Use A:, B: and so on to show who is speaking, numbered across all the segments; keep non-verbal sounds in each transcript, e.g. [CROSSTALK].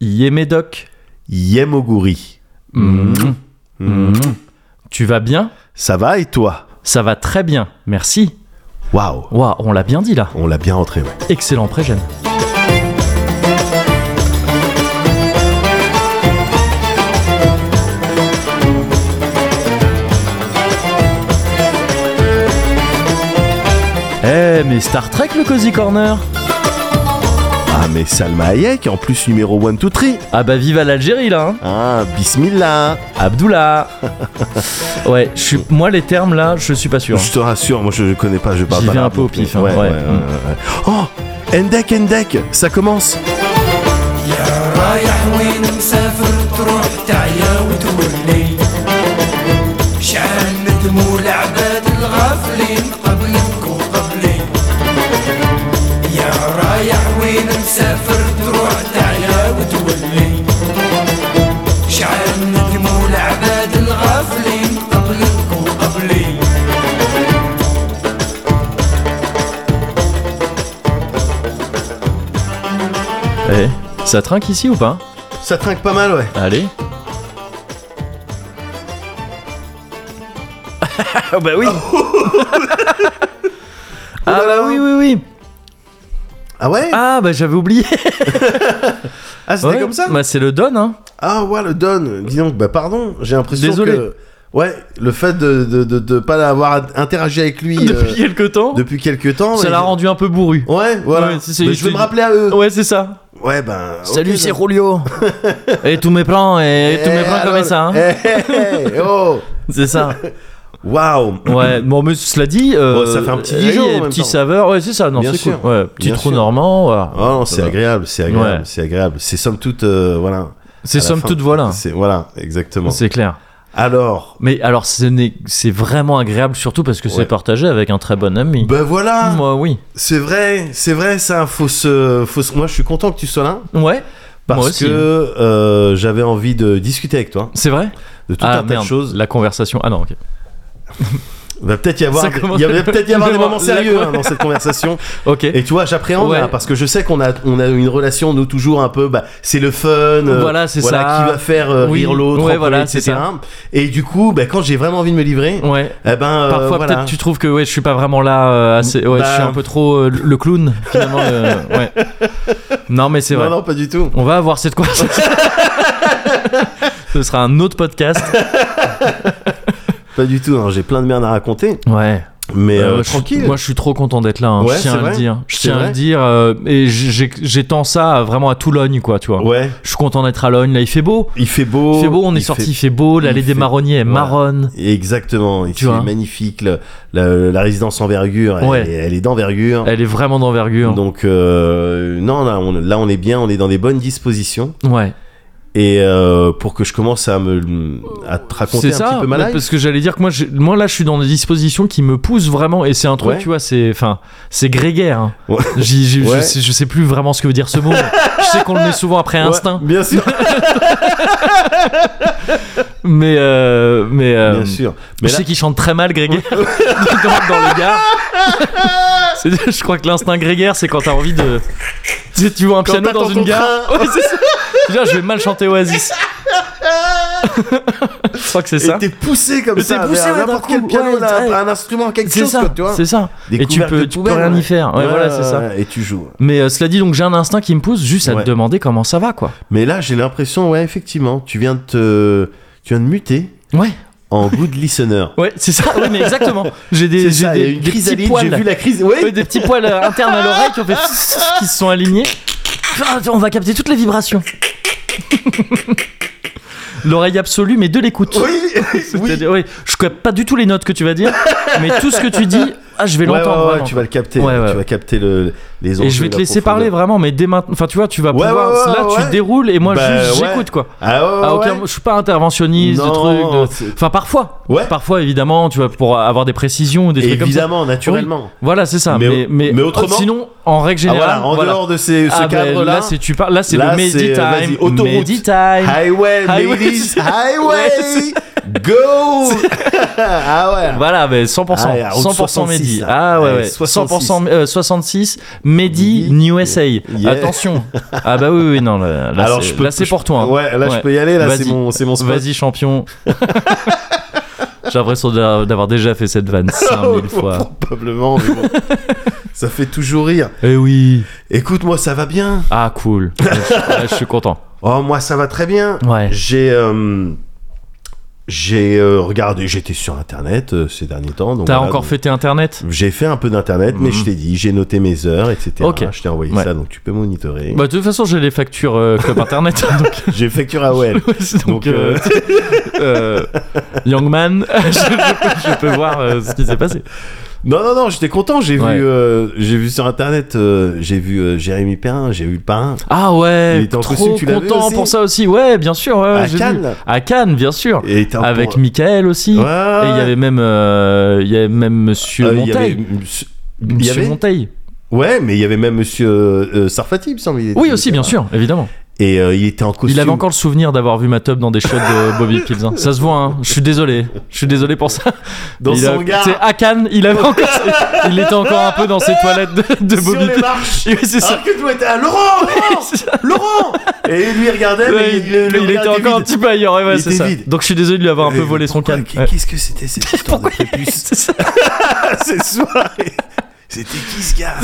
A: Yémédoc.
B: Yemoguri.
A: Mouah. Mouah. Tu vas bien
B: Ça va et toi
A: Ça va très bien, merci.
B: Waouh
A: Waouh, on l'a bien dit là.
B: On l'a bien rentré, ouais.
A: Excellent pré-gène. Eh, mais Star Trek le Cozy Corner
B: Ah, mais Salma Hayek, en plus numéro 1 to 3.
A: Ah bah vive à l'Algérie là hein.
B: Ah, bismillah
A: Abdullah Ouais, je suis- moi les termes là, je suis pas sûr. hein.
B: Je te rassure, moi je ne connais pas, je parle
A: J'y
B: pas.
A: vais un
B: arabe,
A: peu au
B: donc,
A: pif,
B: euh,
A: hein,
B: ouais,
A: ouais.
B: ouais, ouais,
A: Mm.
B: ouais. Oh Endek, Endek, ça commence
C: رايح وين مسافر تروح تعيا وتولي شعل ندمو العباد الغافلين قبلك وقبلي يا رايح وين مسافر تروح تعيا وتولي شعل ندمو العباد الغافلين قبلك وقبلي
A: Eh, ça trinque ici ou pas
B: Ça trinque pas mal, ouais.
A: Allez. Ah bah [LAUGHS] oui. ah bah oui oui oui.
B: Ah ouais Ah,
A: Ah bah j'avais [LAUGHS] oublié.
B: c'était
A: Ouais.
B: comme ça
A: Bah c'est le don hein.
B: Ah ouais, le Don, dis donc, bah pardon, j'ai l'impression
A: Désolé.
B: que... Ouais, le fait de ne de, de, de pas avoir interagi avec lui
A: [LAUGHS]
B: euh,
A: Depuis quelque temps.
B: depuis quelques temps...
A: ça
B: et-
A: l'a rendu un peu bourru.
B: Ouais, voilà.
A: Ouais, c'est- c'est-
B: Mais je
A: je
B: vais
A: te-
B: me rappeler à eux.
A: Ouais c'est ça.
B: Ouais, ben...
A: Salut
B: ok,
A: c'est
B: donc. [LAUGHS]
A: Rolio. et tout me prend et tout me
B: Eh,
A: prend comme
B: alors-
A: ça. hein.
B: Eh, eh, oh
A: C'est ça.
B: Waouh
A: Ouais, bon, mais cela dit, euh,
B: Bon, Oh, ça fait un petit
A: euh,
B: Dijon,
A: il y a
B: en
A: un
B: même
A: petit
B: temps.
A: saveur, ouais, c'est ça, non,
B: Bien
A: c'est cool.
B: sûr.
A: Ouais, petit
B: Bien
A: trou
B: sûr.
A: normand, voilà.
B: Oh non, c'est
A: Voilà.
B: agréable, c'est agréable,
A: Ouais.
B: c'est agréable. C'est somme toute, euh, voilà.
A: C'est
B: à la
A: somme
B: fin.
A: toute, voilà.
B: C'est voilà, exactement.
A: C'est clair.
B: Alors,
A: Mais alors, ce n'est- c'est vraiment agréable, surtout parce que c'est
B: Ouais.
A: partagé avec un très bon ami.
B: ben voilà,
A: Moi, oui.
B: c'est vrai, c'est vrai, ça. Faut se, faut se- Moi, je suis content que tu sois là
A: Ouais, Moi
B: parce
A: aussi.
B: que euh, j'avais envie de discuter avec toi
A: c'est vrai.
B: de tout
A: ah,
B: un tas de
A: merde,
B: choses.
A: La conversation. Ah non, ok.
B: Il va peut-être y avoir,
A: Ça
B: il
A: commence-
B: va peut-être
A: [LAUGHS]
B: y avoir des moments
A: La-
B: sérieux hein, dans cette conversation.
A: Ok.
B: Et tu vois, j'appréhende
A: Ouais.
B: là, parce que je sais qu'on a, on a une relation nous toujours un peu, bah, c'est le fun, euh,
A: Voilà, c'est ça.
B: qui va faire euh,
A: Oui.
B: rire l'autre,
A: Ouais,
B: encoller,
A: voilà, c'est
B: etc. Et du coup, bah, quand j'ai vraiment envie de me livrer,
A: Ouais.
B: eh ben, euh,
A: Parfois,
B: voilà.
A: peut-être, tu trouves que ouais, je suis pas vraiment là. euh, assez... Ouais, je suis
B: Bah.
A: un peu trop euh, le clown, finalement. le-
B: [LAUGHS]
A: Ouais. Non, mais c'est vrai.
B: Non, non, pas du tout.
A: On va avoir cette
B: [LAUGHS]
A: conversation. Ce sera un autre podcast.
B: Pas du tout, hein, j'ai plein de merde à raconter,
A: Ouais.
B: mais
A: Euh,
B: euh,
A: je-
B: tranquille.
A: moi, je suis trop content d'être là. hein.
B: Ouais,
A: je tiens
B: c'est
A: à le
B: vrai.
A: dire. Je
B: C'est
A: tiens à
B: vrai.
A: le dire. euh, et j'ai- j'étends ça à- vraiment à Toulogne, quoi, tu vois.
B: Ouais,
A: Je suis content d'être à Logne. Là, il fait beau.
B: il fait beau.
A: il fait beau, on est
B: il
A: sorti,
B: fait-
A: il fait beau. L'allée
B: il
A: des
B: fait-
A: marronniers est
B: voilà.
A: marronne.
B: Exactement, il
A: Tu
B: fait
A: vois.
B: magnifique. le- la, la résidence envergure, elle,
A: Ouais.
B: est- elle est d'envergure.
A: Elle est vraiment d'envergure.
B: Donc, euh, non, là on, là, on est bien, on est dans des bonnes dispositions.
A: Ouais.
B: Et euh, pour que je commence à me à te raconter
A: C'est
B: un
A: ça.
B: petit peu ma life.
A: Parce que j'allais dire que moi, j'ai- moi, là, je suis dans des dispositions qui me poussent vraiment. Et c'est un truc,
B: Ouais.
A: tu vois, c'est, enfin, c'est grégaire. hein.
B: Ouais.
A: J'y- j'y-
B: Ouais.
A: Je, sais, je sais plus vraiment ce que veut dire ce mot. je sais qu'on le met souvent après
B: Ouais,
A: instinct.
B: bien sûr,
A: Mais, euh, mais, euh,
B: bien sûr.
A: Mais
B: Mais
A: je
B: là,
A: sais qu'il chante très mal Grégaire dans, [LAUGHS] dans le gars. C'est- je crois que l'instinct Grégaire, c'est quand t'as envie de. Tu, sais, tu vois un
B: Quand
A: piano dans
B: t'attends
A: une
B: ton
A: gare. Ouais, c'est ça. Je veux dire, je vais mal chanter Oasis. [LAUGHS] je crois que [LAUGHS] c'est ça.
B: et t'es poussé comme
A: Mais
B: ça,
A: t'es poussé,
B: vers
A: ouais, d'un
B: n'importe
A: coup,
B: quel piano,
A: ouais,
B: là,
A: ouais.
B: un instrument, quelque
A: C'est
B: chose,
A: ça.
B: quoi, tu vois.
A: C'est ça.
B: Des
A: Et tu
B: couvertes
A: peux,
B: de
A: tu peux
B: poubelle,
A: rien y
B: ouais.
A: faire. Ouais, voilà, c'est ça.
B: ouais, Et tu joues.
A: Mais euh, cela dit, donc j'ai un instinct qui me pousse juste à
B: Ouais.
A: te demander comment ça va, quoi.
B: Mais là, j'ai l'impression, ouais, effectivement, tu viens de te, tu viens de muter
A: Ouais.
B: en good listener.
A: Ouais, c'est ça. Oui, mais
B: [LAUGHS]
A: exactement. J'ai des, [LAUGHS]
B: C'est
A: j'ai
B: ça, il y a
A: des,
B: eu une
A: des
B: crise
A: petits
B: alide, j'ai
A: poils.
B: vu la crise.
A: Ouais,
B: [LAUGHS]
A: [LAUGHS]
B: Oui,
A: des petits poils euh, internes à l'oreille
B: [LAUGHS]
A: qui ont fait qui se sont alignés. Ah, On va capter toutes les vibrations. [LAUGHS] L'oreille absolue, mais de l'écoute.
B: oui, oui.
A: C'est-à-dire, oui, je capte pas du tout les notes que tu vas
B: [LAUGHS]
A: dire, mais tout ce que tu dis, ah, je vais
B: Ouais,
A: l'entendre.
B: ouais, ouais,
A: vraiment.
B: tu vas le capter.
A: Ouais, ouais.
B: Tu vas capter le, les
A: Et
B: enjeux,
A: je vais te
B: la
A: laisser
B: profondeur.
A: parler vraiment, mais dès maintenant. Enfin, tu vois, tu vas
B: Ouais,
A: pouvoir.
B: ouais, ouais,
A: là, tu
B: ouais.
A: déroules et moi,
B: Bah,
A: juste,
B: ouais.
A: j'écoute quoi.
B: Ah ouais, ouais,
A: Ah,
B: ouais.
A: aucun- Je suis pas interventionniste, de
B: Non,
A: trucs. de-
B: c'est-
A: Enfin, parfois.
B: Ouais.
A: Parfois, évidemment, tu vois, pour avoir des précisions ou des trucs comme ça.
B: Évidemment, naturellement.
A: Voilà, c'est ça. Mais,
B: Mais-
A: mais,
B: mais autrement-
A: sinon, en règles
B: Ah,
A: générales,
B: voilà, en
A: voilà.
B: dehors de ces- ce
A: Ah, ben,
B: cadre-là.
A: là, c'est tu parles. Là, c'est le
B: là,
A: Medi
B: c'est, euh, vas-y,
A: Time.
B: autoroute.
A: Medi Time.
B: Highway,
A: Highway.
B: ladies,
A: [LAUGHS] Ouais,
B: highway,
A: c'est-
B: Go
A: [LAUGHS]
B: Ah ouais
A: Voilà, mais 100%,
B: Ah, la route
A: 100%
B: 66,
A: Mehdi.
B: là.
A: Ah ouais,
B: Ouais,
A: ouais.
B: 66.
A: 100% euh, 66 Mehdi
B: Mehdi.
A: New USA.
B: Yeah.
A: Attention. Ah bah oui, oui, non, là, là,
B: Alors,
A: c'est-
B: je peux-
A: là, c'est pour toi. hein.
B: Ouais, là je
A: Ouais.
B: peux y aller, là c'est
A: Vas-y.
B: mon, c'est mon spot.
A: Vas-y, champion. [LAUGHS] J'ai l'impression d'a- d'avoir déjà fait cette
B: [LAUGHS]
A: vanne 5000 fois.
B: Probablement,
A: [LAUGHS]
B: mais bon. ça fait toujours rire.
A: Eh oui.
B: Écoute, moi ça va bien.
A: Ah, cool. Ouais, je, ouais, je suis content.
B: Oh, moi ça va très bien.
A: Ouais.
B: J'ai. euh, J'ai euh, regardé, j'étais sur internet euh, ces derniers temps. donc
A: T'as
B: voilà,
A: encore
B: donc-
A: fêté Internet
B: J'ai fait un peu d'internet, mais
A: Mhm.
B: je t'ai dit, j'ai noté mes heures, etc.
A: Ok.
B: Je t'ai envoyé
A: Ouais.
B: ça, donc tu peux monitorer.
A: bah, de toute façon, j'ai les factures euh, Club Internet. [LAUGHS] donc,
B: J'ai facturé à OL.
A: donc,
B: [LAUGHS] Donc,
A: euh,
B: euh, [LAUGHS]
A: euh, Youngman, [LAUGHS] je, je peux- je peux voir euh, ce qui s'est passé.
B: non, non, non, j'étais content. J'ai
A: Ouais.
B: vu, euh, j'ai vu sur internet, euh, j'ai vu euh, Jérémy Perrin, j'ai vu le parrain
A: Ah ouais,
B: Il était en
A: trop
B: costume, tu l'as vu
A: content
B: aussi
A: pour ça aussi. Ouais, bien sûr. ouais,
B: à
A: Ah, j'ai vu.
B: Cannes.
A: À Cannes, bien sûr.
B: Et il était en-
A: Avec Michael aussi.
B: Ouais,
A: Et il y avait même, euh, il y avait même Monsieur
B: euh, il y avait-
A: Monteil.
B: il y
A: Monsieur
B: avait-
A: Monteil.
B: Ouais, mais il y avait même Monsieur euh, euh, Sarfati, il me semble. il était-
A: Oui, aussi, bien sûr, évidemment.
B: Et euh, il était en Euh, costume.
A: Il avait encore le souvenir d'avoir vu ma top dans des shots de
B: [LAUGHS]
A: Bobby Pills. hein. Ça se voit, hein. je suis désolé. Je suis désolé pour ça.
B: dans
A: il
B: son
A: a-
B: regard
A: c'est à Cannes, il, avait encore, il était encore un peu dans ses toilettes de, de
B: sur
A: Bobby
B: les
A: Pills.
B: marches.
A: [LAUGHS] Oui, c'est ça.
B: Alors que tout était à Laurent,
A: [LAUGHS]
B: Laurent,
A: C'est ça.
B: Laurent. Et lui il regardait, Eh, mais
A: Ouais,
B: il, le- le
A: il
B: regard
A: était encore un
B: vide.
A: petit peu ailleurs, ouais, ouais,
B: Il
A: c'est
B: était
A: ça.
B: vide.
A: Donc je suis désolé de lui avoir un peu
B: Euh,
A: volé son
B: pourquoi-
A: canne.
B: [LAUGHS]
A: Ouais.
B: Qu'est-ce que c'était cette histoire de prépuce
A: C'est ça.
B: cette soirée C'était qui ce gars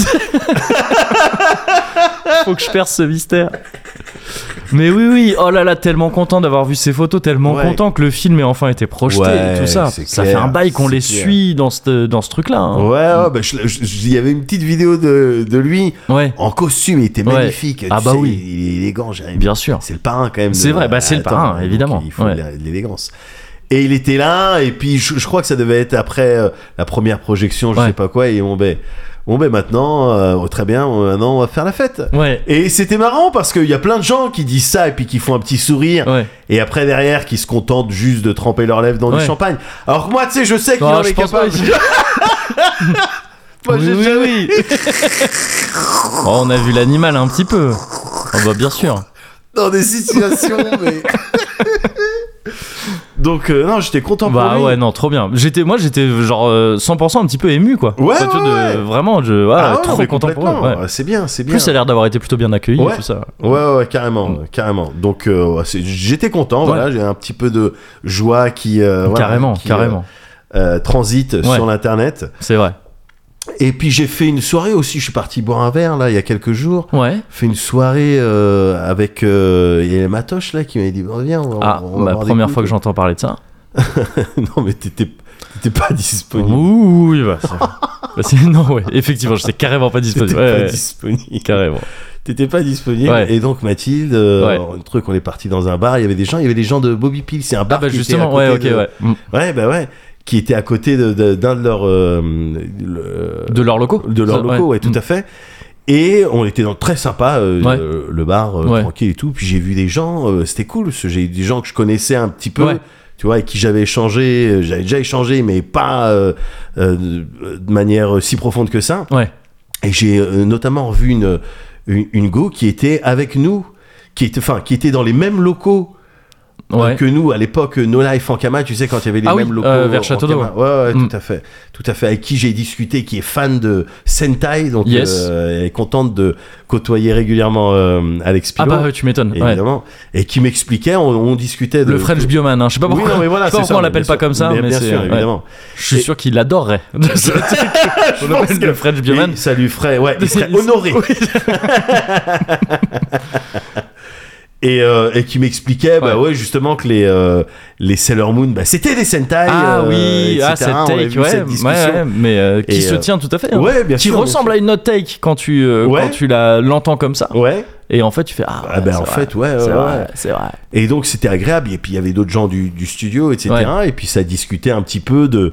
A: Faut que je perce ce mystère. Mais oui, oui, oh là là, tellement content d'avoir vu ces photos, tellement
B: Ouais.
A: content que le film ait enfin été projeté
B: Ouais,
A: et tout ça.
B: c'est
A: Ça
B: clair,
A: fait un bail qu'on
B: c'est
A: les
B: clair.
A: suit dans ce, dans ce truc-là.
B: Ouais,
A: hein.
B: ouais, bah, je- je- je- il y avait une petite vidéo de, de lui
A: ouais,
B: en costume, il était
A: Ouais.
B: magnifique.
A: Ah
B: tu
A: bah
B: sais,
A: oui.
B: Il est élégant, Jérémy.
A: bien sûr.
B: C'est le parrain quand même.
A: C'est
B: de-
A: vrai, bah, c'est le
B: Attends,
A: parrain,
B: donc,
A: évidemment.
B: Il faut
A: Ouais.
B: de la- de l'élégance. Et il était là, et puis je, je crois que ça devait être après euh, la première projection, je
A: Ouais.
B: sais pas quoi, et on ben, on ben maintenant, euh, oh, très bien, on- maintenant on va faire la fête.
A: Ouais,
B: Et c'était marrant parce qu'il y a plein de gens qui disent ça et puis qui font un petit sourire.
A: ouais.
B: Et après, derrière, qui se contentent juste de tremper leurs lèvres dans
A: Ouais.
B: du champagne. Alors que moi, tu sais, je sais qu'il
A: Ah,
B: en
A: je
B: est
A: pense
B: capable.
A: pas,
B: Moi,
A: Oui,
B: j'ai
A: oui,
B: jamais-
A: oui. [LAUGHS] Oh, on a vu l'animal un petit peu. Oh, bah, bien sûr.
B: Dans
A: [LAUGHS]
B: des situations, mais... Donc, euh, non, j'étais content
A: Bah
B: pour lui.
A: ouais, non, trop bien. J'étais, moi, j'étais genre euh, 100% un petit peu ému, quoi.
B: Ouais,
A: Surtout
B: ouais,
A: de-
B: ouais.
A: Vraiment, je, voilà,
B: Ah ouais, non,
A: trop
B: mais
A: content pour eux.
B: complètement. Ah,
A: ouais.
B: C'est bien, c'est bien.
A: Plus, Mm. ça a l'air d'avoir été plutôt bien accueilli et
B: Ouais.
A: tout ça.
B: Ouais, ouais, ouais, carrément, euh, carrément. Donc, euh, ouais, c'est- j'étais content, voilà, j'ai un petit peu de joie qui... euh, voilà,
A: carrément,
B: qui, euh,
A: carrément.
B: euh, transite sur l'Internet.
A: C'est vrai.
B: Et puis, j'ai fait une soirée aussi, je suis parti boire un verre, là, il y a quelques jours.
A: Ouais.
B: fait une soirée euh, avec euh, il y a Matoche là qui m'a dit bon, viens on va,
A: Ah,
B: on va
A: bah,
B: boire des
A: première
B: coups.
A: fois que j'entends parler de ça.
B: [LAUGHS] non mais t'étais t'étais pas disponible
A: Ouh, oui,
B: [LAUGHS]
A: bah, ça- bah, c'est- non, ouais. Effectivement, j'étais carrément pas
B: t'étais
A: disponible.
B: pas
A: Ouais, ouais,
B: disponible
A: Carrément.
B: t'étais pas disponible
A: Ouais.
B: et donc Mathilde euh,
A: Ouais.
B: un truc on est parti dans un bar il y avait des gens il y avait des gens de Bobby Peel c'est un
A: Ah,
B: bar
A: bah,
B: qui était
A: justement,
B: à
A: ouais, ok,
B: côté de-
A: ouais. Mm.
B: ouais bah ouais qui était à côté de- de- d'un de, leurs euh, le-
A: De leurs locaux
B: de leurs
A: Ça, Mm.
B: locaux, ouais, tout à fait. Et on était dans très sympa, euh,
A: Ouais.
B: euh, le bar euh,
A: Ouais.
B: tranquille et tout. Puis j'ai vu des gens, euh, c'était cool. parce que J'ai eu des gens que je connaissais un petit peu,
A: Ouais.
B: tu vois, avec qui j'avais échangé. euh, J'avais déjà échangé, mais pas euh, euh, de- de manière euh, si profonde que ça.
A: Mm. Ouais.
B: Et j'ai euh, notamment revu une, une, une go qui était avec nous, qui était, enfin, qui était dans les mêmes locaux
A: Ouais.
B: euh, que nous à l'époque euh, No Life en Kama tu sais quand il y avait les
A: Ah oui,
B: mêmes locaux
A: euh, vers
B: en
A: Château d'Eau.
B: Kama. ouais, ouais
A: Mm.
B: tout à fait tout à fait avec qui j'ai discuté qui est fan de Sentai donc
A: Yes.
B: euh, elle est contente de côtoyer régulièrement euh, Alex
A: Ah,
B: Pilot
A: bah, ouais, tu m'étonnes. Ouais.
B: évidemment et qui m'expliquait on, on discutait de
A: Le French Bioman, hein. je sais pas
B: oui,
A: pourquoi,
B: non, mais voilà,
A: je sais pas
B: c'est
A: pourquoi
B: ça,
A: on l'appelle
B: bien
A: pas comme ça,
B: sûr.
A: mais,
B: bien
A: c'est-
B: sûr,
A: ouais.
B: évidemment.
A: Je suis sûr qu'il
B: [LAUGHS]
A: adorerait. [LAUGHS] on
B: pense
A: l'appelle
B: que-
A: le French Bioman.
B: Et ça lui ferait, ouais, il serait
A: Il-
B: honoré.
A: Oui.
B: [LAUGHS] Et, euh, et qui m'expliquait, bah
A: Ouais.
B: ouais, justement que les euh, les Sailor Moon, bah c'était des Sentai.
A: Ah
B: euh,
A: oui, ah,
B: etc.
A: cette
B: On avait
A: take,
B: vu
A: ouais,
B: cette discussion.
A: ouais, ouais, mais euh, qui
B: Et,
A: se
B: euh,
A: tient tout à fait. hein.
B: ouais, bien
A: qui
B: sûr, bien
A: ressemble
B: sûr.
A: à une autre take quand tu, euh,
B: Ouais.
A: quand tu la l'entends comme ça.
B: Ouais.
A: Et en fait, tu fais Ah,
B: Ah ben
A: c'est
B: en
A: vrai,
B: fait, ouais,
A: c'est
B: ouais,
A: vrai,
B: ouais.
A: c'est vrai.
B: Et donc c'était agréable. Et puis il y avait d'autres gens du, du studio, etc.
A: Ouais.
B: Et puis ça discutait un petit peu de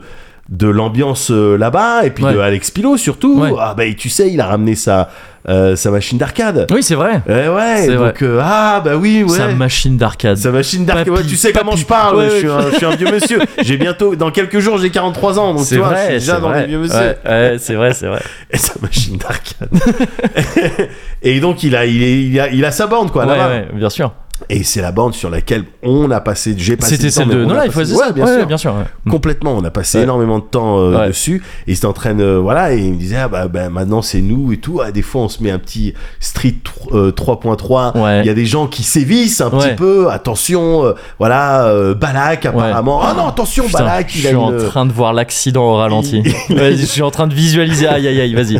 B: de l'ambiance euh, là-bas et puis
A: Ouais.
B: de Alex Pilot surtout.
A: Ouais.
B: Ah ben tu sais, il a ramené sa euh, sa machine d'arcade.
A: Oui, c'est vrai.
B: Eh ouais.
A: C'est
B: Donc euh, ah bah oui ouais.
A: Sa machine d'arcade.
B: Sa machine d'arcade.
A: Papy,
B: Ouais, tu sais comment
A: papy.
B: je parle.
A: Ouais,
B: ouais, je, suis un, je suis un vieux monsieur. J'ai bientôt dans quelques jours j'ai 43 ans. Donc tu
A: C'est
B: vois, je
A: vrai,
B: suis déjà
A: c'est
B: dans
A: vrai.
B: les vieux monsieur.
A: Ouais, ouais, c'est vrai, c'est vrai.
B: Et sa machine d'arcade. [LAUGHS] et donc il a il, est- il a il a sa borne quoi
A: Ouais,
B: là-bas.
A: ouais, bien sûr.
B: Et c'est la bande sur laquelle on a passé. J'ai passé.
A: C'était
B: du temps,
A: celle
B: mais
A: de
B: on a
A: No Life,
B: passé-
A: ouais, c'est ça.
B: ouais, bien
A: Ouais,
B: sûr.
A: bien sûr. ouais.
B: Complètement, on a
A: Mm.
B: passé
A: Ouais.
B: énormément de temps euh,
A: Ouais.
B: dessus. Et c'était en train de. Voilà, et il me disait, ah bah, bah, maintenant c'est nous et tout. Ah, des fois, on se met un petit street tr- euh, 3.3.
A: Ouais.
B: Il y a des gens qui sévissent un
A: Ouais.
B: petit peu. Attention, euh, voilà, euh, Balak apparemment. Ah non, attention,
A: Putain,
B: Balak,
A: je
B: il a
A: suis en
B: une. euh,
A: train de voir l'accident au
B: [LAUGHS]
A: ralenti.
B: Il-
A: Vas-y, je suis en train de visualiser. Aïe, aïe, aïe, vas-y.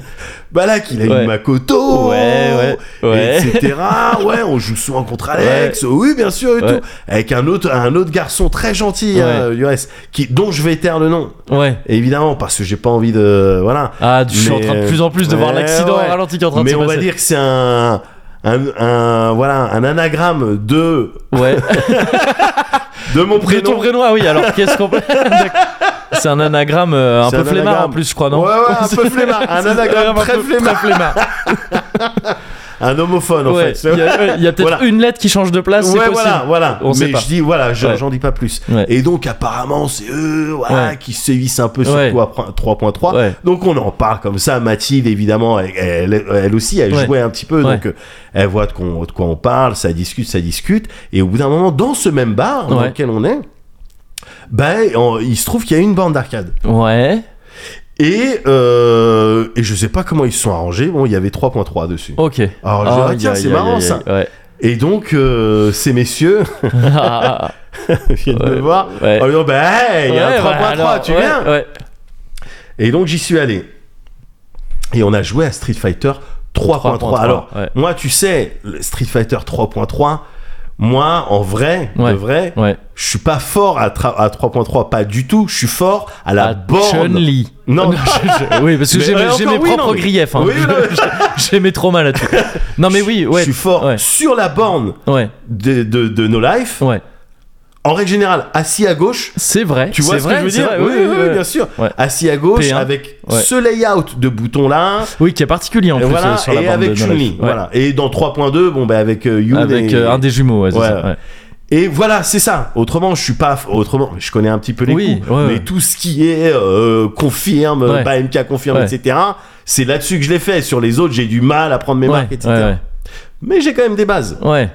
B: Balak, il a
A: Ouais.
B: une Makoto.
A: Ouais, ouais, ouais.
B: Etc.
A: [LAUGHS]
B: ouais, on joue souvent contre Alex. Oui, bien sûr, et
A: Ouais.
B: tout. Avec un autre, un autre garçon très gentil,
A: Ouais.
B: hein, du reste, qui, dont je vais taire le nom.
A: Ouais.
B: Évidemment, parce que j'ai pas envie de. Voilà.
A: Ah, je suis
B: Mais,
A: en train de plus en plus de
B: ouais,
A: voir l'accident
B: ouais.
A: au ralenti qui est en train
B: Mais
A: de se
B: on va
A: passer.
B: dire que c'est un, un, un- voilà, un anagramme de, [LAUGHS]
A: Ouais.
B: de mon
A: De
B: prénom.
A: ton prénom, ah oui, alors qu'est-ce qu'on peut. C'est un anagramme euh, un
B: C'est
A: peu
B: un
A: flemmard en
B: anagramme.
A: plus, je crois, non
B: Ouais, ouais, un
A: [LAUGHS]
B: peu flemmard. Un
A: C'est
B: anagramme très
A: peu-
B: flemmard.
A: très flemmard.
B: Un homophone, en
A: Ouais,
B: fait.
A: il y a, ouais, il y a peut-être
B: Voilà.
A: une lettre qui change de place, c'est
B: ouais,
A: possible.
B: voilà, voilà.
A: On sait
B: mais
A: pas.
B: je dis, voilà, je-
A: Ouais.
B: j'en dis pas plus.
A: Ouais.
B: Et donc, apparemment, c'est eux voilà,
A: Ouais.
B: qui sévissent un peu
A: Ouais.
B: sur toi, 3.3.
A: Ouais.
B: Donc, on en parle comme ça. Mathilde, évidemment, elle, elle- elle aussi, elle
A: Ouais.
B: jouait un petit peu.
A: Ouais.
B: Donc, euh, elle voit de, qu'on- de quoi on parle, ça discute, ça discute. Et au bout d'un moment, dans ce même bar dans
A: Ouais.
B: lequel on est, ben, on- il se trouve qu'il y a une bande d'arcade.
A: Ouais,
B: Et, euh, et je sais pas comment ils se sont arrangés. Bon, il y avait 3.3 dessus.
A: ok.
B: Alors, je dis, ah,
A: Aïe,
B: tiens,
A: Oh. aïe,
B: c'est
A: aïe,
B: marrant
A: aïe,
B: ça.
A: aïe,
B: [LAUGHS]
A: Ouais.
B: Et donc, euh, ces messieurs [LAUGHS]
A: Ah, ah,
B: viennent
A: Ouais.
B: me voir.
A: Ouais.
B: En lui disant, bah, hey, il y a
A: Ouais,
B: un 3.3,
A: bah, alors,
B: tu
A: ouais,
B: viens
A: ouais.
B: Et donc j'y suis allé. Et on a joué à Street Fighter 3.3.
A: 3.3,
B: Alors,
A: ouais.
B: moi, tu sais, le Street Fighter 3.3, moi, en vrai,
A: Ouais.
B: de vrai,
A: Ouais.
B: je suis pas fort à, tra- à 3.3, pas du tout. Je suis fort à la
A: Ah,
B: borne.
A: Chun-Li.
B: Non,
A: Non, je- je- oui, parce que
B: Mais,
A: j'ai mes,
B: euh,
A: j'ai
B: encore,
A: mes
B: oui, non,
A: propres
B: mais-
A: griefs. Hein.
B: Oui, non, mais-
A: J'ai- [LAUGHS] j'ai mes traumas là-dessus. Non, mais oui, ouais.
B: je suis fort
A: Ouais,
B: sur la borne
A: ouais.
B: de, de, de No Life.
A: ouais.
B: En règle générale, assis à gauche.
A: C'est vrai.
B: Tu vois
A: c'est
B: ce
A: vrai,
B: que je veux
A: c'est
B: dire
A: vrai,
B: oui, oui, oui,
A: ouais.
B: bien sûr.
A: Ouais.
B: Assis à gauche
A: P1.
B: avec
A: Ouais.
B: ce layout de boutons là.
A: Oui, qui est particulier en
B: Et
A: plus
B: voilà,
A: euh, sur la
B: et
A: bande
B: avec
A: de No
B: Chun-Li.
A: Life. Ouais.
B: Voilà. Et dans 3.2, bon, bah, avec euh, Yoon
A: Avec
B: et,
A: euh, un des jumeaux, ouais, c'est
B: Ouais.
A: ça, ouais.
B: et voilà, c'est ça. Autrement, je suis pas. Autrement, je connais un petit peu les
A: Oui,
B: coups,
A: ouais,
B: mais
A: ouais.
B: tout ce qui est euh, confirme,
A: Ouais.
B: pas MK confirme,
A: Ouais.
B: etc. C'est là-dessus que je l'ai fait. Sur les autres, j'ai du mal à prendre mes
A: Ouais,
B: marques, etc.
A: ouais,
B: Mais j'ai quand même des bases.
A: ouais. Ouais.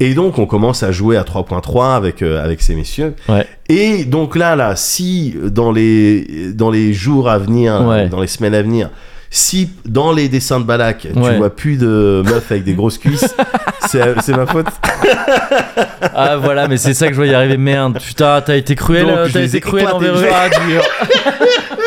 B: Et donc, on commence à jouer à 3.3 avec euh, avec ces messieurs.
A: Ouais.
B: Et donc là, là, si dans les dans les jours à venir, euh,
A: Ouais.
B: dans les semaines à venir, si dans les dessins de Balak,
A: Ouais.
B: tu vois plus de meufs avec des grosses
A: [LAUGHS]
B: cuisses, c'est c'est ma faute.
A: Ah voilà, mais c'est ça que je voyais arriver. Merde, putain, t'as été cruel,
B: Donc,
A: euh,
B: je
A: t'as
B: les
A: été
B: ai
A: cruel
B: éclatés,
A: envers
B: je
A: eux.
B: les-
A: Ah, dur.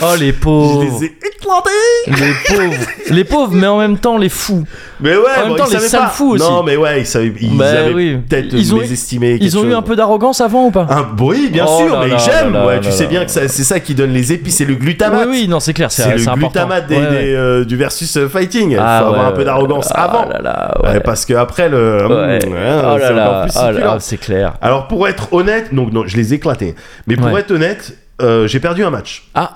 A: Oh les
B: Je
A: pauvres,
B: les ai éclatés.
A: les pauvres, les pauvres, mais en même temps les fous.
B: Mais ouais,
A: En même
B: bon,
A: temps,
B: ils
A: les
B: savaient
A: sales
B: pas.
A: fous aussi.
B: Non, mais ouais, ils, savaient- ils
A: Bah
B: avaient
A: oui.
B: peut-être
A: Ils ont eu-
B: mésestimé. quelque
A: Ils ont eu
B: chose.
A: un peu d'arrogance avant ou pas
B: Un bruit, bien
A: Oh
B: sûr,
A: là
B: mais
A: là
B: ils aiment.
A: là
B: ouais,
A: là
B: tu
A: là
B: sais
A: là
B: bien
A: là
B: que ça- c'est ça qui donne les épices, c'est le
A: Oui,
B: glutamate.
A: oui, non, c'est clair, c'est
B: C'est le
A: c'est important.
B: glutamate des,
A: Ouais, ouais.
B: des, euh, du versus euh, fighting.
A: Ah,
B: Faut avoir
A: ouais,
B: un peu d'arrogance
A: ouais.
B: avant.
A: Ah là là, ouais.
B: Ouais, parce que après le.
A: Ouais.
B: Mmh, ouais,
A: Oh là
B: c'est encore
A: là,
B: plus
A: oh là,
B: succulent.
A: oh, c'est clair.
B: Alors pour être honnête, donc non, je les ai éclatés. Mais pour
A: Ouais.
B: être honnête, euh, j'ai perdu un match.
A: Ah,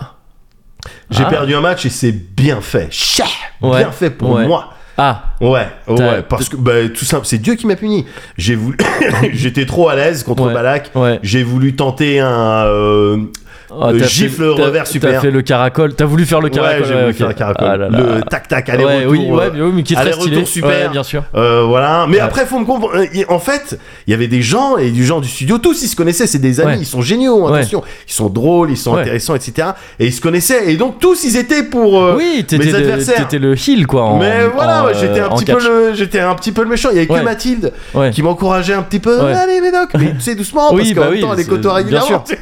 B: J'ai
A: Ah.
B: perdu un match et c'est bien fait. Chia
A: Ouais.
B: Bien fait pour
A: Ouais.
B: moi.
A: ah,
B: Ouais,
A: T'as-
B: ouais, parce que bah, tout simple, c'est Dieu qui m'a puni.
A: [COUGHS]
B: J'ai voulu, [COUGHS] j'étais trop à l'aise contre
A: Ouais.
B: Balak.
A: ouais.
B: J'ai voulu tenter un euh,
A: Oh,
B: Euh,
A: t'as
B: gifle
A: fait- t'as-
B: revers
A: T'as
B: super.
A: fait le caracol, t'as voulu faire le caracol.
B: ouais, j'ai voulu faire un caracol.
A: Ah là là.
B: Le tac tac aller
A: ouais,
B: retour. euh,
A: oui, ouais, mais oui, mais qui est très
B: aller-retour
A: stylé.
B: super.
A: Ouais, bien sûr.
B: Euh, voilà, mais
A: Ouais.
B: après faut me comprendre. euh, y- En fait, il y avait des gens et du genre du studio, tous ils se connaissaient, c'est des amis,
A: Ouais.
B: ils sont géniaux,
A: Ouais.
B: attention, ils sont drôles, ils sont
A: Ouais.
B: intéressants, etc. Et ils se connaissaient et donc tous ils étaient pour. euh,
A: oui, t'étais
B: mes
A: le,
B: adversaires.
A: t'étais le heel quoi. en-
B: mais voilà,
A: en,
B: ouais, j'étais
A: euh,
B: un
A: en
B: petit
A: catch.
B: peu le, j'étais un petit peu le méchant. Il y avait
A: Ouais.
B: que Mathilde
A: Ouais.
B: qui m'encourageait un petit peu.
A: Ouais.
B: Allez, Médoc, mais tu sais doucement
A: Oui,
B: parce qu'en
A: bah
B: même
A: oui,
B: temps elle les
A: c'est-
B: côtoie
A: bien
B: régulièrement. [LAUGHS]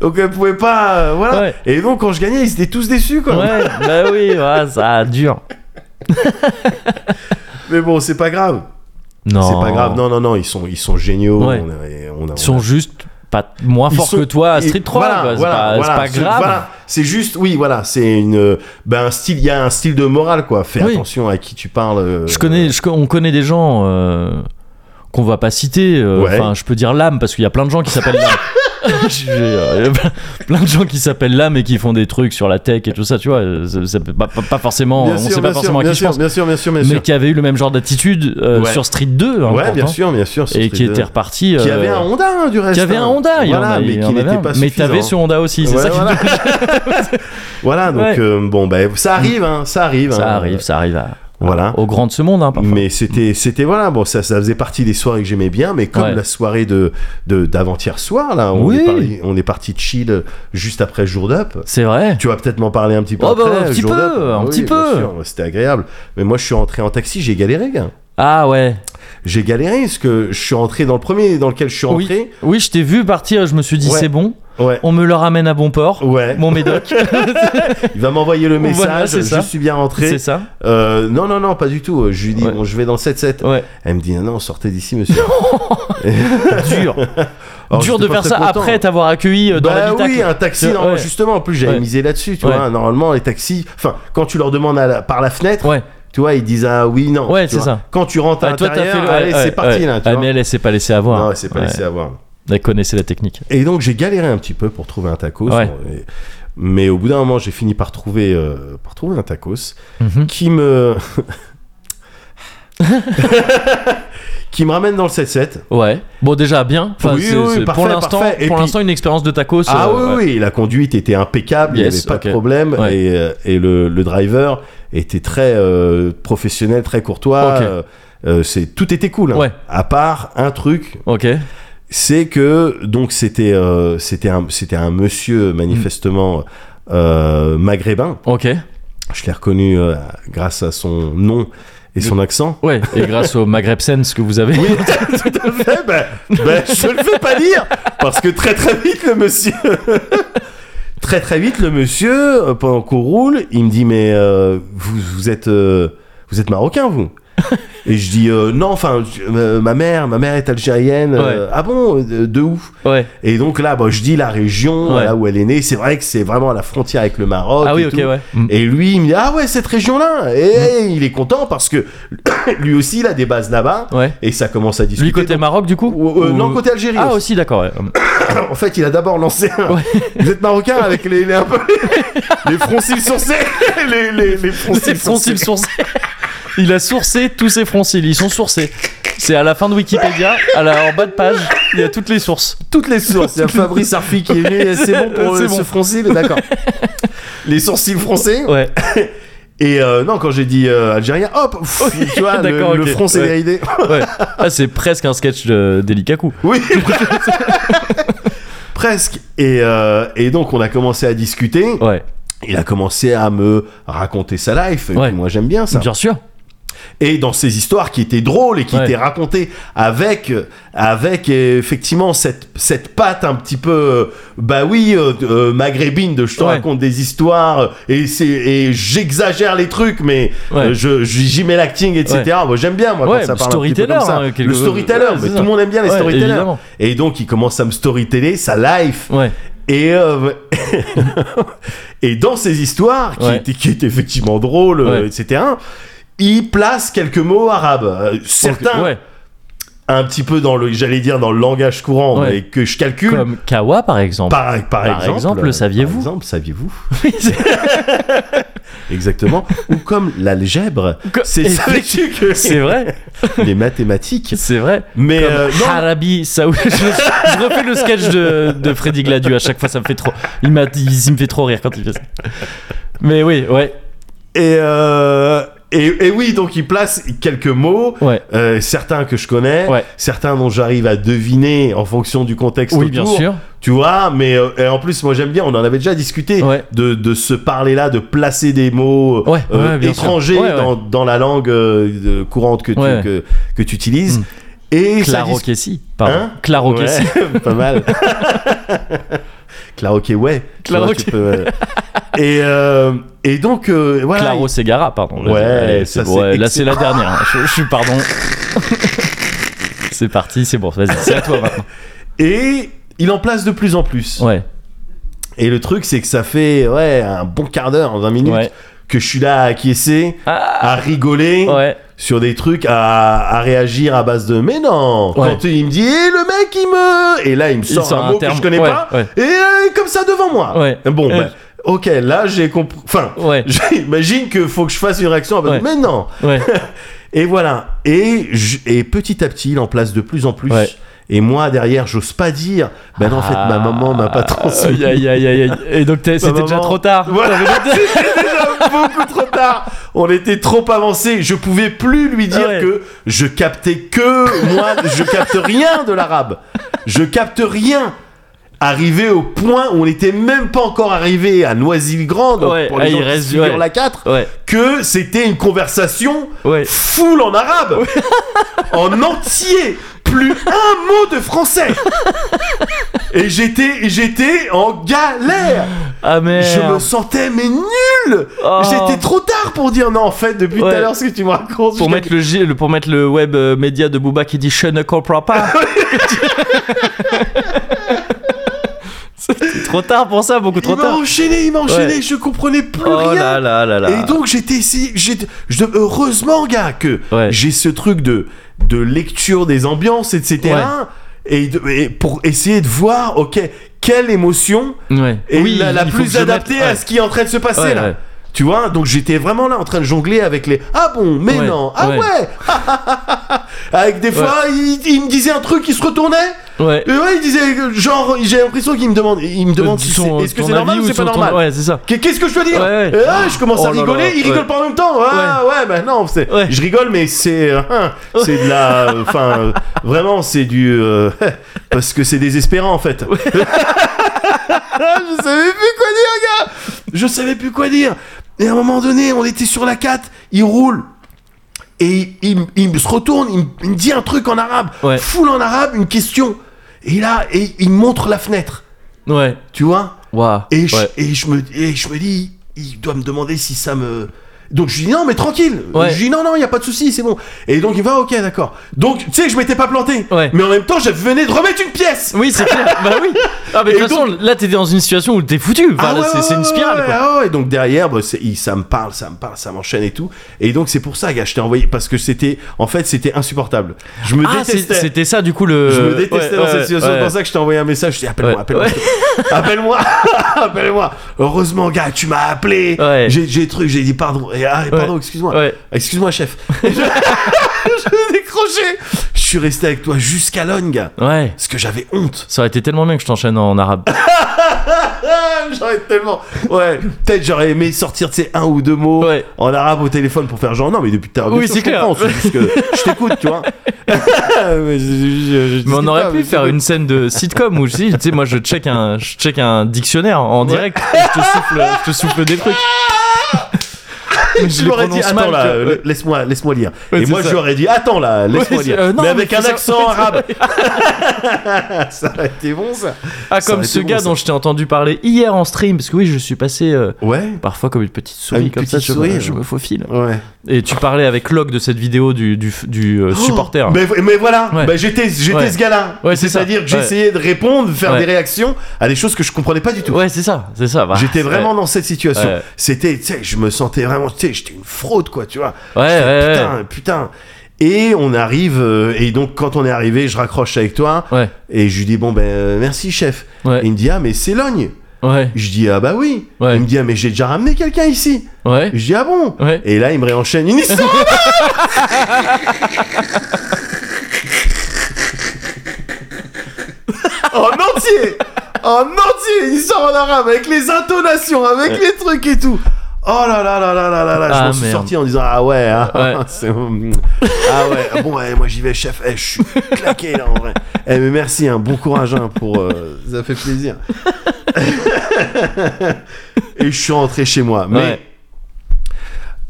B: donc elle pouvait pas, euh, voilà.
A: Ouais.
B: Et donc quand je gagnais, ils étaient tous déçus quoi. [LAUGHS]
A: Ouais, bah oui, ouais, ça dure.
B: Mais bon, c'est pas grave.
A: Non.
B: C'est pas grave. Non, non, non, ils sont, ils sont géniaux.
A: Ouais.
B: On a- on a- on a-
A: Ils sont juste pas moins
B: Ils
A: forts
B: sont-
A: que toi à
B: et-
A: Ah, Street 3.
B: voilà,
A: quoi. C'est
B: voilà,
A: pas, c'est
B: voilà,
A: pas
B: ce-
A: grave.
B: voilà. c'est juste, oui, voilà, c'est une, ben un style, il y a un style de morale quoi. Fais
A: Oui.
B: attention à qui tu parles. euh,
A: Je connais, je- on connaît des gens euh, qu'on va pas citer. euh,
B: Ouais.
A: Enfin, je peux dire l'âme parce qu'il y a plein de gens qui s'appellent l'âme.
B: [LAUGHS]
A: [LAUGHS] J'ai, euh, plein- plein de gens qui s'appellent l'âme et qui font des trucs sur la tech et tout ça, tu vois. euh, ça- ça peut pas, pas- pas forcément,
B: Bien
A: on
B: sûr,
A: sait
B: bien
A: pas
B: sûr,
A: forcément à
B: bien
A: qui je
B: sûr,
A: pense,
B: Bien sûr, bien sûr, bien
A: mais
B: sûr.
A: qui avait eu le même genre d'attitude euh,
B: Ouais.
A: sur Street 2, hein,
B: Ouais, bien
A: pourtant,
B: sûr, bien sûr. sur
A: et
B: Street
A: qui
B: deux.
A: était reparti.
B: Qui
A: euh,
B: avait un Honda hein, du reste.
A: qui avait un
B: hein.
A: Honda, il y en
B: Voilà,
A: a- il
B: mais
A: y en
B: qui
A: avait
B: n'était
A: un.
B: pas
A: Mais
B: suffisant.
A: t'avais ce Honda aussi, c'est
B: Ouais,
A: ça qui
B: voilà. [LAUGHS] voilà, donc
A: Ouais.
B: euh, bon, ben ça arrive, hein, ça arrive. hein.
A: Ça arrive, ça arrive. à-
B: Voilà.
A: Au grand de ce monde, hein, parfois.
B: Mais c'était, c'était voilà, bon, ça, ça faisait partie des soirées que j'aimais bien, mais comme
A: Ouais.
B: la soirée de, de d'avant-hier soir, là, on,
A: Oui.
B: est parti, on est parti chill juste après Jour d'Up.
A: C'est vrai.
B: Tu vas peut-être m'en parler un petit peu
A: Oh bah, un
B: après.
A: petit
B: Jour
A: peu,
B: d'Up.
A: un
B: Oui,
A: petit
B: bien
A: peu.
B: sûr, c'était agréable. Mais moi, je suis rentré en taxi, j'ai galéré, gars.
A: Ah ouais.
B: J'ai galéré parce que je suis rentré dans le premier dans lequel je suis
A: Oui,
B: rentré.
A: oui, je t'ai vu partir. Je me suis dit
B: Ouais.
A: c'est bon.
B: Ouais.
A: On me le ramène à bon port.
B: Ouais.
A: Mon
B: [LAUGHS]
A: médoc.
B: Il va m'envoyer
A: [LAUGHS]
B: le
A: Voilà,
B: message.
A: c'est ça.
B: je suis bien rentré.
A: c'est ça.
B: Euh, non, non, non, pas du tout. Je lui dis,
A: Ouais.
B: bon, je vais dans le 7-7.
A: Ouais.
B: Elle me dit, ah non, non, sortez d'ici, monsieur. [LAUGHS]
A: Dur. Dur
B: Alors, Oh, j'étais
A: de
B: pas
A: faire
B: très
A: ça
B: content.
A: après t'avoir accueilli euh, dans
B: bah
A: l'habitacle.
B: oui, un taxi,
A: C'est-
B: normalement,
A: ouais.
B: justement. En plus, j'avais
A: Ouais.
B: misé là-dessus, tu
A: Ouais.
B: vois. Normalement, les taxis, enfin, quand tu leur demandes à la- par la fenêtre,
A: Ouais.
B: tu vois, ils disent ah oui, non.
A: Ouais,
B: tu
A: c'est
B: vois.
A: ça.
B: Quand tu rentres à
A: Ah, toi, t'as
B: l'intérieur,
A: fait le.
B: allez,
A: ouais,
B: c'est parti
A: ouais.
B: là, tu
A: Ah,
B: vois.
A: mais elle, elle s'est pas laissée avoir.
B: Non, c'est pas
A: Ouais.
B: laissé avoir.
A: Elle connaissait la technique.
B: Et donc, j'ai galéré un petit peu pour trouver un tacos.
A: Ouais.
B: Et- Mais au bout d'un moment, j'ai fini par trouver, euh, par trouver un tacos
A: Mhm.
B: qui me. [LAUGHS] qui me ramène dans le 7-7.
A: Ouais. Bon, déjà bien. Enfin,
B: Oui,
A: c'est-
B: oui,
A: c'est-
B: parfait,
A: pour l'instant,
B: parfait. Et
A: pour
B: puis-
A: l'instant, une expérience de tacos.
B: Ah
A: euh,
B: oui,
A: ouais.
B: oui, la conduite était impeccable, il n'y
A: Yes,
B: avait pas
A: ok.
B: de problème
A: Ouais.
B: et, euh, et le, le driver était très euh, professionnel, très courtois.
A: Ok.
B: euh, euh, c'est tout était cool. hein.
A: Ouais.
B: À part un truc,
A: Ok.
B: c'est que donc c'était euh, c'était un c'était un
A: Mm.
B: monsieur manifestement euh, maghrébin.
A: Ok.
B: Je l'ai reconnu euh, grâce à son nom
A: Mm.
B: et son accent.
A: Ouais.
B: [LAUGHS]
A: Et grâce au Maghreb Sense que vous avez.
B: Oui, tout à fait. Ben, ben, je ne le fais pas dire parce que très très vite le monsieur, [LAUGHS] très très vite le monsieur, euh, pendant qu'on roule, il me dit mais euh, vous, vous êtes euh, vous êtes marocain vous Et je dis euh, non, enfin je- euh, ma mère, ma mère est algérienne. euh, ah bon, euh, de où
A: [LAUGHS] Ouais.
B: Et donc là, bon, je dis la région
A: Ouais.
B: là où elle est née. C'est vrai que c'est vraiment à la frontière avec le Maroc.
A: Ah oui,
B: et
A: ok,
B: Oh, tout.
A: ouais. Mm.
B: Et lui, il me dit ah ouais cette région là. Et il est content parce que [COUGHS] lui aussi il a des bases là-bas.
A: Ouais.
B: Et ça commence à discuter.
A: Lui côté
B: Donc-
A: Maroc du coup
B: Ou- euh, Non, côté Algérie.
A: Ah
B: aussi.
A: aussi d'accord.
B: [LAUGHS]
A: ouais.
B: En fait, il a d'abord lancé un...
A: Ouais.
B: [LAUGHS] Vous êtes marocain avec les, les, un peu
A: [LAUGHS]
B: les, les froncils sourcés Les, les, les froncils
A: Ses froncils
B: sourcés.
A: sourcés. [LAUGHS] Il a sourcé tous ses froncils, ils sont sourcés. C'est à la fin de Wikipédia, à la, en bas de page, il y a toutes les sources.
B: Toutes les sources. Il y a Fabrice Arfi qui est venu. C'est bon
A: [LAUGHS]
B: pour
A: C'est
B: euh,
A: bon.
B: ce froncil
A: [LAUGHS]
B: D'accord. Les sourcils français.
A: Ouais. [LAUGHS]
B: Et euh, non, quand j'ai dit euh, algérien, hop, pff, tu vois, le,
A: d'accord,
B: le
A: ok.
B: front s'est
A: Ouais. [LAUGHS]
B: déridé.
A: ouais. Ah, c'est presque un sketch de d'Elikaku.
B: Oui. [LAUGHS] Presque. Et, euh, et donc, on a commencé à discuter.
A: Ouais.
B: Il a commencé à me raconter sa life. Et
A: Ouais.
B: puis moi, j'aime bien ça.
A: Bien sûr.
B: et dans ces histoires qui étaient drôles et qui
A: Ouais.
B: étaient racontées avec euh, avec euh, effectivement cette cette patte un petit peu euh, bah oui euh, euh, maghrébine de je te
A: Ouais.
B: raconte des histoires euh, et c'est et j'exagère les trucs mais
A: Ouais.
B: euh, je j'y j'y mets l'acting etc Moi, j'aime bien moi
A: Ouais,
B: quand ça parle un petit peu
A: storyteller.
B: comme ça.
A: hein, quelque-
B: le storyteller
A: Ouais,
B: mais
A: c'est
B: tout
A: ça.
B: le monde aime bien les
A: Ouais,
B: storytellers
A: évidemment.
B: et donc il commence à me storyteller sa life
A: Ouais.
B: et, euh, [LAUGHS] et dans ces histoires, qui,
A: Ouais.
B: étaient, qui étaient effectivement drôles, euh,
A: Ouais.
B: etc., il place quelques mots arabes. Euh, Certains,
A: Ouais.
B: un petit peu dans le, j'allais dire, dans le langage courant,
A: Ouais.
B: mais que je calcule.
A: Comme Kawa par exemple. [LAUGHS]
B: Par, par exemple,
A: exemple,
B: euh,
A: saviez-vous
B: Par exemple, saviez-vous Exactement. [LAUGHS] Ou comme l'algèbre,
A: Co-
B: c'est
A: Et-
B: savais-tu
A: [LAUGHS]
B: que
A: C'est vrai.
B: les mathématiques.
A: C'est vrai.
B: Mais
A: Comme
B: euh, non,
A: Harabi Saoud. [LAUGHS] Je, je refais le sketch de, de Freddy Gladu à chaque fois, ça me fait trop. Il, m'a- il- il me fait trop rire quand il fait ça. Mais oui, ouais,
B: et, euh, et, et oui, donc il place quelques mots.
A: ouais.
B: Euh, certains que je connais,
A: Ouais.
B: certains dont j'arrive à deviner en fonction du contexte
A: Oui, bien
B: autour.
A: sûr.
B: Tu vois, mais euh, et en plus, moi j'aime bien, on en avait déjà discuté
A: Ouais.
B: de, de se parler là, de placer des mots
A: Ouais,
B: euh,
A: ouais, bien sûr.
B: étrangers
A: Ouais, ouais.
B: Dans, dans la langue euh, de- courante que tu,
A: Ouais.
B: que, que tu utilises.
A: Mm.
B: Et ça
A: Claro
B: dis-
A: Kessi, pardon.
B: Hein
A: Claro
B: Ouais, [LAUGHS]
A: Kessi.
B: pas mal. Claro que ouais. Tu
A: Claro
B: vois, tu
A: que-
B: peux, euh, et, euh, et donc, euh, voilà.
A: Claro Segara, pardon.
B: Ouais,
A: Allez,
B: ça,
A: c'est bon,
B: c'est
A: ouais, là
B: excellent.
A: c'est la dernière. hein. Je, je suis
B: [LAUGHS]
A: pardon. c'est parti, c'est bon, vas-y, c'est à toi
B: [LAUGHS]
A: maintenant.
B: Et il en place de plus en plus.
A: Ouais,
B: Et le truc, c'est que ça fait ouais, un bon quart d'heure, 20 minutes,
A: ouais,
B: que je suis là à acquiescer, à rigoler
A: ouais.
B: sur des trucs, à, à réagir à base de mais non.
A: Ouais.
B: Quand il me dit, eh, le mec, il me. Et là, il me
A: Il
B: sort,
A: sort
B: un,
A: un
B: mot
A: terme.
B: que je connais
A: Ouais,
B: pas,
A: ouais.
B: et euh, comme ça devant moi.
A: Ouais.
B: Bon,
A: Euh,
B: ben, ok, là, j'ai compris. Enfin. [LAUGHS]
A: Ouais,
B: J'imagine que faut que je fasse une réaction à base de,
A: Ouais.
B: mais non [LAUGHS]
A: ouais,
B: et voilà et, je- et petit à petit il en place de plus en plus
A: Ouais.
B: et moi derrière j'ose pas dire ben non en fait
A: Ah.
B: ma maman m'a pas transmis
A: Aïe, aïe, aïe, aïe, aïe. Et donc t'es- c'était
B: maman-
A: déjà trop tard.
B: [LAUGHS] Voilà.
A: T'avais-
B: déjà beaucoup trop tard. On était trop avancé. Je pouvais plus lui dire
A: Ah Ouais.
B: que je captais que moi, je capte rien de l'arabe. Je capte rien. Arrivé au point où on n'était même pas encore arrivé à Noisy-le-Grand, donc
A: Ouais,
B: pour les
A: ah,
B: gens
A: il
B: qui
A: reste-
B: figurent
A: ouais.
B: la 4,
A: Ouais,
B: que c'était une conversation
A: ouais.
B: full en arabe, [LAUGHS] en entier, plus un mot de français. Et j'étais, j'étais en galère.
A: Ah merde.
B: Je me sentais mais nul.
A: Oh.
B: J'étais trop tard pour dire non en fait depuis tout
A: Ouais.
B: à l'heure ce que tu me racontes.
A: Pour
B: je-
A: mettre, le, G- le- pour mettre le web euh, média de Booba qui dit Je ne comprends
B: [LAUGHS]
A: pas. [LAUGHS] C'était trop tard pour ça, beaucoup trop
B: il m'a
A: tard.
B: enchaîné, il m'a enchaîné.
A: Ouais.
B: Je comprenais plus
A: Oh
B: rien.
A: là là là là.
B: Et donc j'étais ici, j'étais- je- heureusement gars que
A: Ouais.
B: j'ai ce truc de, de lecture des ambiances, etc. Et, de- et pour essayer de voir, ok, quelle émotion
A: Ouais.
B: est
A: Oui,
B: la, la
A: il faut que
B: plus
A: je mette-
B: adaptée
A: ouais.
B: à ce qui est en train de se passer
A: Ouais,
B: là.
A: ouais.
B: Tu vois, donc j'étais vraiment là en train de jongler avec les ah bon, mais
A: Ouais,
B: non, ah ouais, [LAUGHS]
A: ouais.
B: avec des fois il, il me disait un truc, il se retournait,
A: Ouais.
B: et ouais, il disait euh, genre j'ai l'impression qu'il me demande, il me demande
A: Euh,
B: si
A: son-
B: c'est- est-ce que
A: ton
B: c'est normal
A: avis
B: ou c'est
A: son-
B: pas
A: ton-
B: normal.
A: Ouais, c'est ça.
B: Qu'est- Qu'est-ce que je dois dire
A: Ouais, ouais.
B: Et là, Je commence à
A: Oh là
B: rigoler,
A: là,
B: il rigole
A: ouais.
B: pas en même temps. Ah ouais, bah non, c'est-
A: Ouais.
B: je rigole, mais c'est euh, hein, c'est de la,
A: [LAUGHS]
B: enfin euh, vraiment c'est du euh, [LAUGHS] parce que c'est désespérant en fait. [LAUGHS] je savais plus quoi dire, gars. Je savais plus quoi dire. Et à un moment donné, on était sur la 4, il roule. Et il, il- il se retourne, il, me- il me dit un truc en arabe,
A: Ouais.
B: full en arabe, une question. Et là, et il me montre la fenêtre,
A: Ouais.
B: tu vois.
A: Waouh.
B: Et je,
A: Ouais.
B: et je me, et je me dis, il doit me demander si ça me. Donc je lui dis non, mais tranquille.
A: Ouais.
B: Je lui dis non, non, il n'y a pas de souci, c'est bon. Et donc il va, ok, d'accord. Donc tu sais, je m'étais pas planté.
A: Ouais.
B: Mais en même temps, je venais de remettre une pièce.
A: Oui, c'est clair. bah oui. Ah, mais de
B: Et
A: toute façon, là, t'étais dans une situation où t'es foutu. Enfin,
B: Ah
A: Bah, là,
B: ouais,
A: c'est
B: ouais,
A: c'est une
B: ouais,
A: spirale,
B: ouais,
A: quoi.
B: ouais, ouais. donc derrière, bah, c'est- il- ça me parle, ça me parle, ça m'enchaîne et tout. Et donc c'est pour ça, gars, je t'ai envoyé parce que c'était, en fait, c'était insupportable. Je me
A: Ah, c'est-
B: détestais.
A: c'était ça, du coup, le.
B: Je me détestais
A: Euh, Ouais,
B: dans
A: ouais,
B: cette situation, c'est
A: ouais.
B: pour ça que je t'ai envoyé un message, je t'ai dit appelle-moi,
A: Ouais.
B: appelle-moi. appelle-moi, [LAUGHS] appelle-moi. Heureusement, gars, tu m'as appelé.
A: Ouais.
B: J'ai, j'ai truc, j'ai dit pardon, et ah, et pardon,
A: Ouais.
B: excuse-moi.
A: Ouais. [LAUGHS]
B: Excuse-moi, chef. [LAUGHS] je je décroché. Je suis resté avec toi jusqu'à Lone, gars.
A: Ouais.
B: Parce que j'avais honte.
A: Ça aurait été tellement bien que je t'enchaîne en arabe.
B: [LAUGHS] Ah, j'aurais tellement. Ouais, peut-être j'aurais aimé sortir, tu sais, un ou deux mots
A: Ouais.
B: en arabe au téléphone pour faire genre non, mais depuis tard.
A: Oui, c'est clair.
B: Je t'écoute, tu
A: [LAUGHS]
B: vois. [LAUGHS] mais, je- je- je- je
A: Mais on
B: discute
A: aurait
B: pas,
A: pu
B: mais
A: faire
B: c'est
A: une scène de sitcom où je dis, tu sais, moi je check un, je check un dictionnaire en direct et je te souffle, je te souffle des
B: [LAUGHS]
A: trucs. Mais
B: Je lui aurais dit,
A: prononce
B: attends
A: mal,
B: là,
A: tu vois.
B: euh, laisse-moi, laisse-moi lire.
A: Ouais,
B: et
A: c'est
B: moi, je
A: ça.
B: lui aurais dit, attends là, laisse-moi
A: Ouais,
B: lire.
A: c'est- euh, non,
B: mais
A: mais
B: avec
A: fais
B: un
A: ça. [LAUGHS]
B: accent arabe. ça aurait été bon, ça.
A: Ah,
B: ça
A: comme
B: aurait
A: ce
B: été
A: gars
B: bon, ça.
A: dont je t'ai entendu parler hier en stream, parce que oui, je suis passé euh,
B: Ouais.
A: parfois comme une petite
B: Ah,
A: souris,
B: une
A: comme ça,
B: petite
A: je,
B: souris,
A: me, je
B: ouais.
A: me faufile.
B: Ouais.
A: Et tu parlais avec Log de cette vidéo du, du, du, euh, supporter.
B: Oh, Mais, mais voilà,
A: Ouais.
B: bah, j'étais, j'étais
A: Ouais.
B: ce gars-là.
A: Ouais, c'est
B: C'est-à-dire
A: ça.
B: que j'essayais de répondre, de faire
A: Ouais.
B: des réactions à des choses que je comprenais pas du tout.
A: Ouais, c'est ça, c'est ça. bah,
B: J'étais
A: c'est-
B: vraiment dans cette situation.
A: Ouais.
B: C'était, tu sais, je me sentais vraiment, tu sais, j'étais une fraude, quoi, tu vois.
A: Ouais,
B: J'étais,
A: ouais, ouais.
B: putain, putain. Et on arrive, euh, et donc quand on est arrivé, je raccroche avec toi,
A: Ouais,
B: et je lui dis, bon, ben, euh, merci, chef.
A: ouais,
B: Il me dit, ah, mais c'est Logne.
A: ouais,
B: Je dis ah bah oui.
A: Ouais.
B: Il me dit ah mais j'ai déjà ramené quelqu'un ici.
A: ouais.
B: Je dis ah bon.
A: Ouais.
B: Et là il me réenchaîne une histoire. [LAUGHS] en entier, en entier, une histoire en arabe avec les intonations, avec les trucs et tout. Oh là là là là là là là, je
A: Ah,
B: m'en suis
A: merde.
B: sorti en disant ah ouais, hein,
A: Ouais.
B: [LAUGHS] c'est- ah ouais, bon ouais, moi j'y vais chef, Eh, je suis claqué là en vrai. Eh mais merci, hein, bon courage hein, pour, euh, ça fait plaisir et je suis rentré chez moi. Mais,
A: Ouais.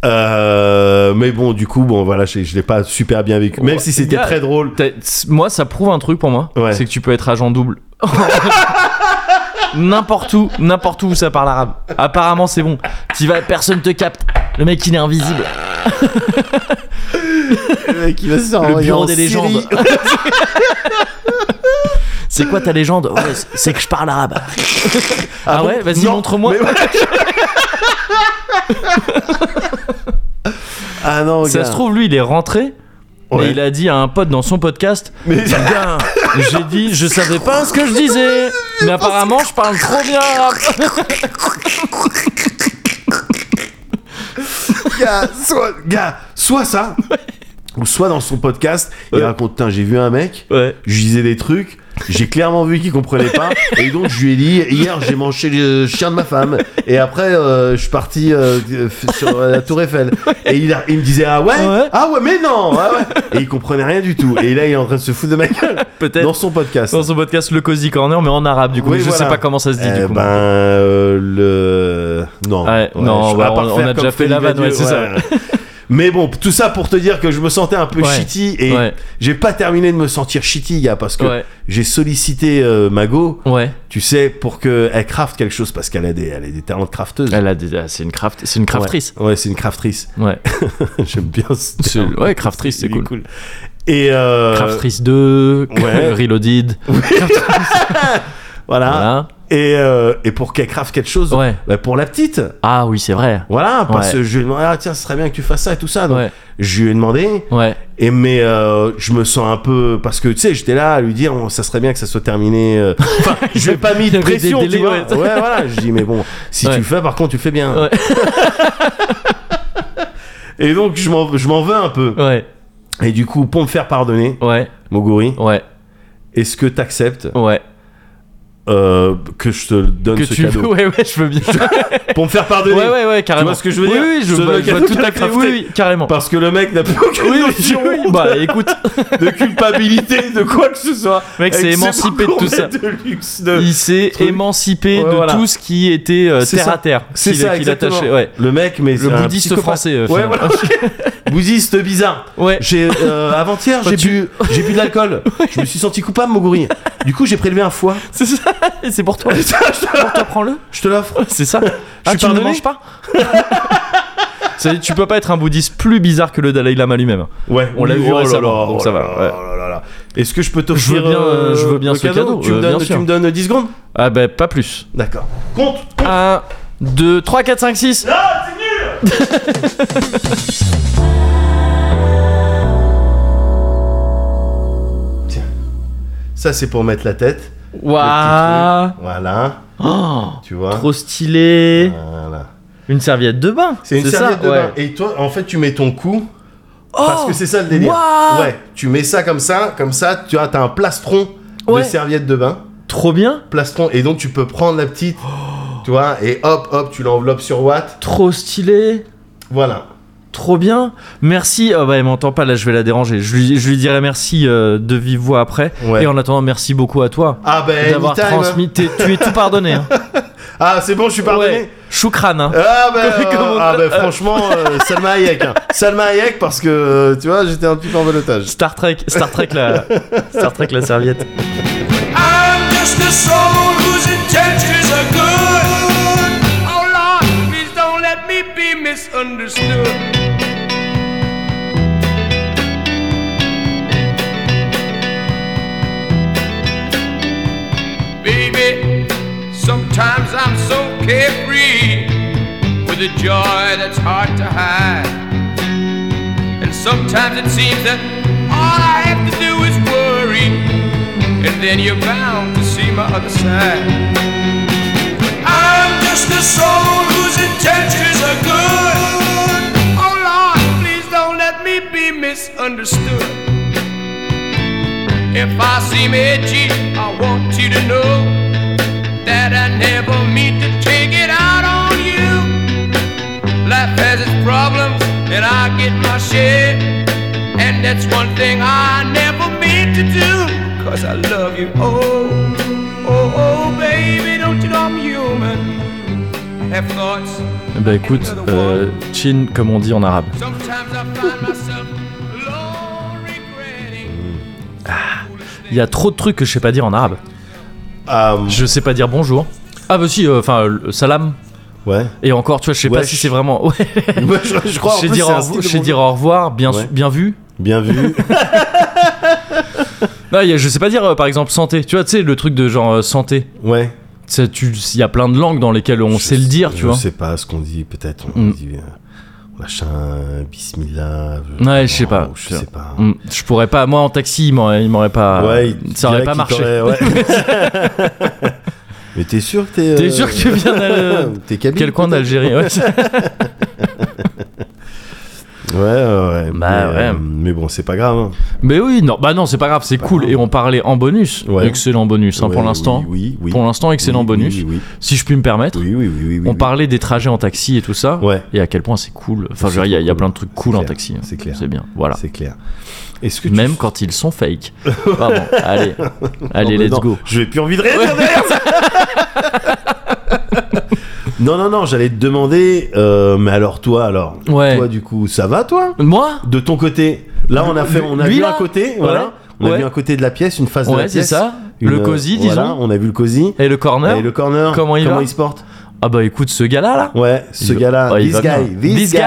B: euh, mais bon, du coup, bon, voilà, je, je l'ai pas super bien vécu. Même
A: Ouais.
B: si c'était
A: Gars,
B: très drôle.
A: T'as- t's- Moi, ça prouve un truc pour moi,
B: Ouais.
A: c'est que tu peux être agent double. [LAUGHS] n'importe où, n'importe où où ça parle arabe. Apparemment, c'est bon. Tu vas, personne te capte. Le mec, il est invisible.
B: Le mec, Oh, il va se faire
A: Le
B: envoyer
A: bureau
B: en
A: des
B: Syrie.
A: légendes.
B: [LAUGHS]
A: C'est quoi ta légende Ouais, c'est- C'est que je parle arabe. Ah,
B: bon
A: ouais, vas-y,
B: Non,
A: montre-moi.
B: mais oh, [LAUGHS] ah non,
A: Ça
B: gars.
A: se trouve, lui, il est rentré.
B: Ouais.
A: Et il a dit à un pote dans son podcast
B: Mais-
A: Putain, j'ai dit, je savais pas ce que je disais, mais apparemment je parle trop bien arabe.
B: gars, soit, gars, soit ça, ou soit dans son podcast, il raconte, putain, j'ai vu un mec,
A: Ouais.
B: je lui disais des trucs, J'ai clairement vu qu'il comprenait pas. Et donc, je lui ai dit hier, j'ai mangé le chien de ma femme. Et après, euh, je suis parti euh, f- sur la Tour Eiffel. Et il, a- il me disait Ah ouais,
A: Ouais.
B: Ah ouais, mais non ah ouais. Et il comprenait rien du tout. Et là, il est en train de se foutre de ma gueule
A: Peut-être
B: dans son podcast.
A: dans son podcast Le Cozy Corner, mais en arabe, du coup.
B: Oui,
A: je sais
B: voilà.
A: pas comment ça se dit,
B: Eh
A: du coup.
B: ben, euh, le. Non.
A: Ouais, non, bah, on- on a déjà fait la vanne, ouais, c'est ça.
B: ça. Mais bon, tout ça pour te dire que je me sentais un peu
A: Ouais.
B: shitty et
A: Ouais,
B: j'ai pas terminé de me sentir shitty, gars, parce que
A: ouais,
B: j'ai sollicité euh, Mago,
A: ouais.
B: tu sais, pour qu'elle crafte quelque chose parce qu'elle a des, elle a des talents de crafteuse.
A: Elle a des- ah, c'est une craft, c'est une craftrice.
B: Ouais, Ouais, c'est une craftrice. [LAUGHS]
A: Ouais,
B: J'aime bien ce
A: [LAUGHS] C'est-
B: terme.
A: ouais, craftrice, c'est
B: Il est
A: cool.
B: Et euh,
A: Craftrice 2, [LAUGHS]
B: ouais.
A: Reloaded.
B: voilà.
A: Voilà.
B: Et, euh, et pour qu'elle crafte quelque chose
A: Ouais.
B: bah, pour la petite.
A: Ah oui, c'est vrai.
B: Voilà, parce
A: Ouais.
B: que je lui ai demandé, ah tiens, ce serait bien que tu fasses ça et tout ça. Donc,
A: Ouais,
B: Je lui ai demandé,
A: ouais,
B: et mais euh, je me sens un peu. Parce que tu sais, j'étais là à lui dire, oh, ça serait bien que ça soit
A: [LAUGHS]
B: terminé. euh. Enfin, je lui ai pas mis
A: Il y
B: de
A: avait des
B: pression,
A: délais,
B: tu vois.
A: ouais.
B: Ouais, voilà. Je dis, mais bon, si
A: Ouais.
B: tu le fais, par contre, tu le fais bien.
A: Ouais.
B: et donc, je m'en je m'en veux un peu.
A: ouais,
B: Et du coup, pour me faire pardonner,
A: ouais,
B: Moguri,
A: ouais,
B: est-ce que t'acceptes
A: ouais.
B: euh, que je te donne
A: Que
B: ce
A: tu
B: cadeau
A: Ouais, ouais, je veux [LAUGHS] bien.
B: Pour me faire pardonner
A: Ouais, ouais, ouais, carrément.
B: vois ce que je veux dire
A: Oui, oui, je,
B: Ce
A: vois-
B: mec
A: je vois
B: a
A: tout
B: tout
A: à fait.
B: crafté.
A: Oui, oui, carrément.
B: Parce que le mec n'a plus aucune
A: Oui, oui,
B: notion
A: [LAUGHS] oui. Bah écoute,
B: de culpabilité, de quoi que ce soit.
A: mec
B: Avec
A: s'est
B: ses
A: émancipé de
B: parcours
A: tout ça.
B: De luxe, de-
A: Il s'est
B: truc.
A: émancipé
B: Euh, Ouais,
A: de
B: voilà.
A: tout ce qui était euh,
B: C'est
A: terre
B: ça.
A: à terre.
B: C'est
A: qu'il-
B: ça,
A: qu'il
B: exactement.
A: attachait. Ouais.
B: Le mec, mais c'est
A: Le
B: un
A: bouddhiste
B: psychopathe.
A: français. euh,
B: Ouais,
A: finalement.
B: voilà.
A: [LAUGHS]
B: bouddhiste bizarre.
A: Ouais.
B: [LAUGHS] J'ai euh, avant-hier, j'ai
A: tu-
B: bu, j'ai bu de l'alcool. Je me suis senti coupable, Moguri. Du coup, j'ai prélevé un foie.
A: C'est ça. [LAUGHS] C'est pour toi. pour toi, prends-le.
B: Je te l'offre.
A: [LAUGHS] C'est ça.
B: suis
A: Ah, tu ne le
B: pardonné
A: manges pas. [LAUGHS] Ça, tu peux pas être un bouddhiste plus bizarre que le Dalai Lama lui-même.
B: Ouais,
A: on l'a
B: oui,
A: vu
B: oh là
A: récemment,
B: là,
A: donc
B: oh
A: ça
B: là
A: va,
B: là,
A: ouais.
B: oh là là. Est-ce que je peux t'offrir
A: Je veux bien, euh, je veux bien
B: le
A: ce cadeau,
B: tu,
A: euh,
B: me
A: bien
B: donnes, tu
A: sûr.
B: me donnes 10 secondes
A: Ah bah pas plus.
B: D'accord. Compte
A: 1, 2, 3, 4, 5, 6.
B: Ça, c'est pour mettre la tête.
A: Waouh.
B: Voilà,
A: Oh,
B: tu vois.
A: Trop stylé.
B: Voilà.
A: Une serviette de bain.
B: C'est une serviette
A: ça
B: de
A: Ouais.
B: bain. Et toi, en fait, tu mets ton cou.
A: Oh,
B: Parce que c'est ça le délire.
A: Waouh
B: ouais, tu mets ça comme ça, comme ça, tu as, t'as un plastron
A: Ouais.
B: de serviette de bain.
A: Trop bien.
B: Plastron, et donc tu peux prendre la petite, tu vois, et hop, hop, tu l'enveloppes sur Watt.
A: Trop stylé.
B: Voilà.
A: Trop bien, merci. Ah bah, elle m'entend pas, là je vais la déranger. Je lui, je lui dirai merci euh, de vive voix après.
B: Ouais.
A: Et en attendant, merci beaucoup à toi
B: Ah ben,
A: d'avoir
B: anytime, hein.
A: transmis. t'es- Tu es tout pardonné. Hein.
B: Ah, c'est bon, je suis [LAUGHS] pardonné.
A: Ouais. Choukran. Hein.
B: Ah ben,
A: Comme- [LAUGHS]
B: euh,
A: comme on-
B: ah ben, franchement, euh, Salma
A: [LAUGHS]
B: Hayek. hein. Salma Hayek parce que, euh, tu vois, j'étais un petit peu en balotage.
A: Star Trek, Star Trek la, Star Trek la serviette.
D: I'm just a soul whose intentions are good. Oh Lord, please don't let me be misunderstood. Baby, sometimes I'm so carefree with a joy that's hard to hide. And sometimes it seems that all I have to do is worry and then you're bound to see my other side. I'm just a soul whose intentions are good. Oh Lord, please don't let me be misunderstood. If I seem edgy, I want you to know that I never mean to take it out on you. Life has its problems, and I get my share. And that's one thing I never mean to do. Cause I love you. Oh, oh, oh, baby, don't you know I'm human? Have thoughts.
A: Bah écoute, euh, chin comme on dit en arabe.
D: Sometimes I find myself long regretting.
A: Il y a trop de trucs que je sais pas dire en arabe.
B: Ah,
A: Je sais pas dire bonjour. Ah bah si, euh, enfin euh, salam.
B: ouais.
A: Et encore, tu vois, je sais pas
B: Wesh.
A: si c'est vraiment. Ouais.
B: Moi, je, je crois
A: [LAUGHS]
B: en
A: Je sais
B: plus,
A: dire,
B: c'est un
A: au revoir-
B: style de
A: je sais
B: bonjour.
A: dire au revoir, bien, su-
B: Ouais.
A: bien vu. [LAUGHS]
B: Bien vu.
A: Non, il y a- je sais pas dire euh, par exemple santé. Tu vois, tu sais, le truc de genre euh, santé.
B: Ouais.
A: Ça, tu- Il y a plein de langues dans lesquelles on
B: Je
A: sait le dire,
B: sais-
A: tu vois.
B: Je sais pas ce qu'on dit, peut-être. On
A: Mm.
B: dit euh, machin, bismillah.
A: Ouais, je sais pas.
B: Je sais pas.
A: Mm, Je pourrais pas, moi en taxi, il m'aurait il m'aurait pas.
B: ouais, il-
A: Ah, ça aurait
B: il y
A: pas
B: en a qui
A: marché.
B: t'auraient-
A: [LAUGHS]
B: ouais. Mais t'es sûr que t'es.
A: T'es
B: euh,
A: sûr que tu euh, viens d'Al-
B: [LAUGHS] T'es Kabyle, [LAUGHS]
A: Quel coin
B: peut-être
A: d'Algérie ouais.
B: Ouais, Ouais, ouais.
A: Bah
B: mais,
A: ouais.
B: euh, mais bon, c'est pas grave. hein.
A: [LAUGHS] Mais oui, non, bah non, c'est pas grave, c'est cool. Et on parlait en bonus.
B: Ouais.
A: Excellent bonus hein,
B: Ouais,
A: pour l'instant.
B: Oui, oui. oui.
A: Pour l'instant, excellent
B: Oui,
A: bonus.
B: Oui, oui,
A: Si je puis me permettre,
B: oui, oui, oui, oui, oui,
A: on
B: oui.
A: parlait des trajets en taxi et tout ça.
B: Ouais.
A: Et à quel point c'est cool. Enfin, je
B: C'est
A: veux dire, il y a- il y a
B: cool.
A: plein de trucs cool
B: C'est
A: en
B: clair,
A: taxi. hein.
B: c'est clair.
A: C'est bien. Voilà.
B: C'est clair. Est-ce que tu-
A: Même quand ils sont
B: [LAUGHS]
A: fake. Pardon. Allez, allez,
B: Non, mais
A: let's
B: non,
A: go.
B: Je vais plus envie de rien
A: [LAUGHS]
B: dire derrière ça. Non, non, non, j'allais te demander, euh, mais alors toi, alors,
A: Ouais.
B: toi du coup, ça va toi
A: Moi
B: De ton côté, là on a fait, on a
A: Lui,
B: vu
A: là
B: un côté, voilà,
A: Ouais.
B: on a
A: Ouais.
B: vu un côté de la pièce, une face de la
A: Ouais, c'est
B: pièce,
A: ça.
B: une,
A: le
B: euh,
A: cosy,
B: voilà,
A: disons.
B: on a vu le cosy,
A: Et le corner.
B: et le corner,
A: Comment il va
B: il se porte
A: Ah bah écoute, ce gars-là, là.
B: Ouais, ce
A: Il-
B: gars-là,
A: Ouais, il
B: this,
A: va
B: guy,
A: bien.
B: this,
A: This
B: guy,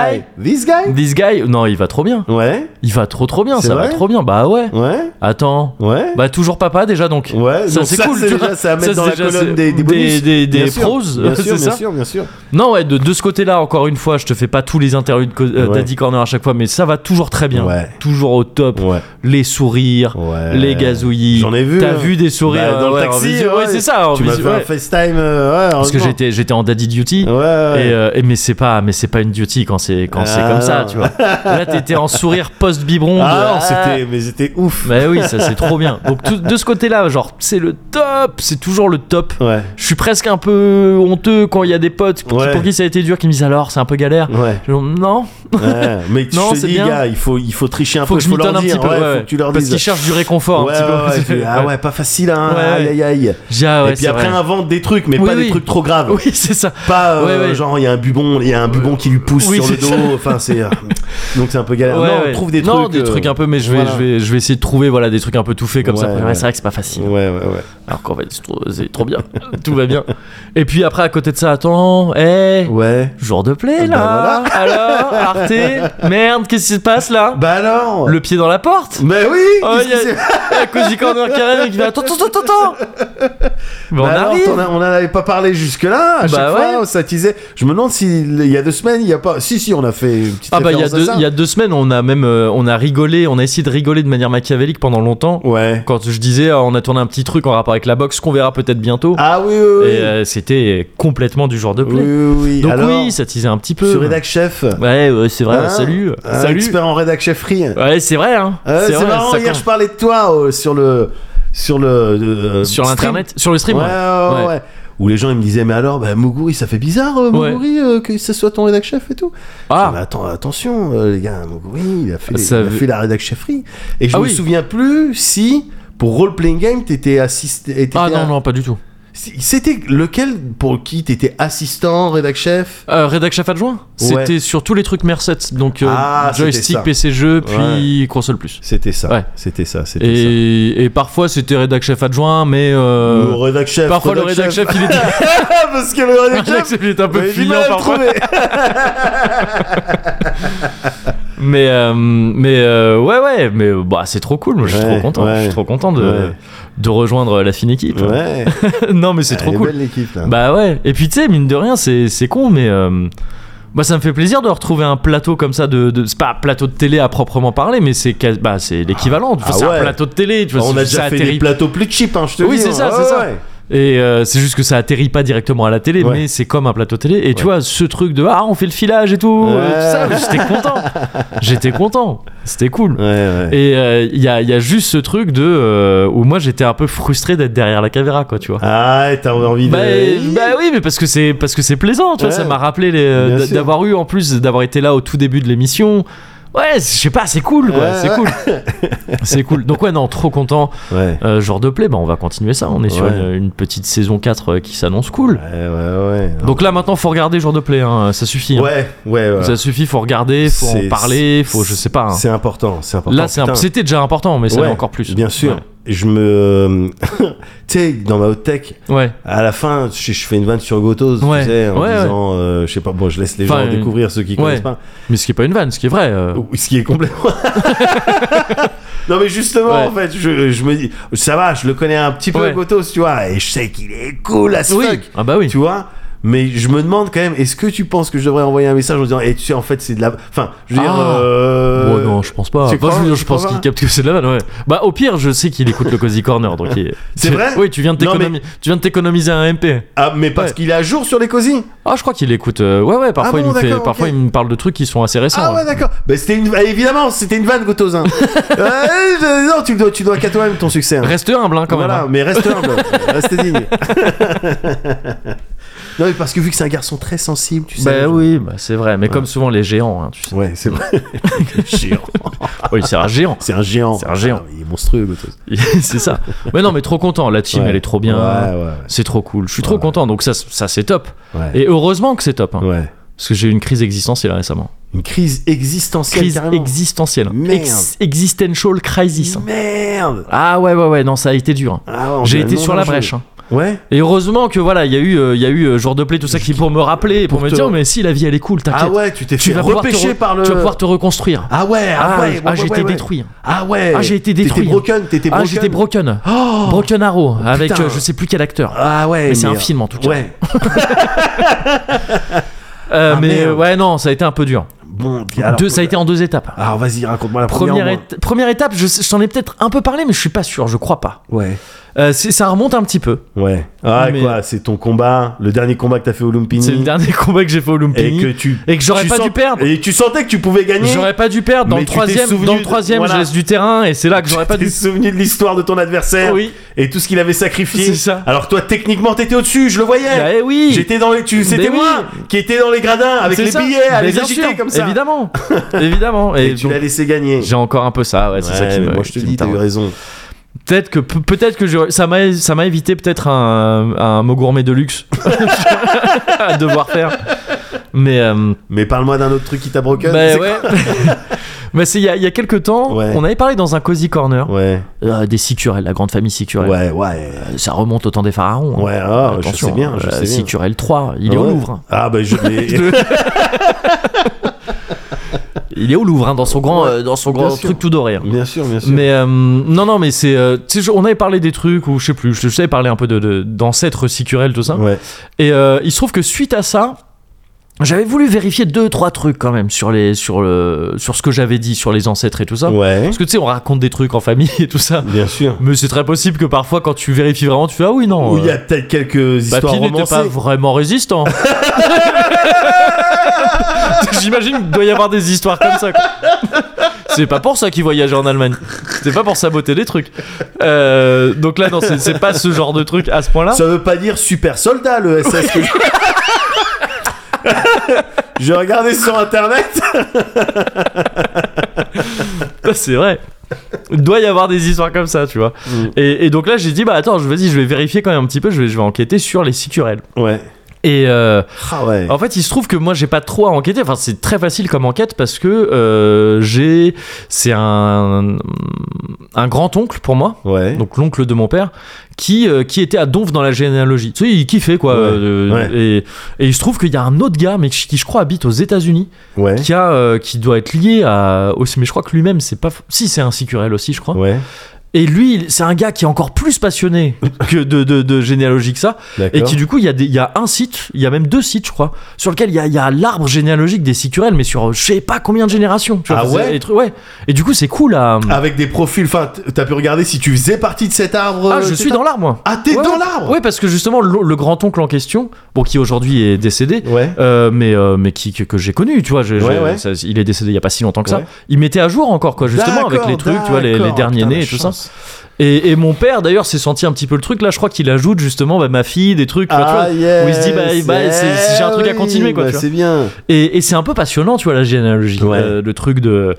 B: this guy,
A: This guy, non, il va trop bien.
B: ouais,
A: Il va trop trop bien,
B: C'est
A: ça va
B: vrai
A: trop bien. Bah ouais.
B: ouais,
A: Attends.
B: ouais.
A: Bah toujours papa déjà donc.
B: Ouais,
A: ça
B: donc
A: c'est cool.
B: c'est
A: tu
B: déjà,
A: vois.
B: ça à mettre
A: Ça,
B: dans la
A: c'est déjà,
B: colonne
A: c'est-
B: des, des bonus.
A: des, des,
B: Bien
A: des
B: sûr,
A: pros, euh,
B: bien
A: [LAUGHS]
B: sûr,
A: c'est
B: bien
A: ça.
B: sûr, bien sûr.
A: Non ouais, de, de ce côté-là encore une fois, je te fais pas tous les interludes co- euh,
B: Ouais.
A: d'Addy Corner à chaque fois, mais ça va toujours très bien,
B: Ouais.
A: toujours au top.
B: Ouais.
A: Les sourires,
B: Ouais.
A: les gazouillis.
B: J'en ai vu,
A: T'as
B: hein.
A: vu des sourires
B: Bah, dans
A: euh,
B: le
A: ouais, en
B: taxi,
A: visio- ouais, c'est ça. en
B: Tu m'as
A: visio-
B: fait un
A: ouais.
B: FaceTime, euh, ouais,
A: Parce que
B: heureusement.
A: j'étais j'étais en daddy duty.
B: Ouais, ouais,
A: Et,
B: ouais.
A: euh, et- mais c'est pas mais c'est pas une duty quand c'est quand c'est
B: Ah,
A: comme ça
B: non.
A: tu vois là t'étais en sourire post biberon
B: ah, non, c'était, mais c'était ouf.
A: bah oui ça c'est trop bien donc tout- de ce côté là genre c'est le top c'est toujours le top
B: Ouais,
A: je suis presque un peu honteux quand il y a des potes qui-
B: Ouais.
A: pour qui ça a été dur qui me disent alors c'est un peu galère
B: ouais.
A: Je dis, non
B: ouais. Mais tu
A: Non,
B: te
A: c'est
B: dis,
A: bien.
B: gars, il faut, il faut tricher un
A: faut
B: peu,
A: que je m'y
B: faut leur
A: donne un
B: dire,
A: petit peu
B: ouais,
A: ouais,
B: faut que tu leur
A: parce
B: dises.
A: qu'ils cherchent du réconfort
B: Ouais,
A: un
B: ouais,
A: petit peu
B: tu- ah ouais, pas facile, hein,
A: Ouais,
B: aïe aïe aïe.
A: J'ai- ah ouais,
B: Et puis
A: c'est
B: après,
A: vrai.
B: invente des trucs, mais
A: Oui,
B: pas des
A: oui.
B: trucs trop graves.
A: oui c'est ça
B: Pas euh,
A: Ouais, ouais.
B: genre, il y a un bubon, il y a un bubon qui lui pousse
A: Oui,
B: sur le
A: c'est ça.
B: dos, enfin, c'est. euh, Donc c'est un peu galère.
A: Ouais,
B: non,
A: ouais.
B: on trouve des
A: Non,
B: trucs.
A: des
B: euh,
A: trucs un peu mais je vais
B: voilà.
A: je vais je vais essayer de trouver voilà des trucs un peu tout faits comme ça
B: Ouais,
A: Ouais,
B: ouais.
A: c'est vrai que c'est pas facile
B: Ouais, ouais, ouais.
A: Alors qu'en fait, c'est trop, c'est trop bien. [LAUGHS] Tout va bien. Et puis après, à côté de ça, attends, hé,
B: Ouais.
A: jour de
B: Bah
A: play là. Alors,
B: [LAUGHS]
A: Arte, merde, qu'est-ce qui se passe là
B: Bah alors
A: Le pied dans la porte
B: Mais oui
A: Oh,
B: qu'est-ce
A: il
B: que c'est
A: [LAUGHS] y a Cozy Corner qui arrive et qui dit Attends, attends, attends, attends Mais on
B: Bah alors,
A: arrive
B: t'en as- on en avait pas parlé jusque-là. À
A: Bah
B: chaque
A: ouais.
B: fois, ça teasait. Je me demande s'il y a deux semaines, il y a pas. Si, si, on a fait une petite
A: Ah bah il y, a
B: référence à
A: deux,
B: ça.
A: il y a deux semaines on a même euh, on a rigolé on a essayé de rigoler de manière machiavélique pendant longtemps
B: Ouais.
A: quand je disais euh, on a tourné un petit truc en rapport avec la boxe qu'on verra peut-être bientôt
B: Ah oui, oui, oui.
A: et euh, c'était complètement du genre de
B: oui,
A: play
B: oui, oui.
A: donc
B: alors,
A: oui ça teasait un petit peu
B: sur Rédac Chef.
A: Ouais, ouais, c'est vrai,
B: hein,
A: salut.
B: un
A: salut.
B: Expert en Rédac Chef Free.
A: Ouais, c'est vrai, hein.
B: Euh, c'est
A: vrai,
B: marrant,
A: ça
B: hier
A: compte.
B: je parlais de toi euh, sur le. Sur le. euh,
A: Sur
B: stream.
A: l'internet, sur le stream. hein.
B: Ouais,
A: ouais.
B: ouais, ouais,
A: Ouais.
B: ouais. Où les gens ils me disaient, mais alors, bah, Muguri, ça fait bizarre, euh,
A: Ouais.
B: Muguri, euh, que ce soit ton rédac chef et tout. Ah. Mais
A: Ah,
B: attends, attention, euh, les gars, Moguri, il a fait, les-
A: Ça
B: il a
A: veut-
B: fait la rédac chefferie. Et je
A: Ah
B: me
A: oui.
B: souviens plus si, pour Role Playing Game, t'étais assisté.
A: ah non, non, pas du tout.
B: C'était lequel pour qui t'étais assistant, rédac chef
A: Euh, Rédac chef adjoint, c'était sur tous les trucs Merset, donc euh,
B: Ah, c'était
A: joystick,
B: ça.
A: PC jeu, puis console plus.
B: C'était ça.
A: Ouais.
B: C'était ça, c'était ça.
A: Et, et parfois c'était rédac chef adjoint, mais euh,
B: le rédac chef.
A: parfois le rédac chef,
B: [LAUGHS]
A: il était,
B: Parce que le
A: le [LAUGHS]
B: rédac
A: rédac
B: chef.
A: chef, il était un peu
B: j'avais du
A: filant
B: mal à le
A: parfois. [LAUGHS]
B: trouver.
A: Mais euh, mais euh, ouais ouais, mais euh, bah c'est trop cool, moi je suis
B: Ouais,
A: trop content, je
B: ouais.
A: suis trop content de
B: Ouais.
A: de rejoindre la fine équipe.
B: Ouais,
A: [LAUGHS] non mais c'est
B: elle
A: trop
B: est
A: cool.
B: belle l'équipe là.
A: Bah ouais, et puis tu sais, mine de rien, c'est c'est con, mais euh, bah, ça me fait plaisir de retrouver un plateau comme ça, de, de- c'est pas un plateau de télé à proprement parler, mais c'est quas- bah, c'est l'équivalent, Enfin,
B: Ah
A: c'est
B: ouais. Bah,
A: un plateau de télé, tu vois,
B: on
A: c'est-
B: a
A: ça
B: déjà fait
A: atterrit-
B: des plateaux plus cheap, hein, je te
A: Oui,
B: dis.
A: c'est
B: hein.
A: ça, c'est
B: Ouais,
A: ça.
B: ouais.
A: Et euh, c'est juste que ça atterrit pas directement à la télé,
B: Ouais.
A: mais c'est comme un plateau télé, et tu vois, ce truc de ah, on fait le filage et tout, euh,
B: Ouais.
A: tout ça, j'étais
B: [LAUGHS]
A: content, j'étais content, c'était cool.
B: Ouais, ouais.
A: Et euh, il y, a, y a juste ce truc de euh, où moi j'étais un peu frustré d'être derrière la caméra, quoi, tu vois.
B: Ah, t'as envie de.
A: Bah, bah oui, mais parce que c'est parce que c'est plaisant, tu vois.
B: Ouais.
A: Ça m'a rappelé les- euh,
B: Bien
A: d'a-
B: sûr.
A: d'avoir eu en plus d'avoir été là au tout début de l'émission. Ouais, c- je sais pas, c'est cool, quoi.
B: Ouais,
A: c'est
B: ouais. [LAUGHS]
A: cool, c'est cool. Donc ouais, non, trop content.
B: Ouais.
A: Euh, genre de play, bah on va continuer ça. On est sur
B: Ouais.
A: une, une petite saison 4 euh, qui s'annonce cool.
B: Ouais, ouais, ouais.
A: Donc là maintenant, faut regarder genre de play. Hein. Ça suffit. hein.
B: ouais, ouais, ouais.
A: Ça suffit. Faut regarder, faut en
B: C'est-
A: parler, faut je sais pas. hein.
B: C'est important, c'est important.
A: Là, c'est un-
B: Putain.
A: c'était déjà important, mais ça l'est
B: Ouais,
A: encore plus.
B: Bien sûr. Je me. euh, [LAUGHS] tu sais, dans ma haute tech,
A: Ouais. Ouais.
B: à la fin, je, je fais une vanne sur Gotos,
A: Ouais.
B: tu sais, en
A: Ouais, ouais.
B: disant, euh, je sais pas, bon, je laisse les
A: Enfin,
B: gens
A: euh,
B: découvrir ceux qui
A: ouais.
B: connaissent pas.
A: Mais ce qui est pas une vanne, ce qui est vrai. euh,
B: Ou- Ce qui est complètement. [LAUGHS] non, mais justement,
A: Ouais.
B: en fait, je, je me dis, ça va, je le connais un petit peu,
A: Ouais.
B: Gotos, tu vois, et je sais qu'il est cool à ce
A: Oui.
B: fuck.
A: Ah bah oui.
B: Tu vois Mais je me demande quand même, est-ce que tu penses que je devrais envoyer un message en disant, et tu sais, en fait, c'est de la. Enfin, je veux dire.
A: Ah.
B: euh,
A: Oh non, je pense pas.
B: tu
A: Enfin,
B: crois-
A: je veux dire,
B: tu
A: je pense
B: crois
A: qu'il
B: pas
A: capte que c'est de la vanne, ouais. Bah, au pire, je sais qu'il écoute le Cozy Corner, donc il-
B: [LAUGHS] C'est
A: tu-
B: vrai
A: Oui, tu viens de
B: Non, mais-
A: t'économiser, tu viens de t'économiser un MP.
B: Ah, mais parce
A: Ouais.
B: qu'il est à jour sur les cosy.
A: Ah, je crois qu'il écoute. euh, Ouais, ouais, parfois,
B: Ah bon,
A: il, me fait...
B: d'accord,
A: parfois
B: ok.
A: il me parle de trucs qui sont assez récents. hein.
B: Ah ouais, d'accord. Bah, c'était une. ah, évidemment, c'était une vanne,
A: [LAUGHS]
B: Gotos. hein. Euh, je- non, tu le dois, tu le dois qu'à toi-même ton succès. hein.
A: Reste humble, hein, quand
B: voilà,
A: même. hein.
B: mais
A: [LAUGHS]
B: reste humble, reste digne. [LAUGHS] non, mais parce que vu que c'est un garçon très sensible, tu sais.
A: Bah
B: je-
A: oui, bah, c'est vrai, mais comme souvent les géants, hein, tu [LAUGHS] sais.
B: Ouais, c'est vrai. géant.
A: Oui, c'est un géant, [LAUGHS]
B: C'est un géant.
A: C'est un géant.
B: Ah, il est monstrueux, Gotos.
A: c'est ça. Mais non, mais trop content, la team,
B: Ouais.
A: elle est trop bien.
B: Ouais, ouais, ouais.
A: C'est trop cool, je suis trop
B: Ouais.
A: content, donc ça, ça c'est top.
B: Ouais.
A: Et heureusement que c'est top, hein,
B: Ouais.
A: parce que j'ai eu une crise existentielle récemment.
B: Une crise existentielle.
A: Crise
B: carrément.
A: existentielle.
B: Merde.
A: existential crisis. hein.
B: Merde.
A: Ah ouais, ouais, ouais, non, ça a été dur. hein.
B: Ah, on
A: J'ai
B: a
A: été
B: non
A: sur la
B: mangé.
A: brèche. hein.
B: Ouais.
A: Et heureusement que voilà, il y a eu, euh, il y a eu euh, jour de plaie, tout ça, qui pour me rappeler, et pour,
B: Pour
A: me
B: te-
A: dire, mais si la vie elle est cool, t'inquiète.
B: Ah ouais, tu t'es
A: tu
B: fait
A: vas pouvoir te
B: repêcher
A: re-
B: par le.
A: tu vas pouvoir te reconstruire.
B: Ah ouais, ah,
A: Ah,
B: ouais, ouais,
A: ah,
B: ouais,
A: j'ai
B: ouais,
A: été
B: ouais.
A: détruit. hein.
B: Ah ouais.
A: Ah, j'ai été détruit.
B: T'étais broken, t'étais
A: Ah,
B: broken.
A: j'étais broken.
B: Oh.
A: broken Arrow, avec
B: putain.
A: euh, je sais plus quel acteur.
B: Ah ouais.
A: Mais c'est un film, en tout cas.
B: Ouais.
A: Euh,
B: ah,
A: mais
B: merde.
A: euh, ouais, non, ça a été un peu dur.
B: Bon, puis alors. Ah,
A: Deux- ça a été en deux étapes.
B: Alors vas-y, raconte-moi la première.
A: Première,
B: moi.
A: éta- première étape, je, je t'en ai peut-être un peu parlé, mais je suis pas sûr, je crois pas.
B: Ouais.
A: Euh, c'est- ça remonte un petit peu.
B: Ouais. Ah
A: Mais- euh,
B: quoi, c'est ton combat, le dernier combat que t'as fait au Lumpini.
A: C'est le dernier [LAUGHS] combat que j'ai fait au
B: Mmh. Et
A: Lumpini.
B: que tu.
A: Et que j'aurais
B: tu
A: pas dû perdre.
B: Et tu sentais que tu pouvais gagner.
A: J'aurais pas dû perdre dans
B: Mais
A: le
B: tu t'es
A: troisième.
B: souvenu
A: Dans le
B: de-
A: troisième,
B: voilà.
A: je laisse du terrain et c'est là que j'aurais pas
B: Tu
A: dû.
B: t'es souvenu de l'histoire de ton adversaire
A: Oui.
B: et tout ce qu'il avait sacrifié.
A: C'est ça.
B: Alors toi, techniquement, t'étais au-dessus, je le voyais.
A: Bah, eh oui.
B: J'étais dans les, tu, c'était
A: Mais oui.
B: moi qui étais dans les gradins avec
A: C'est
B: les
A: ça.
B: billets à
A: Mais
B: les
A: bien
B: agiter
A: sûr,
B: comme ça. [LAUGHS]
A: Évidemment, évidemment. Et,
B: Et tu
A: donc,
B: l'as laissé gagner.
A: j'ai encore un peu ça. Ouais, c'est ça qui
B: Ouais,
A: me.
B: moi je te
A: qui
B: dis,
A: me
B: t'as eu
A: taraude.
B: raison.
A: Peut-être que pe- peut-être que j'aurais- ça m'a ça m'a évité peut-être un un mot gourmet de
B: [LAUGHS]
A: luxe à devoir faire. Mais euh,
B: Mais parle-moi d'un autre truc qui t'a broken.
A: bah,
B: c'est
A: ouais. [LAUGHS] Mais c'est il y a, il y a quelques temps,
B: Ouais.
A: on avait parlé dans un cozy corner
B: quoi Ouais,
A: euh, des Sicurel, la grande famille Sicurel.
B: ouais, ouais,
A: Ça remonte au temps des pharaons. hein.
B: ouais. ah, je
A: Attention,
B: sais bien, je
A: euh,
B: sais bien.
A: Sicurel 3, il est au
B: Ouais.
A: Louvre.
B: Ah bah je
A: [LAUGHS]
B: mais-
A: Il est au Louvre, hein, dans son grand, euh, dans son
B: bien
A: grand
B: sûr.
A: truc tout doré. hein.
B: [LAUGHS] bien sûr, bien sûr.
A: Mais euh, non, non, mais c'est. euh, tu sais, je- on avait parlé des trucs, ou je sais plus, je, je savais parler un peu de- de- d'ancêtres sicurels, tout ça.
B: Ouais.
A: Et euh, il se trouve que suite à ça, j'avais voulu vérifier deux, trois trucs quand même sur, les, sur, le, sur ce que j'avais dit sur les ancêtres et tout ça.
B: Ouais.
A: Parce que tu sais, on raconte des trucs en famille et tout ça.
B: Bien sûr.
A: Mais c'est très possible que parfois, quand tu vérifies vraiment, tu fais Ah oui, non.
B: Où il y
A: euh,
B: a peut-être quelques histoires
A: Papy n'était
B: romancées.
A: pas vraiment résistant. J'imagine qu'il doit y avoir des histoires comme ça. quoi. C'est pas pour ça qu'il voyageait en Allemagne. C'est pas pour saboter des trucs. Euh, donc là, non, c'est c'est pas ce genre de truc à ce point-là.
B: Ça veut pas dire super soldat le SS. [LAUGHS] que- J'ai regardé sur internet.
A: C'est vrai. Il doit y avoir des histoires comme ça, tu vois. Et, et donc là, j'ai dit, bah attends, je- vas-y, je vais vérifier quand même un petit peu, je vais, je vais enquêter sur les sicurels.
B: Ouais.
A: Et euh,
B: Ah ouais.
A: En fait, il se trouve que moi, j'ai pas trop à enquêter. Enfin, c'est très facile comme enquête parce que euh, j'ai. C'est un, un grand-oncle pour moi,
B: Ouais.
A: donc l'oncle de mon père, qui, euh, qui était à Donf dans la généalogie. Tu sais, il kiffait quoi.
B: Ouais,
A: euh,
B: ouais.
A: Et, et il se trouve qu'il y a un autre gars, mais qui, qui, je crois habite aux États-Unis,
B: ouais.
A: qui, a, euh, qui doit être lié à. Aussi, mais je crois que lui-même, c'est pas. Si, c'est un sicurel aussi, je crois.
B: Ouais.
A: Et lui, il- c'est un gars qui est encore plus
B: [LAUGHS]
A: passionné que de, de, de généalogie que ça.
B: D'accord.
A: Et qui du coup, il y, a des- il y a un site, il y a même deux sites, je crois, sur lequel il y a, il y a l'arbre généalogique des Sicurel, mais sur euh, je sais pas combien de générations. tu vois,
B: Ah
A: c'est-
B: ouais
A: les trucs- ouais. Et du coup, c'est cool à. Ah,
B: Avec des profils. Enfin, t- t'as pu regarder si tu faisais partie de cet arbre. euh,
A: je
B: cet
A: suis
B: arbre
A: dans l'arbre, moi.
B: Ah, t'es
A: Ouais,
B: dans
A: ouais.
B: l'arbre.
A: Ouais, parce que justement, le, le grand-oncle en question, bon, qui aujourd'hui est décédé.
B: Ouais.
A: euh, mais euh, mais qui que, que j'ai connu tu vois je- je-
B: Ouais, ouais.
A: ça- il est décédé il y a pas si longtemps que ça
B: Ouais.
A: il mettait à jour encore quoi justement avec
B: D'accord,
A: les trucs tu vois les, les
B: d'accord.
A: derniers
B: Putain,
A: nés
B: la
A: et tout ça
B: chance.
A: et, et mon père d'ailleurs s'est senti un petit peu le truc là je crois qu'il ajoute justement bah, ma fille des trucs tu vois, tu vois,
B: Ah, yes,
A: où il se dit bah, bah, c'est- c'est- j'ai un truc à
B: oui,
A: continuer quoi
B: bah,
A: tu vois.
B: c'est bien.
A: Et, et c'est un peu passionnant, tu vois, la généalogie,
B: Ouais.
A: euh, le truc de. de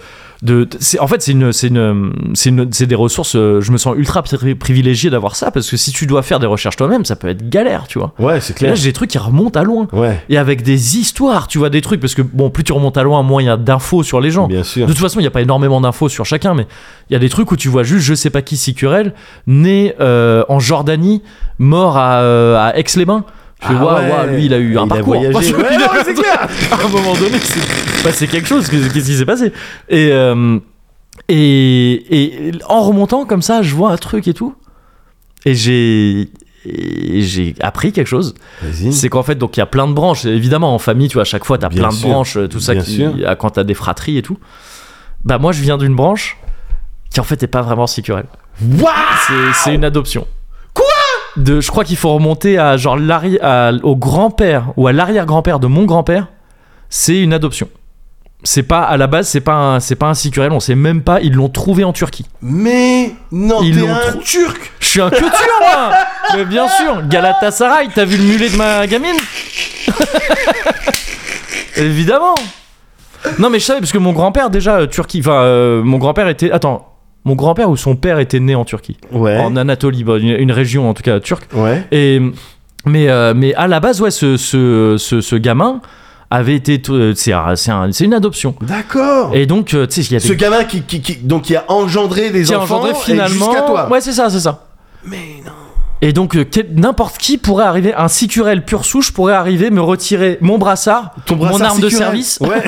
A: de- c'est- en fait, c'est une, c'est une, c'est une- c'est des ressources. euh, je me sens ultra pri- privilégié d'avoir ça parce que si tu dois faire des recherches toi-même, ça peut être galère, tu vois.
B: Ouais, c'est
A: Et là,
B: clair.
A: j'ai des trucs qui remontent à loin.
B: Ouais,
A: Et avec des histoires, tu vois, des trucs, parce que bon, plus tu remontes à loin, moins il y a d'infos sur les gens.
B: bien sûr.
A: De toute façon, il n'y a pas énormément d'infos sur chacun, mais il y a des trucs où tu vois juste, je sais pas qui, Sicurel, né euh, en Jordanie, mort à, euh, à Aix-les-Bains. Je fais,
B: Ah
A: waouh,
B: ouais.
A: waouh, lui, il a eu un
B: Il a
A: parcours.
B: voyagé.
A: Parce que
B: Ouais,
A: il a-
B: non,
A: [LAUGHS]
B: mais c'est clair.
A: à un moment donné, c'est bah, c'est quelque chose. Qu'est-ce qu'est-ce qui s'est passé et, euh, et, et en remontant comme ça, je vois un truc et tout. Et j'ai. et j'ai appris quelque chose.
B: Vas-y.
A: C'est qu'en fait, donc il y a plein de branches. Évidemment, en famille, tu vois, à chaque fois, t'as
B: Bien
A: plein
B: sûr.
A: de branches, euh, tout ça,
B: Bien
A: qui,
B: sûr.
A: à- quand t'as des fratries et tout. Bah, moi, je viens d'une branche qui, en fait, est pas vraiment sicurelle. C'est- C'est une adoption.
B: Quoi
A: de, Je crois qu'il faut remonter à genre l'arri- à- au grand-père ou à l'arrière-grand-père de mon grand-père. C'est une adoption. C'est pas à la base, c'est pas un, c'est pas un sicurel, on sait même pas. Ils l'ont trouvé en Turquie.
B: Mais non,
A: Ils
B: t'es
A: l'ont
B: un
A: trou-
B: turc
A: Je suis un culture, moi Mais bien sûr, Galatasaray, t'as vu le mulet de ma gamine [LAUGHS] Évidemment Non mais je savais, parce que mon grand-père, déjà, euh, Turquie, enfin, euh, mon grand-père était... Attends, mon grand-père ou son père était né en Turquie
B: Ouais.
A: En Anatolie, bah, une, une région en tout cas turque.
B: Ouais.
A: Et, mais, euh, mais à la base, ouais, ce, ce, ce, ce gamin avait été... t- euh, C'est un- c'est un- c'est une adoption.
B: D'accord.
A: Et donc, euh, tu sais, il y a des
B: Ce gamin qui, qui, qui- donc qui a engendré des
A: qui a
B: enfants
A: engendré
B: et
A: finalement.
B: jusqu'à toi.
A: Ouais, c'est ça, c'est ça.
B: Mais non.
A: Et donc, euh, quel- n'importe qui pourrait arriver, un sicurel pur souche pourrait arriver, me retirer mon brassard,
B: Ton brassard
A: mon arme de
B: sicurel.
A: service,
B: Ouais.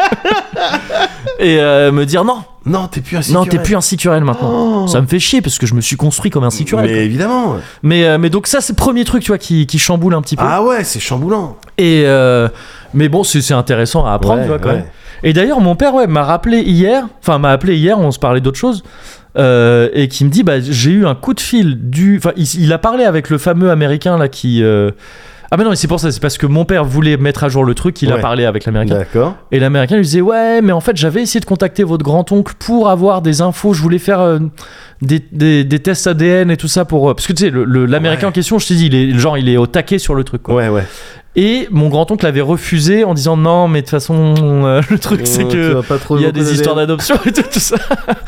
A: [LAUGHS] et euh, me dire non,
B: non, t'es plus un
A: non,
B: sicurel. Oh.
A: t'es plus un sicurel maintenant. Ça me fait chier parce que je me suis construit comme un sicurel. quoi.
B: Mais évidemment.
A: Mais, euh, mais donc, ça, c'est le premier truc, tu vois, qui, qui chamboule un petit peu.
B: Ah ouais, c'est chamboulant.
A: Et euh, mais bon, c'est c'est intéressant à apprendre,
B: Ouais,
A: tu vois, quand
B: ouais.
A: même. Et d'ailleurs, mon père, ouais, m'a rappelé hier, enfin, m'a appelé hier, on se parlait d'autre chose, euh, et qui me dit, bah, j'ai eu un coup de fil du. Enfin, il, il a parlé avec le fameux américain, là, qui. euh, Ah, mais non, mais c'est pour ça, c'est parce que mon père voulait mettre à jour le truc, il a
B: Ouais.
A: parlé avec l'américain.
B: D'accord.
A: Et l'américain lui disait, ouais, mais en fait, j'avais essayé de contacter votre grand-oncle pour avoir des infos, je voulais faire euh, des, des- des tests ADN et tout ça pour. euh, Parce que tu sais, le- le- l'américain
B: Ouais.
A: en question, je te dis, il est, genre, il est au taquet sur le truc, quoi.
B: Ouais, ouais.
A: Et mon grand-oncle avait refusé en disant non, mais de toute façon, euh, [LAUGHS] le truc c'est
B: Tu
A: que
B: vas pas trop
A: il y a
B: beaucoup
A: des histoires
B: donner.
A: d'adoption et tout, tout ça.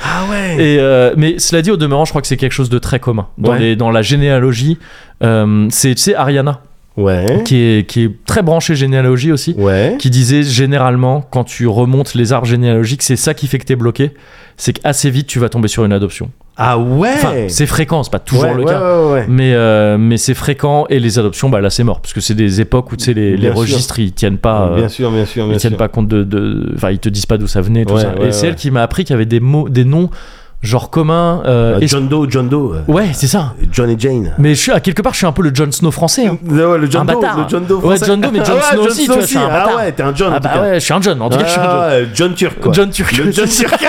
B: Ah ouais.
A: [LAUGHS] Et euh, mais cela dit, au demeurant, je crois que c'est quelque chose de très commun dans,
B: Ouais.
A: les- dans la généalogie. euh, c'est tu sais, Ariana
B: Ouais.
A: qui est, qui est très branchée généalogie aussi,
B: Ouais.
A: qui disait généralement quand tu remontes les arbres généalogiques, c'est ça qui fait que t'es bloqué, c'est qu'assez vite tu vas tomber sur une adoption.
B: Ah ouais.
A: Enfin, c'est fréquent, c'est pas toujours
B: Ouais,
A: le
B: ouais,
A: cas.
B: Ouais, ouais.
A: Mais, euh, mais c'est fréquent et les adoptions, bah là c'est mort parce que c'est des époques où tu sais, les, les
B: Bien sûr.
A: registres ils tiennent pas, euh,
B: bien sûr, bien sûr, bien
A: ils
B: sûr.
A: tiennent pas compte de, de- enfin ils te disent pas d'où ça venait tout
B: Ouais,
A: ça.
B: ouais,
A: et c'est
B: ouais.
A: elle qui m'a appris qu'il y avait des mots, des noms genre communs. euh,
B: Ah,
A: et-
B: John Doe, John Doe. euh,
A: Ouais, c'est ça.
B: John et Jane.
A: Mais je suis à quelque part, je suis un peu le Jon Snow français. hein.
B: Ouais, le John
A: Un
B: Doe,
A: bâtard.
B: le John Doe
A: Ouais,
B: français.
A: John Doe, mais John
B: ah, ouais,
A: Snow aussi, tu vois, c'est un
B: Ah
A: bâtard.
B: ouais, t'es un John en
A: Ah
B: tout
A: bah
B: cas.
A: ouais, je suis un John. En tout cas, je suis un John.
B: Ah, euh, John Turc quoi.
A: John Turc.
B: Le John Turc.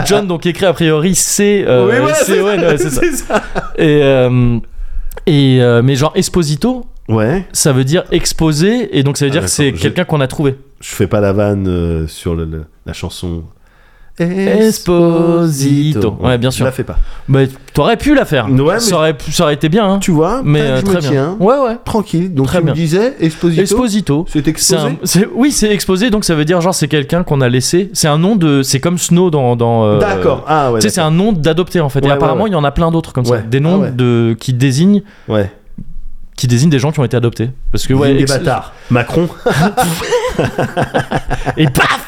A: [LAUGHS] John, donc écrit a priori C. euh,
B: Oui, voilà,
A: C- ouais, ouais, c'est ça.
B: [LAUGHS] c'est ça.
A: Et euh, et euh, mais genre Esposito,
B: Ouais,
A: ça veut dire exposé, et donc ça veut
B: Ah,
A: dire que
B: d'accord,
A: c'est
B: je-
A: quelqu'un qu'on a trouvé.
B: je fais pas la vanne euh, sur le- le- la chanson.
A: Esposito. Ouais, bien
B: Je
A: sûr.
B: la fais pas.
A: Bah, t'aurais pu la faire.
B: Ouais, mais-
A: ça, aurait, pu- ça aurait été bien, hein.
B: Tu vois,
A: mais
B: tac,
A: euh,
B: je
A: très
B: me
A: bien.
B: tiens.
A: Ouais, ouais.
B: Tranquille. Donc
A: Très
B: tu me
A: bien.
B: disais Esposito.
A: Esposito.
B: C'est
A: C'est
B: exposé.
A: un- euh, c'est- oui, c'est exposé, donc ça veut dire genre c'est quelqu'un qu'on a laissé. C'est un nom de. C'est comme Snow dans. dans euh,
B: D'accord. Ah ouais.
A: Tu sais, c'est
B: d'accord.
A: un nom d'adopté en fait.
B: Ouais,
A: Et
B: ouais,
A: apparemment,
B: ouais.
A: il y en a plein d'autres comme ça.
B: Ouais.
A: Des
B: Ah
A: noms
B: ouais.
A: de, qui, désignent,
B: Ouais.
A: qui désignent des gens qui ont été adoptés. Parce que, ouais.
B: Ligne des
A: ex-
B: bâtards.
A: [LAUGHS]
B: Macron.
A: Et
B: [LAUGHS]
A: paf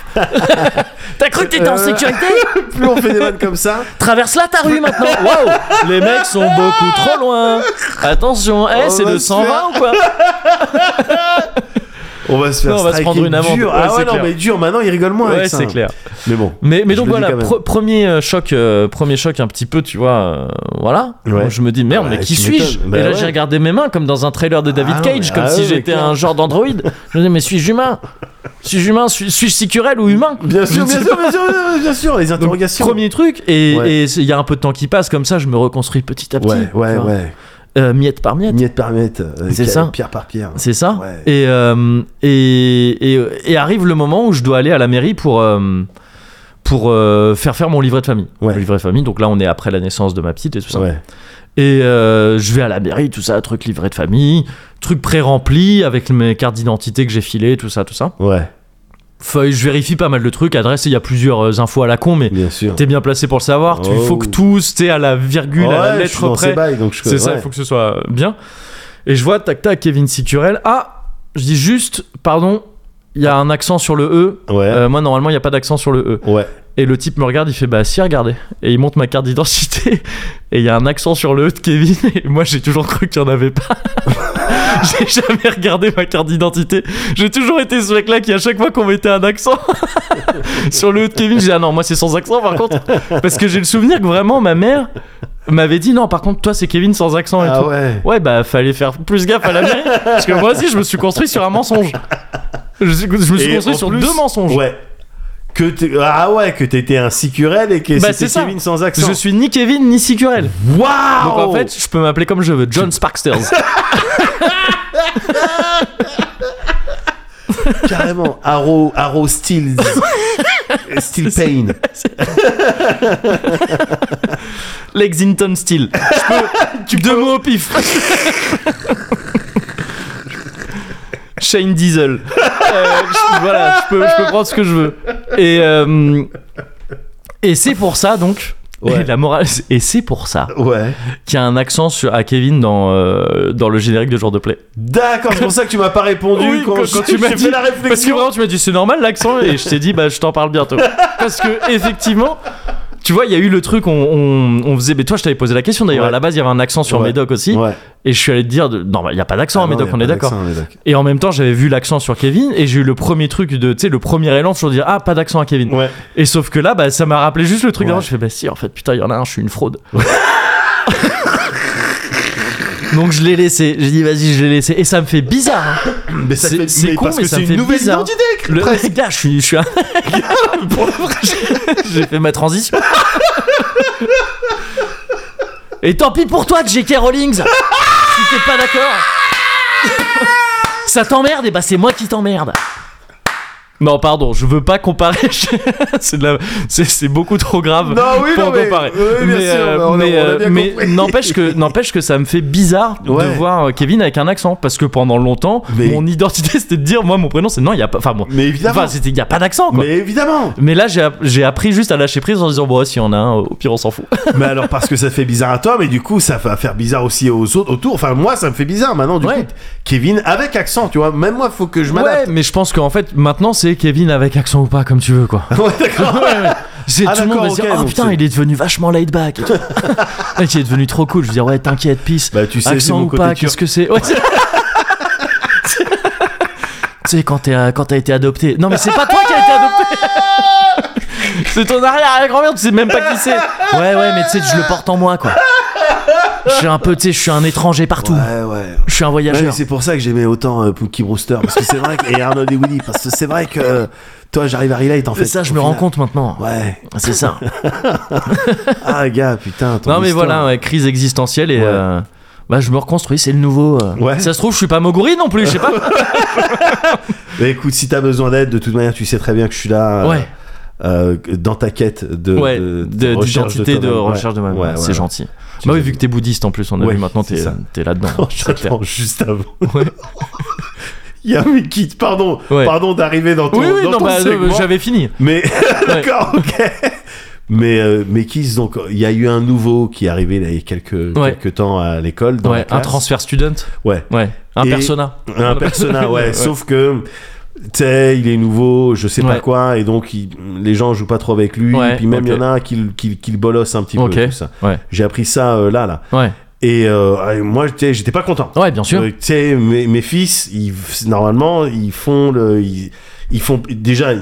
A: T'as cru que t'étais en
B: Euh.
A: sécurité
B: Plus on fait des vannes comme ça.
A: Traverse là ta rue
B: [LAUGHS]
A: maintenant Waouh Les mecs sont beaucoup trop loin Attention, eh,
B: On
A: c'est
B: va
A: de
B: se
A: 120
B: [LAUGHS]
A: ou quoi
B: On va se faire
A: Non, on va se
B: striker
A: prendre une amende.
B: dur.
A: Ouais,
B: ah ouais,
A: c'est
B: non,
A: clair.
B: mais dur. Maintenant, ils rigolent moins
A: Ouais,
B: avec ça.
A: c'est clair.
B: Mais bon.
A: Mais, mais donc
B: Je le dis
A: voilà,
B: quand même.
A: pre- premier euh, choc, euh, premier choc un petit peu, tu vois, euh, voilà.
B: Ouais.
A: Je me dis merde,
B: Ouais,
A: mais qui
B: tu
A: suis-je
B: m'étonnes. Bah
A: Et là
B: ouais.
A: j'ai regardé mes mains comme dans un trailer de David
B: Ah non,
A: Cage,
B: mais-
A: comme
B: ah
A: si
B: ouais, mais
A: j'étais
B: clair.
A: un genre d'androïde. je me dis mais suis-je humain Suis-je humain Suis- Suis-je sicurel ou humain
B: Bien
A: Je
B: sûr,
A: ne
B: bien
A: sais
B: sûr, bien sûr, bien sûr, bien sûr, les
A: Donc,
B: interrogations.
A: Premier truc, et
B: Ouais.
A: et c'est- il y a un peu de temps qui passe, comme ça je me reconstruis petit à petit.
B: Ouais,
A: tu
B: ouais,
A: vois.
B: ouais.
A: Euh, miette par miette.
B: Miette par miette. euh,
A: C'est
B: ca-
A: ça.
B: Pierre par pierre.
A: C'est ça.
B: Ouais.
A: Et, euh, et, et, et arrive le moment où je dois aller à la mairie pour, euh, pour euh, faire faire mon livret de famille.
B: Ouais.
A: Le livret de famille, donc là on est après la naissance de ma petite et tout ça.
B: Ouais.
A: Et euh, je vais à la mairie, tout ça, truc livret de famille, truc pré-rempli avec mes cartes d'identité que j'ai filées, tout ça, tout ça.
B: Ouais,
A: Feuille, je vérifie pas mal de trucs, adresse, il y a plusieurs euh, infos à la con, mais
B: bien sûr.
A: t'es bien placé pour le savoir. Tu- Il faut
B: Oh.
A: que tout t'es à la virgule, à la
B: Ouais, je suis
A: lettre
B: dans
A: près.
B: ces bails, donc je
A: C'est ça, il faut que ce soit bien. Et je vois, tac tac, Kevin Sicurel. Ah, je dis juste, pardon, il y a un accent sur le E.
B: Ouais.
A: Euh, moi, normalement, il n'y a pas d'accent sur le E.
B: Ouais.
A: Et le type me regarde, il fait Bah, si, regardez. Et il monte ma carte d'identité. [LAUGHS] Et il y a un accent sur le E de Kevin. Et moi, j'ai toujours cru qu'il n'y en avait pas. [LAUGHS] j'ai jamais regardé ma carte d'identité. J'ai toujours été ce mec-là qui, à chaque fois qu'on mettait un accent [LAUGHS] sur le E de Kevin, j'ai dit Ah non, moi, c'est sans accent, par contre. Parce que j'ai le souvenir que vraiment, ma mère, m'avait dit non, par contre, toi, c'est Kevin sans accent et
B: Ah
A: tout.
B: ouais.
A: Ouais, bah fallait faire plus gaffe à la mairie. parce que moi aussi, je me suis construit sur un mensonge. Je, suis- je me suis
B: Et
A: construit
B: en
A: sur
B: plus-
A: deux mensonges.
B: Ouais. Que t'es- ah ouais, que t'étais un sicurel et que
A: Bah, c'est
B: c'était
A: ça.
B: Kevin sans accent.
A: Je suis ni Kevin ni Sicurel.
B: Waouh
A: Donc en fait, je peux m'appeler comme je veux, John Sparksters.
B: carrément, Arrow,
A: [LAUGHS]
B: Arrow Steel, Steel Pain.
A: Lexington Steel. Je peux- Deux mots au pif. Shane Diesel. Euh, je- voilà, je peux, je peux prendre ce que je veux. Et, euh, et c'est pour ça donc.
B: Ouais.
A: Et la morale, et c'est pour ça
B: Ouais.
A: qu'il y a un accent sur, à Kevin dans, euh, dans le générique de Jour de Play.
B: D'accord, c'est pour ça que tu m'as pas répondu
A: Oui,
B: quand,
A: quand-
B: je-
A: quand tu m'as
B: j'ai
A: dit-
B: fait la
A: Parce que
B: réflexion.
A: vraiment, tu m'as dit c'est normal l'accent, et je t'ai dit bah je t'en parle
B: [LAUGHS]
A: bientôt. Parce que effectivement, tu vois, il y a eu le truc, on, on, on faisait, mais toi je t'avais posé la question d'ailleurs,
B: Ouais.
A: à la base il y avait un accent sur
B: Ouais.
A: Médoc aussi,
B: ouais.
A: et je suis allé te dire, de- non, bah il n'y a pas d'accent
B: Ah
A: à
B: non,
A: Médoc,
B: y a
A: on
B: pas
A: est d'accord.
B: d'accent, on est d'accord.
A: Et en même temps, j'avais vu l'accent sur Kevin, et j'ai eu le premier truc de, tu sais, le premier élan sur dire ah pas d'accent à Kevin.
B: Ouais.
A: Et sauf que là, bah ça m'a rappelé juste le truc
B: Ouais.
A: d'avant, je fais bah si, en fait, putain, il y en a un, je suis une fraude. [LAUGHS] Donc je l'ai laissé, j'ai dit vas-y je l'ai laissé et ça me fait bizarre. hein.
B: Mais ça
A: C'est-
B: fait,
A: c'est
B: mais
A: con,
B: parce
A: mais
B: que
A: ça
B: c'est
A: fait
B: une nouvelle
A: bizarre.
B: identité.
A: Le gars, je suis, je suis un. [LAUGHS] Pour le vrai, j'ai- j'ai fait ma transition. Et tant pis pour toi, J.K. Rowling Si t'es pas d'accord Ça t'emmerde, et bah c'est moi qui t'emmerde Non, pardon, je veux pas comparer. [LAUGHS] c'est de la- c'est- c'est beaucoup trop grave
B: Non, oui,
A: pour
B: non, mais-
A: comparer.
B: oui, bien sûr,
A: euh,
B: on a- on a-
A: mais,
B: on a
A: euh,
B: bien
A: mais
B: compris.
A: n'empêche que n'empêche que ça me fait bizarre
B: Ouais.
A: de voir euh, Kevin avec un accent parce que pendant longtemps
B: Mais-
A: mon identité [LAUGHS] c'était de dire moi mon prénom c'est non il y a pas enfin bon
B: Mais évidemment.
A: enfin c'était il y a pas d'accent quoi.
B: mais
A: Mais...
B: évidemment.
A: là j'ai app- j'ai appris juste à lâcher prise en disant bon si on a un au pire on s'en fout.
B: [LAUGHS] mais alors parce que ça fait bizarre à toi, mais du coup ça va faire bizarre aussi aux autres autour. Enfin moi ça me fait bizarre maintenant du
A: Ouais.
B: coup. Kevin avec accent, tu vois. Même moi faut que je
A: ouais
B: m'adapte.
A: mais je pense qu'en fait maintenant c'est Kevin avec accent ou pas comme tu veux quoi.
B: [LAUGHS] Ouais, d'accord.
A: C'est
B: Ah,
A: tout le monde va
B: d'accord,
A: se dire
B: ok,
A: oh
B: donc
A: putain
B: c'est-
A: il est devenu vachement laid back.
B: [LAUGHS]
A: et tout. Mec, il est devenu trop cool je veux dire ouais t'inquiète peace.
B: Bah tu sais c'est
A: accent
B: mon
A: ou
B: côté
A: pas
B: turc.
A: qu'est-ce que c'est. Ouais, c'est- [LAUGHS] Tu sais, quand t'es, euh, quand t'as été adopté. Non, mais c'est pas toi qui as été adopté [LAUGHS] C'est ton arrière-grand-mère, tu sais même pas qui c'est Ouais, ouais, mais tu sais, je le porte en moi, quoi. Je suis un peu, tu sais, je suis un étranger partout.
B: Ouais ouais.
A: Je suis un
B: Ouais, mais
A: voyageur.
B: c'est pour ça que j'aimais autant euh, Punky Brewster parce que c'est vrai que, et Arnold et Woody parce que c'est vrai que euh, toi j'arrive à relate en fait.
A: C'est ça, je
B: au
A: me rends
B: final.
A: compte maintenant.
B: Ouais.
A: C'est ça.
B: Ah gars putain. ton
A: Non, mais
B: histoire.
A: voilà, ouais, crise existentielle et.
B: Ouais.
A: euh, Bah, je me reconstruis, c'est le nouveau. euh.
B: Ouais.
A: Ça se trouve, je suis pas Moguri non plus, je sais
B: [LAUGHS]
A: pas.
B: Bah, écoute si t'as besoin d'aide de toute manière tu sais très bien que je suis là. euh,
A: Ouais,
B: euh, dans ta quête de,
A: ouais,
B: de,
A: de-
B: recherche
A: d'identité, de,
B: toi-même. Ouais.
A: recherche de moi-même.
B: Ouais, ouais,
A: c'est
B: ouais.
A: gentil.
B: Tu
A: Bah oui,
B: sais-
A: vu que t'es bouddhiste en plus, on a
B: Ouais,
A: vu maintenant,
B: c'est
A: t'es, euh,
B: ça.
A: t'es
B: [LAUGHS]
A: là-dedans. c'est clair.
B: Attends, Oh, juste avant. [LAUGHS] Il y a un mec qui te- pardon,
A: Ouais.
B: pardon d'arriver dans ton,
A: Oui, oui,
B: dans
A: non,
B: ton
A: bah, euh,
B: segment.
A: j'avais fini.
B: Mais [LAUGHS] d'accord, ok. Mais euh, mais qui se- donc il y a eu un nouveau qui est arrivé là, il y a quelques
A: Ouais.
B: quelques temps à l'école dans la
A: Ouais, un
B: classe.
A: transfert student.
B: Ouais.
A: Ouais, un
B: Et-
A: persona. [LAUGHS]
B: Un persona, ouais,
A: Ouais.
B: Sauf que, tu sais, il est nouveau, je sais pas
A: Ouais.
B: quoi, et donc il- les gens jouent pas trop avec lui.
A: Ouais,
B: et puis même, il
A: ok.
B: y en a un qui, le- qui, qui le bolosse un petit
A: Ok,
B: peu. tout ça.
A: ouais.
B: J'ai appris ça euh, là, là.
A: Ouais,
B: Et euh, moi, tu sais, j'étais pas content.
A: ouais, bien sûr.
B: Euh, tu sais, mes, mes fils, ils, normalement, ils font le. Ils, ils font. Déjà, ils-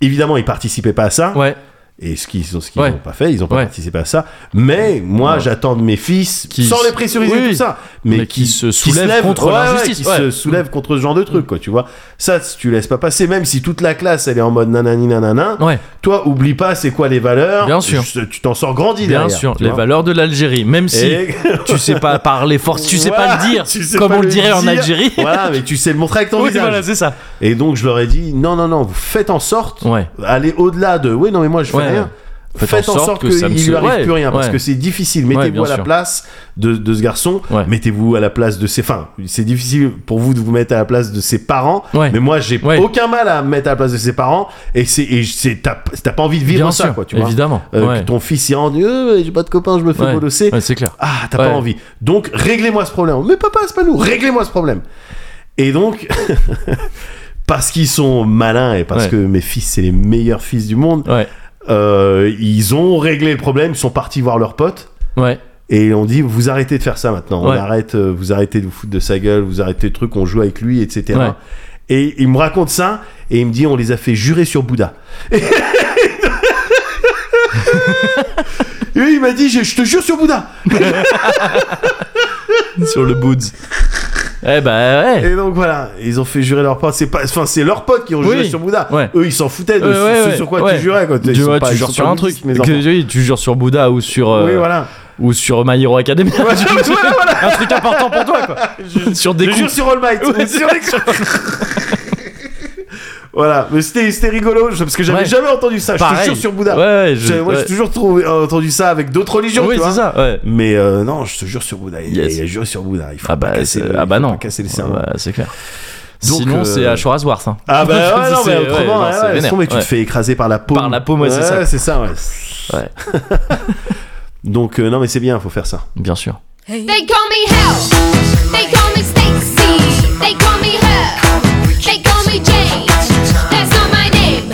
B: évidemment, ils participaient pas à ça.
A: Ouais,
B: Et ce qu'ils ont, ce qu'ils
A: Ouais.
B: n'ont pas fait, ils n'ont pas
A: Ouais.
B: participé à ça. Mais moi,
A: Ouais.
B: j'attends de mes fils,
A: Qui
B: sans
A: s-
B: les pressuriser
A: oui,
B: tout ça,
A: mais qui se soulèvent contre
B: ouais, ouais,
A: l'injustice,
B: qui
A: ouais.
B: se soulèvent contre ce genre de truc, quoi. Tu vois, ça, tu laisses pas passer. Même si toute la classe, elle est en mode nanani nanana.
A: ouais,
B: Toi, oublie pas, c'est quoi les valeurs
A: Bien sûr.
B: Je- tu t'en sors grandi
A: bien
B: derrière,
A: sûr.
B: tu
A: Les
B: vois.
A: valeurs de l'Algérie, même si
B: Et- [LAUGHS]
A: tu sais pas parler force, tu sais pas le dire,
B: Tu sais
A: comme
B: pas
A: on le dirait en
B: dire.
A: Algérie. [LAUGHS]
B: Voilà, mais tu sais le montrer avec ton
A: Oui,
B: visage.
A: voilà, c'est ça.
B: Et donc je leur ai dit non non non, vous faites en sorte
A: Ouais.
B: allez au-delà de oui non mais moi je fais
A: Ouais.
B: rien. Faites, en sorte,
A: que ça
B: qu'il
A: me
B: lui
A: se-
B: arrive
A: Ouais,
B: plus rien parce
A: ouais.
B: que c'est difficile.
A: Ouais,
B: Mettez-vous
A: bien
B: à la
A: sûr.
B: place de, de ce garçon.
A: Ouais.
B: Mettez-vous à la place de ses. Enfin, c'est difficile pour vous de vous mettre à la place de ses parents.
A: Ouais.
B: Mais moi, j'ai
A: Ouais.
B: aucun mal à me mettre à la place de ses parents. Et c'est et c'est- t'as t'as pas envie de vivre
A: Bien
B: ça
A: sûr,
B: quoi. Tu vois.
A: évidemment.
B: Euh,
A: Ouais.
B: que ton fils il rentre, Euh, j'ai pas de copain, je me fais
A: Ouais.
B: bolosser.
A: Ouais, c'est clair.
B: Ah, t'as
A: Ouais.
B: pas envie. Donc, réglez-moi ce problème. Mais papa, c'est pas nous. Réglez-moi ce problème. Et donc, [LAUGHS] parce qu'ils sont malins et parce
A: Ouais.
B: que mes fils, c'est les meilleurs fils du monde,
A: Ouais,
B: euh, ils ont réglé le problème. Ils sont partis voir leurs potes.
A: ouais,
B: Et on dit, vous arrêtez de faire ça maintenant. On
A: Ouais.
B: arrête, euh, vous arrêtez de vous foutre de sa gueule, vous arrêtez le truc, on joue avec lui, etc.
A: Ouais.
B: Et il me raconte ça, et il me dit, on les a fait jurer sur Bouddha. Et, lui, il m'a dit, je je te jure sur Bouddha.
A: [LAUGHS] sur le boots. Eh bah ouais.
B: Et donc voilà, ils ont fait jurer leurs potes. C'est pas, enfin, c'est leurs potes qui ont juré
A: Oui.
B: sur Bouddha.
A: Ouais.
B: Eux, ils s'en foutaient de
A: Ouais,
B: ce,
A: ouais,
B: ce
A: ouais,
B: sur quoi
A: ouais.
B: tu jurais. Quoi. Ils
A: Tu,
B: sont
A: ouais,
B: pas-
A: tu
B: ils
A: jures
B: sont
A: sur
B: pas
A: un truc.
B: bouddhistes, mes
A: Que- [LAUGHS]
B: enfants.
A: oui, tu jures sur Bouddha ou sur, euh,
B: Oui, voilà.
A: ou sur My Hero Academia.
B: Ouais, je- voilà,
A: [LAUGHS]
B: voilà.
A: un truc important pour toi, quoi. sur des
B: [LAUGHS] Je jure
A: coups.
B: sur All Might.
A: Ouais,
B: Ou [LAUGHS] sur les- voilà, mais c'était c'était rigolo je- parce que j'avais
A: Ouais.
B: jamais entendu ça. Je te
A: Pareil.
B: jure sur Bouddha.
A: Ouais, ouais, je-
B: J'ai- Moi,
A: ouais.
B: j'ai toujours trouvé, euh, entendu ça avec d'autres religions.
A: Oui,
B: tu vois.
A: c'est ça, ouais.
B: Mais euh, non, je te jure sur Bouddha. Il,
A: Yes.
B: il a juré sur Bouddha. Il faut
A: Ah
B: pas
A: bah,
B: casser
A: c'est-
B: le-
A: ah bah
B: il faut
A: non.
B: pas casser les
A: Ah
B: cerveaux.
A: bah, c'est clair.
B: Donc,
A: Sinon,
B: euh,
A: c'est à Schwarzworth. hein.
B: Ah
A: [LAUGHS]
B: bah ouais, non, mais
A: C'est- ouais,
B: autrement,
A: non,
B: ouais,
A: c'est
B: ouais,
A: vénère,
B: sinon, mais tu
A: ouais.
B: te fais écraser par la paume.
A: Par la paume, ouais, c'est ça.
B: c'est ça, ouais.
A: Ouais,
B: [LAUGHS] Donc euh, non, mais c'est bien, faut faire ça.
A: bien sûr.
E: They call me Hell. They call me Stacy. They call me her. They call me Jane. That's not my name.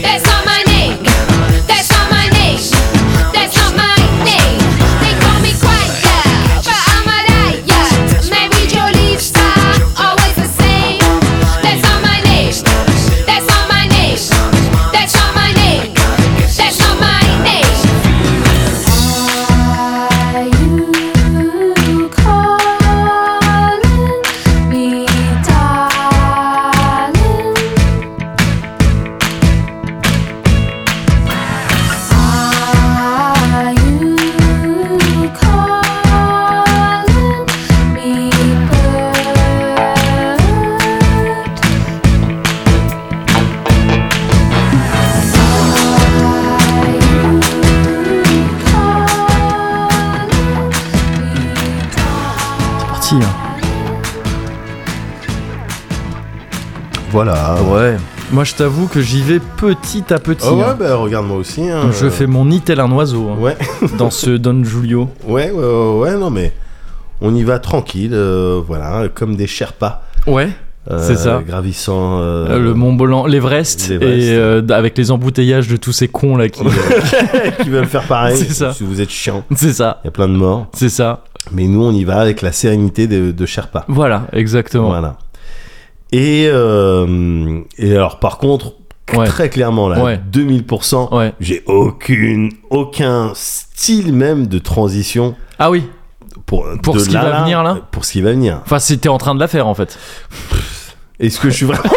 E: That's not my name. That's not my name. That's not my name. They call me Quiet, but I'm a liar. Mary Jo lifestyle, always the same. That's not my name. That's not my name. That's not my name. That's not my name. Are you calling me, darling? Are you calling me, bird?
A: Parti. hein.
B: Voilà.
A: Ouais. Moi, je t'avoue que j'y vais petit à petit.
B: Ah ouais,
A: hein.
B: bah regarde moi aussi. hein.
A: Donc, je fais mon nid tel un oiseau hein,
B: Ouais,
A: dans ce Don Julio.
B: ouais, ouais, ouais, ouais, non mais on y va tranquille, euh, voilà, comme des Sherpas.
A: Ouais.
B: euh,
A: C'est ça.
B: Gravissant. euh,
A: Euh, le Mont Blanc, l'Everest,
B: l'Everest.
A: et euh, d- avec les embouteillages de tous ces cons là qui.
B: qui veulent faire
A: [LAUGHS]
B: pareil.
A: C'est ça.
B: Si vous êtes chiant,
A: c'est ça,
B: il y a plein de morts.
A: c'est ça.
B: Mais nous, on y va avec la sérénité de, de Sherpa.
A: Voilà, exactement.
B: Voilà. Et, euh, et alors, par contre,
A: Ouais.
B: très clairement, là,
A: Ouais.
B: 2000%,
A: Ouais.
B: j'ai aucune, aucun style même de transition
A: Ah oui.
B: pour,
A: Pour
B: de
A: ce qui va venir, là
B: Pour ce qui va venir.
A: Enfin, c'était en train de la faire en fait.
B: Est-ce que je suis vraiment. [LAUGHS]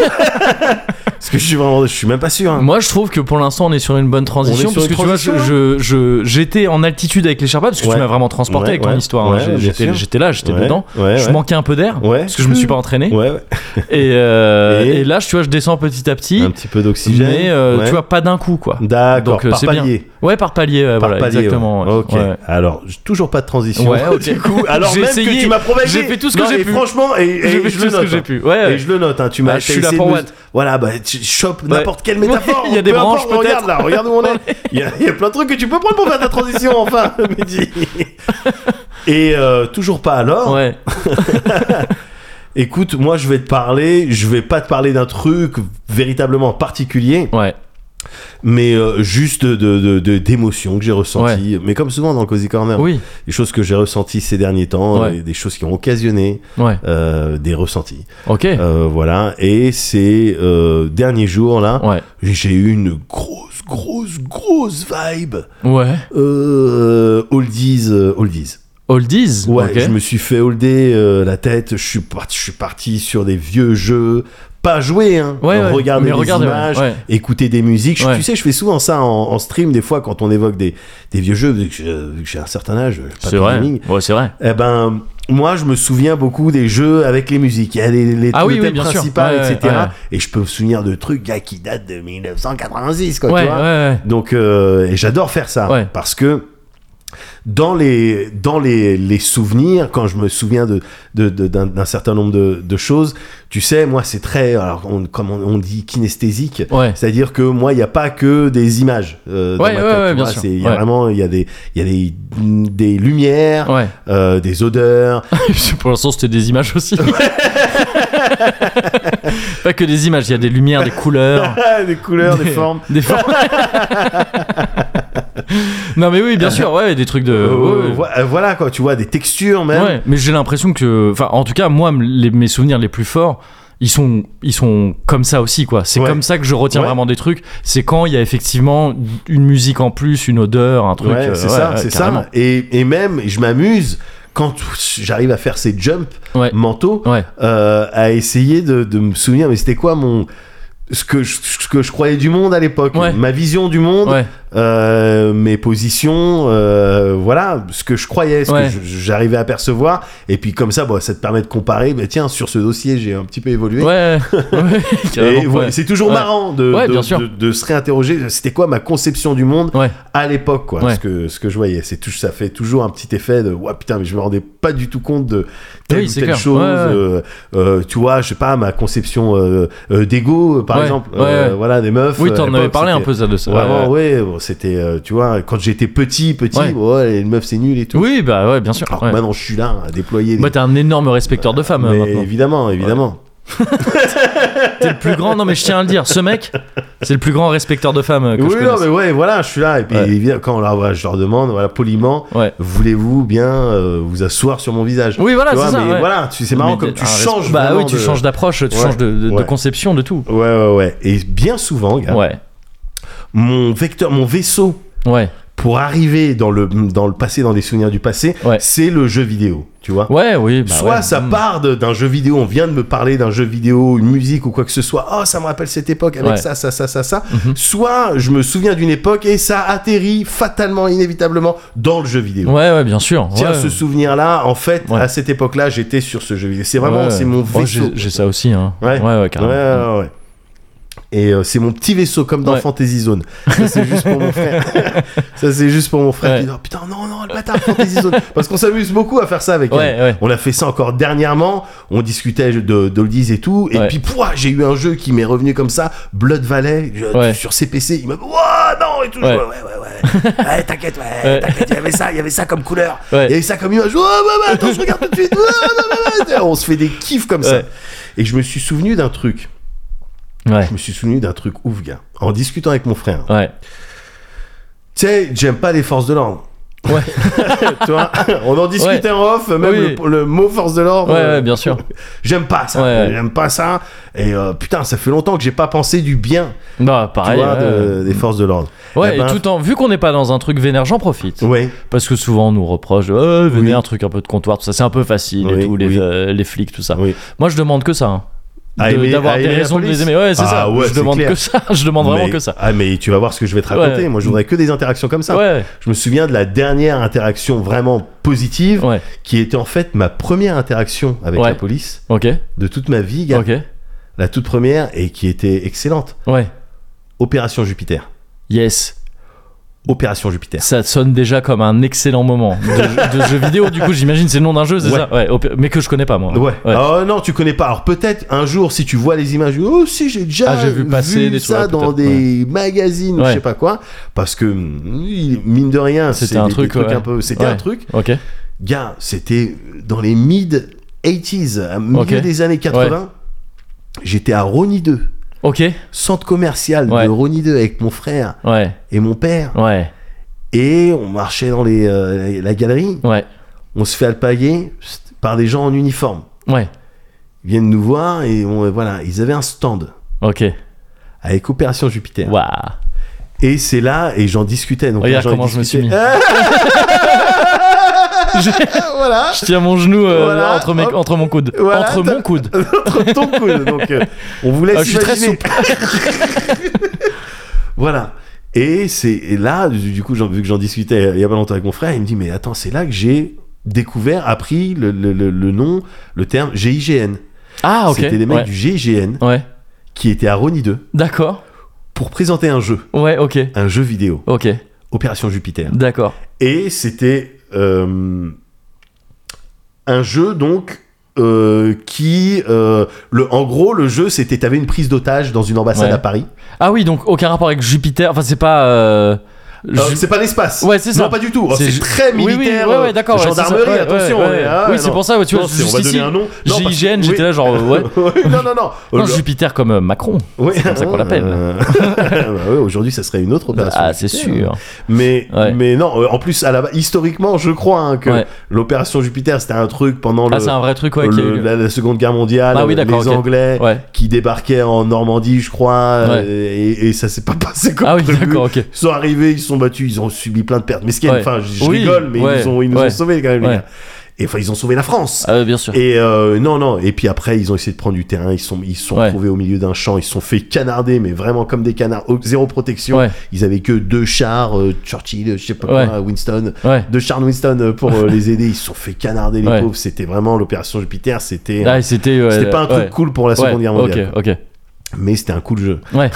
B: Est-ce que je suis vraiment. Je suis même pas sûr. hein.
A: Moi, je trouve que pour l'instant, on est sur une bonne
B: On
A: transition
B: est sur
A: parce que
B: une hein.
A: tu vois, je- je- je- j'étais en altitude avec les Sherpas parce que
B: Ouais.
A: tu m'as vraiment transporté
B: Ouais,
A: avec ton
B: ouais.
A: histoire. hein.
B: Ouais,
A: J'ai-
B: bien sûr.
A: j'étais, j'étais là, j'étais
B: Ouais,
A: dedans.
B: ouais,
A: je
B: ouais.
A: manquais un peu d'air
B: Ouais.
A: parce que je me suis pas entraîné.
B: Ouais, ouais.
A: Et, euh,
B: Et-
A: et là, tu vois, je descends petit à petit,
B: Un petit peu d'oxygène.
A: mais euh,
B: ouais.
A: tu vois, pas d'un coup quoi.
B: D'accord,
A: Donc euh,
B: par
A: c'est bien.
B: palier.
A: Ouais, par palier. ouais,
B: Par
A: voilà,
B: palier, ouais.
A: exactement. ouais.
B: Ok.
A: Ouais.
B: Alors, j'ai toujours pas de transition.
A: Ouais,
B: [LAUGHS]
A: ok.
B: du coup, alors
A: J'ai
B: même
A: essayé.
B: que tu m'as propagé.
A: J'ai fait tout ce que
B: Non,
A: j'ai
B: et
A: pu.
B: Franchement, et, et
A: J'ai fait
B: je
A: tout
B: le
A: ce
B: note.
A: que j'ai
B: hein.
A: pu. Ouais, ouais.
B: Et je le note, hein, tu
A: Bah,
B: m'as
A: je
B: t'as
A: suis là
B: essayé
A: pour
B: de
A: what
B: Voilà, bah, tu chopes n'importe quelle métaphore.
A: Il y a des
B: peu
A: branches,
B: importe,
A: peut-être.
B: Regarde là, regarde
A: [LAUGHS]
B: où on est. Il y, a, il y a plein de trucs que tu peux prendre pour faire ta transition, enfin,
A: [LAUGHS]
B: Mehdi. Et euh, toujours pas alors.
A: Ouais.
B: Écoute, moi je vais te parler, je vais pas te parler d'un truc véritablement particulier.
A: Ouais.
B: mais euh, juste de, de, de- d'émotions que j'ai ressenties. Mais comme souvent dans le Cozy Corner,
A: Oui.
B: des choses que j'ai ressenties ces derniers temps,
A: Ouais.
B: euh, des choses qui ont occasionné
A: Ouais.
B: euh, des ressentis.
A: Ok.
B: Euh, voilà. Et ces euh, derniers jours là,
A: Ouais.
B: j'ai eu une grosse, grosse, grosse vibe
A: Ouais.
B: euh, oldies, euh, oldies.
A: Oldies.
B: Ouais,
A: ok.
B: je me suis fait holder euh, la tête. Je suis parti, je suis parti sur des vieux jeux, pas jouer, hein.
A: Ouais, ouais,
B: regarder
A: mais
B: des
A: regarder, ouais,
B: images,
A: ouais.
B: écouter des musiques. Je-
A: Ouais.
B: Tu sais, je fais souvent ça en, en stream des fois quand on évoque des, des vieux jeux vu que je- vu que j'ai un certain âge. j'ai pas
A: C'est
B: de
A: vrai.
B: gaming.
A: Ouais, c'est vrai.
B: Eh ben. Moi, je me souviens beaucoup des jeux avec les musiques. Il y a les, les
A: Ah
B: le
A: oui, oui,
B: thème
A: bien sûr.
B: principal,
A: Ouais, ouais,
B: etc.
A: ouais.
B: Et je peux me souvenir de trucs là, qui datent de 1986, quoi,
A: Ouais,
B: tu
A: ouais,
B: vois.
A: ouais.
B: Donc, euh, et j'adore faire ça
A: Ouais.
B: parce que dans les dans les, les souvenirs, quand je me souviens de de- de- d'un d'un certain nombre de, de choses, tu sais, moi c'est très alors on, comme on, on dit kinesthésique.
A: Ouais.
B: C'est-à-dire que moi, il n'y a pas que des images euh, dans
A: Ouais, ouais,
B: ma tête,
A: ouais,
B: tu
A: bien
B: vois.
A: sûr.
B: C'est- Il y a
A: Ouais.
B: vraiment, il y a des, il y a des, des lumières,
A: Ouais. [LAUGHS]
B: euh, des odeurs.
A: Pour l'instant, c'était des images aussi. [LAUGHS] Pas que des images, il y a des lumières, des couleurs.
B: [LAUGHS] des couleurs, des formes.
A: Des
B: [LAUGHS]
A: formes. non, mais oui, bien sûr, ouais, des trucs de.
B: Euh,
A: ouais, ouais.
B: vo- euh, voilà quoi, tu vois, des textures même.
A: Ouais, mais j'ai l'impression que. Enfin, en tout cas, moi, m- les- mes souvenirs les plus forts, ils sont, ils sont comme ça aussi, quoi. C'est
B: Ouais.
A: comme ça que je retiens
B: Ouais.
A: vraiment des trucs. C'est quand il y a effectivement une musique en plus, une odeur, un truc.
B: Ouais,
A: euh,
B: c'est ça,
A: ouais,
B: c'est
A: carrément.
B: ça. Et, et même, je m'amuse quand j'arrive à faire ces jumps
A: Ouais.
B: mentaux,
A: Ouais.
B: euh, à essayer de, de me souvenir, mais c'était quoi mon. Ce que, je, ce que je croyais du monde à l'époque,
A: Ouais.
B: ma vision du monde,
A: Ouais.
B: euh, mes positions, euh, voilà, ce que je croyais, ce
A: Ouais.
B: que je- j'arrivais à percevoir, et puis comme ça, bon, ça te permet de comparer, mais tiens, sur ce dossier, j'ai un petit peu
A: [LAUGHS]
B: évolué.
A: Ouais. Ouais,
B: Et
A: carrément,
B: voilà,
A: ouais.
B: c'est toujours
A: Ouais.
B: marrant de,
A: Ouais,
B: de-
A: bien sûr.
B: de- de se réinterroger. C'était quoi ma conception du monde
A: Ouais.
B: à l'époque, quoi,
A: Ouais.
B: ce, que, ce que je voyais. C'est tout, ça fait toujours un petit effet de ouais, putain, mais je me rendais pas du tout compte de telle
A: Oui,
B: ou
A: c'est
B: telle
A: clair.
B: chose.
A: Ouais, ouais.
B: euh, euh, tu vois, je sais pas, ma conception euh, euh, d'ego, euh, par
A: Ouais,
B: exemple,
A: ouais,
B: euh,
A: ouais.
B: voilà, des meufs.
A: Oui,
B: euh, à
A: t'en avais
B: l'époque,
A: parlé un
B: c'était
A: peu ça de ça.
B: Vraiment,
A: Ouais.
B: ouais, bon, c'était, euh, tu vois, quand j'étais petit, petit,
A: Ouais.
B: ouais, une meuf c'est nul et tout.
A: Oui, bah ouais, bien sûr.
B: Alors que
A: ouais.
B: maintenant, je suis là à déployer. des-
A: Bah, t'es un énorme respecteur de femmes euh,
B: mais
A: maintenant.
B: évidemment, évidemment.
A: T'es le plus grand. Non, mais je tiens à le dire. Ce mec, c'est le plus grand respecteur de femmes euh, que je
B: oui, non,
A: connaisse.
B: mais ouais, voilà, je suis là. Et puis,
A: Ouais.
B: évidemment, quand là, voilà, je leur demande, voilà, poliment,
A: Ouais.
B: voulez-vous bien euh, vous asseoir sur mon visage
A: Oui, voilà,
B: Tu vois,
A: c'est ça.
B: mais
A: ouais.
B: voilà, tu, c'est marrant
A: Mais
B: comme
A: un
B: tu
A: respect-
B: changes.
A: Bah oui,
B: vraiment
A: tu
B: de-
A: changes d'approche, tu
B: Ouais,
A: changes de, de- de
B: ouais.
A: conception, de tout.
B: Ouais, ouais, ouais. Et bien souvent, gars,
A: Ouais,
B: mon vecteur, mon vaisseau
A: ouais,
B: pour arriver dans le, dans le passé, dans des souvenirs du passé,
A: Ouais.
B: c'est le jeu vidéo, tu vois.
A: ouais, oui. bah
B: soit
A: ouais.
B: ça
A: Mm.
B: part de- d'un jeu vidéo, on vient de me parler d'un jeu vidéo, une musique ou quoi que ce soit, oh ça me rappelle cette époque avec
A: Ouais. Mm-hmm.
B: ça, ça, ça, ça, ça, soit je me souviens d'une époque et ça atterrit fatalement, inévitablement dans le jeu vidéo.
A: Ouais, ouais, bien sûr.
B: Tiens,
A: ouais.
B: ce souvenir-là, en fait,
A: Ouais.
B: à cette époque-là, j'étais sur ce jeu vidéo. C'est vraiment,
A: Ouais.
B: c'est mon
A: Oh,
B: vaisseau.
A: j'ai- J'ai ça aussi, hein.
B: Ouais.
A: ouais,
B: Ouais,
A: carrément.
B: ouais, ouais. Et euh, c'est mon petit vaisseau comme dans
A: Ouais.
B: Fantasy Zone. Ça c'est juste pour mon
A: [LAUGHS]
B: frère. ça c'est juste pour mon frère
A: Ouais.
B: qui dit Oh, putain non non le bâtard Fantasy Zone parce qu'on s'amuse beaucoup à faire ça avec
A: Ouais,
B: elle.
A: ouais.
B: On a fait ça encore dernièrement. On discutait de d'oldies et tout. Et
A: Ouais.
B: puis pouah, j'ai eu un jeu qui m'est revenu comme ça Blood Valley je-
A: Ouais.
B: sur CPC. Il m'a dit Ouah, non et tout. Je-
A: Ouais.
B: Ouais ouais ouais. ouais. t'inquiète ouais,
A: Ouais.
B: t'inquiète il y avait ça il y avait ça comme couleur.
A: Ouais.
B: Il y avait ça comme image. Ouais ouais ouais attends je regarde tout de suite. Ouais, ouais, ouais, ouais. On se fait des kiffs comme ça.
A: Ouais.
B: Et je me suis souvenu d'un truc.
A: Ouais,
B: Je me suis souvenu d'un truc ouf, gars. En discutant avec mon frère.
A: ouais.
B: Tu sais, j'aime pas les forces de l'ordre.
A: Ouais.
B: [LAUGHS] tu vois, on en discutait en off, même
A: Oui.
B: le, le mot force de l'ordre.
A: Ouais,
B: euh,
A: ouais, bien sûr.
B: [LAUGHS] J'aime pas ça.
A: Ouais, ouais.
B: J'aime pas ça. Et euh, putain, ça fait longtemps que j'ai pas pensé du bien,
A: Bah,
B: tu
A: pareil.
B: vois,
A: ouais.
B: de- des forces de l'ordre.
A: Ouais,
B: Eh ben,
A: et tout en. Vu qu'on n'est pas dans un truc vénère, j'en profite.
B: Ouais.
A: Parce que souvent, on nous reproche de, oh, vénère,
B: Oui.
A: un truc un peu de comptoir, tout ça. C'est un peu facile
B: Oui,
A: et tout, les,
B: oui.
A: euh, les flics, tout ça.
B: Oui.
A: Moi, je demande que ça. hein.
B: À
A: De-
B: aimer-
A: D'avoir
B: à
A: des
B: aimer la
A: raisons de
B: police.
A: les aimer. Ouais, c'est
B: Ah
A: ça.
B: ouais,
A: je
B: c'est
A: demande
B: clair.
A: que ça. [LAUGHS] Je demande vraiment
B: Mais-
A: que ça.
B: Ah, mais tu vas voir ce que je vais te raconter.
A: Ouais.
B: Moi, je voudrais que des interactions comme ça.
A: Ouais,
B: Je me souviens de la dernière interaction vraiment positive,
A: ouais.
B: qui était en fait ma première interaction avec
A: Ouais.
B: la police
A: Ok,
B: de toute ma vie, gars.
A: ok.
B: la toute première et qui était excellente.
A: Ouais.
B: Opération Jupiter.
A: Yes.
B: Opération Jupiter.
A: Ça sonne déjà comme un excellent moment de, de jeu vidéo. Du coup, j'imagine c'est le nom d'un jeu, c'est
B: Ouais.
A: ça Ouais, opé- mais que je connais pas moi.
B: Ouais. Ah, non, tu connais pas. Alors peut-être un jour, si tu vois les images, oh si j'ai déjà
A: Ah, j'ai vu passer des
B: ça
A: trucs,
B: dans
A: peut-être,
B: des magazines, ou
A: Ouais.
B: je sais pas quoi, parce que mm, mine de rien,
A: C'était
B: c'est
A: un
B: des- des
A: truc,
B: trucs
A: ouais.
B: un peu, c'était
A: Ouais.
B: un truc.
A: Ok.
B: Gars, c'était dans les mid 80s, à milieu
A: Ok.
B: des années 80. J'étais à Rony 2,
A: Ok.
B: centre commercial
A: Ouais.
B: de Rony 2 avec mon frère
A: Ouais.
B: et mon père,
A: Ouais.
B: et on marchait dans les, euh, la galerie.
A: Ouais.
B: on se fait alpaguer pst, par des gens en uniforme.
A: Ouais.
B: Ils viennent nous voir et on- euh, voilà, ils avaient un stand
A: Ok.
B: avec Opération Jupiter.
A: Waouh.
B: Et c'est là, et j'en discutais. Donc
A: Regarde
B: j'en ai
A: comment je me suis
B: discuté.
A: mis.
B: [LAUGHS] voilà,
A: Je tiens mon genou euh,
B: Voilà,
A: entre, mes-
B: hop.
A: entre mon coude.
B: Voilà,
A: entre
B: t'as-
A: mon coude.
B: [LAUGHS] entre ton coude. Donc euh, on vous laisse
A: Ah, je suis très
B: imaginer. [LAUGHS] voilà. Et c'est et là, du du coup, j'en- vu que j'en discutais euh, il y a pas longtemps avec mon frère, il me dit mais attends, c'est là que j'ai découvert, appris le, le- le- le nom, le terme GIGN.
A: Ah, ok.
B: C'était des mecs
A: ouais.
B: du GIGN
A: Ouais.
B: qui étaient à Rony 2
A: D'accord.
B: pour présenter un jeu.
A: Ouais, ok.
B: un jeu vidéo,
A: Ok.
B: Opération Jupiter.
A: D'accord.
B: Et c'était euh, un jeu donc euh, qui, euh, le, en gros, le jeu c'était t'avais une prise d'otage dans une ambassade
A: Ouais.
B: à Paris.
A: Ah oui, donc aucun rapport avec Jupiter. Enfin, c'est pas. euh, je-
B: Euh, c'est pas l'espace.
A: Ouais, c'est ça.
B: Non, pas du tout. Oh,
A: C'est
B: C'est
A: ju-
B: très
A: Oui, oui,
B: militaire. euh,
A: ouais, ouais, d'accord, ouais, c'est ça.
B: gendarmerie,
A: Ouais,
B: attention.
A: ouais,
B: on est-
A: ouais.
B: ah,
A: Oui, c'est
B: non.
A: pour ça, ouais, tu vois,
B: Non, c'est- on
A: juste
B: va donner
A: ici,
B: un nom. Non, parce-
A: JIGN,
B: oui.
A: j'étais là genre, euh, ouais.
B: Oui, [LAUGHS] non, non, non.
A: Non,
B: Euh,
A: Jupiter comme euh, Macron.
B: oui.
A: comme ça qu'on l'appelle.
B: Euh, bah [LAUGHS] ouais, Aujourd'hui, ça serait une autre opération.
A: Ah, c'est
B: militaire.
A: sûr.
B: Mais,
A: Ouais.
B: mais non, euh, en plus, à la, historiquement, je crois hein, que
A: Ouais.
B: l'opération Jupiter, c'était un truc pendant
A: Ah,
B: le-
A: c'est un vrai truc, ouais, qui a
B: le-
A: eu lieu.
B: la, la Seconde Guerre mondiale,
A: Ah oui,
B: les
A: d'accord, ok.
B: Anglais
A: Ouais.
B: qui débarquaient en Normandie, je crois, euh,
A: Ouais.
B: et, et ça s'est pas [LAUGHS] passé comme
A: Ah oui,
B: prévu.
A: d'accord, ok.
B: Ils sont arrivés, ils se sont battus, ils ont subi plein de pertes. Mais ce qui est,
A: Ouais.
B: enfin, je je
A: Oui,
B: rigole, mais
A: ouais,
B: ils, nous ont, ils nous
A: ouais.
B: ont sauvés quand même, les
A: Ouais.
B: gars. Et enfin, ils ont sauvé la France.
A: Ah, bien sûr.
B: Et euh, non, non. Et puis après, ils ont essayé de prendre du terrain. Ils sont, ils se sont
A: Ouais.
B: retrouvés au milieu d'un champ. Ils se sont fait canarder, mais vraiment comme des canards, au- zéro protection.
A: Ouais.
B: Ils avaient que deux chars, euh, Churchill, je sais pas
A: Ouais.
B: quoi, Winston,
A: Ouais.
B: deux chars Winston euh, pour euh, les aider. Ils se sont fait canarder les
A: Ouais.
B: pauvres. C'était vraiment l'opération Jupiter. C'était,
A: Ah, et c'était. ouais,
B: c'était pas un truc
A: ouais.
B: cool pour la Seconde
A: Ouais,
B: Guerre mondiale,
A: Ok, ok.
B: mais c'était un cool jeu.
A: Ouais.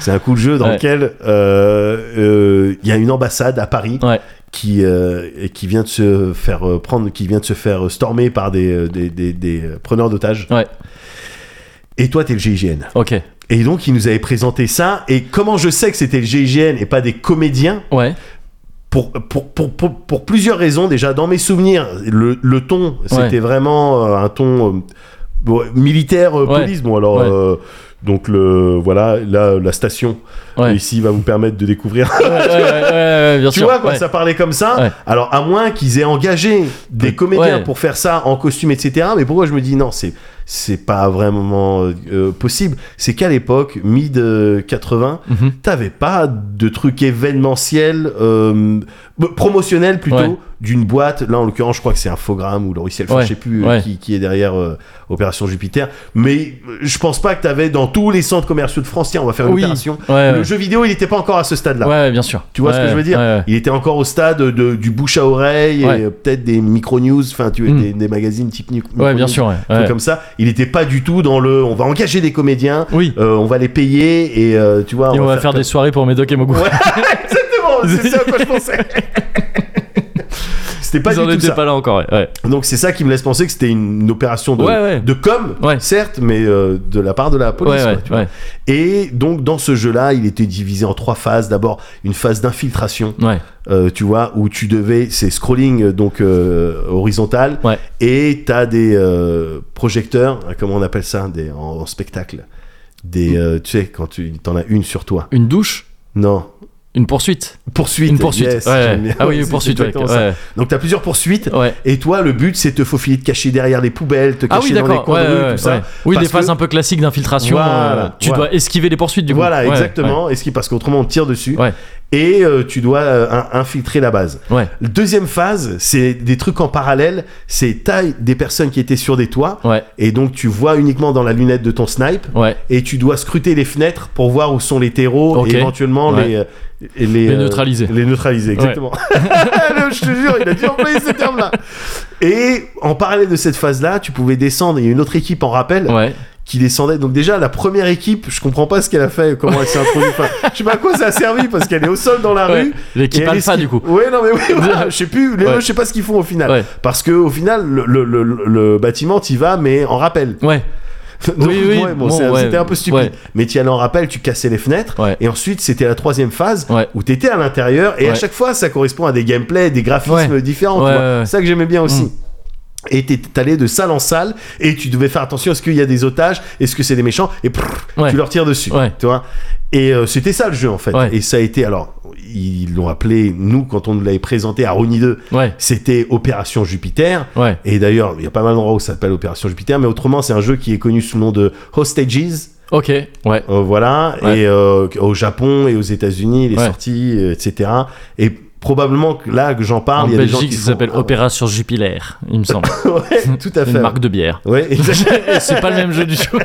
B: C'est un cool jeu dans
A: Ouais.
B: lequel euh, euh, il y a une ambassade à Paris
A: Ouais.
B: qui euh, et qui vient de se faire euh, prendre, qui vient de se faire euh, stormer par des euh, des, des- des, euh, preneurs d'otages.
A: Ouais.
B: Et toi, t'es le GIGN.
A: Ok.
B: Et donc, il nous avait présenté ça. Et comment je sais que c'était le GIGN et pas des comédiens
A: Ouais.
B: pour, pour, pour, pour, pour plusieurs raisons. Déjà, dans mes souvenirs, le, le ton, c'était vraiment euh, un ton euh, bon, militaire euh,
A: Ouais.
B: police. Bon, alors,
A: Ouais.
B: euh, donc, le, voilà, là, la station
A: Ouais.
B: ici va vous permettre de découvrir.
A: Ouais, ouais, ouais, ouais, ouais, bien
B: tu
A: sûr.
B: vois, quoi,
A: ouais.
B: ça parlait comme ça.
A: Ouais.
B: Alors, à moins qu'ils aient engagé des comédiens
A: ouais.
B: pour faire ça en costume, etc. Mais pourquoi je me dis non, c'est. C'est pas vraiment euh, euh, possible. C'est qu'à l'époque, mid-80,
A: Mhm.
B: t'avais pas de truc événementiel, euh, b- promotionnel plutôt,
A: Ouais.
B: d'une boîte. Là, en l'occurrence, je crois que c'est Infogrames ou Lauriciel, enfin,
A: Ouais.
B: je sais plus euh,
A: Ouais.
B: qui, qui est derrière euh, Opération Jupiter. Mais euh, je pense pas que t'avais dans tous les centres commerciaux de France, tiens, on va faire une
A: Oui. Euh,
B: opération.
A: Ouais,
B: Le
A: ouais.
B: jeu vidéo, il était pas encore à ce stade-là.
A: Ouais, ouais, bien sûr.
B: Tu vois ce que
A: Ouais,
B: je veux dire
A: ouais, ouais.
B: Il était encore au stade de, du bouche à oreille
A: Ouais.
B: et euh, peut-être des micro-news, enfin, tu vois,
A: Mm.
B: des, des magazines type micro
A: Ouais, bien sûr, ouais.
B: trucs
A: ouais.
B: comme ça. Il était pas du tout dans le on va engager des comédiens,
A: Oui.
B: euh, on va les payer et euh, tu vois.
A: Et on va faire des soirées pour Médoc et Mogou.
B: Ouais, Exactement,
A: [LAUGHS]
B: c'est ça à quoi je pensais. C'était pas
A: Ils en
B: du tout
A: étaient
B: ça.
A: pas là encore, ouais. ouais.
B: Donc c'est ça qui me laisse penser que c'était une opération de,
A: Ouais, ouais.
B: de com,
A: Ouais.
B: certes, mais euh, de la part de la police.
A: Ouais,
B: quoi,
A: ouais,
B: tu vois.
A: ouais.
B: Et donc dans ce jeu-là, il était divisé en trois phases. D'abord une phase d'infiltration,
A: Ouais.
B: euh, tu vois, où tu devais, c'est scrolling euh, donc euh, horizontal,
A: Ouais.
B: et t'as des euh, projecteurs, euh, comment on appelle ça, des, en, en spectacle.
A: Mm.
B: Des, euh, tu sais, quand tu t'en as une sur toi.
A: Une douche,
B: Non,
A: une poursuite.
B: poursuite.
A: une poursuite.
B: yes,
A: ouais.
B: j'aime bien.
A: Ah oui,
B: [LAUGHS] Ouais,
A: une
B: c'est
A: poursuite, ouais.
B: exactement ça.
A: ouais.
B: Donc t'as plusieurs poursuites. [LAUGHS]
A: ouais.
B: Et toi, le but, c'est de te faufiler, te cacher derrière les poubelles, te
A: Ah oui,
B: cacher dans les
A: d'accord.
B: coins de
A: ouais,
B: rue,
A: ouais,
B: tout ça.
A: ouais. Oui,
B: Parce
A: des phases
B: que-
A: un peu classiques d'infiltration.
B: Voilà,
A: euh, tu
B: voilà.
A: dois esquiver les poursuites du coup.
B: Voilà,
A: Ouais,
B: exactement. Et ce qui, parce qu'autrement, on te tire dessus.
A: Ouais.
B: Et euh, tu dois euh, in- infiltrer la base.
A: Ouais. ouais.
B: Deuxième phase, c'est des trucs en parallèle. C'est taille des personnes qui étaient sur des toits.
A: Ouais,
B: Et donc, tu vois uniquement dans la lunette de ton snipe.
A: ouais.
B: Et tu dois scruter les fenêtres pour voir où sont les terreaux
A: Ok.
B: et éventuellement
A: Ouais.
B: les, euh, et les,
A: Les
B: euh,
A: neutraliser.
B: Les neutraliser,
A: [LAUGHS]
B: exactement. Le- je te jure, il a dû employer ce terme-là. Et en parallèle de cette phase-là, tu pouvais descendre. Il y a une autre équipe en rappel
A: Ouais.
B: qui descendait. Donc déjà, la première équipe, je comprends pas ce qu'elle a fait, comment elle s'est introduite. Enfin, je sais pas à quoi ça a servi parce qu'elle est au sol dans la
A: Ouais.
B: rue.
A: L'équipe
B: et elle
A: alpha, du
B: esquive.
A: coup.
B: Ouais, non mais
A: [LAUGHS]
B: oui, voilà, je sais plus. Les
A: Ouais.
B: meufs, je sais pas ce qu'ils font au final.
A: Ouais.
B: Parce que au final, le, le, le, le bâtiment, t'y vas, mais en rappel.
A: Ouais.
B: [LAUGHS] Donc,
A: Oui, oui,
B: ouais, bon,
A: bon,
B: c'est-
A: ouais,
B: c'était un peu stupide.
A: ouais.
B: Mais tu allais en rappel, tu cassais les fenêtres.
A: Ouais.
B: Et ensuite, c'était la troisième phase
A: Ouais.
B: où t'étais à l'intérieur. Et à
A: Ouais.
B: chaque fois, ça correspond à des gameplays, des graphismes
A: Ouais.
B: différents. tu
A: Ouais,
B: vois.
A: ouais, Mm. ouais.
B: Ça que j'aimais bien aussi. Et t'es- t'allais de salle en salle et tu devais faire attention est-ce qu'il y a des otages, est-ce que c'est des méchants et prrr,
A: Ouais.
B: tu leur tires dessus,
A: Ouais.
B: tu vois. Et euh, c'était ça le jeu en fait.
A: Ouais.
B: Et ça a été alors ils l'ont appelé nous quand on nous l'avait présenté à Rony 2,
A: Ouais.
B: c'était Opération Jupiter.
A: Ouais.
B: Et d'ailleurs, il y a pas mal d'endroits où ça s'appelle Opération Jupiter, mais autrement, c'est un jeu qui est connu sous le nom de Hostages.
A: Ok. Ouais.
B: Euh, voilà.
A: Ouais.
B: Et euh, au Japon et aux États-Unis, il est
A: Ouais.
B: sorti, euh, etc. Et probablement que là que j'en parle,
A: En
B: Ah, il y a des gens
A: Belgique,
B: qui
A: ça
B: sont-
A: s'appelle Opéra sur Jupiler, il me semble.
B: [LAUGHS] ouais, tout à fait. Ah
A: Une marque de
B: [LAUGHS]
A: bière. [LAUGHS]
B: Ouais, exact.
A: C'est pas le même jeu du tout.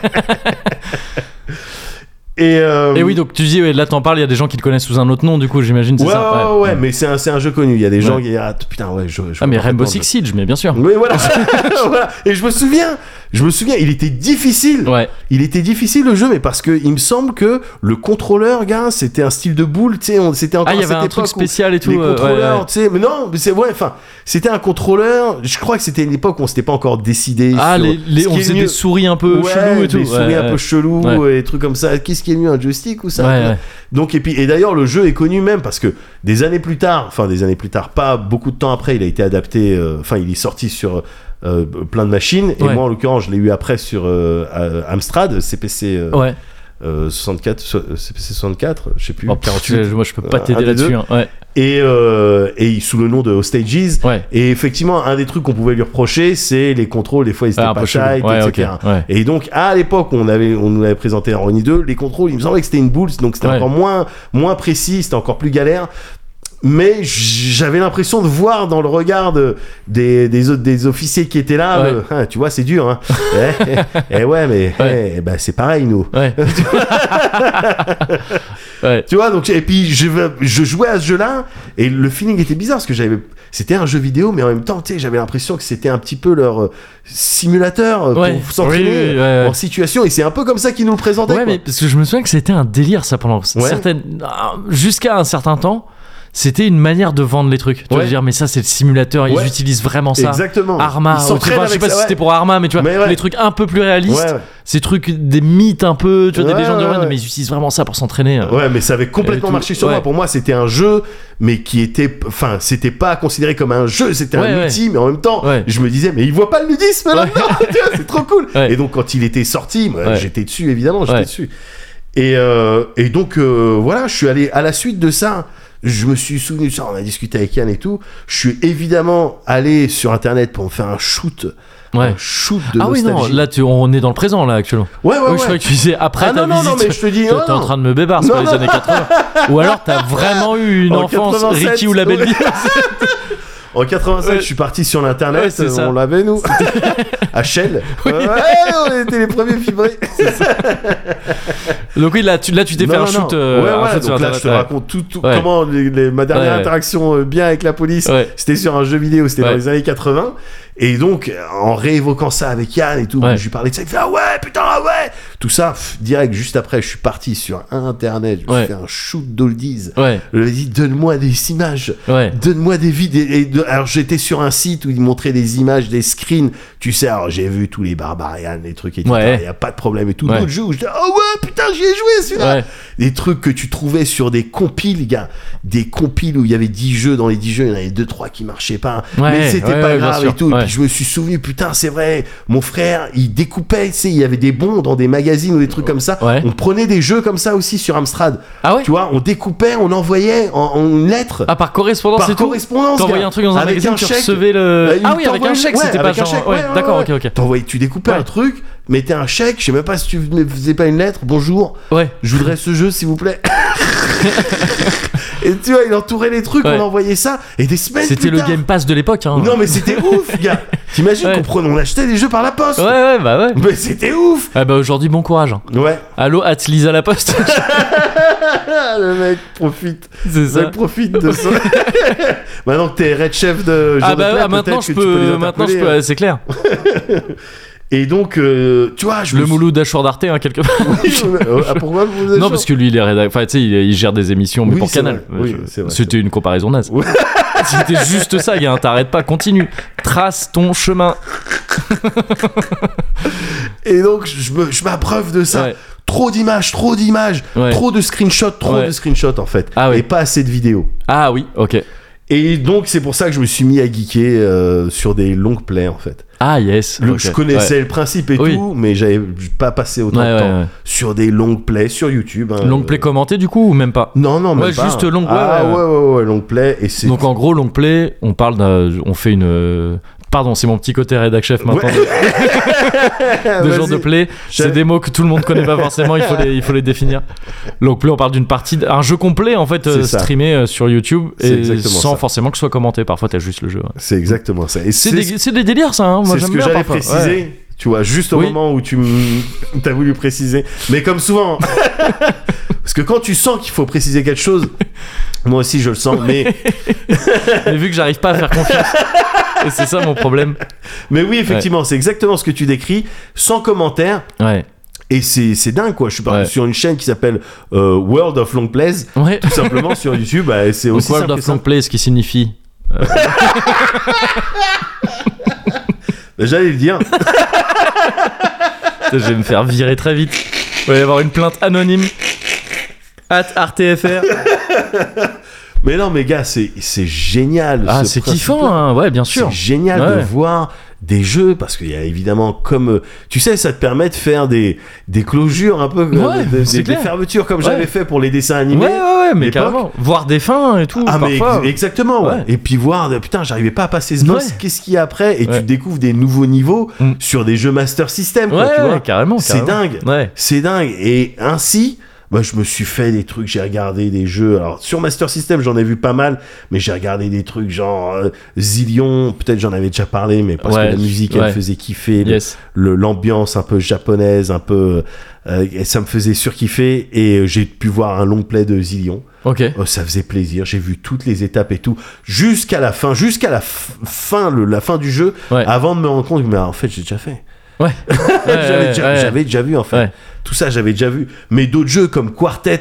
B: et, euh,
A: Et Eh oui, donc tu dis, ouais, là t'en parles, il y a des gens qui le connaissent sous un autre nom, du coup, j'imagine, c'est
B: ouais,
A: ça
B: ouais, ouais, mais c'est un, c'est un jeu connu. Il y a des gens
A: Ouais.
B: qui disent ah, putain ouais, je, je
A: Ah, mais
B: vois
A: Rainbow
B: complètement
A: Six
B: le jeu.
A: Siege, mais bien sûr.
B: Oui, voilà. [LAUGHS] Voilà. Et je me souviens, je me souviens, il était difficile.
A: Ouais.
B: Il était difficile le jeu, mais parce que il me semble que le contrôleur, gars, c'était un style de boule, tu sais, on- c'était encore
A: Ah, il y
B: à
A: avait
B: cette
A: un truc
B: époque où
A: spécial et tout.
B: Les
A: euh, ouais,
B: contrôleurs,
A: ouais.
B: tu sais, mais non, mais c'est ouais, enfin, c'était un contrôleur. Je crois que c'était une époque où on s'était pas encore décidé.
A: Ah,
B: sur
A: les, les-
B: ce
A: on
B: qui est
A: faisait
B: mieux.
A: des souris un peu
B: Ouais,
A: chelou et tout.
B: Des souris
A: ouais,
B: un peu
A: ouais.
B: chelou
A: Ouais.
B: et des trucs comme ça. Qu'est-ce qu'est-ce qu'il y a de mieux, un joystick ou ça
A: Ouais, ouais.
B: Donc et puis et d'ailleurs le jeu est connu même parce que des années plus tard, enfin des années plus tard, pas beaucoup de temps après, il a été adapté, euh, enfin il est sorti sur euh, plein de machines et
A: Ouais.
B: moi en l'occurrence je l'ai eu après sur euh, euh, Amstrad CPC euh,
A: Ouais.
B: euh, 64, so- euh, CPC 64, je sais plus.
A: Oh, pff,
B: [LAUGHS] 48.
A: je- moi, je peux pas
B: euh, Un
A: t'aider
B: des
A: là-dessus.
B: deux.
A: hein. Ouais.
B: Et, euh, et il- sous le nom de Hostages.
A: Ouais.
B: Et effectivement, un des trucs qu'on pouvait lui reprocher, c'est les contrôles. Des fois, ils étaient
A: Ah, un
B: pas
A: peu chelou.
B: tight,
A: Ouais,
B: etc.
A: ok, ouais.
B: Et donc, à l'époque, on avait, on nous avait présenté Ronnie 2, les contrôles, il me semblait que c'était une boule, donc c'était
A: Ouais.
B: encore moins, moins précis, c'était encore plus galère. Mais j- j'avais l'impression de voir dans le regard de- des, des, autres- des officiers qui étaient là,
A: Ouais.
B: euh, Ah, tu vois, c'est dur.
A: [LAUGHS]
B: Hein. eh, eh, ouais, mais
A: Ouais.
B: eh, bah, c'est pareil, nous. [LAUGHS]
A: Ouais. ouais.
B: Tu vois, donc, et puis je, je jouais à ce jeu-là, et le feeling était bizarre parce que j'avais. C'était un jeu vidéo, mais en même temps, tu sais, j'avais l'impression que c'était un petit peu leur euh, simulateur euh,
A: Ouais.
B: pour s'entraîner
A: Oui, oui, oui, ouais, ouais.
B: en situation, et c'est un peu comme ça qu'ils nous le présentaient.
A: Ouais,
B: quoi.
A: mais parce que je me souviens que c'était un délire ça pendant certaines ah, jusqu'à un certain temps, c'était une manière de vendre les trucs. Tu vois,
B: Ouais.
A: de dire mais ça c'est le simulateur, ils
B: Ouais.
A: utilisent vraiment ça.
B: Exactement.
A: Arma,
B: Ils
A: ou tu
B: s'entraînent
A: vois, je sais
B: avec
A: pas
B: ça,
A: si
B: ouais.
A: c'était pour Arma, mais tu vois,
B: Mais ouais.
A: les trucs un peu plus réalistes,
B: Ouais, ouais.
A: ces trucs des mythes un peu, tu vois, des
B: Ouais,
A: légendes
B: ouais,
A: urbaines,
B: ouais.
A: mais ils utilisent vraiment ça pour s'entraîner. euh.
B: Ouais, mais ça avait
A: Et
B: complètement
A: tout.
B: marché sur
A: Ouais.
B: moi. Pour moi, c'était un jeu, mais qui était. Enfin, c'était pas considéré comme un jeu, c'était
A: Ouais,
B: un
A: ouais.
B: outil, mais en même temps,
A: Ouais.
B: je me disais, mais il voit pas le nudisme là-dedans Tu vois, C'est trop cool
A: Ouais.
B: Et donc, quand il était sorti, moi,
A: Ouais.
B: j'étais dessus, évidemment, j'étais
A: Ouais.
B: dessus. Et, euh, et donc, euh, voilà, je suis allé à la suite de ça. Je me suis souvenu de ça, on a discuté avec Yann et tout. Je suis évidemment allé sur internet pour me faire un shoot.
A: Ouais.
B: Un shoot de
A: ah oui, non,
B: nostalgie.
A: là tu, on est dans le présent là actuellement.
B: Ouais, ouais,
A: Oui,
B: ouais.
A: je croyais que tu disais après
B: Ah
A: ta
B: non, non,
A: visite.
B: non, mais je te dis.
A: Toi,
B: oh,
A: T'es en
B: non.
A: train de me bébar, c'est
B: Non,
A: pas les
B: non.
A: années 80. Ou alors
B: [LAUGHS]
A: t'as vraiment eu une
B: En
A: enfance
B: 87,
A: Ricky ou la belle
B: ouais.
A: vie. [LAUGHS]
B: En 87,
A: Ouais.
B: je suis parti sur l'internet,
A: Ouais, c'est ça.
B: on l'avait nous. [LAUGHS] à Shell. Ouais, on était les premiers fibrés.
A: Donc oui, là tu là, tu t'es fait
B: Non,
A: un
B: non,
A: shoot.
B: non.
A: euh,
B: Ouais,
A: un
B: ouais,
A: shoot sur
B: donc là,
A: Internet,
B: je te
A: ouais.
B: raconte tout, tout-
A: Ouais.
B: comment les- les- ma dernière
A: Ouais, ouais.
B: interaction euh, bien avec la police.
A: Ouais.
B: C'était sur un jeu vidéo, c'était
A: Ouais.
B: dans les années 80. Et donc, euh, en réévoquant ça avec Yann et tout,
A: Ouais.
B: je lui parlais de ça, il fait Ah ouais, putain, ah ouais Tout ça, pff, direct, juste après, je suis parti sur Internet, je me
A: Ouais.
B: suis fait un shoot d'oldies.
A: Ouais,
B: Je lui ai dit Donne-moi des images.
A: ouais.
B: [LAUGHS] Donne-moi des vidéos. Et de- Alors j'étais sur un site où ils montraient des images, des screens. Tu sais, alors j'ai vu tous les barbarians, les trucs et tout.
A: Ouais.
B: Il n'y a pas de problème et tout.
A: Ouais.
B: D'autres jeux où je dis, oh ouais, putain, j'y ai joué celui-là.
A: Ouais.
B: Des trucs que tu trouvais sur des compiles, gars. Des compiles où il y avait 10 jeux. Dans les 10 jeux, il y en avait 2-3 qui marchaient pas.
A: Ouais,
B: Mais c'était
A: ouais,
B: pas
A: ouais, bien
B: grave
A: sûr,
B: et tout. Et
A: ouais.
B: puis je me suis souvenu, putain, c'est vrai, mon frère, il découpait, tu sais, il y avait des bons dans des magazines ou des trucs comme ça.
A: Ouais.
B: On prenait des jeux comme ça aussi sur Amstrad.
A: Ah ouais
B: Tu vois, on découpait, on envoyait en, en une lettre
A: Ah, par correspondance et
B: par
A: tout
B: correspondance.
A: T'envoyais
B: gars.
A: un truc dans un
B: avec
A: magazine,
B: un
A: tu
B: chèque.
A: recevais le.
B: Euh, il
A: Ah oui, avec un
B: t'envoyait-
A: chèque,
B: ouais,
A: c'était pas
B: avec un
A: genre.
B: chèque,
A: ouais,
B: ouais, ouais,
A: d'accord,
B: ouais.
A: ok, ok.
B: T'envoyais, tu découpais
A: Ouais.
B: un truc, mettais un chèque. Je sais même pas si tu ne faisais pas une lettre. Bonjour,
A: Ouais.
B: je voudrais ce jeu, s'il
A: [LAUGHS]
B: vous plaît. et tu vois, il entourait les trucs,
A: Ouais.
B: on envoyait ça. Et des semaines.
A: C'était
B: plus
A: le
B: tard-
A: Game Pass de l'époque, hein.
B: Non, mais c'était ouf,
A: [LAUGHS]
B: gars. T'imagines
A: Ouais.
B: qu'on prenait, on achetait des jeux par la poste.
A: Ouais, ouais, bah ouais.
B: Mais c'était ouf.
A: Ah bah aujourd'hui, bon courage. hein.
B: Ouais.
A: Allô, at Lisa la
B: [LAUGHS]
A: Poste.
B: Ah, le mec profite.
A: C'est
B: Le
A: ça.
B: mec profite
A: [LAUGHS]
B: de ça. maintenant que t'es red chef de.
A: Ah
B: jour de
A: bah
B: paix,
A: ah, maintenant
B: peut-être
A: je
B: que tu les
A: peux. Maintenant je
B: interpeller. hein.
A: peux. ouais, C'est
B: [LAUGHS]
A: clair.
B: Et donc, euh, tu vois, je
A: Le
B: me suis- [LAUGHS]
A: moulou d'Achour d'Arte, hein, quelque part.
B: Ah, pourquoi vous êtes
A: Non,
B: chaud
A: parce que lui, il est rédac- Enfin, tu sais, il, il gère des émissions, mais
B: Oui,
A: pour
B: c'est
A: Canal.
B: vrai. Oui,
A: Euh,
B: c'est vrai, c'est
A: C'était une comparaison naze. [LAUGHS] C'était juste ça, gars. hein, T'arrêtes pas, continue. Trace ton chemin.
B: Et donc, je, me- je m'abreuve de ça.
A: Ouais.
B: Trop d'images, trop d'images,
A: Ouais.
B: trop de screenshots, trop
A: Ouais.
B: de screenshots en fait.
A: Ah ouais.
B: Et pas assez de vidéos.
A: Ah oui, ok.
B: Et donc, c'est pour ça que je me suis mis à geeker euh, sur des longues plays en fait.
A: Ah yes.
B: Le-
A: ok.
B: Je connaissais le principe et
A: Oui.
B: tout, mais j'avais pas passé
A: Ouais,
B: autant
A: ouais,
B: de temps
A: ouais, ouais.
B: sur des longues plays sur YouTube. hein,
A: Long
B: euh,
A: play commenté du coup ou même pas
B: Non, non, même
A: Ouais,
B: pas.
A: juste longue-
B: Ah
A: ouais, ouais,
B: ouais, ouais, ouais, longue play. Et c'est.
A: Donc en gros, long play, on parle d'un- on fait une euh, Pardon, c'est mon petit côté rédac chef maintenant.
B: Ouais.
A: de-
B: [LAUGHS]
A: De,
B: Vas-y.
A: genre de play, c'est
B: J'avais-
A: des mots que tout le monde connaît pas forcément, il faut les, il faut les définir. Long play, on parle d'une partie, d- un jeu complet en fait euh,
B: C'est ça.
A: streamé euh, sur YouTube
B: C'est
A: et
B: exactement
A: sans
B: ça.
A: forcément que ce soit commenté. Parfois, t'as juste le jeu. ouais.
B: C'est exactement ça. Et
A: C'est des, c'est des délires ça. hein, Moi,
B: C'est ce
A: j'aime
B: que
A: bien
B: j'allais
A: parfois.
B: préciser.
A: Ouais.
B: Tu vois, juste au
A: Oui.
B: moment où tu m- t'as voulu préciser. Mais comme souvent. hein.
A: [LAUGHS]
B: Parce que quand tu sens qu'il faut préciser quelque chose, moi aussi je le sens, mais,
A: Mais vu que j'arrive pas à faire confiance,
B: [LAUGHS]
A: et c'est ça mon problème.
B: mais oui, effectivement, c'est exactement ce que tu décris, sans commentaire.
A: Ouais.
B: Et c'est c'est dingue, quoi. Je suis parti
A: Ouais.
B: sur une chaîne qui s'appelle euh, World of Long Plays.
A: Ouais.
B: Tout simplement sur YouTube, bah, c'est
A: Donc,
B: aussi
A: World
B: simple
A: of
B: que ça.
A: Long Play, ce qui signifie.
B: J'allais le dire. Bah,
A: Putain, Je vais me faire virer très vite. Il va y avoir une plainte anonyme. At RTFR.
B: Mais non, mais gars, c'est c'est génial.
A: Ah,
B: ce
A: c'est
B: principe-là.
A: kiffant, hein. ouais, bien sûr.
B: C'est génial de
A: Ouais.
B: voir des jeux parce qu'il y a évidemment comme euh, tu sais ça te permet de faire des des closures un peu comme
A: Ouais,
B: des,
A: c'est
B: des- des
A: clair.
B: fermetures comme
A: Ouais.
B: j'avais fait pour les dessins
A: Ouais,
B: animés.
A: ouais, ouais, mais
B: l'époque.
A: carrément. Voir des fins et tout.
B: Ah mais
A: parfois.
B: ex- exactement ouais.
A: Ouais.
B: et puis voir de- putain j'arrivais pas à passer ce boss
A: Ouais.
B: qu'est-ce qu'il y a après et
A: Ouais.
B: tu découvres des nouveaux niveaux
A: Mm.
B: sur des jeux Master System
A: Ouais,
B: quoi, tu
A: ouais,
B: vois
A: carrément.
B: c'est
A: carrément.
B: dingue
A: Ouais.
B: c'est dingue et ainsi moi je me suis fait des trucs j'ai regardé des jeux alors sur Master System j'en ai vu pas mal mais j'ai regardé des trucs genre euh, Zillion peut-être j'en avais déjà parlé mais parce
A: Ouais,
B: que la musique
A: ouais.
B: elle me faisait kiffer le-
A: Yes.
B: le l'ambiance un peu japonaise un peu euh, et ça me faisait surkiffer et euh, j'ai pu voir un long play de Zillion
A: Ok.
B: Oh, ça faisait plaisir, j'ai vu toutes les étapes et tout, jusqu'à la fin, jusqu'à la f- fin, le- la fin du jeu,
A: Ouais.
B: avant de me rendre compte que mais en fait j'ai déjà fait.
A: Ouais.
B: j'avais, déjà,
A: ouais.
B: j'avais déjà vu en fait.
A: Ouais.
B: Tout ça j'avais déjà vu. Mais d'autres jeux comme Quartet,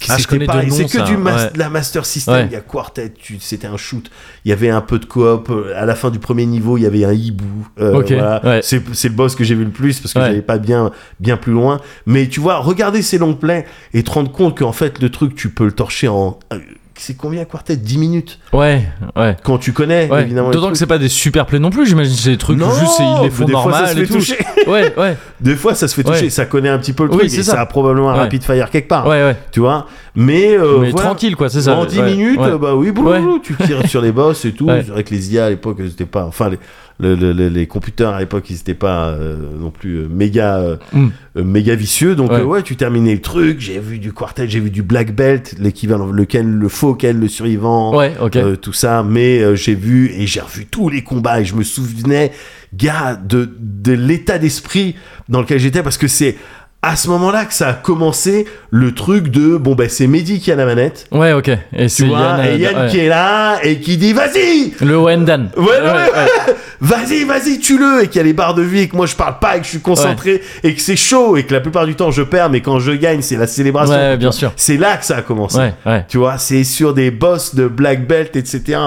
B: qui
A: Ah, je
B: c'était
A: connais
B: pareil,
A: de nom,
B: c'est que
A: ça,
B: du mas-
A: ouais.
B: de la Master System,
A: Ouais.
B: il y a Quartet, tu- c'était un shoot, il y avait un peu de coop, euh, à la fin du premier niveau il y avait un hibou. euh,
A: Ok,
B: voilà.
A: ouais.
B: c'est, c'est le boss que j'ai vu le plus parce que
A: Ouais.
B: j'avais pas bien, bien plus loin. Mais tu vois, regarder ces longs plays et te rendre compte qu'en fait, le truc, tu peux le torcher en. euh, C'est combien, quartet 10 minutes
A: Ouais, ouais.
B: Quand tu connais,
A: ouais.
B: évidemment. les
A: D'autant que
B: trucs.
A: c'est pas des super plays non plus, j'imagine. C'est des trucs
B: Non,
A: juste et ils les
B: mais
A: font
B: des fois, ça se
A: normal
B: fait
A: et tout.
B: toucher.
A: Ouais, ouais,
B: Des fois, ça se fait toucher.
A: Ouais.
B: Ça connaît un petit peu le
A: Oui,
B: truc.
A: c'est
B: et
A: ça.
B: ça. a probablement un
A: Ouais.
B: rapid fire quelque part.
A: ouais, ouais.
B: Tu vois Mais, Ah. euh,
A: mais
B: voilà.
A: tranquille, quoi, c'est ça.
B: en 10
A: ouais,
B: minutes,
A: ouais.
B: euh, bah oui, boum,
A: Ouais.
B: boum, tu tires sur les boss et tout.
A: Ouais.
B: C'est vrai que les IA à l'époque, elles étaient pas. Enfin, les, le- le- le- les computers à l'époque, ils étaient pas euh, non plus euh, méga, euh,
A: Mm.
B: euh, méga vicieux. Donc,
A: Ouais.
B: euh, ouais. tu terminais le truc. J'ai vu du quartet, j'ai vu du black belt, l'équivalent, lequel, le faux, quel, le survivant.
A: Ouais, ok.
B: euh, tout ça, mais euh, j'ai vu et j'ai revu tous les combats et je me souvenais, gars, de, de l'état d'esprit dans lequel j'étais parce que c'est à ce moment-là que ça a commencé le truc de bon, ben c'est Mehdi qui a la manette,
A: Ouais, ok. Et
B: tu
A: c'est
B: vois,
A: Yann, euh,
B: et Yann
A: ouais.
B: qui est là et qui dit vas-y,
A: Le Wendan.
B: Ouais, ouais, ouais. [LAUGHS] vas-y, vas-y, tue-le et qu'il y a les barres de vie et que moi je parle pas et que je suis concentré et que c'est chaud et que la plupart du temps je perds mais quand je gagne c'est la célébration.
A: Ouais, bien sûr.
B: C'est là que ça a commencé.
A: Ouais, ouais.
B: Tu vois, c'est sur des boss de Black Belt, etc.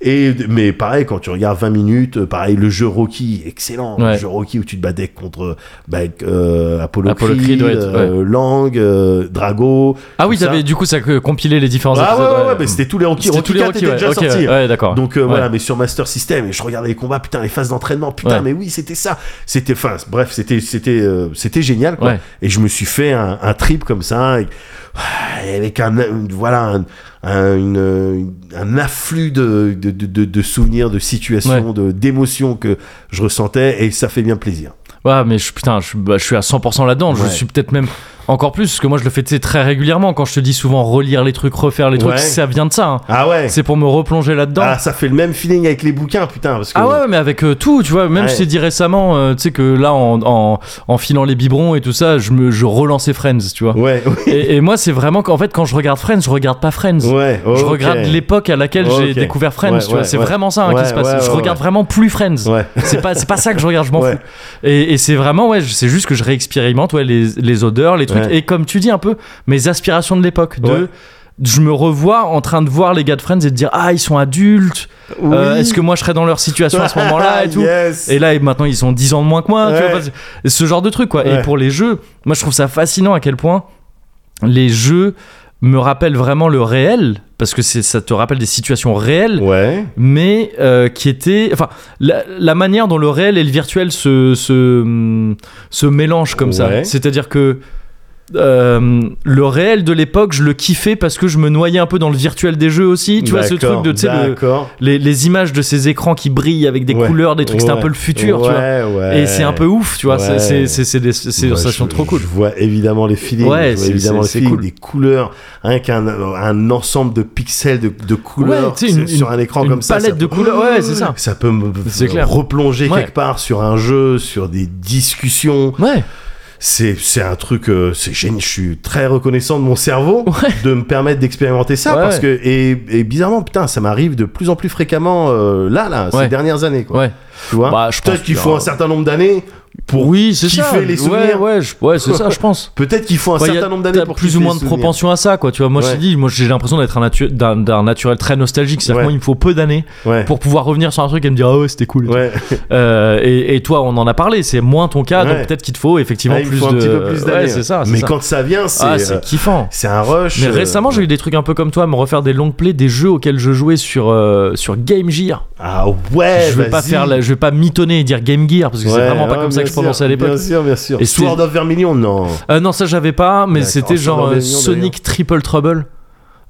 B: Et, mais pareil, quand tu regardes 20 minutes, euh, pareil, le jeu Rocky, excellent.
A: Ouais.
B: Le jeu Rocky où tu te battais contre bah, euh, Apollo,
A: Apollo
B: Creed,
A: Creed, ouais,
B: euh, Lang, euh, Drago.
A: Ah oui,
B: tout ça.
A: t'avais du coup ça que compilé les différents
B: Ah ouais,
A: épisodes.
B: ouais, ouais, mais c'était tous les Rocky.
A: C'était
B: Rocky
A: tous les
B: 4
A: Rocky,
B: était
A: ouais.
B: déjà
A: Ok,
B: sorti.
A: ouais, ouais, d'accord.
B: Donc euh,
A: Ouais.
B: voilà, mais sur Master System, et je regardais les combats, putain, les phases d'entraînement, putain,
A: Ouais.
B: mais oui, c'était ça. C'était, enfin, bref, c'était, c'était, euh, c'était génial, quoi.
A: Ouais.
B: Et je me suis fait un, un trip comme ça, avec, avec un, une- voilà, un, un, une- une- un afflux de, de, de, de- de souvenirs, de situations, de, d'émotions que je ressentais, et ça fait bien plaisir.
A: Ouais, mais je, putain, je, bah, je suis à 100% là-dedans. Je
B: Ouais.
A: suis peut-être même encore plus, parce que moi je le fais tu sais, très régulièrement. Quand je te dis souvent relire les trucs, refaire les trucs,
B: Ouais.
A: ça vient de ça. hein.
B: Ah ouais.
A: C'est pour me replonger là-dedans.
B: Ah, ça fait le même feeling avec les bouquins, putain, parce que.
A: Ah ouais, mais avec euh, tout, tu vois, même
B: Ouais.
A: je t'ai dit récemment, euh, tu sais que là, en, en, en filant les biberons et tout ça, je, me, je relançais Friends, tu vois.
B: Ouais, ouais,
A: Et, et moi, c'est vraiment qu'en fait, quand je regarde Friends, je regarde pas Friends.
B: ouais.
A: [LAUGHS] Je
B: ok.
A: regarde l'époque à laquelle j'ai
B: Ok.
A: découvert Friends,
B: Ouais,
A: tu vois.
B: ouais,
A: c'est
B: ouais.
A: vraiment ça hein,
B: Ouais,
A: qui se passe.
B: ouais, ouais,
A: je regarde
B: ouais.
A: vraiment plus Friends.
B: Ouais.
A: C'est pas, c'est pas ça que je regarde, je m'en
B: Ouais.
A: fous. Et, et c'est vraiment, ouais, c'est juste que je réexpérimente ouais, les, les odeurs, les trucs.
B: Ouais.
A: Et comme tu dis un peu, mes aspirations de l'époque. De,
B: Ouais.
A: Je me revois en train de voir les gars de Friends et de dire Ah, ils sont adultes. Euh, Est-ce que moi je serais dans leur situation à ce moment-là et
B: [LAUGHS]
A: tout
B: Yes.
A: Et là, et maintenant, ils sont 10 ans de moins que moi. tu
B: Ouais.
A: vois, parce- ce genre de truc, quoi. Et
B: Ouais.
A: pour les jeux, moi, je trouve ça fascinant à quel point les jeux me rappellent vraiment le réel, parce que c'est- ça te rappelle des situations réelles,
B: Ouais.
A: mais euh, qui étaient. Enfin, la, la manière dont le réel et le virtuel se, se, hum, se mélangent comme ça.
B: Ouais.
A: C'est-à-dire que. euh, le réel de l'époque, je le kiffais parce que je me noyais un peu dans le virtuel des jeux aussi. Tu vois ce truc de, tu sais, le-
B: D'accord.
A: les, les images de ces écrans qui brillent avec des
B: Ouais.
A: couleurs, des trucs, c'était un peu le futur, tu vois.
B: Ouais, ouais.
A: Et c'est un peu ouf, tu vois. c'est-
B: Ouais.
A: C'est c'est- c'est des c'est des
B: Moi,
A: sensations
B: Bah, je-
A: trop cool.
B: Je vois évidemment les feelings,
A: Ouais,
B: je vois
A: c'est-
B: évidemment
A: c'est-
B: les
A: c'est
B: feelings,
A: cool.
B: des couleurs, rien qu'un un ensemble de pixels, de, de couleurs
A: Ouais, tu sais,
B: c'est-
A: une-
B: sur un écran
A: une
B: comme ça.
A: palette
B: ça
A: de
B: peut-
A: couleurs, ouais, c'est ça.
B: Ça peut me
A: C'est clair.
B: replonger
A: Ouais.
B: quelque part sur un jeu, sur des discussions.
A: Ouais,
B: C'est c'est un truc, euh, c'est génial. Je suis très reconnaissant de mon cerveau de me permettre d'expérimenter ça
A: Ouais,
B: parce
A: ouais.
B: que et, et bizarrement, putain, ça m'arrive de plus en plus fréquemment euh, là, là,
A: Ouais.
B: ces dernières années, quoi.
A: ouais.
B: Tu vois
A: Bah, je pense
B: Peut-être qu'il
A: que-
B: faut un certain nombre d'années pour
A: oui, c'est
B: kiffer
A: ça.
B: les
A: ouais,
B: souvenirs.
A: ouais, je- ouais, c'est
B: [LAUGHS]
A: ça, je pense.
B: Peut-être qu'il faut un
A: Ouais, y a-
B: certain nombre d'années
A: t'as
B: pour
A: plus
B: kiffer
A: ou moins
B: les
A: de
B: souvenirs.
A: propension à ça, quoi. Tu vois, moi, je
B: Ouais.
A: te dis, moi, j'ai l'impression d'être un natu- d'un d'un naturel très nostalgique. C'est-à-dire que
B: Ouais.
A: moi, il me faut peu d'années
B: Ouais.
A: pour pouvoir revenir sur un truc et me dire, ah ouais, c'était cool. et tout.
B: Ouais.
A: Euh, et, et toi, on en a parlé, c'est moins ton cas,
B: Ouais.
A: donc peut-être qu'il te faut effectivement
B: Ah, il me
A: plus
B: faut un
A: de.
B: petit peu plus d'années.
A: ouais, c'est ça. c'est
B: Mais
A: ça.
B: quand ça vient, c'est
A: ah, c'est
B: euh,
A: kiffant.
B: c'est un rush.
A: Mais
B: euh,
A: récemment, j'ai eu des trucs un peu comme toi, me refaire des longues plays des jeux auxquels je jouais sur euh, sur Game Gear.
B: Ah ouais,
A: je vais pas
B: vas-y.
A: faire, la- je vais pas mitonner et dire Game Gear parce que c'est
B: Ouais,
A: vraiment pas
B: ouais,
A: comme ça
B: bien
A: que je
B: sûr,
A: prononçais à
B: Bien
A: l'époque.
B: sûr, bien sûr.
A: Et
B: Et
A: c'était-
B: Sword of Vermilion, non.
A: Euh, non, ça j'avais pas, mais
B: D'accord.
A: c'était
B: Ça, on en
A: genre euh,
B: avait mis, on avait
A: Sonic Triple Trouble.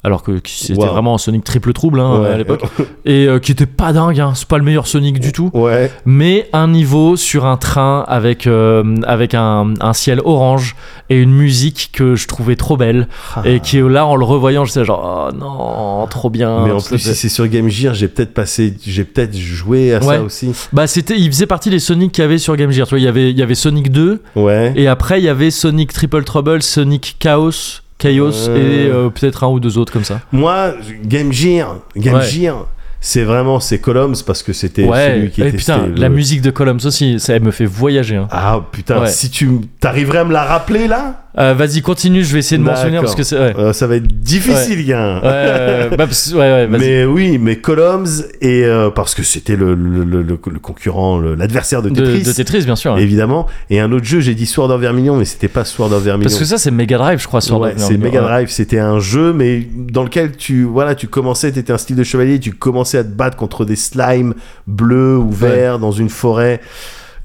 A: Alors que qui- c'était
B: Wow.
A: vraiment un Sonic triple trouble hein,
B: Ouais.
A: à
B: [LAUGHS]
A: l'époque. Et euh, qui était pas dingue, hein. c'est pas le meilleur Sonic du tout.
B: Ouais.
A: mais un niveau sur un train avec, euh, avec un, un ciel orange et une musique que je trouvais trop belle
B: Ah.
A: et qui là en le revoyant je sais genre oh non trop bien
B: Mais en
A: tout
B: plus,
A: ça.
B: si c'est sur Game Gear, j'ai peut-être passé, j'ai peut-être joué à
A: Ouais.
B: ça aussi.
A: bah c'était il faisait partie des Sonic qu'il y avait sur Game Gear tu vois il y avait il y avait Sonic 2
B: Ouais.
A: et après il y avait Sonic Triple Trouble Sonic Chaos Chaos
B: Euh.
A: et euh, peut-être un ou deux autres comme ça
B: Moi, Game Gear, Game
A: Ouais.
B: Gear, c'est vraiment c'est Columns parce que c'était
A: ouais
B: celui qui
A: et
B: était.
A: putain
B: c'était
A: la
B: le-
A: musique de Columns aussi ça elle me fait voyager hein.
B: Ah putain,
A: Ouais.
B: si tu m- t'arriverais à me la rappeler là,
A: Euh, vas-y continue je vais essayer de m'en
B: D'accord.
A: souvenir parce que c'est ouais, ouais,
B: euh, ça va être difficile, gars.
A: ouais, ouais, bah, parce- ouais, ouais, vas-y.
B: Mais oui, mais Columns et euh, parce que c'était le, le, le- le- le concurrent, le- l'adversaire de
A: de,
B: Tetris,
A: de Tetris, bien sûr. hein.
B: évidemment. Et un autre jeu, j'ai dit Sword of Vermilion, mais c'était pas Sword of Vermilion.
A: Parce que ça, c'est Mega Drive, je crois, sur
B: Ouais,
A: Dr.
B: c'est
A: Nintendo.
B: Mega
A: Ouais.
B: Drive, c'était un jeu, mais dans lequel tu, voilà, tu commençais, t'étais un style de chevalier, tu commençais à te battre contre des slimes bleus ou verts dans une forêt.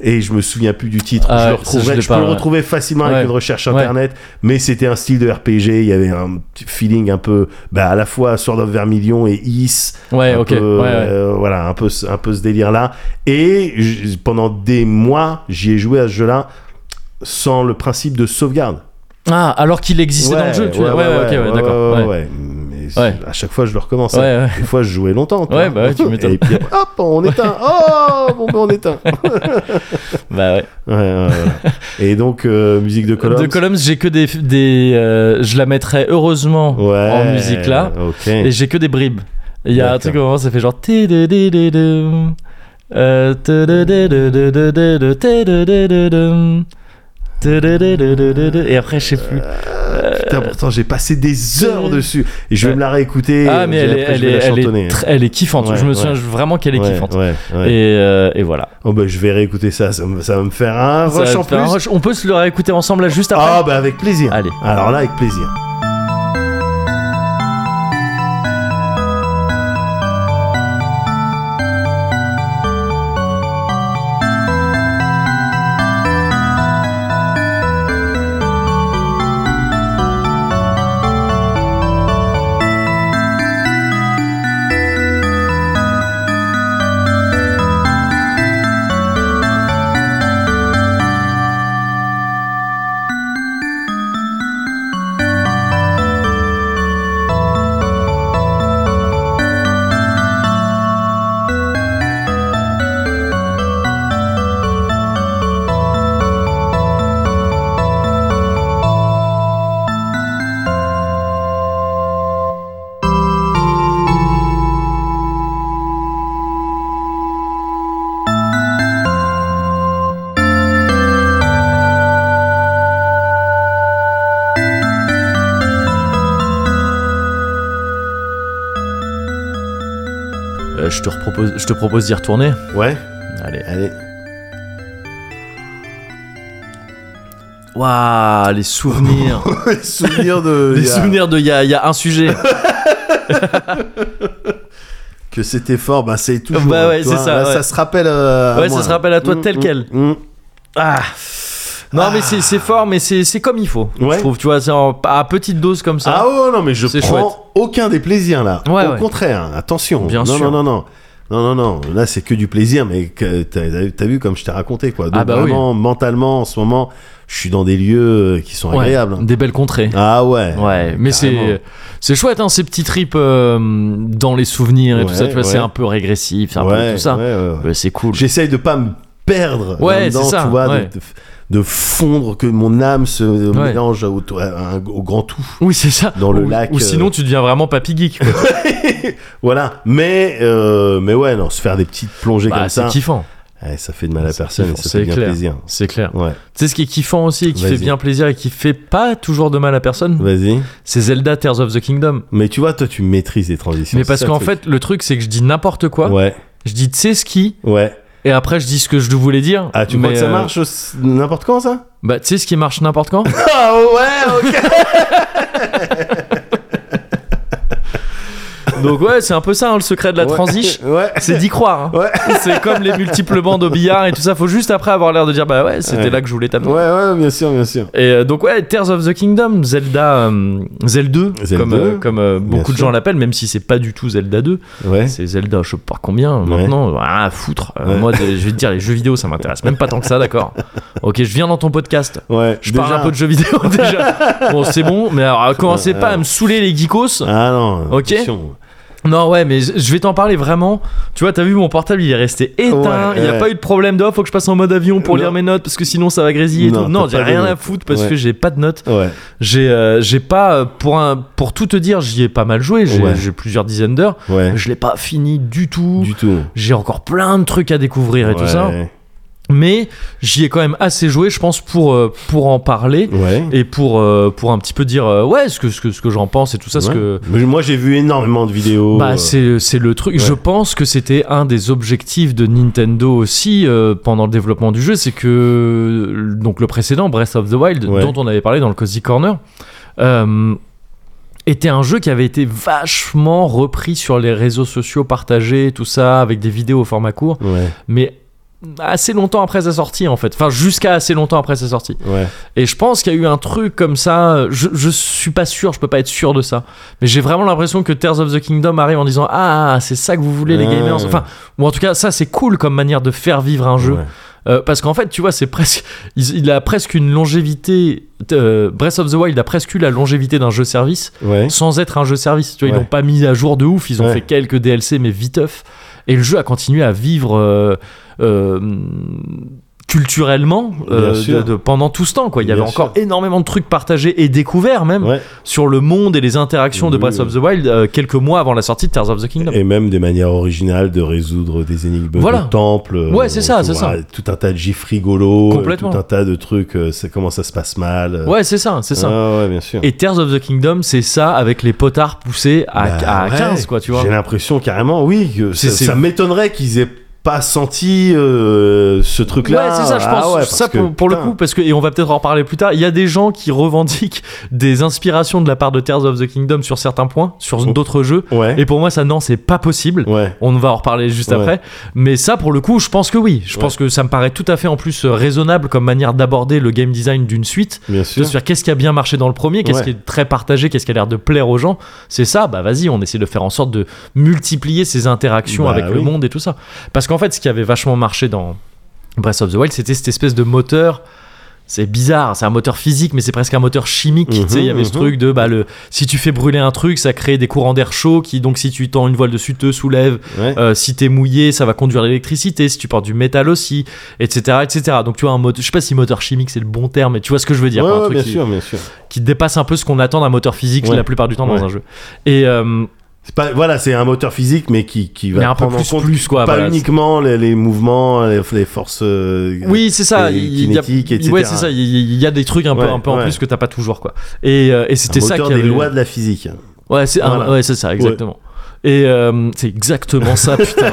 B: Et je me souviens plus du titre.
A: Ah, ça,
B: je le
A: je
B: retrouverai.
A: l'ai
B: Je,
A: pas,
B: peux le
A: ouais.
B: retrouver facilement
A: Ouais.
B: avec une recherche
A: Ouais.
B: internet. Mais c'était un style de RPG. Il y avait un petit feeling un peu, bah, à la fois Sword of Vermilion et Is
A: Ouais,
B: un
A: ok.
B: peu,
A: ouais, ouais.
B: euh, voilà, un peu, ce- un peu ce délire-là. Et j- pendant des mois, j'y ai joué à ce jeu-là sans le principe de sauvegarde.
A: Ah, alors qu'il existait dans le jeu, tu vois. Ouais, ouais, ok, ouais, d'accord.
B: ouais,
A: ouais.
B: ouais. Mais c'est-
A: Ouais.
B: à chaque fois, je le recommence.
A: Ouais,
B: hein.
A: ouais.
B: Des fois, je jouais longtemps. toi.
A: Ouais, bah ouais,
B: [LAUGHS]
A: tu m'étonnes.
B: Et puis, hop,
A: [LAUGHS]
B: on éteint. Oh, bon, ben, on éteint. Ouais,
A: Bah ouais.
B: ouais, ouais,
A: [LAUGHS]
B: ouais. Et donc, euh, musique de colonne.
A: De Columns, j'ai que des. des euh, je la mettrais heureusement
B: Ouais.
A: en musique là,
B: Ok.
A: et j'ai que des bribes. Et Il y a un
B: D'accord.
A: truc au moment, ça fait genre. ti-di-di-di-dum, euh, ti-di-di-di-di-di-di, ti-di-di-di-di-dum, ti-di-di-di-di-di-di, Et après, je sais plus.
B: Euh, Putain, pourtant, j'ai passé des heures dessus. Et je vais me la réécouter.
A: Ah, mais
B: et
A: elle est,
B: après,
A: elle,
B: je
A: est,
B: vais la
A: elle,
B: chantonner.
A: est tr- elle est kiffante.
B: Ouais,
A: je me
B: ouais.
A: souviens vraiment qu'elle est
B: Ouais,
A: kiffante.
B: ouais, ouais.
A: Et, euh, et voilà.
B: Oh bah je vais réécouter ça, ça, me- ça va me faire un
A: Ça
B: rush
A: va
B: en
A: te faire
B: plus.
A: un rush. On peut se le réécouter ensemble là juste après.
B: Ah bah avec plaisir.
A: Allez.
B: Alors là avec plaisir.
A: Euh, je te repropose, je te propose d'y retourner.
B: Ouais,
A: Allez.
B: allez.
A: Waouh, les souvenirs.
B: [LAUGHS] Les souvenirs de...
A: les
B: il y a-
A: souvenirs de il y, a- il y a un sujet.
B: Que c'était fort, bah c'est toujours...
A: Bah ouais,
B: tu vois,
A: c'est ça,
B: là,
A: ouais.
B: Ça se rappelle euh, à
A: Ouais,
B: moi,
A: ça se
B: là.
A: rappelle à toi
B: Mm,
A: tel
B: mm,
A: quel.
B: mm.
A: [LAUGHS] Ah. Non mais c'est c'est fort, mais c'est c'est comme il faut.
B: Ouais.
A: Je trouve, tu vois, c'est en- à petite dose comme ça.
B: Ah oh non mais je
A: C'est
B: prends
A: chouette.
B: aucun des plaisirs là.
A: Ouais,
B: Au
A: ouais.
B: contraire, attention.
A: Bien
B: non,
A: sûr.
B: Non non non. Non, non, non, là c'est que du plaisir, mais que t'as t'as vu comme je t'ai raconté quoi. Donc
A: Ah bah oui.
B: vraiment, mentalement, en ce moment, je suis dans des lieux euh, qui sont
A: Ouais,
B: agréables.
A: Des belles contrées.
B: Ah ouais.
A: Ouais, mais
B: carrément.
A: c'est c'est chouette hein, ces petits trips euh, dans les souvenirs et tout
B: Ouais,
A: ça. Tu vois,
B: ouais.
A: c'est un peu régressif, c'est un
B: Ouais,
A: peu tout ça.
B: ouais, ouais, ouais.
A: Euh, c'est cool.
B: J'essaye de pas me perdre
A: Ouais,
B: là-dedans,
A: c'est ça,
B: tu vois, de-
A: ouais.
B: de, de fondre que mon âme se
A: Ouais.
B: mélange au, au- à un- au grand tout.
A: Oui, c'est ça.
B: Dans le
A: ou,
B: lac,
A: Ou
B: euh,
A: sinon, tu deviens vraiment papy geek. quoi.
B: voilà. Mais euh, mais ouais, non, se faire des petites plongées
A: Bah,
B: comme
A: c'est
B: ça.
A: kiffant.
B: Eh, ça fait de mal à
A: Ça
B: personne et
A: kiffe,
B: ça
A: c'est
B: fait bien
A: clair.
B: plaisir.
A: C'est clair.
B: Ouais,
A: Tu sais ce qui est kiffant aussi et qui fait
B: Vas-y.
A: bien plaisir et qui fait pas toujours de mal à personne
B: vas-y.
A: C'est Zelda Tears of the Kingdom.
B: Mais tu vois, toi, tu maîtrises les transitions.
A: Mais
B: c'est
A: parce
B: ça,
A: qu'en
B: le truc.
A: fait, le truc, c'est que je dis n'importe quoi.
B: Ouais,
A: Je dis tu sais ce qui,
B: ouais.
A: et après, je dis ce que je voulais dire.
B: Ah, tu crois
A: mais,
B: que ça
A: euh,
B: marche au- n'importe quand, ça
A: Bah, tu sais ce qui marche n'importe quand
B: [LAUGHS] Ah ouais, ok.
A: [LAUGHS] Donc, ouais, c'est un peu ça hein, le secret de la transiche.
B: [LAUGHS] Ouais.
A: C'est d'y croire. hein.
B: Ouais.
A: C'est comme les multiples bandes au billard et tout ça. Faut juste après avoir l'air de dire bah ouais, c'était
B: Ouais.
A: là que je voulais
B: Ouais,
A: t'amener.
B: ouais, bien sûr, bien sûr.
A: Et euh, donc ouais, Tears of the Kingdom, Zelda, euh, Zelda 2,
B: Zelda,
A: comme, euh, comme euh,
B: bien
A: beaucoup de
B: sûr.
A: gens l'appellent, même si c'est pas du tout Zelda 2,
B: Ouais.
A: c'est Zelda, je sais pas combien
B: Ouais.
A: maintenant, ah foutre, Euh,
B: Ouais.
A: moi je vais te dire les jeux vidéo ça m'intéresse même pas tant que ça, d'accord
B: [LAUGHS]
A: Ok, je viens dans ton podcast,
B: Ouais.
A: je
B: déjà.
A: parle un peu de jeux vidéo [LAUGHS] déjà, bon c'est bon, mais alors commencez
B: Euh,
A: pas à
B: euh.
A: me saouler les geekos,
B: Ah non.
A: Ok.
B: attention.
A: non ouais mais je je vais t'en parler vraiment, tu vois t'as vu mon portable il est resté éteint,
B: Ouais,
A: il y a
B: ouais.
A: pas eu de problème de oh, faut que je passe en mode avion pour
B: Non.
A: lire mes notes parce que sinon ça va grésiller et
B: Non,
A: tout, non
B: t'as
A: j'ai
B: pas de
A: rien à
B: notes.
A: foutre parce
B: Ouais.
A: que j'ai pas de notes.
B: Ouais.
A: J'ai euh, j'ai pas euh, pour un pour tout te dire, j'y ai pas mal joué, j'ai
B: Ouais.
A: j'ai plusieurs dizaines d'heures,
B: Ouais.
A: je l'ai pas fini du tout.
B: Du tout.
A: J'ai encore plein de trucs à découvrir et tout
B: Ouais.
A: ça, mais j'y ai quand même assez joué, je pense pour euh, pour en parler
B: Ouais.
A: et pour euh, pour un petit peu dire euh, ouais, ce que ce que ce que j'en pense et tout ça, ce
B: Ouais.
A: que
B: Mais Moi, j'ai vu énormément de vidéos.
A: bah
B: euh,
A: c'est c'est le truc,
B: ouais.
A: je pense que c'était un des objectifs de Nintendo aussi euh, pendant le développement du jeu, c'est que donc le précédent Breath of the Wild
B: Ouais.
A: dont on avait parlé dans le Cozy Corner euh, était un jeu qui avait été vachement repris sur les réseaux sociaux partagés tout ça avec des vidéos au format court,
B: Ouais.
A: mais assez longtemps après sa sortie en fait, enfin jusqu'à assez longtemps après sa sortie.
B: Ouais.
A: Et je pense qu'il y a eu un truc comme ça. Je, je suis pas sûr, je peux pas être sûr de ça. Mais j'ai vraiment l'impression que Tears of the Kingdom arrive en disant Ah, c'est ça que vous voulez, les
B: Ah.
A: gamers. Enfin, ou en tout cas, ça, c'est cool comme manière de faire vivre un jeu.
B: Ouais.
A: Euh, parce qu'en fait, tu vois, c'est presque. Il, il a presque une longévité. euh, Breath of the Wild a presque eu la longévité d'un jeu service
B: Ouais.
A: sans être un jeu service. Tu vois,
B: Ouais.
A: ils l'ont pas mis à jour de ouf. Ils ont
B: Ouais.
A: fait quelques DLC, mais viteuf. Et le jeu a continué à vivre. euh, euh, culturellement euh,
B: Bien sûr.
A: de- de- pendant tout ce temps quoi il y
B: Bien
A: avait encore
B: sûr.
A: énormément de trucs partagés et découverts même
B: Ouais.
A: sur le monde et les interactions de
B: Oui,
A: Breath of the Wild euh, quelques mois avant la sortie de Tears of the Kingdom
B: Et même des manières originales de résoudre des énigmes
A: Voilà.
B: de temple. euh,
A: Ouais, c'est ça,
B: tu
A: c'est
B: vois,
A: ça.
B: Tout un tas de gifs rigolos. euh,
A: Complètement.
B: Tout un tas de trucs. euh, c'est comment ça se passe mal. euh.
A: ouais c'est ça c'est ça
B: Ah ouais, bien sûr.
A: et Tears of the Kingdom c'est ça avec les potards poussés à,
B: Bah,
A: à
B: ouais.
A: 15 quoi tu vois
B: J'ai l'impression carrément, oui, que
A: C'est-
B: ça,
A: c'est-
B: ça m'étonnerait qu'ils aient pas senti euh, ce truc-là.
A: Ouais, c'est ça, je
B: Ah
A: pense.
B: ouais, parce
A: ça,
B: que,
A: pour, pour le
B: putain,
A: coup, parce que, et on va peut-être en reparler plus tard, il y a des gens qui revendiquent [LAUGHS] des inspirations de la part de Tears of the Kingdom sur certains points, sur
B: Oh.
A: d'autres jeux.
B: Ouais.
A: Et pour moi, ça, non, c'est pas possible.
B: Ouais.
A: On va en reparler juste
B: Ouais.
A: après. Mais ça, pour le coup, je pense que oui. Je
B: Ouais.
A: pense que ça me paraît tout à fait en plus euh, raisonnable comme manière d'aborder le game design d'une suite.
B: Bien
A: De
B: sûr.
A: se faire qu'est-ce qui a bien marché dans le premier, qu'est-ce
B: Ouais.
A: qui est très partagé, qu'est-ce qui a l'air de plaire aux gens. C'est ça, bah vas-y, on essaie de faire en sorte de multiplier ces interactions
B: Bah
A: avec le
B: oui.
A: monde et tout ça. Parce qu'en fait, ce qui avait vachement marché dans Breath of the Wild, c'était cette espèce de moteur. C'est bizarre, c'est un moteur physique, mais c'est presque un moteur chimique. tu sais, il y avait ce
B: mhm.
A: truc de bah, le, si tu fais brûler un truc, ça crée des courants d'air chaud qui, donc, si tu tends une voile dessus, te soulève.
B: Ouais.
A: Euh, si t'es mouillé, ça va conduire l'électricité. Si tu portes du métal aussi, etc., etc. Donc tu vois un moteur, je sais pas si moteur chimique c'est le bon terme, mais tu vois ce que je veux dire,
B: Ouais,
A: quoi, un
B: ouais,
A: truc
B: bien
A: qui,
B: sûr, bien sûr.
A: qui dépasse un peu ce qu'on attend d'un moteur physique
B: Ouais.
A: la plupart du temps
B: Ouais.
A: dans un jeu. Et euh,
B: C'est pas, voilà, c'est un moteur physique, mais qui,
A: il
B: qui
A: y
B: va
A: a un peu
B: prendre en
A: plus
B: compte
A: plus quoi.
B: pas
A: voilà.
B: uniquement les, les mouvements, les, les forces. euh,
A: Oui, c'est ça.
B: et
A: Il y a,
B: kinétique, etc.
A: ouais, c'est ça. Il y- il y a des trucs un peu,
B: Ouais,
A: un peu en
B: ouais.
A: plus que t'as pas toujours quoi. Et, euh, et c'était
B: un
A: ça
B: moteur
A: qui avait...
B: des lois de la physique.
A: Ouais, c'est un-
B: Voilà.
A: ouais, c'est ça, exactement. Et euh, c'est exactement ça, putain.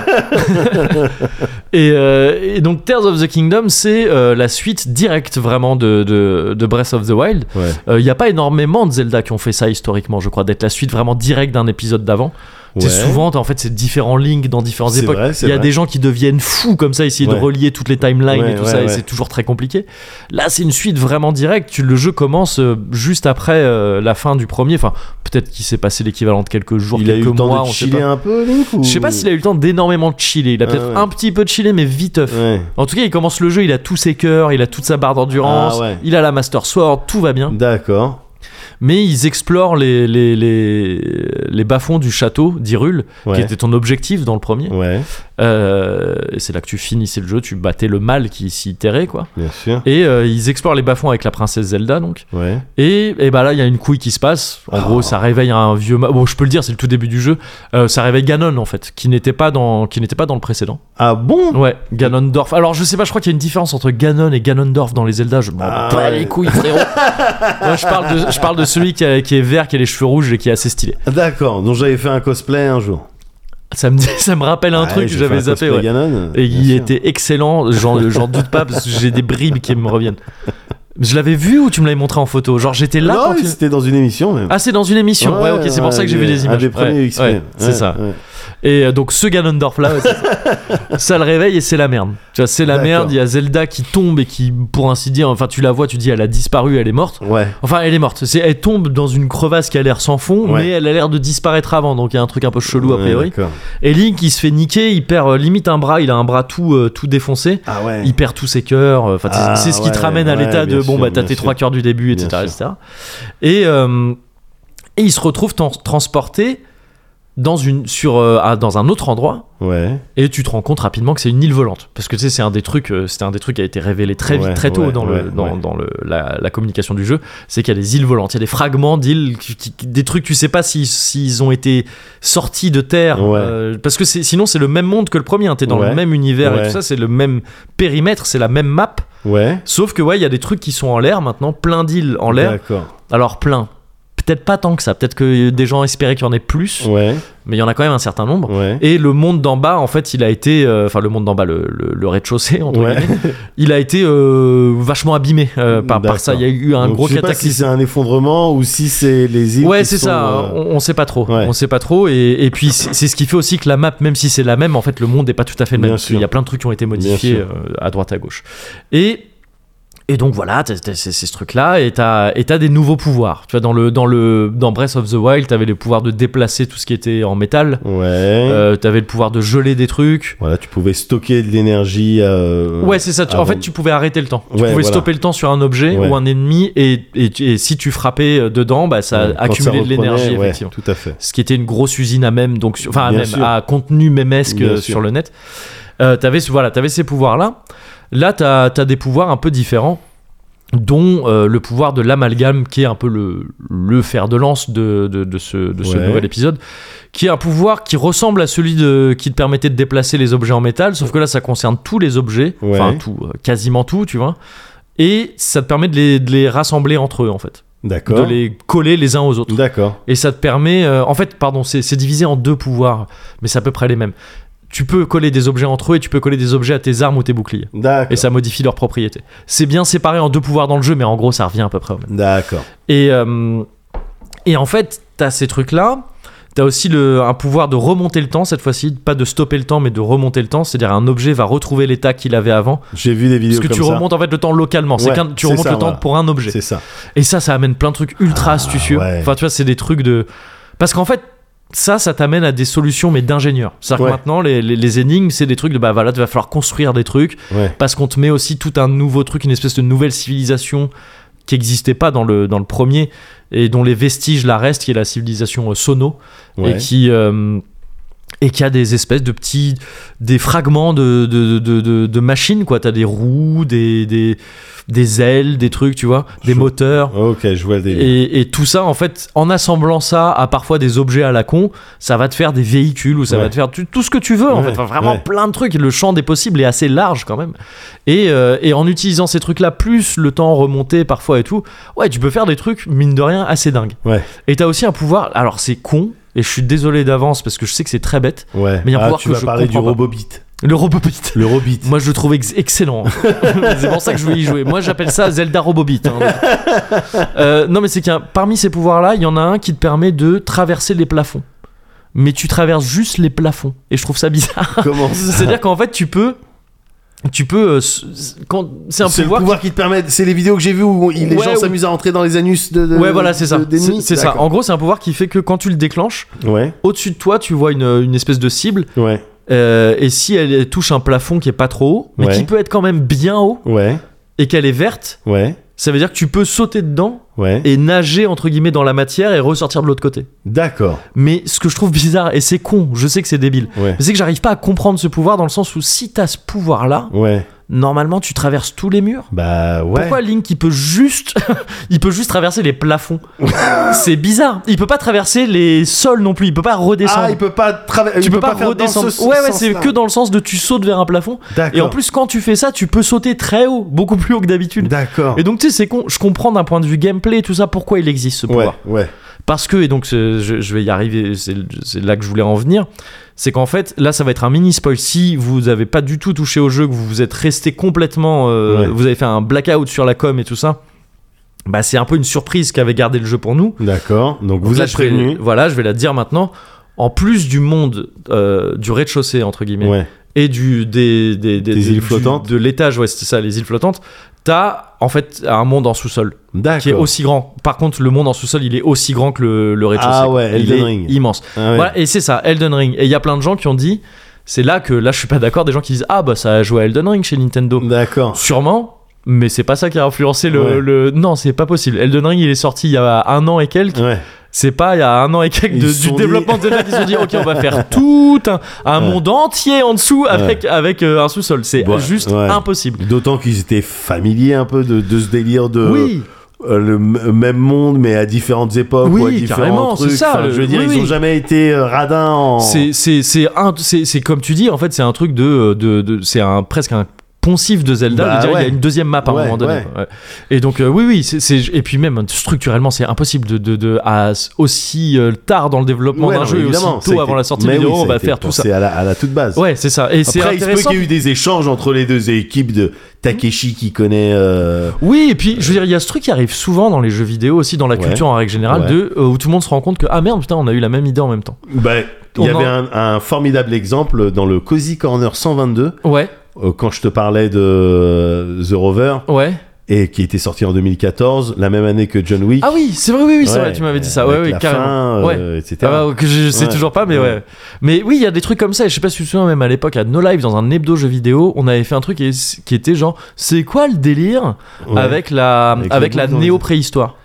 A: et, euh, et donc Tears of the Kingdom, c'est euh, la suite directe vraiment de, de, de Breath of the Wild.
B: Ouais.
A: Il n'y Euh, a pas énormément de Zelda qui ont fait ça historiquement, je crois, d'être la suite vraiment directe d'un épisode d'avant. C'est
B: Ouais.
A: souvent, t'as- en fait, c'est différents links dans différentes
B: C'est
A: époques.
B: vrai, c'est
A: Il y a
B: vrai.
A: des gens qui deviennent fous comme ça, essayer
B: Ouais.
A: de relier toutes les timelines
B: Ouais,
A: et tout
B: ouais,
A: ça, et
B: ouais.
A: c'est toujours très compliqué. Là, c'est une suite vraiment directe. Tu- Le jeu commence euh, juste après euh, la fin du premier. Enfin, peut-être qu'il s'est passé l'équivalent de quelques jours,
B: Il a eu
A: quelques
B: le temps
A: mois,
B: de
A: on sait
B: chiller
A: pas.
B: un peu, Link ou...
A: Je sais pas s'il a eu le temps d'énormément de chiller. Il a
B: Ah
A: peut-être
B: ouais.
A: un petit peu de chiller, mais viteuf.
B: Ouais.
A: En tout cas, il commence le jeu, il a tous ses cœurs, il a toute sa barre d'endurance,
B: Ah ouais.
A: il a la Master Sword, tout va bien.
B: D'accord.
A: mais ils explorent les, les, les, les bas-fonds du château d'Irul,
B: Ouais.
A: qui était ton objectif dans le premier.
B: Ouais,
A: Euh, et c'est là que tu finissais le jeu, tu battais le mal qui s'y itérait, quoi.
B: bien sûr.
A: Et euh, ils explorent les bas-fonds avec la princesse Zelda, donc.
B: Ouais.
A: Et, et bah là, il y a une couille qui se passe. En
B: Ah.
A: gros, ça réveille un vieux. ma- Bon, je peux le dire, c'est le tout début du jeu. Euh, ça réveille Ganon, en fait, qui n'était pas, dans... qui n'était pas dans le précédent.
B: Ah bon
A: Ouais, Ganondorf. Alors, je sais pas, je crois qu'il y a une différence entre Ganon et Ganondorf dans les Zelda. Je m'en
B: Ah,
A: bats
B: ouais.
A: les couilles,
B: [LAUGHS]
A: frérot. Moi, je parle, de, je parle de celui qui, a- qui est vert, qui a les cheveux rouges et qui est assez stylé.
B: D'accord, donc j'avais fait un cosplay un jour.
A: Ça me, [LAUGHS] dit- ça me rappelle un
B: Ouais,
A: truc que
B: j'ai
A: j'avais
B: fait un
A: zappé,
B: cosplay
A: ouais.
B: Ganon,
A: Et
B: bien
A: il
B: sûr.
A: était excellent, j'en j'en doute pas, parce que j'ai des bribes qui me reviennent. Je l'avais vu ou tu me l'avais montré en photo Genre, j'étais là
B: Non,
A: quand tu-
B: c'était dans une émission même.
A: Ah, c'est dans une émission. Ouais, ok, c'est pour
B: ouais,
A: ça que j'ai vu
B: des-
A: les images.
B: Un des premiers
A: Ouais,
B: XP.
A: ouais, c'est
B: Ouais,
A: ça.
B: ouais.
A: Et euh, donc ce Ganondorf là,
B: [LAUGHS]
A: ça le réveille et c'est la merde. Tu vois, c'est la
B: D'accord.
A: merde. Il y a Zelda qui tombe et qui, pour ainsi dire, enfin tu la vois, tu dis elle a disparu, elle est morte.
B: Ouais.
A: Enfin, elle est morte. C'est, elle tombe dans une crevasse qui a l'air sans fond,
B: Ouais.
A: mais elle a l'air de disparaître avant. Donc il y a un truc un peu chelou a
B: Ouais,
A: priori.
B: d'accord.
A: Et Link, il se fait niquer, il perd euh, limite un bras. Il a un bras tout euh, tout défoncé.
B: Ah ouais.
A: Il perd tous ses cœurs. euh, Enfin, c'est-
B: Ah,
A: c'est ce qui te
B: ouais,
A: ramène à
B: ouais,
A: l'état de
B: bien
A: bon,
B: sûr,
A: bah t'as
B: bien
A: tes
B: sûr.
A: trois cœurs du début, etc.
B: Bien
A: etc. Et, euh, et il se retrouve tran- transporté dans, une, sur, euh, à- dans un autre endroit.
B: Ouais.
A: Et tu te rends compte rapidement que c'est une île volante. Parce que tu sais, c'est un des trucs, euh, c'était un des trucs qui a été révélé très vite,
B: Ouais,
A: très tôt
B: ouais,
A: dans, le,
B: ouais,
A: dans,
B: ouais.
A: dans le, la, la communication du jeu. C'est qu'il y a des îles volantes, il y a des fragments d'îles, qui- qui- qui- des trucs, tu sais pas si- s'ils ont été sortis de terre.
B: Ouais.
A: euh, parce que c'est- sinon, c'est le même monde que le premier. hein. T'es dans le
B: Ouais.
A: même univers et
B: Ouais.
A: tout ça, c'est le même périmètre, c'est la même map.
B: Ouais.
A: Sauf que, ouais, il y a des trucs qui sont en l'air maintenant, plein d'îles en l'air.
B: D'accord.
A: Alors, plein. Peut-être pas tant que ça. Peut-être que des gens espéraient qu'il y en ait plus,
B: Ouais.
A: mais il y en a quand même un certain nombre.
B: Ouais.
A: Et le monde d'en bas, en fait, il a été, euh, enfin le monde d'en bas, le, le- le rez-de-chaussée, entre
B: Ouais.
A: guillemets, il a été euh, vachement abîmé euh, par, par ça. Il y a eu un
B: Donc,
A: gros
B: je sais pas si
A: cataclysme.
B: c'est un effondrement ou si c'est les îles.
A: Ouais,
B: qui
A: c'est
B: sont,
A: ça.
B: euh,
A: On, on sait pas trop.
B: Ouais.
A: On sait pas trop. Et, et puis c'est c'est ce qui fait aussi que la map, même si c'est la même, en fait, le monde n'est pas tout à fait le même.
B: Bien
A: parce
B: sûr.
A: qu'il y a plein de trucs qui ont été modifiés
B: sûr.
A: euh, à droite à gauche. Et et donc voilà, t'as- t'as- c'est c'est ce truc-là, et t'as et t'as des nouveaux pouvoirs. Tu vois, dans le dans le dans Breath of the Wild, t'avais les pouvoirs de déplacer tout ce qui était en métal.
B: Ouais.
A: Euh, t'avais le pouvoir de geler des trucs.
B: Voilà, tu pouvais stocker de l'énergie. euh,
A: Ouais, c'est ça. Tu- En
B: avant-
A: fait, tu pouvais arrêter le temps. Tu
B: Ouais,
A: pouvais
B: voilà.
A: stopper le temps sur un objet
B: Ouais.
A: ou un ennemi, et, et- et si tu frappais euh, dedans, bah, ça
B: Ouais, quand
A: accumulait de
B: reprenait,
A: l'énergie,
B: ouais,
A: effectivement.
B: Tout à fait.
A: Ce qui était une grosse usine à même, donc, sur- enfin, à,
B: Bien
A: même,
B: sûr.
A: à contenu mémesque
B: Bien
A: euh,
B: sûr.
A: sur le net. Euh, t'avais, ce- voilà, t'avais ces pouvoirs-là. Là, t'as as des pouvoirs un peu différents dont euh, le pouvoir de l'amalgame qui est un peu le, le fer de lance de, de- de ce, de ce
B: Ouais.
A: nouvel épisode qui est un pouvoir qui ressemble à celui de, qui te permettait de déplacer les objets en métal, sauf que là ça concerne tous les objets,
B: Ouais.
A: enfin tout, euh, quasiment tout, tu vois. Et ça te permet de les, de les rassembler entre eux en fait, de
B: D'accord.
A: les coller les uns aux autres.
B: D'accord.
A: Et ça te permet, euh, en fait, pardon, c'est c'est divisé en deux pouvoirs, mais c'est à peu près les mêmes. Tu peux coller des objets entre eux et tu peux coller des objets à tes armes ou tes boucliers. Et
B: D'accord.
A: ça modifie leurs propriétés. C'est bien séparé en deux pouvoirs dans le jeu, mais en gros ça revient à peu près au même.
B: D'accord.
A: Et, euh, et en fait, t'as ces trucs-là. T'as aussi le, un pouvoir de remonter le temps cette fois-ci, pas de stopper le temps, mais de remonter le temps. C'est-à-dire un objet va retrouver l'état qu'il avait avant,
B: J'ai vu des vidéos
A: parce que
B: comme
A: tu
B: ça.
A: remontes en fait le temps localement. c'est
B: Ouais,
A: qu'un- tu
B: c'est
A: remontes
B: ça,
A: le temps
B: voilà.
A: pour un objet.
B: C'est ça.
A: Et ça, ça amène plein de trucs ultra astucieux.
B: Ah, ouais.
A: Enfin, tu vois, c'est des trucs de. Parce qu'en fait, ça, ça t'amène à des solutions, mais d'ingénieurs. C'est-à-dire
B: Ouais.
A: que maintenant, les, les- les énigmes, c'est des trucs de bah voilà, tu vas falloir construire des trucs,
B: Ouais.
A: parce qu'on te met aussi tout un nouveau truc, une espèce de nouvelle civilisation qui n'existait pas dans le, dans le premier, et dont les vestiges la restent, qui est la civilisation euh, Sono, et
B: Ouais.
A: qui. euh, et qui a des espèces de petits des fragments de, de, de, de- de machines quoi t'as des roues des, des des ailes des trucs tu vois des
B: Je-
A: moteurs
B: Ok, je vois le délire.
A: et, et tout ça, en fait, en assemblant ça à parfois des objets à la con, ça va te faire des véhicules ou ça
B: Ouais.
A: va te faire tu- tout ce que tu veux, en
B: Ouais,
A: fait. Enfin, vraiment
B: ouais.
A: plein de trucs. Le champ des possibles est assez large quand même. Et, euh, et en utilisant ces trucs-là, plus le temps remonté parfois et tout, ouais, tu peux faire des trucs, mine de rien, assez dingues.
B: Ouais,
A: Et t'as aussi un pouvoir, alors c'est con, et je suis désolé d'avance parce que je sais que c'est très bête,
B: ouais.
A: Mais il y a un
B: ah,
A: pouvoir
B: tu
A: que
B: vas
A: je
B: parler du
A: comprends pas.
B: robot beat.
A: le Robobit.
B: Le robot beat.
A: Moi je le trouve ex- excellent. c'est pour ça que je voulais y jouer. Moi j'appelle ça Zelda Robobit. hein.
B: [LAUGHS]
A: Euh, non mais c'est qu'un parmi ces pouvoirs-là, il y en a un qui te permet de traverser les plafonds. Mais tu traverses juste les plafonds. Et je trouve ça
B: Ah.
A: bizarre.
B: [LAUGHS]
A: [LAUGHS]
B: Comment ça
A: C'est-à-dire qu'en fait tu peux... Tu peux... euh, s- s- quand- C'est un
B: C'est le
A: pouvoir...
B: pouvoir qui te permet. C'est les vidéos que j'ai vues où il- les
A: Ouais,
B: gens
A: où-
B: s'amusent à rentrer dans les anus de. de-
A: Ouais voilà c'est ça.
B: de-
A: C'est
B: d'ennemis.
A: c'est ça. En gros c'est un pouvoir qui fait que quand tu le déclenches,
B: D'accord. Ouais,
A: au-dessus de toi tu vois une, une espèce de cible.
B: ouais,
A: euh, et si elle elle touche un plafond qui est pas trop haut, mais
B: Ouais.
A: qui peut être quand même bien haut,
B: ouais,
A: et qu'elle est verte,
B: ouais.
A: ça veut dire que tu peux sauter dedans
B: Ouais.
A: et nager entre guillemets dans la matière et ressortir de l'autre côté.
B: D'accord.
A: Mais ce que je trouve bizarre, et c'est con, je sais que c'est débile, mais
B: Ouais.
A: c'est que j'arrive pas à comprendre ce pouvoir dans le sens où si t'as ce pouvoir-là,
B: Ouais.
A: normalement tu traverses tous les murs.
B: Bah ouais.
A: Pourquoi Link il peut juste [LAUGHS] il peut juste traverser les
B: [LAUGHS]
A: plafonds C'est bizarre. Il peut pas traverser les sols non plus. Il peut pas redescendre.
B: ah, il peut pas traverser.
A: tu peux pas, redescendre. ouais ouais, c'est que dans le sens de tu sautes vers un plafond.
B: D'accord.
A: Et en plus quand tu fais ça, tu peux sauter très haut, beaucoup plus haut que d'habitude.
B: D'accord.
A: Et donc tu sais c'est con. Je comprends d'un point de vue gameplay et tout ça pourquoi il existe ce
B: Ouais.
A: pouvoir.
B: Ouais.
A: Parce que, et donc c'est- je, je vais y arriver, c'est c'est là que je voulais en venir, c'est qu'en fait, là ça va être un mini spoil. Si vous n'avez pas du tout touché au jeu, que vous vous êtes resté complètement. euh,
B: Ouais.
A: Vous avez fait un blackout sur la com et tout ça, bah c'est un peu une surprise qu'avait gardé le jeu pour nous.
B: D'accord. Donc vous
A: là,
B: êtes
A: je vais-
B: prévenu.
A: Voilà, je vais la dire maintenant. En plus du monde euh, du rez-de-chaussée, entre guillemets,
B: Ouais.
A: et du, des, des,
B: Des îles
A: du-
B: flottantes.
A: de l'étage, ouais, c'était ça, les îles flottantes, t'as en fait un monde en sous-sol qui est
B: D'accord.
A: aussi grand. Par contre, le monde en sous-sol, il est aussi grand que le, le rez-de-chaussée.
B: Ah ouais,
A: il
B: Elden
A: est
B: Ring.
A: immense.
B: Ah ouais.
A: Voilà, et c'est ça, Elden Ring. Et il y a plein de gens qui ont dit, c'est là que là je suis pas d'accord, des gens qui disent ah bah ça a joué à Elden Ring chez Nintendo.
B: D'accord.
A: Sûrement, mais c'est pas ça qui a influencé le,
B: Ouais.
A: le- non c'est pas possible. Elden Ring il est sorti il y a un an et quelques.
B: Ouais.
A: C'est pas il y a un an et quelques
B: Ils
A: de-
B: se sont
A: du
B: dit-
A: développement de Zelda qui se sont dit ok on va
B: [LAUGHS]
A: faire tout un, un
B: Ouais.
A: monde entier en dessous avec avec euh, un sous-sol. C'est
B: Ouais,
A: juste
B: ouais.
A: impossible.
B: D'autant qu'ils étaient familiers un peu de, de ce délire de
A: oui,
B: euh, le m- même monde mais à différentes époques
A: Oui,
B: ou à différents
A: carrément, c'est
B: trucs.
A: ça,
B: Enfin,
A: le-
B: je veux dire,
A: oui,
B: ils ont
A: oui.
B: jamais été euh, radins en.
A: c'est c'est c'est un- c'est c'est comme tu dis en fait c'est un truc de de, de- c'est un presque un poncif de Zelda
B: Bah
A: de dire, il y
B: ouais.
A: a une deuxième map à un
B: Ouais,
A: moment donné
B: ouais.
A: quoi. Ouais. et donc euh, oui oui c'est- c'est et puis même structurellement c'est impossible de, de, de- à aussi euh, tard dans le développement
B: Ouais,
A: d'un
B: non,
A: jeu et aussi
B: évidemment, ça a
A: tôt avant
B: été-
A: la sortie
B: mais
A: vidéo
B: oui, ça
A: on
B: a
A: va
B: été
A: faire tout ça
B: pensé à la, à la toute base.
A: ouais c'est ça et c'est
B: Après, il se peut
A: intéressant
B: qu'il y ait eu des échanges entre les deux équipes de Takeshi qui connaît. euh,
A: oui et puis je veux dire il y a ce truc qui arrive souvent dans les jeux vidéo aussi dans la
B: Ouais.
A: culture en règle générale
B: Ouais.
A: de euh, où tout le monde se rend compte que ah merde putain on a eu la même idée en même temps Bah,
B: Ben, il
A: On
B: y avait
A: en-
B: un, un formidable exemple dans le Cozy Corner 122,
A: ouais
B: euh, quand je te parlais de euh, The Rover,
A: ouais
B: et qui était sorti en 2014, la même année que John Wick.
A: ah oui c'est vrai oui oui c'est
B: Ouais,
A: vrai tu m'avais dit ça ouais
B: avec
A: ouais
B: la
A: carrément
B: fin,
A: ouais.
B: euh, etc.
A: Ah bah, que je, je sais
B: Ouais.
A: toujours pas, mais ouais.
B: Ouais.
A: Mais oui, il y a des trucs comme ça. Et je sais pas si tu te souviens, même à l'époque, à No Live, dans un hebdo jeu vidéo, on avait fait un truc qui, qui était genre, c'est quoi le délire
B: Ouais.
A: bah, avec la, avec
B: Avec les
A: la
B: boules dans les-
A: néo-préhistoire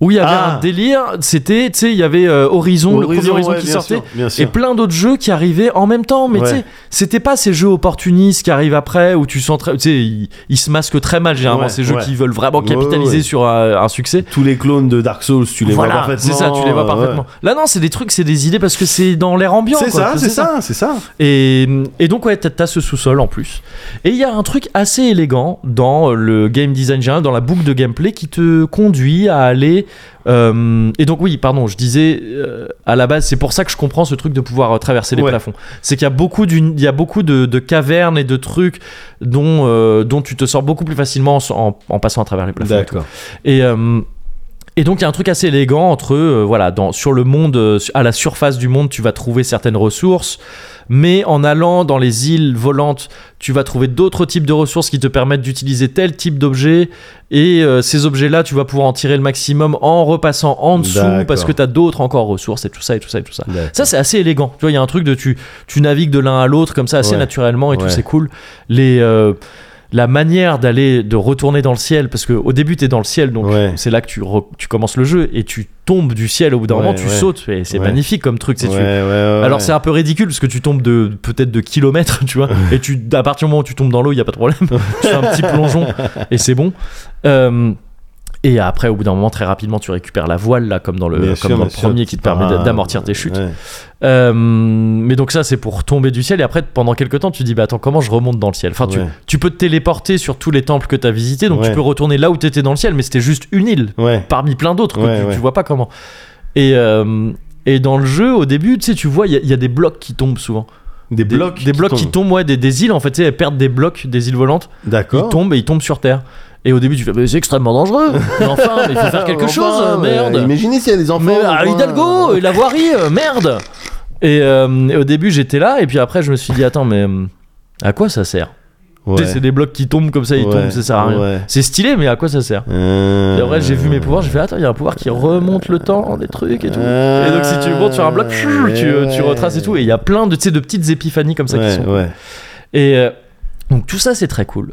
A: Où il y avait
B: Ah.
A: un délire, c'était, tu sais, il y avait euh, Horizon, le premier
B: Horizon,
A: Horizon
B: ouais,
A: qui
B: bien
A: sortait.
B: sûr, bien
A: Et
B: sûr.
A: plein d'autres jeux qui arrivaient en même temps, mais
B: Ouais.
A: tu sais, c'était pas ces jeux opportunistes qui arrivent après où tu sens très. Tu sais, ils, ils se masquent très mal généralement,
B: Ouais,
A: ces jeux
B: ouais.
A: qui veulent vraiment
B: Ouais, ouais,
A: capitaliser
B: ouais.
A: sur euh, un succès
B: Tous les clones de Dark Souls, tu les vois
A: voilà,
B: parfaitement.
A: c'est ça, tu les vois
B: euh,
A: parfaitement.
B: ouais.
A: Là, non, c'est des trucs, c'est des idées parce que c'est dans l'air ambiant.
B: C'est
A: quoi.
B: ça, c'est ça, c'est ça.
A: Et, et donc, ouais, t'as- t'as ce sous-sol en plus. Et il y a un truc assez élégant dans le game design général, dans la boucle de gameplay qui te conduit à aller. euh, et donc, oui, pardon, je disais euh, à la base, c'est pour ça que je comprends ce truc de pouvoir euh, traverser les
B: Ouais.
A: plafonds. C'est qu'il y a beaucoup, d'une- il y a beaucoup de, de cavernes et de trucs dont, euh, dont tu te sors beaucoup plus facilement en, en- en passant à travers les plafonds. et tout. Et, euh, et donc il y a un truc assez élégant entre, euh, voilà, dans, sur le monde, euh, à la surface du monde, tu vas trouver certaines ressources, mais en allant dans les îles volantes, tu vas trouver d'autres types de ressources qui te permettent d'utiliser tel type d'objet, et euh, ces objets-là, tu vas pouvoir en tirer le maximum en repassant en dessous,
B: D'accord.
A: parce que tu as d'autres encore ressources, et tout ça, et tout ça, et tout ça.
B: D'accord.
A: Ça, c'est assez élégant. Tu vois, il y a un truc de tu, tu navigues de l'un à l'autre comme ça assez
B: Ouais.
A: naturellement et tout,
B: Ouais.
A: c'est cool. Les, euh, la manière d'aller, de retourner dans le ciel, parce qu'au début, tu es dans le ciel, donc
B: Ouais.
A: c'est là que tu, re- tu commences le jeu et tu tombes du ciel au bout d'un
B: Ouais,
A: moment, tu
B: ouais.
A: sautes et c'est
B: Ouais.
A: magnifique comme truc. tu sais, tu-
B: Ouais, ouais, ouais,
A: Alors,
B: ouais.
A: c'est un peu ridicule parce que tu tombes de peut-être de kilomètres, [LAUGHS] tu vois, et tu, à partir du moment où tu tombes dans l'eau, il n'y a pas de problème. tu fais un petit plongeon et c'est bon. Euh, et après, au bout d'un moment, très rapidement, tu récupères la voile, là, comme dans le,
B: Bien
A: comme
B: sûr,
A: dans
B: bien
A: le
B: sûr,
A: premier qui te permet
B: par un-
A: d'amortir tes chutes.
B: Ouais.
A: Euh, mais donc ça c'est pour tomber du ciel et après pendant quelques temps tu dis bah attends comment je remonte dans le ciel enfin tu,
B: Ouais.
A: tu peux te téléporter sur tous les temples que t'as visités donc tu
B: Ouais.
A: peux retourner là où t'étais dans le ciel mais c'était juste une île
B: Ouais.
A: parmi plein d'autres que
B: Ouais,
A: tu,
B: ouais.
A: tu vois pas comment et euh, et dans le jeu au début tu sais tu vois il y, a- il y a des blocs qui tombent souvent
B: Des blocs.
A: des blocs qui tombent ouais des, des îles en fait tu sais elles perdent des blocs des îles volantes ils
B: D'accord.
A: tombent et ils tombent sur terre et au début tu fais bah, c'est extrêmement
B: [LAUGHS]
A: dangereux mais enfin mais il faut faire quelque
B: Enfin,
A: chose euh,
B: mais,
A: merde
B: euh, Imaginez s'il y a des enfants.
A: mais
B: au
A: à
B: coin,
A: Hidalgo,
B: euh,
A: euh, la voirie, euh, merde et, euh, et au début, j'étais là, et puis après, je me suis dit, attends, mais euh, à quoi ça sert Tu sais,
B: ouais.
A: C'est des blocs qui tombent comme ça, ils
B: Ouais,
A: tombent, ça sert à rien.
B: ouais.
A: C'est stylé, mais à quoi ça sert
B: Euh,
A: et en vrai, j'ai vu mes pouvoirs, j'ai fait attends, il y a un pouvoir qui remonte le temps, hein, des trucs et tout.
B: Euh,
A: Et donc, si tu montes sur un bloc, tu,
B: ouais,
A: tu
B: ouais.
A: retraces et tout. Et il y a plein de, tu sais, de petites épiphanies comme ça qui
B: Ouais,
A: sont.
B: ouais.
A: Et, euh, Donc tout ça c'est très cool.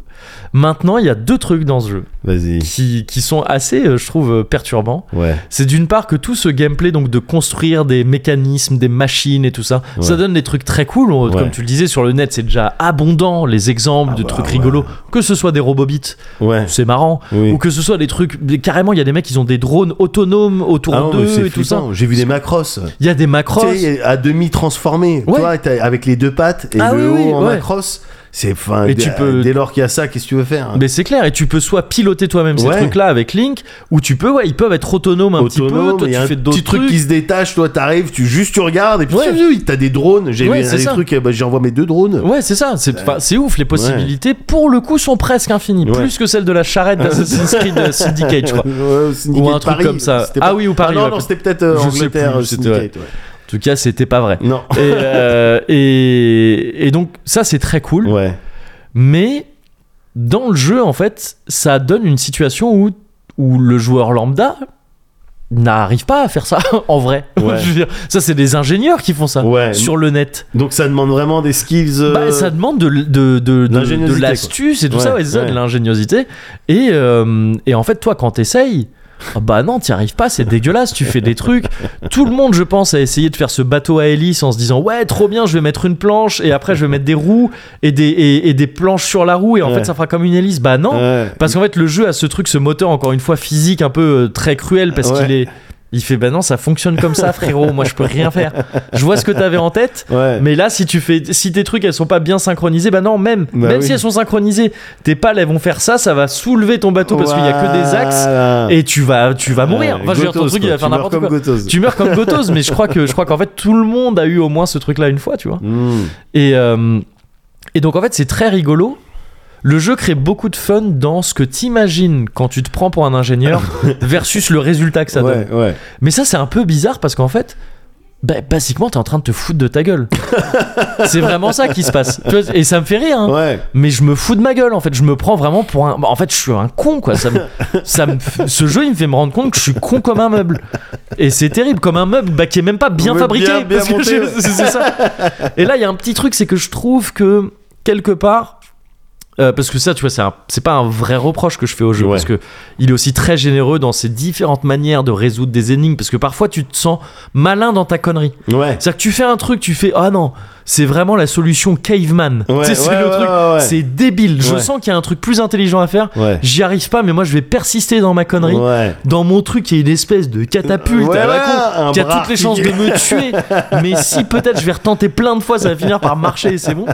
A: Maintenant il y a deux trucs dans ce jeu
B: Vas-y.
A: qui, qui sont assez euh, je trouve euh, perturbants.
B: Ouais.
A: C'est d'une part que tout ce gameplay donc de construire des mécanismes, des machines et tout ça,
B: Ouais.
A: ça donne des trucs très cool. On-
B: Ouais.
A: Comme tu le disais sur le net c'est déjà abondant les exemples
B: Ah
A: de
B: bah
A: trucs
B: ouais.
A: rigolos, que ce soit des robots
B: Ouais.
A: c'est marrant,
B: Oui.
A: ou que ce soit des trucs carrément il y a des mecs ils ont des drones autonomes autour
B: Ah non, mais
A: d'eux
B: c'est
A: et tout ça.
B: flippant. J'ai vu des macros.
A: Il y a des macros.
B: Tu sais, à demi transformé.
A: Ouais.
B: Toi, t'as- avec les deux pattes et
A: Ah oui,
B: le haut
A: oui,
B: en
A: ouais.
B: macross. C'est enfin.
A: Et
B: dès-
A: tu peux-
B: Dès lors qu'il y a ça, qu'est-ce que tu veux faire
A: Mais c'est clair, et tu peux soit piloter toi-même ces
B: Ouais.
A: trucs-là avec Link, ou tu peux, ouais, ils peuvent être autonomes un
B: Autonome,
A: petit peu,
B: il y
A: toi tu
B: a un
A: fais d'autres
B: petit truc
A: trucs.
B: qui se détache, toi t'arrives, tu juste tu regardes et puis
A: Ouais.
B: tu t'as des drones, j'ai
A: Ouais,
B: vu
A: c'est
B: des
A: ça.
B: trucs, eh ben, j'envoie mes deux drones.
A: Ouais, c'est ça, c'est enfin, c'est ouf, les possibilités pour le coup sont presque infinies,
B: Ouais.
A: plus que celles de la charrette
B: [LAUGHS]
A: d'Assassin's Creed euh, Syndicate, je crois.
B: Ouais, au Syndicate
A: Ou un truc
B: Paris,
A: comme ça.
B: c'était
A: Ah oui, ou Paris,
B: non,
A: ouais,
B: non,
A: peut-être.
B: c'était peut-être euh,
A: Je sais
B: Angleterre,
A: plus, c'était, ouais.
B: Syndicate, ouais.
A: En tout cas, c'était pas
B: [LAUGHS]
A: vrai.
B: Non.
A: Et, euh, et, et donc, ça c'est très cool,
B: Ouais.
A: mais dans le jeu, en fait, ça donne une situation où, où le joueur lambda n'arrive pas à faire ça [LAUGHS] en vrai.
B: Ouais.
A: Je veux dire, ça, c'est des ingénieurs qui font ça
B: Ouais.
A: sur le net.
B: Donc ça demande vraiment des skills. euh,
A: Bah, ça demande de, de, de, de-
B: l'ingéniosité,
A: de l'astuce et tout ça,
B: Ouais,
A: ouais, c'est ça, de
B: ouais.
A: l'ingéniosité. Et, euh, et en fait, toi, quand t'essayes, ah bah non, t'y arrives pas, c'est dégueulasse, tu fais des trucs. Tout le monde, je pense, a essayé de faire ce bateau à hélice en se disant Ouais, trop bien, je vais mettre une planche et après je vais mettre des roues et des, et, et des planches sur la roue et en
B: Ouais.
A: fait ça fera comme une hélice. Bah non,
B: ouais.
A: parce qu'en fait, le jeu a ce truc, ce moteur, encore une fois, physique, un peu euh, très cruel, parce
B: Ouais.
A: qu'il est. Il fait bah non, ça fonctionne comme ça, frérot, moi je peux rien faire. Je vois ce que t'avais en tête,
B: Ouais.
A: mais là, si tu fais, si tes trucs elles sont pas bien synchronisées, bah non, même,
B: Bah
A: même
B: oui.
A: si elles sont synchronisées, tes pales elles vont faire ça, ça va soulever ton bateau parce qu'il y a que des axes
B: Voilà.
A: et tu vas, tu vas mourir.
B: Ouais,
A: Enfin, je veux dire, ton
B: Gotos,
A: truc
B: quoi.
A: il va faire
B: Tu meurs
A: n'importe
B: comme
A: quoi.
B: Gotos.
A: Tu meurs comme Gotos, mais je crois que, je crois qu'en fait tout le monde a eu au moins ce truc-là une fois, tu vois.
B: Mm.
A: Et euh, et donc en fait c'est très rigolo. Le jeu crée beaucoup de fun dans ce que t'imagines quand tu te prends pour un
B: [LAUGHS]
A: ingénieur versus le résultat que ça donne.
B: Ouais, ouais.
A: Mais ça, c'est un peu bizarre parce qu'en fait, bah, basiquement, t'es en train de te foutre de ta gueule. c'est vraiment ça qui se passe. Tu vois, et ça me fait rire. hein.
B: Ouais.
A: Mais je me fous de ma gueule en fait. Je me prends vraiment pour un. bah, En fait, je suis un con quoi.
B: [LAUGHS]
A: Ça me... ça me... f- Ce jeu, il me fait me rendre compte que je suis con comme un meuble. Et c'est terrible, comme un meuble bah, qui est même pas bien
B: Ouais,
A: fabriqué.
B: bien- bien
A: parce que
B: monté,
A: je-
B: ouais.
A: c'est- c'est ça. Et là, il y a un petit truc, c'est que je trouve que quelque part. euh, parce que ça, tu vois, c'est, un- c'est pas un vrai reproche que je fais au jeu,
B: Ouais.
A: parce que il est aussi très généreux dans ses différentes manières de résoudre des énigmes, parce que parfois tu te sens malin dans ta connerie.
B: Ouais.
A: C'est-à-dire que tu fais un truc, tu fais ah non, c'est vraiment la solution caveman.
B: Ouais,
A: Tu sais, c'est
B: ouais,
A: le
B: ouais,
A: truc,
B: ouais, ouais.
A: c'est débile. Je
B: Ouais.
A: sens qu'il y a un truc plus intelligent à faire.
B: Ouais.
A: J'y arrive pas, mais moi je vais persister dans ma connerie.
B: Ouais.
A: Dans mon truc, il y a une espèce de catapulte
B: Ouais,
A: à la
B: ouais,
A: con,
B: un
A: qui a
B: bras
A: toutes les chances de
B: articulé.
A: me tuer. Mais si peut-être je vais retenter plein de fois, ça va finir par marcher et c'est bon.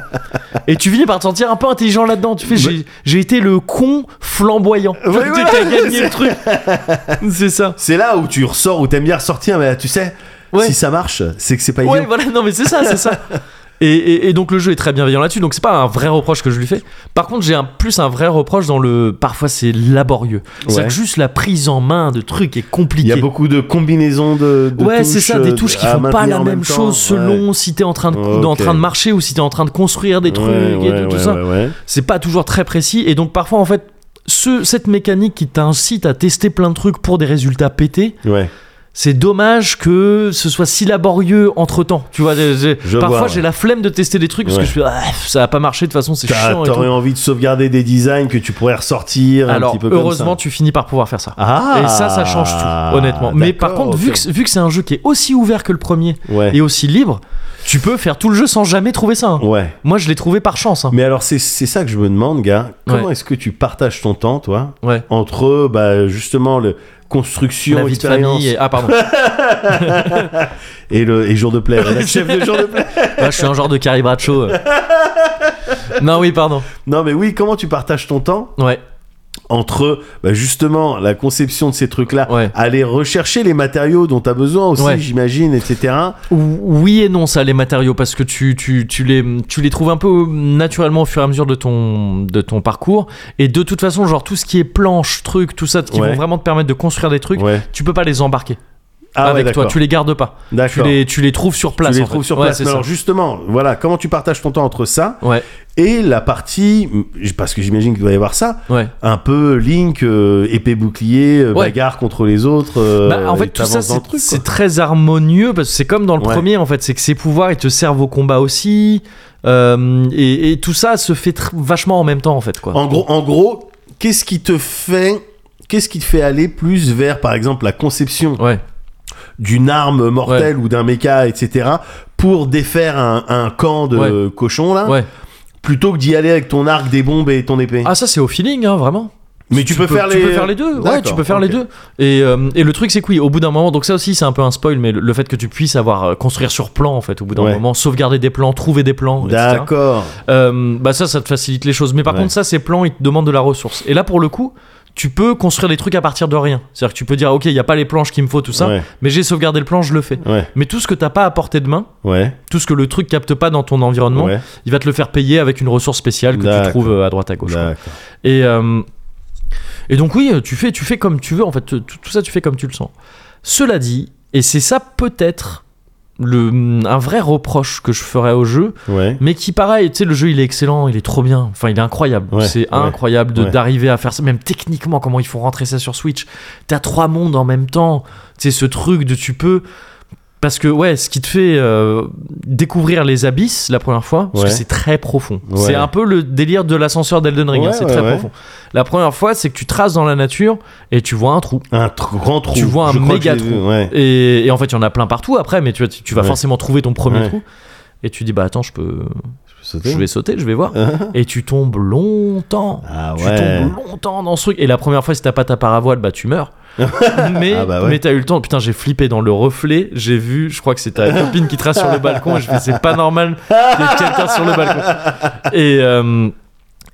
A: Et tu finis par te sentir un peu intelligent là-dedans. Tu fais, j'ai- j'ai été le con flamboyant. Tu
B: Ouais,
A: vois, t'as gagné le truc. C'est ça.
B: C'est là où tu ressors, où t'aimes bien ressortir, mais tu sais,
A: Ouais.
B: si ça marche, c'est que c'est pas
A: Ouais,
B: idiot.
A: voilà, non, mais c'est ça, c'est ça. [LAUGHS] Et, et- et donc le jeu est très bienveillant là-dessus, donc c'est pas un vrai reproche que je lui fais. Par contre, j'ai un, plus un vrai reproche dans le. Parfois, c'est laborieux. C'est-à-dire
B: Ouais.
A: que juste la prise en main de trucs est
B: Il
A: compliquée.
B: y a beaucoup de combinaisons de, de
A: ouais,
B: touches,
A: c'est ça, des
B: euh,
A: touches qui
B: à
A: font pas
B: maintenir
A: la
B: en
A: même,
B: temps.
A: chose selon si t'es en train de,
B: Ok.
A: en train de marcher ou si t'es en train de construire des
B: Ouais.
A: trucs
B: Ouais,
A: et
B: ouais,
A: tout, tout
B: ouais,
A: ça.
B: ouais, ouais.
A: C'est pas toujours très précis et donc parfois en fait, ce, cette mécanique qui t'incite à tester plein de trucs pour des résultats pétés,
B: Ouais.
A: c'est dommage que ce soit si laborieux entre temps. Tu vois, j'ai- j'ai-
B: Je
A: parfois
B: vois, ouais.
A: j'ai la flemme de tester des trucs parce
B: Ouais.
A: que je fais ah, ça a pas marché de toute façon, c'est
B: T'as-
A: chiant. Et
B: T'aurais
A: tout.
B: envie de sauvegarder des designs que tu pourrais ressortir un
A: Alors
B: petit peu comme
A: heureusement,
B: ça.
A: tu finis par pouvoir faire ça.
B: Ah
A: et ça, ça change tout, honnêtement. Mais par
B: D'accord,
A: contre, vu
B: ok.
A: que, vu que c'est un jeu qui est aussi ouvert que le premier
B: Ouais.
A: et aussi libre, tu peux faire tout le jeu sans jamais trouver ça. hein.
B: Ouais.
A: Moi, je l'ai trouvé par chance. hein.
B: Mais alors, c'est c'est ça que je me demande, gars. Comment
A: Ouais.
B: est-ce que tu partages ton temps, toi,
A: Ouais.
B: entre bah, justement le construction,
A: La vie de
B: expérience
A: famille. et- Ah,
B: [LAUGHS]
A: pardon.
B: et le et jour de
A: [LAUGHS]
B: plaie, la chef de jour de plaie.
A: Moi, je suis un genre de Carrie Bradshaw. euh. non, oui, pardon.
B: Non, mais oui, comment tu partages ton temps
A: Ouais.
B: entre bah, justement la conception de ces trucs-là,
A: Ouais.
B: aller rechercher les matériaux dont tu as besoin aussi,
A: Ouais.
B: j'imagine, etc.
A: Oui et non, ça, les matériaux, parce que tu, tu, tu, les, tu les trouves un peu naturellement au fur et à mesure de ton, de ton parcours. Et de toute façon, genre tout ce qui est planche, truc, tout ça, qui
B: Ouais.
A: vont vraiment te permettre de construire des trucs,
B: Ouais.
A: tu peux pas les embarquer.
B: Ah ouais,
A: avec toi.
B: d'accord.
A: Tu les gardes pas. Tu
B: D'accord.
A: les, tu les trouves sur place.
B: Tu les
A: en fait.
B: trouves sur
A: Ouais,
B: place.
A: c'est
B: Mais
A: ça.
B: alors justement, voilà, comment tu partages ton temps entre ça
A: Ouais,
B: et la partie, parce que j'imagine qu'il doit y avoir ça,
A: ouais.
B: un peu Link, euh, épée bouclier, euh,
A: Ouais.
B: bagarre contre les autres. euh,
A: Bah, en
B: et
A: fait, tout ça,
B: t'avances
A: c'est
B: dans le truc, quoi.
A: c'est très harmonieux parce que c'est comme dans le
B: Ouais.
A: premier, en fait, c'est que ses pouvoirs, ils te servent au combat aussi. euh, et, et tout ça se fait tr- vachement en même temps, en fait, quoi.
B: En gros, en gros, qu'est-ce qui te fait, qu'est-ce qui te fait aller plus vers, par exemple, la conception
A: Ouais,
B: d'une arme mortelle ou d'un méca, etc., pour défaire un, un camp de
A: Ouais.
B: euh, cochons là,
A: ouais.
B: plutôt que d'y aller avec ton arc, des bombes et ton épée.
A: Ah, ça, c'est au feeling, hein, vraiment.
B: Mais tu, peux, faire les...
A: tu peux faire les deux. Ouais, tu
B: D'accord,
A: peux faire
B: ok.
A: les deux. Et, euh, et le truc, c'est que oui, au bout d'un moment, donc ça aussi, c'est un peu un spoil, mais le, le fait que tu puisses avoir euh, construire sur plan, en fait, au bout d'un
B: Ouais.
A: moment, sauvegarder des plans, trouver des plans, etc.
B: D'accord.
A: Euh, bah ça, ça te facilite les choses. Mais par
B: Ouais.
A: contre, ça, ces plans, ils te demandent de la ressource. Et là, pour le coup, tu peux construire des trucs à partir de rien. C'est-à-dire que tu peux dire, ok, il n'y a pas les planches qu'il me faut, tout ça,
B: Ouais.
A: mais j'ai sauvegardé le plan, je le fais.
B: Ouais,
A: Mais tout ce que t'as pas à portée de main,
B: ouais,
A: tout ce que le truc capte pas dans ton environnement,
B: ouais.
A: il va te le faire payer avec une ressource spéciale que tu
B: D'accord.
A: trouves euh, à droite à gauche. quoi.
B: D'accord.
A: Et, euh, et donc oui, tu fais, tu fais comme tu veux, en fait, tu- tout, tout ça tu fais comme tu le sens. Cela dit, et c'est ça peut-être le, un vrai reproche que je ferais au jeu,
B: Ouais.
A: mais qui pareil, tu sais, le jeu il est excellent, il est trop bien, enfin il est incroyable,
B: Ouais,
A: c'est
B: ouais,
A: incroyable de-
B: ouais.
A: d'arriver à faire ça, même techniquement comment ils font rentrer ça sur Switch, t'as trois mondes en même temps, tu sais, ce truc de tu peux... Parce que ouais, ce qui te fait euh, découvrir les abysses la première fois, parce
B: Ouais.
A: que c'est très profond.
B: Ouais.
A: C'est un peu le délire de l'ascenseur d'Elden Ring, hein,
B: Ouais,
A: c'est
B: ouais,
A: très
B: ouais.
A: profond. La première fois, c'est que tu traces dans la nature et tu vois un trou.
B: Un tr- grand trou.
A: Tu vois un
B: Je crois que
A: méga
B: je l'ai
A: trou.
B: vu, ouais.
A: Et, et en fait, il y en a plein partout après, mais tu, vois, tu, tu vas
B: Ouais.
A: forcément trouver ton premier
B: Ouais.
A: trou. Et tu dis, bah attends, je peux.
B: Sauter.
A: Je vais sauter, je vais voir.
B: Hein
A: Et tu tombes longtemps.
B: Ah
A: Tu
B: ouais.
A: tombes longtemps dans ce truc. Et la première fois, si t'as pas ta paravoile, bah tu
B: [LAUGHS]
A: meurs. mais
B: Ah bah ouais.
A: mais t'as eu le temps. Putain, j'ai flippé dans le reflet. J'ai vu, je crois que c'est ta copine qui trace sur le balcon. Et je fais, c'est pas normal qu'il y ait quelqu'un sur le balcon. Et. euh,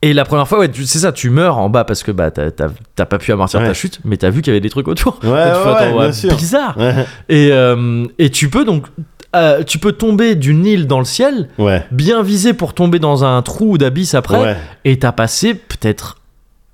A: et la première fois, ouais, tu- c'est ça, tu meurs en bas parce que bah, t'as- t'as t'as pas pu amortir
B: Ouais.
A: ta chute, mais t'as vu qu'il y avait des trucs autour. Et tu fais,
B: Ouais, ouais, ouais,
A: attends,
B: bien sûr.
A: bizarre.
B: Ouais. [LAUGHS]
A: Et, euh, et tu peux donc, euh, tu peux tomber d'une île dans le ciel,
B: Ouais.
A: bien visé pour tomber dans un trou ou d'abysse après,
B: Ouais.
A: et t'as passé peut-être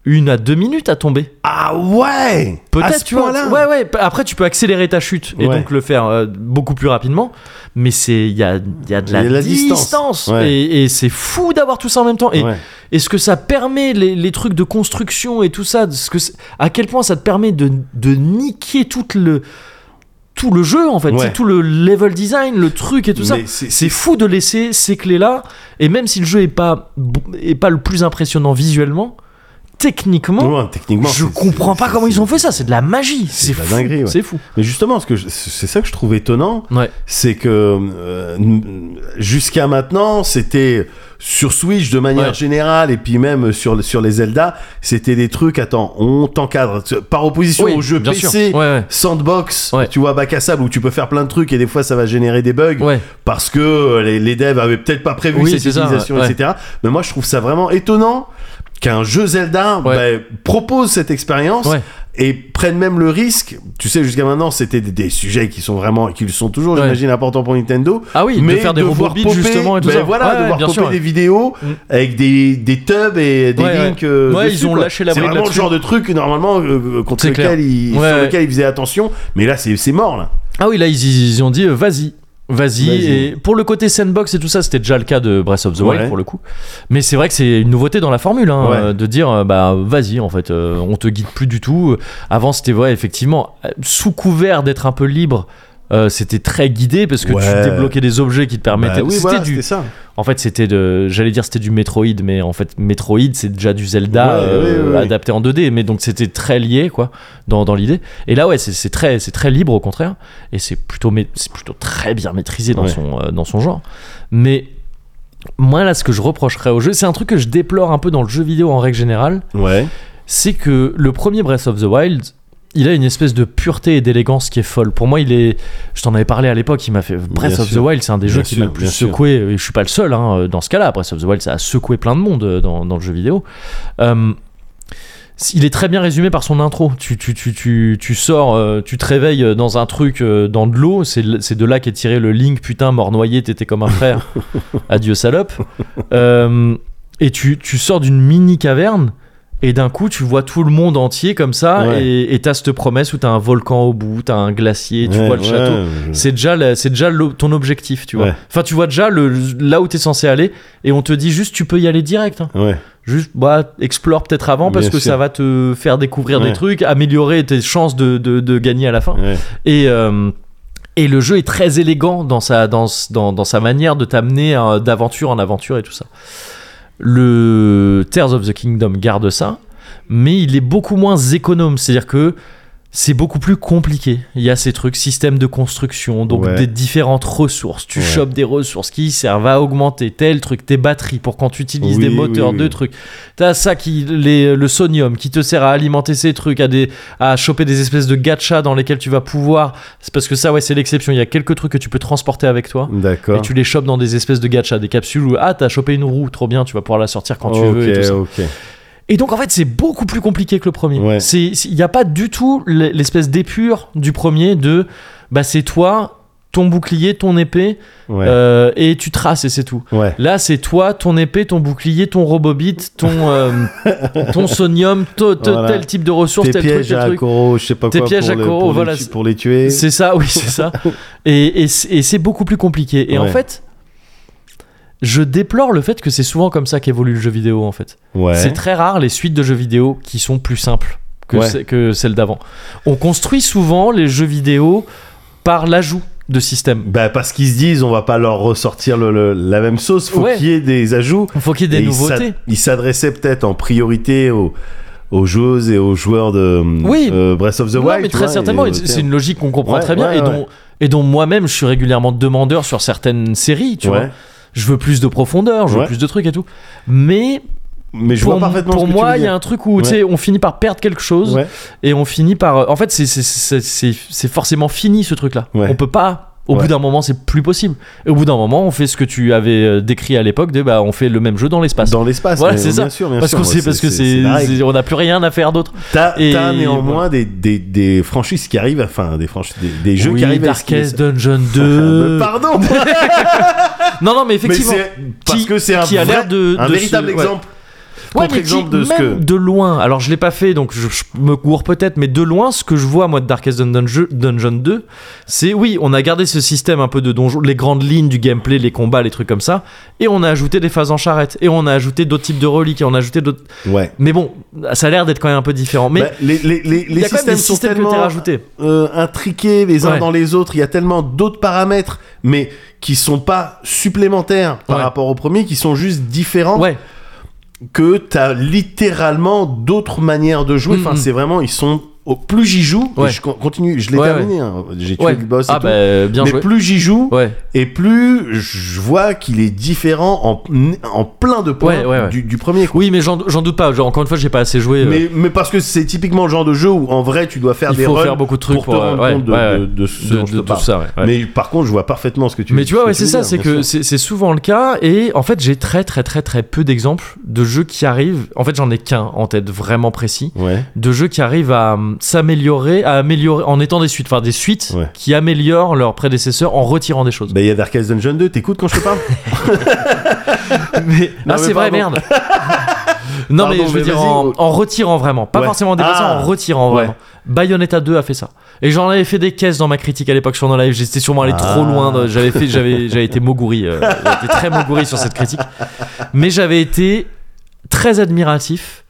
A: une à deux minutes à tomber.
B: Ah ouais. À
A: Peut-être,
B: ce
A: tu vois.
B: point-là.
A: Ouais, ouais. p- Après, tu peux accélérer ta chute et
B: Ouais.
A: donc le faire euh, beaucoup plus rapidement. Mais c'est, il y a, il y a de la,
B: Il y a de la
A: distance.
B: distance. Ouais.
A: Et, et c'est fou d'avoir tout ça en même temps. Et,
B: Ouais.
A: et ce que ça permet, les, les trucs de construction et tout ça, ce que c'est- à quel point ça te permet de, de niquer tout le, tout le jeu en fait,
B: Ouais.
A: c'est tout le level design, le truc et tout ça.
B: Mais c'est-
A: C'est fou de laisser ces clés-là, et même si le jeu est pas, est pas le plus impressionnant visuellement, techniquement,
B: Ouais, techniquement.
A: je
B: c'est-
A: comprends
B: c'est-
A: pas
B: c'est-
A: comment ils ont fait ça, c'est de la magie, c'est
B: de la
A: fou.
B: dinguerie, ouais.
A: C'est fou.
B: Mais justement, ce que je- c'est ça que je trouve étonnant,
A: Ouais.
B: c'est que euh, n- jusqu'à maintenant, c'était sur Switch de manière
A: Ouais.
B: générale et puis même sur sur les Zelda, c'était des trucs. Attends, on t'encadre par opposition
A: Oui,
B: aux jeux
A: bien sûr.
B: PC.
A: Ouais, ouais.
B: Sandbox,
A: Ouais.
B: tu vois, bac à sable où tu peux faire plein de trucs et des fois ça va générer des bugs
A: Ouais.
B: parce que euh, les, les devs avaient peut-être pas prévu
A: Oui,
B: cette
A: c'est ça,
B: utilisation,
A: ouais.
B: etc. Mais moi, je trouve ça vraiment étonnant qu'un jeu Zelda
A: Ouais.
B: bah, propose cette expérience
A: Ouais.
B: et prenne même le risque. Tu sais, jusqu'à maintenant, c'était des, des sujets qui sont vraiment, et qui le sont toujours,
A: Ouais.
B: j'imagine, importants pour Nintendo.
A: Ah oui, de
B: mais
A: faire des robots
B: voir
A: beats,
B: popper,
A: justement, et tout
B: bah,
A: ça.
B: Voilà,
A: Ouais, ouais,
B: de voir
A: bien
B: popper
A: sûr, ouais.
B: des vidéos
A: Mm.
B: avec des, des tubs et des
A: Ouais, ouais.
B: links. euh,
A: Ouais, ils
B: dessus,
A: ont
B: quoi.
A: lâché la
B: C'est
A: bride
B: vraiment le
A: là-dessus.
B: genre de truc, normalement, euh, contre
A: C'est clair.
B: lequel ils,
A: Ouais,
B: sur
A: ouais.
B: lequel ils faisaient attention. Mais là, c'est c'est mort, là.
A: Ah oui, là, ils, ils ont dit, euh, vas-y. Vas-y,
B: Vas-y.
A: et pour le côté sandbox et tout ça, c'était déjà le cas de Breath of the Wild
B: Ouais.
A: pour le coup. Mais c'est vrai que c'est une nouveauté dans la formule, hein,
B: Ouais.
A: euh, de dire euh, bah vas-y en fait, euh, on te guide plus du tout. Avant c'était ouais effectivement euh, sous couvert d'être un peu libre, euh, c'était très guidé parce que
B: Ouais.
A: tu débloquais des objets qui te permettaient.
B: Bah oui,
A: Ah, c'était
B: voilà,
A: du,
B: c'était ça.
A: en fait c'était de, j'allais dire c'était du Metroid, mais en fait Metroid c'est déjà du Zelda
B: Ouais,
A: euh,
B: ouais, ouais.
A: adapté en 2D, mais donc c'était très lié quoi dans, dans l'idée. Et là ouais c'est, c'est très c'est très libre au contraire et c'est plutôt mais c'est plutôt très bien maîtrisé dans
B: Ouais.
A: son euh, dans son genre. Mais moi là ce que je reprocherais au jeu, c'est un truc que je déplore un peu dans le jeu vidéo en règle générale,
B: Ouais.
A: c'est que le premier Breath of the Wild il a une espèce de pureté et d'élégance qui est folle. Pour moi, il est. Je t'en avais parlé à l'époque, il m'a fait. Breath
B: Bien
A: of
B: sûr.
A: the Wild, c'est un des
B: Bien
A: jeux qui m'a
B: sûr,
A: le plus
B: bien sûr.
A: secoué. Et je suis pas le seul hein, dans ce cas-là. Breath of the Wild, ça a secoué plein de monde euh, dans, dans le jeu vidéo. Euh, il est très bien résumé par son intro. Tu, tu, tu, tu, tu sors, euh, tu te réveilles dans un truc, euh, dans de l'eau. C'est l- c'est de là qu'est tiré le Link. Putain, mort noyé, t'étais comme un frère. Adieu, salope. Euh, et tu, tu sors d'une mini caverne. Et d'un coup, tu vois tout le monde entier comme ça,
B: Ouais.
A: et et t'as cette promesse où t'as un volcan au bout, t'as un glacier, tu
B: Ouais,
A: vois le
B: ouais,
A: château.
B: je-
A: C'est déjà, la- c'est déjà l'o- ton objectif, tu vois.
B: Ouais.
A: Enfin, tu vois déjà le, là où t'es censé aller, et on te dit juste tu peux y aller direct. hein.
B: Ouais.
A: Juste, bah, explore peut-être avant parce
B: Bien
A: que
B: sûr.
A: ça va te faire découvrir
B: Ouais.
A: des trucs, améliorer tes chances de, de- de gagner à la fin.
B: ouais.
A: Et, euh, et le jeu est très élégant dans sa, dans, s- dans, dans sa manière de t'amener euh, d'aventure en aventure et tout ça. Le Tears of the Kingdom garde ça, mais il est beaucoup moins économe, c'est-à-dire que c'est beaucoup plus compliqué. Il y a ces trucs, système de construction, donc
B: Ouais.
A: des différentes ressources. Tu
B: Ouais.
A: chopes des ressources qui servent à augmenter tel truc, tes batteries pour quand tu utilises
B: Oui,
A: des
B: oui,
A: moteurs
B: oui.
A: de trucs. T'as ça qui, les, le sonium qui te sert à alimenter ces trucs, à, des, à choper des espèces de gachas dans lesquels tu vas pouvoir. C'est parce que ça, ouais, c'est l'exception. Il y a quelques trucs que tu peux transporter avec toi. Et
B: D'accord.
A: tu les chopes dans des espèces de gachas, des capsules où ah t'as chopé une roue, trop bien, tu vas pouvoir la sortir quand tu
B: ok,
A: veux. Et, tout ça.
B: ok.
A: et donc en fait c'est beaucoup plus compliqué que le premier.
B: Ouais.
A: C'est c'est- il n'y a pas du tout l'e- l'espèce d'épure du premier de bah c'est toi, ton bouclier, ton épée
B: Ouais.
A: euh, et tu traces et c'est tout.
B: ouais.
A: Là, c'est toi, ton épée, ton bouclier, ton robobit, ton,
B: [LAUGHS]
A: euh, ton sonium, to- to-
B: Voilà.
A: tel type de ressources,
B: Tes
A: tel truc,
B: pièges
A: tel
B: à
A: truc.
B: Akoro, je sais pas
A: Tes
B: quoi.
A: pièges
B: pour
A: à
B: les-
A: Koro,
B: pour les
A: voilà,
B: tu-
A: c'est-
B: Pour les tuer.
A: C'est ça, oui, c'est
B: [LAUGHS]
A: ça. Et, et c'est- et c'est beaucoup plus compliqué. Et en
B: Ouais.
A: fait, je déplore le fait que c'est souvent comme ça qu'évolue le jeu vidéo, en fait.
B: Ouais.
A: C'est très rare les suites de jeux vidéo qui sont plus simples que,
B: Ouais.
A: ce- que celles d'avant. On construit souvent les jeux vidéo par l'ajout de systèmes.
B: Bah parce qu'ils se disent on va pas leur ressortir le- le- la même sauce, faut
A: Ouais.
B: qu'il y ait des ajouts.
A: Il faut qu'il y ait
B: Et
A: des
B: ils
A: nouveautés.
B: s'ad- Ils s'adressaient peut-être en priorité aux, aux joueuses et aux joueurs de
A: Oui.
B: euh, Breath of the
A: Ouais,
B: Wild.
A: mais
B: tu
A: très
B: vois,
A: certainement,
B: et-
A: et c'est une logique qu'on comprend
B: Ouais,
A: très bien
B: ouais,
A: et dont,
B: ouais.
A: et dont moi-même je suis régulièrement demandeur sur certaines séries, tu
B: Ouais.
A: vois. Je veux plus de profondeur, je veux
B: Ouais.
A: plus de trucs et tout. Mais
B: Mais je
A: pour,
B: vois parfaitement
A: pour
B: ce que
A: moi,
B: tu
A: il
B: veux
A: y a un truc où tu
B: Ouais.
A: sais, on finit par perdre quelque chose
B: dire. Ouais.
A: et on finit par. euh, En fait, c'est- c'est- c'est c'est- c'est forcément fini ce truc-là.
B: Ouais.
A: On peut pas. Au
B: Ouais.
A: bout d'un moment, c'est plus possible. Et au bout d'un moment, on fait ce que tu avais euh, décrit à l'époque, de, bah, on fait le même jeu dans l'espace.
B: Dans l'espace,
A: Voilà,
B: mais-
A: c'est ça.
B: bien sûr, bien
A: parce
B: sûr,
A: qu'on
B: ouais,
A: sait, parce que c'est,
B: la règle.
A: c'est- on n'a plus rien à faire d'autre.
B: T'as
A: Et
B: t'as néanmoins des, des, des franchises qui arrivent, enfin des franchises, des, des jeux
A: oui,
B: qui arrivent à ce qu'ils-
A: Darkest Dungeon
B: Mais
A: 2. [LAUGHS]
B: Pardon,
A: non, non, mais
B: mais
A: effectivement.
B: c'est parce
A: Qui-
B: que c'est un,
A: qui a
B: vrai-
A: l'air de-
B: un
A: de
B: véritable
A: se- ouais.
B: exemple.
A: Ouais, mais
B: Contre-exemple
A: qui,
B: de ce
A: même
B: que.
A: de loin, alors je l'ai pas fait donc je, je me gourre peut-être, mais de loin, ce que je vois moi de Darkest Dungeon, Dungeon 2, c'est oui, on a gardé ce système un peu de donjon, les grandes lignes du gameplay, les combats, les trucs comme ça, et on a ajouté des phases en charrette, et on a ajouté d'autres types de reliques, et on a ajouté d'autres.
B: Ouais.
A: Mais bon, ça a l'air d'être quand même un peu différent. Mais
B: Bah, les les, les,
A: il
B: les
A: y a quand même des
B: systèmes sont
A: systèmes que
B: tellement
A: t'as rajoutés.
B: euh, intriqués les uns
A: Ouais.
B: dans les autres. Il y a tellement d'autres paramètres, mais qui sont pas supplémentaires par
A: Ouais.
B: rapport au premier, qui sont juste différents.
A: Ouais,
B: Que t'as littéralement d'autres manières de jouer.
A: Mm,
B: Enfin,
A: mm.
B: c'est vraiment, ils sont. au- plus j'y joue, et
A: Ouais.
B: je con- continue, je l'ai
A: Ouais,
B: terminé. hein. J'ai tué
A: ouais.
B: le boss. et
A: ah
B: tout.
A: bah bien
B: mais
A: joué.
B: plus j'y joue,
A: Ouais,
B: et plus je vois qu'il est différent en, en plein de points
A: Ouais, ouais, ouais.
B: Du, du premier. Quoi.
A: oui, mais j'en j'en doute pas. Genre, encore une fois, j'ai pas assez joué. euh,
B: Mais, mais parce que c'est typiquement le genre de jeu où en vrai tu dois faire
A: il
B: des
A: faut
B: runs
A: faire beaucoup de trucs euh,
B: pour, te rendre
A: ouais,
B: compte de,
A: ouais, ouais,
B: de- de ce
A: de-
B: dont je
A: de
B: te
A: tout
B: parle.
A: ça. ouais, ouais.
B: Mais par contre, je vois parfaitement ce que tu
A: Mais tu
B: ce
A: vois,
B: que
A: ouais, c'est
B: veux
A: ça,
B: dire,
A: c'est
B: bien
A: que
B: sûr.
A: c'est c'est souvent le cas. Et en fait, j'ai très, très, très, très peu d'exemples de jeux qui arrivent. En fait, j'en ai qu'un en tête vraiment précis.
B: Ouais,
A: De jeux qui arrivent à hum, s'améliorer, à améliorer en étant des suites, enfin des suites
B: Ouais.
A: qui améliorent leurs prédécesseurs en retirant des choses.
B: bah il y a Darkest Dungeon 2, t'écoutes quand je te parle
A: [LAUGHS] Mais,
B: Non,
A: ah,
B: mais
A: c'est vrai,
B: pardon.
A: merde.
B: [LAUGHS]
A: non, mais
B: Pardon,
A: je veux
B: mais
A: dire
B: vas-y.
A: en, en retirant vraiment, pas
B: Ouais.
A: forcément en dépassant,
B: Ah.
A: en retirant vraiment.
B: Ouais.
A: Bayonetta 2 a fait ça. Et j'en avais fait des caisses dans ma critique à l'époque sur No Live. J'étais sûrement allé
B: Ah.
A: trop loin. de- J'avais fait, j'avais, j'avais été mogouri. euh, j'avais été très mogouri sur cette critique. Mais j'avais été très admiratif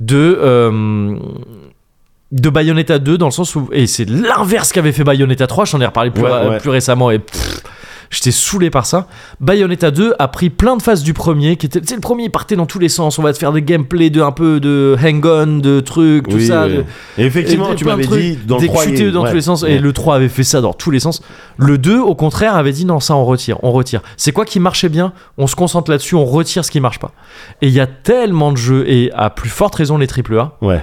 A: de. euh, de Bayonetta 2 dans le sens où et c'est l'inverse qu'avait fait Bayonetta 3 j'en ai reparlé plus,
B: Ouais, ouais.
A: plus récemment et pff, j'étais saoulé par ça Bayonetta 2 a pris plein de phases du premier qui était tu sais le premier il partait dans tous les sens on va te faire des gameplays de un peu de hang on de trucs [LAUGHS] tout
B: Oui,
A: ça
B: oui.
A: de-
B: Et Effectivement,
A: et
B: tu
A: plein de
B: m'avais
A: trucs,
B: dit dans
A: des
B: le 3 il y a-
A: QTE dans
B: ouais,
A: tous les sens
B: ouais.
A: et le 3 avait fait ça dans tous les sens le 2 au contraire avait dit non ça on retire on retire c'est quoi qui marchait bien on se concentre là-dessus on retire ce qui marche pas et il y a tellement de jeux et à plus forte raison les AAA
B: Ouais.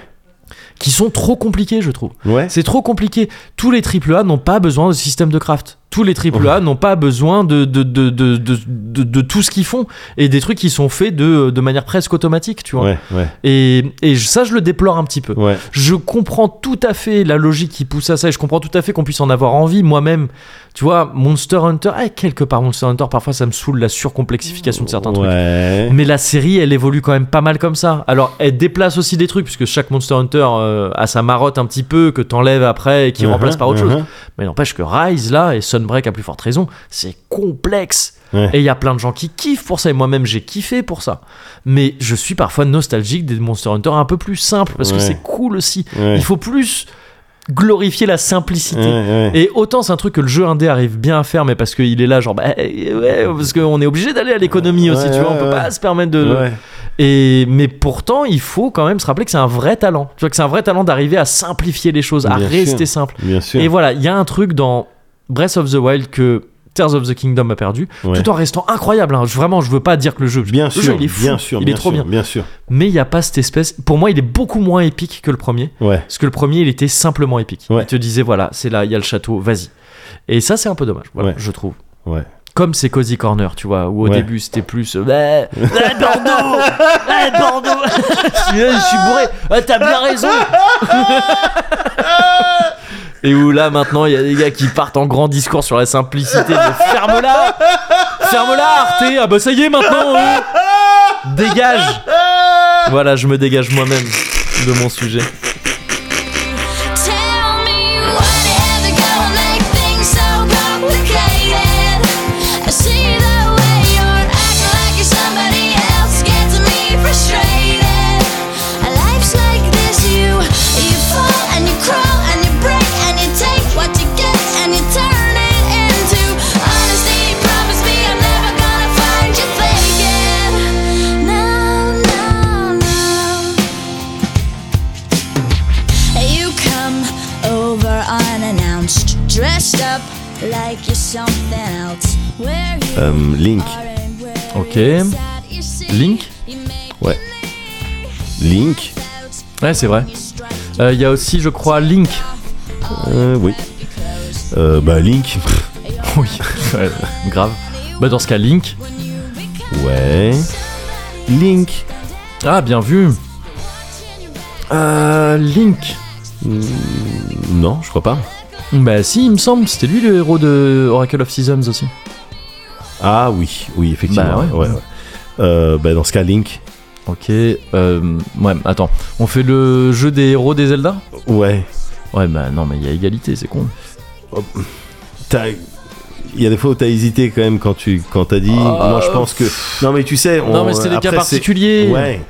A: qui sont trop compliqués je trouve
B: Ouais.
A: c'est trop compliqué tous les AAA n'ont pas besoin de système de craft Tous les AAA n'ont pas besoin de, de, de, de, de, de- de tout ce qu'ils font et des trucs qui sont faits de, de manière presque automatique, tu vois.
B: Ouais, ouais,
A: Et, et ça, je le déplore un petit peu.
B: ouais.
A: Je comprends tout à fait la logique qui pousse à ça et je comprends tout à fait qu'on puisse en avoir envie moi-même. Tu vois, Monster Hunter, eh, quelque part Monster Hunter, parfois ça me saoule la surcomplexification de certains trucs.
B: ouais.
A: Mais la série, elle évolue quand même pas mal comme ça. Alors, elle déplace aussi des trucs, puisque chaque Monster Hunter euh, a sa marotte un petit peu, que t'enlèves après et qui
B: Mhm,
A: remplace par autre chose.
B: mhm.
A: Mais n'empêche que Rise, là, et Sunbreak à plus forte raison, c'est complexe.
B: Ouais.
A: Et il y a plein de gens qui kiffent pour ça, et moi-même j'ai kiffé pour ça. Mais je suis parfois nostalgique des Monster Hunter un peu plus simples, parce
B: Ouais.
A: que c'est cool aussi.
B: Ouais.
A: Il faut plus glorifier la simplicité.
B: Ouais, ouais.
A: Et autant c'est un truc que le jeu indé arrive bien à faire, mais parce qu'il est là, genre, bah, euh, ouais, parce qu'on est obligé d'aller à l'économie aussi,
B: Ouais,
A: tu vois, on
B: ouais,
A: peut
B: ouais.
A: pas se permettre de.
B: Ouais.
A: Et, mais pourtant, il faut quand même se rappeler que c'est un vrai talent. Tu vois, que c'est un vrai talent d'arriver à simplifier les choses, à
B: Bien
A: rester
B: sûr.
A: simple.
B: Bien sûr.
A: Et voilà, il y a un truc dans Breath of the Wild que Tears of the Kingdom a perdu,
B: Ouais.
A: tout en restant incroyable. hein. Je- Vraiment, je veux pas dire que le jeu,
B: Bien
A: le
B: sûr,
A: jeu, il est fou,
B: bien sûr,
A: il est
B: bien
A: trop bien.
B: sûr, Bien sûr.
A: Mais il n'y a pas cette espèce. Pour moi, il est beaucoup moins épique que le premier.
B: Ouais.
A: Parce que le premier, il était simplement épique.
B: Ouais.
A: Il te disait, voilà, c'est là, il y a le château, vas-y. Et ça, c'est un peu dommage, voilà,
B: Ouais.
A: je trouve.
B: Ouais.
A: Comme c'est Cozy Corner, tu vois, où au
B: Ouais.
A: début, c'était plus. euh, Ouais, ouais, Bordeaux Ouais, Bordeaux [LAUGHS] je, suis, je suis bourré Ouais, T'as bien raison [LAUGHS] Et où là, maintenant, il y a des gars qui partent en grand discours sur la simplicité. mais Ferme-la Ferme-la, Arte Ah bah ça y est, maintenant hein. Dégage Voilà, je me dégage moi-même de mon sujet.
E: Tell me why the hell they gotta make things so complicated. I see the way you're acting like you're somebody else gets me frustrated. Life's like this, you you fall and you crawl and you break and you take what you get and you turn it into honesty. Promise me I'm never gonna find you faking. No, no, no. You come over unannounced, dressed up like you're something else. Where you
B: Euh, Link.
E: are and where
A: Ok.
E: it's at, you see.
A: Link
E: You make
B: Ouais. Link.
E: clouds,
A: Ouais, c'est vrai.
E: you strike
A: Il y a aussi, je crois, Link. [LAUGHS]
B: Euh, oui. Euh, bah Link. [LAUGHS] pff,
A: Oui, Ouais, grave. Bah, dans ce cas, Link.
B: Ouais. Link.
A: Ah, bien vu. Euh, Link.
B: Non, je crois pas.
A: Bah, si, il me semble, c'était lui le héros de Oracle of Seasons aussi.
B: Ah oui, oui, effectivement.
A: Bah ouais.
B: ouais, ouais. Euh, bah dans ce cas, Link.
A: Ok, euh, ouais, attends. On fait le jeu des héros des Zelda
B: Ouais.
A: Ouais, bah non, mais il y a égalité, c'est con.
B: T'as- Il y a des fois où t'as hésité quand même quand tu quand t'as dit. Moi, je pense que. Non, mais tu sais. On...
A: Oh. non, mais c'était des
B: après,
A: cas
B: c'est-
A: particuliers.
B: Ouais.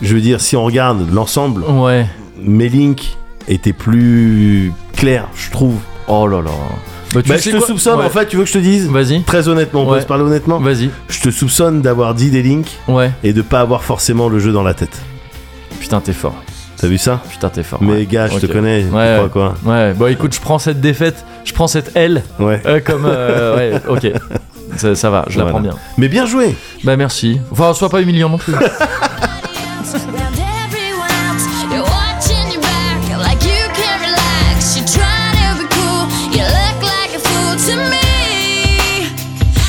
B: Je veux dire, si on regarde l'ensemble,
A: Ouais.
B: mes Link était plus clair, je trouve.
A: Oh là là. Bah, tu
B: Bah,
A: sais
B: je te
A: quoi
B: soupçonne,
A: Ouais.
B: en fait, tu veux que je te dise
A: Vas-y.
B: Très honnêtement, on
A: Ouais.
B: peut se parler honnêtement.
A: Vas-y.
B: Je te soupçonne d'avoir dit des links
A: Ouais.
B: et de pas avoir forcément le jeu dans la tête.
A: Putain, t'es fort.
B: T'as vu ça
A: Putain, t'es fort.
B: Mais
A: ouais.
B: gars, je
A: Ok.
B: te connais, tu
A: Ouais,
B: crois
A: ouais.
B: quoi
A: Ouais, bon écoute, je prends cette défaite, je prends cette L
B: Ouais.
A: euh, comme. euh, ouais, ok. Ça, ça va, je la
B: Voilà.
A: prends bien.
B: Mais bien joué
A: Bah merci. Enfin, sois pas humiliant non plus.
E: around everyone else. You're watching your back like you can't relax. You try to be cool, you look like a fool to me.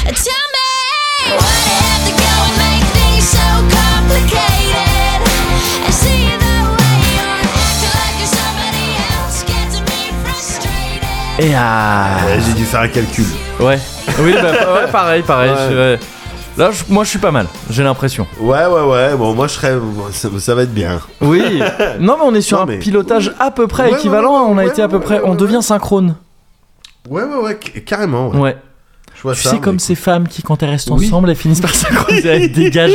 E: Tell me why do you have to go and make things so complicated? I see the way you're acting like you're somebody else gets me frustrated.
A: Et ah.
B: Ouais, J'ai dû faire un calcul.
A: Ouais. Oui,
B: [LAUGHS]
A: bah, ouais, pareil, pareil. je- ouais. Là, je- moi, je suis pas mal. J'ai l'impression.
B: Ouais, ouais, ouais, bon, moi je serais. Ça, ça va être bien.
A: Oui. Non, mais on est sur
B: Non,
A: un
B: mais-
A: pilotage à peu près
B: Ouais, ouais,
A: équivalent.
B: ouais,
A: on a
B: ouais,
A: été à peu
B: ouais,
A: près.
B: ouais,
A: on
B: ouais.
A: devient synchrone.
B: Ouais, ouais, ouais, ca- carrément.
A: Ouais.
B: Ouais. Je vois
A: Tu
B: ça,
A: sais comme
B: mais-
A: ces femmes qui, quand elles restent
B: Oui.
A: ensemble, elles finissent par synchroniser. Elles
B: [LAUGHS]
A: dégagent.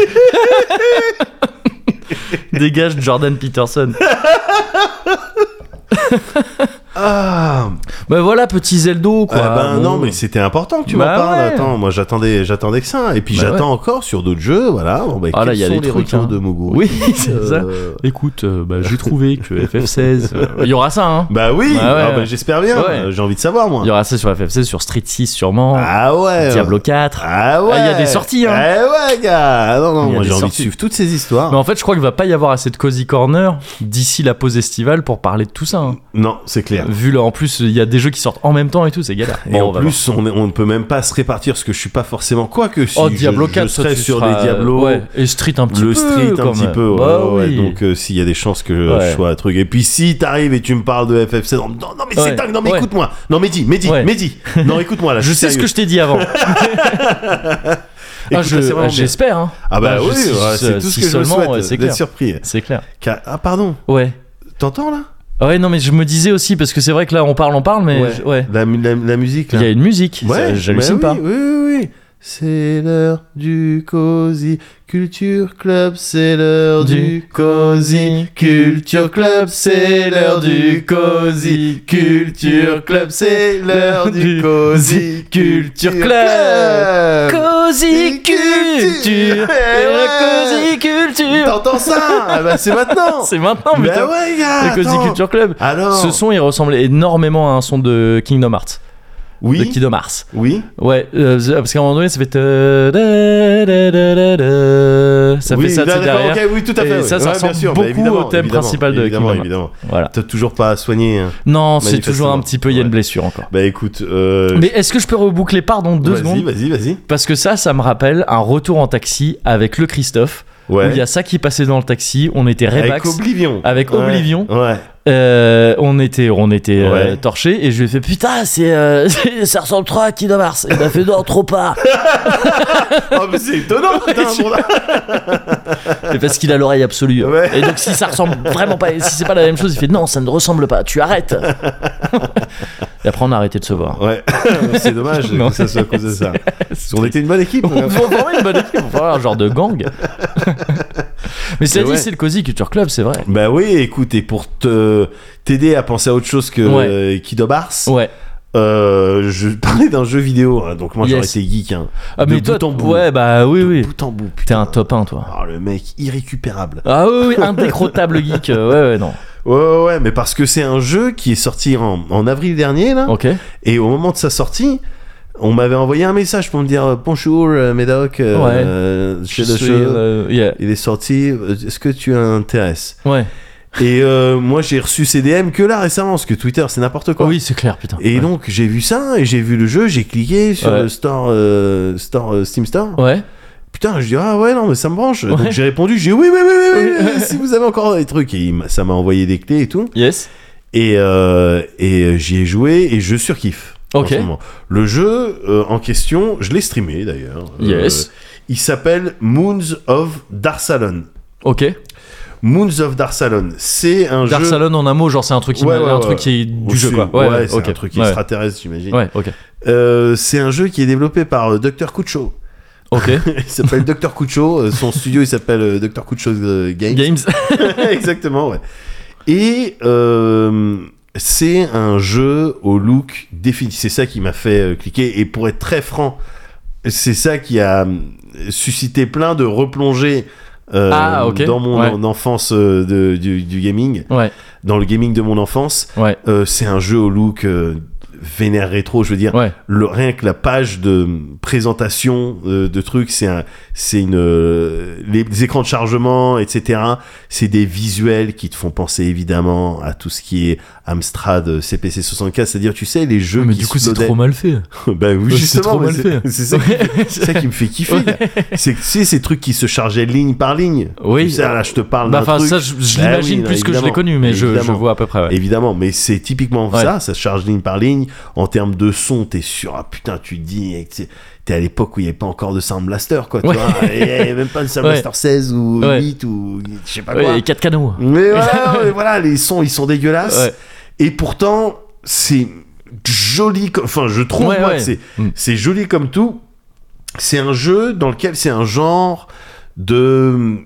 A: Dégage Jordan Peterson.
B: Ah
A: Bah voilà, petit Zeldo quoi.
B: Ah ben
A: Bon.
B: non, mais c'était important que tu
A: Bah
B: m'en parles.
A: ouais.
B: Attends, moi j'attendais, j'attendais que ça. Et puis
A: Bah
B: j'attends encore sur d'autres jeux. Voilà. Bon, bah,
A: Ah, là,
B: quels
A: il y a
B: sont
A: des
B: les
A: trucs,
B: retours
A: hein.
B: de Mogo
A: Oui, c'est ça.
B: [LAUGHS] Euh,
A: Écoute, euh, bah, j'ai trouvé que FF16. euh, [LAUGHS] Il y aura ça, hein.
B: Bah oui.
A: Bah ouais.
B: ah, bah, j'espère bien.
A: Ouais.
B: Euh, J'ai envie de savoir moi.
A: Il y aura ça sur FF16, sur Street 6 sûrement.
B: Ah ouais.
A: Diablo 4.
B: Ah ouais.
A: Ah, il y a des sorties, hein.
B: Ah ouais, gars. Ah, non,
A: Il y
B: non,
A: a
B: moi
A: des
B: j'ai envie de
A: sorties.
B: suivre toutes ces histoires.
A: Mais en fait, je crois qu'il va pas y avoir assez de Cozy Corner d'ici la pause estivale pour parler de tout ça. hein.
B: Non, c'est clair.
A: Vu là, en plus, il y a des jeux qui sortent en même temps et tout, c'est galère.
B: Ah. Et
A: Bon, on
B: en
A: va voir.
B: plus, on, est- on ne peut même pas se répartir parce que je suis pas forcément quoi que si.
A: oh,
B: je-
A: Diablo
B: je
A: 4,
B: serais
A: toi, tu
B: sur
A: seras,
B: des Diablo.
A: ouais, et Street un petit peu.
B: Le street un
A: quand
B: petit
A: même.
B: peu, ouais,
A: Bah
B: ouais,
A: oui.
B: donc euh, s'il y a des chances que je-
A: Ouais.
B: je sois un truc. Et puis si t'arrives et tu me parles de FFC, non, non non, mais c'est
A: Ouais.
B: dingue, non mais
A: Ouais.
B: écoute-moi, non mais dis, mais dis,
A: Ouais.
B: mais dis, non écoute-moi
A: [LAUGHS]
B: là,
A: je sais ce que je t'ai dit
B: [LAUGHS]
A: avant. Ah,
B: Écoute,
A: je-
B: là, c'est vraiment bien.
A: J'espère, hein.
B: Ah bah
A: Ah, je-
B: oui,
A: si-
B: ouais,
A: si-
B: c'est tout ce
A: si
B: que je me
A: seulement,
B: souhaite,
A: ouais, c'est
B: d'être
A: clair.
B: surpris.
A: c'est clair.
B: Ca- Ah pardon,
A: Ouais.
B: t'entends là
A: Ouais, non, mais je me disais aussi, parce que c'est vrai que là, on parle, on parle, mais je- ouais.
B: La, mu- la- la musique
A: Il
B: là.
A: y a une musique,
B: Ouais,
A: ça, j'hallucine
B: bah
A: pas.
B: oui, Oui, oui, oui. C'est l'heure du Cozy Culture Club, c'est l'heure du, Cozy Culture Club, c'est l'heure du Cozy Culture Club, c'est l'heure du
A: Du
B: Cozy Culture
A: Culture
B: Club.
A: Cozy
B: Culture.
A: culture
B: Ouais.
A: Cozy culture
B: T'entends ça Ah bah c'est maintenant
A: [LAUGHS] C'est maintenant,
B: Bah
A: putain
B: ouais, gars
A: C'est Cozy
B: attends.
A: Culture Club
B: Alors
A: Ce son, il ressemble énormément à un son de Kingdom Hearts. De
B: Oui,
A: Kingdom Hearts.
B: oui,
A: Ouais, euh, parce qu'à un moment donné, ça fait... te- da- da- da- da- da. Ça
B: oui, bah,
A: fait ça, tu sais,
B: d'accord,
A: derrière.
B: ok, oui, tout à fait.
A: Et
B: oui.
A: ça, ça
B: Ouais, bien
A: ressemble
B: sûr, bah,
A: beaucoup au
B: évidemment,
A: thème
B: évidemment,
A: principal de
B: évidemment,
A: Kingdom Hearts.
B: évidemment.
A: Voilà.
B: T'as toujours pas à soigner. hein.
A: Non, c'est toujours un
B: Manifestement.
A: petit peu... Il y a une
B: Ouais.
A: blessure encore.
B: Bah écoute, euh,
A: Mais est-ce que je peux reboucler, pardon, deux
B: vas-y,
A: secondes
B: vas-y, vas-y.
A: Parce que ça, ça me rappelle un retour en taxi avec le Christophe. Où
B: Ouais.
A: il y a ça qui passait dans le taxi. On était
B: avec
A: Rebax.
B: Oblivion.
A: Avec
B: Ouais.
A: Oblivion.
B: Ouais.
A: Euh, on était, on était euh,
B: Ouais.
A: torchés et je lui ai fait putain, c'est euh, [LAUGHS] ça ressemble trop à Kingdom Hearts. Il m'a fait non, trop pas.
B: Oh, mais c'est
A: [LAUGHS]
B: étonnant, putain,
A: Ouais,
B: mon-
A: Mais parce qu'il a l'oreille absolue.
B: Ouais.
A: Et donc si ça ressemble vraiment pas, si c'est pas la même chose, il fait non, ça ne ressemble pas. Tu
B: [LAUGHS]
A: arrêtes. et après on a arrêté de se voir. [LAUGHS]
B: Ouais, c'est dommage
A: Non.
B: que ça soit à cause de ça. Parce qu'on était une bonne équipe. hein.
A: On va vraiment une bonne équipe, on va avoir un genre de
B: [LAUGHS]
A: gang. Mais c'est
B: ouais.
A: dit, c'est le Cozy Culture Club, c'est vrai.
B: Bah oui, écoute, et pour te t'aider à penser à autre chose que
A: Ouais.
B: euh, Kido Bars,
A: Ouais.
B: euh, je [LAUGHS] parlais d'un jeu vidéo, hein, donc moi j'aurais
A: Yes.
B: été geek. Hein.
A: Ah
B: De
A: mais toi,
B: bout en bout.
A: ouais bah oui
B: De
A: oui.
B: bout en bout,
A: T'es
B: putain.
A: un top 1 toi.
B: Oh, le mec irrécupérable.
A: Ah oui, oui indécrottable [LAUGHS] geek. euh, Ouais ouais non.
B: Ouais, ouais, ouais, mais parce que c'est un jeu qui est sorti en, en avril dernier, là.
A: Ok.
B: Et au moment de sa sortie, on m'avait envoyé un message pour me dire euh, bonjour euh, Médoc, euh,
A: Ouais.
B: euh, chez le
A: suis,
B: jeu,
A: euh, yeah.
B: il est sorti, euh, est-ce que tu intéresses
A: Ouais.
B: Et euh, moi j'ai reçu ces DM que là récemment, parce que Twitter c'est n'importe quoi.
A: oui, c'est clair, putain.
B: Et
A: ouais.
B: donc j'ai vu ça et j'ai vu le jeu, j'ai cliqué sur
A: Ouais.
B: le store, euh, store euh, Steam Store.
A: Ouais.
B: Putain, je dis ah ouais non mais ça me branche. Donc
A: Ouais.
B: j'ai répondu, j'ai dit, oui oui oui oui,
A: [LAUGHS]
B: oui,
A: Oui.
B: oui, si vous avez encore des trucs et il m'a- ça m'a envoyé des clés et tout.
A: Yes.
B: Et, euh, et euh, j'y ai joué et je surkiffe. en
A: Ok.
B: ce moment. Le jeu euh, en question, je l'ai streamé d'ailleurs. Euh,
A: Yes.
B: il s'appelle Moons of Darsalon.
A: Ok.
B: Moons of Darsalon, c'est un
A: Dark
B: jeu.
A: Salon en un mot, genre c'est un truc, qui
B: Ouais,
A: m'a-
B: ouais,
A: un
B: ouais.
A: truc qui est du
B: Au
A: jeu
B: sud.
A: quoi.
B: Ouais, c'est
A: ok.
B: un truc
A: ouais.
B: extraterrestre, j'imagine.
A: Ouais, ok.
B: Euh, c'est un jeu qui est développé par euh, Dr. Kucho.
A: Ok.
B: [LAUGHS] Il s'appelle Dr. Kucho. euh, son studio, il s'appelle euh, Dr. Kucho euh, Games.
A: Games.
B: Exactement, ouais. Et euh, c'est un jeu au look défini. C'est ça qui m'a fait euh, cliquer. Et pour être très franc, c'est ça qui a euh, suscité plein de replongées euh,
A: Ah, ok.
B: dans mon
A: Ouais.
B: en- enfance euh, de- du, du gaming,
A: [LAUGHS] ouais.
B: dans le gaming de mon enfance.
A: Ouais.
B: Euh, c'est un jeu au look euh, vénère rétro, je veux dire.
A: Ouais.
B: Le, rien que la page de présentation euh, de trucs, c'est un, c'est une, euh, les, les écrans de chargement, etc. C'est des visuels qui te font penser évidemment à tout ce qui est Amstrad euh, CPC 64, c'est-à-dire tu sais les jeux
A: Mais
B: qui
A: du
B: se
A: coup, c'est
B: loadaient.
A: trop mal fait.
B: [LAUGHS] bah oui,
A: Ouais, [LAUGHS] c'est
B: justement,
A: trop
B: mais
A: mal
B: c'est
A: fait.
B: c'est ça, qui- [LAUGHS] c'est ça qui me fait kiffer. gars. C'est que tu sais ces trucs qui se chargeaient ligne par ligne.
A: Oui.
B: Tu sais, là, je te parle
A: Bah,
B: d'un
A: enfin,
B: truc.
A: ça, je, je
B: Bah oui,
A: l'imagine
B: non,
A: plus que je l'ai
B: évidemment.
A: connu, mais je, je
B: Évidemment.
A: vois à peu près. Ouais.
B: Évidemment, mais c'est typiquement
A: Ouais.
B: ça, ça se charge ligne par ligne. En termes de son, t'es sûr, ah putain, tu te dis, eh, t'es t'es à l'époque où il n'y avait pas encore de Sound Blaster, quoi, tu
A: Ouais.
B: vois. Et Il n'y avait même pas de Sound
A: Ouais.
B: Blaster 16 ou
A: Ouais.
B: 8 ou je sais pas
A: Ouais,
B: quoi.
A: et 4 canaux.
B: Mais voilà,
A: [LAUGHS]
B: mais voilà, les sons, ils sont dégueulasses.
A: Ouais.
B: Et pourtant, c'est joli, comme- enfin, je trouve,
A: Ouais,
B: moi,
A: ouais.
B: que c'est
A: Mm.
B: c'est joli comme tout. C'est un jeu dans lequel c'est un genre de.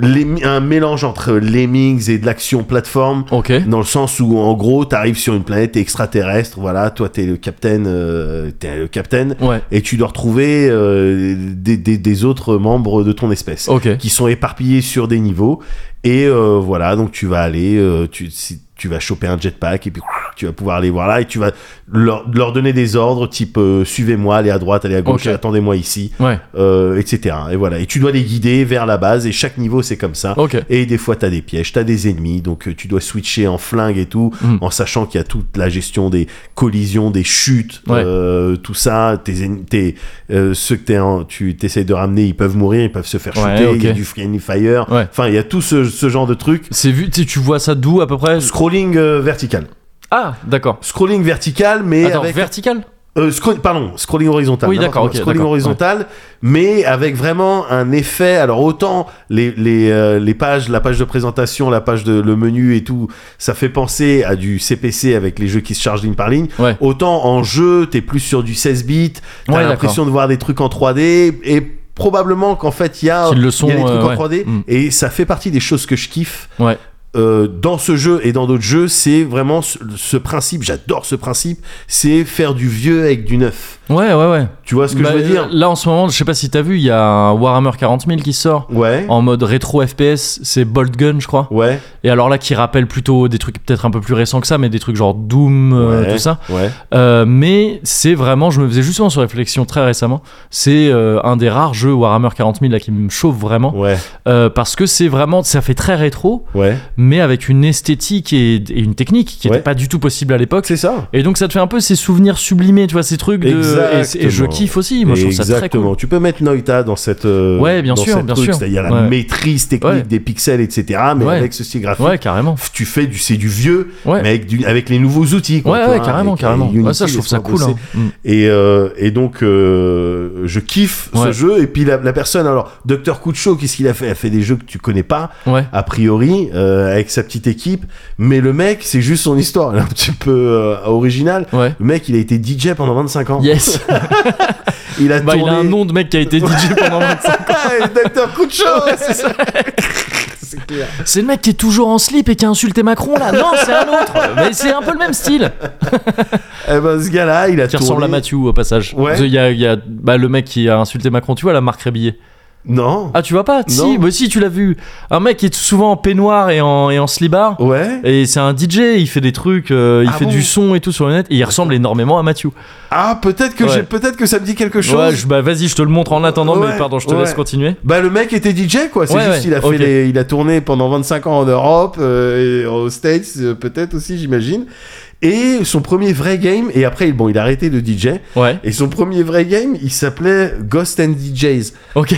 B: Lem- un mélange entre Lemmings et de l'action plateforme
A: Ok.
B: dans le sens où en gros t'arrives sur une planète t'es extraterrestre voilà toi t'es le capitaine euh, t'es le capitaine
A: Ouais.
B: et tu dois retrouver euh, des, des- des autres membres de ton espèce
A: Ok.
B: qui sont éparpillés sur des niveaux et euh, voilà donc tu vas aller euh, tu si- tu vas choper un jetpack et puis tu vas pouvoir aller voir là et tu vas leur, leur donner des ordres type euh, suivez-moi, allez à droite, allez à gauche,
A: Ok.
B: attendez-moi ici,
A: Ouais,
B: euh, etc. Et voilà. Et tu dois les guider vers la base et chaque niveau c'est comme ça.
A: ok.
B: Et des fois, t'as des pièges, t'as des ennemis, donc euh, tu dois switcher en flingue et tout,
A: Mm.
B: en sachant qu'il y a toute la gestion des collisions, des chutes,
A: Ouais.
B: euh, tout ça. Tes, ennemis- tes, euh, ceux que t'es en- tu t'essayes de ramener, ils peuvent mourir, ils peuvent se faire
A: Ouais,
B: shooter,
A: ok.
B: il y a du friendly fire.
A: Ouais.
B: Enfin, il y a tout ce, ce genre de trucs.
A: C'est vu, tu tu vois ça d'où à peu près
B: Scrolling euh, vertical.
A: Ah, d'accord.
B: Scrolling vertical, mais
A: Attends,
B: avec...
A: vertical
B: Euh, scroll- pardon, scrolling horizontal.
A: Oui,
B: n'importe
A: d'accord,
B: quoi.
A: ok,
B: Scrolling
A: d'accord,
B: horizontal, mais avec vraiment un effet. Alors autant les, les, euh, les pages, la page de présentation, la page de le menu et tout, ça fait penser à du CPC avec les jeux qui se chargent ligne par ligne.
A: Ouais.
B: Autant en jeu, t'es plus sur du 16 bits, t'as
A: Ouais, d'accord.
B: l'impression de voir des trucs en 3D et probablement qu'en fait il y a
A: Qu'ils le
B: Ah, il y a des
A: sont,
B: trucs
A: euh, ouais.
B: en 3D
A: Mm.
B: et ça fait partie des choses que je kiffe.
A: Ouais.
B: Euh, dans ce jeu et dans d'autres jeux, c'est vraiment ce, ce principe, j'adore ce principe, c'est faire du vieux avec du neuf.
A: Ouais, ouais, ouais.
B: Tu vois ce que
A: Bah,
B: je veux dire
A: Là, en ce moment, je sais pas si t'as vu, il y a un Warhammer 40 000 qui sort
B: Ouais.
A: en mode rétro FPS. C'est Bolt Gun, je crois.
B: Ouais.
A: Et alors là, qui rappelle plutôt des trucs peut-être un peu plus récents que ça, mais des trucs genre Doom, euh,
B: ouais,
A: tout ça.
B: Ouais.
A: Euh, mais c'est vraiment, je me faisais justement sur réflexion très récemment, c'est euh, un des rares jeux Warhammer 40 000 là, qui me chauffe vraiment.
B: Ouais.
A: Euh, parce que c'est vraiment, ça fait très rétro,
B: Ouais.
A: mais avec une esthétique et, et une technique qui n'était
B: Ouais.
A: pas du tout possible à l'époque.
B: C'est ça.
A: Et donc ça te fait un peu ces souvenirs sublimés, tu vois, ces trucs de. et c'est- Et, je
B: Exactement.
A: kiffe aussi, moi je trouve ça très
B: Exactement.
A: cool.
B: Tu peux mettre Noita dans cette. euh,
A: Ouais, bien
B: dans
A: sûr,
B: cette
A: bien
B: truc,
A: sûr.
B: C'est-à-dire la
A: Ouais.
B: maîtrise technique
A: Ouais.
B: des pixels, etc. Mais
A: Ouais.
B: avec ce style graphique.
A: Ouais, carrément.
B: Tu fais du, c'est du vieux,
A: Ouais.
B: mais avec, du, avec les nouveaux outils. quoi,
A: Ouais,
B: tu
A: ouais,
B: vois,
A: carrément,
B: avec, euh,
A: carrément.
B: Unity,
A: Ouais, ça, je trouve ça
B: laisse-moi
A: cool.
B: bosser.
A: hein. Mm.
B: Et, euh, et donc, euh, je kiffe
A: Ouais.
B: ce jeu. Et puis, la, la personne, alors, Dr. Kucho, qu'est-ce qu'il a fait Il a fait des jeux que tu connais pas,
A: Mm. Ouais.
B: a priori, euh, avec sa petite équipe. Mais le mec, c'est juste son histoire. Elle est un petit peu euh, originale.
A: Ouais.
B: Le mec, il a été DJ pendant 25 ans.
A: Yes.
B: [LAUGHS] Il a
A: bah, il
B: tourné...
A: a un
B: [LAUGHS]
A: nom de mec qui a été DJ pendant 25
B: Ah, Dr. Kucho,
A: [LAUGHS]
B: c'est ça. c'est clair.
A: C'est le mec qui est toujours en slip et qui a insulté Macron là. Non, c'est un autre. Mais c'est un peu le même style.
B: Eh ben, ce gars-là, il a
A: Qui
B: tourné...
A: ressemble à Mathieu au passage.
B: Ouais.
A: Il y a, il y a- bah, le mec qui a insulté Macron. Tu vois la marque Rébillet.
B: Non.
A: Ah, tu vois pas Si,
B: Non.
A: bah, si, tu l'as vu. Un mec qui est souvent en peignoir et en, et en slibard.
B: Ouais.
A: Et c'est un DJ, il fait des trucs, euh, il
B: Ah
A: fait
B: bon
A: du son et tout sur le net. Et il ressemble énormément à Mathieu.
B: Ah, peut-être que,
A: Ouais.
B: j'ai... peut-être que ça me dit quelque chose.
A: Ouais, je- bah, vas-y, je te le montre en attendant.
B: Ouais,
A: mais pardon, je te
B: ouais.
A: laisse continuer.
B: Bah le mec était DJ quoi, c'est
A: Ouais,
B: juste
A: ouais,
B: il a fait
A: ok.
B: les, il a tourné pendant 25 ans en Europe, euh, et aux States euh, peut-être aussi j'imagine. Et son premier vrai game et après bon il a arrêté de DJ
A: Ouais.
B: et son premier vrai game il s'appelait Ghost and DJs
A: Ok. [LAUGHS]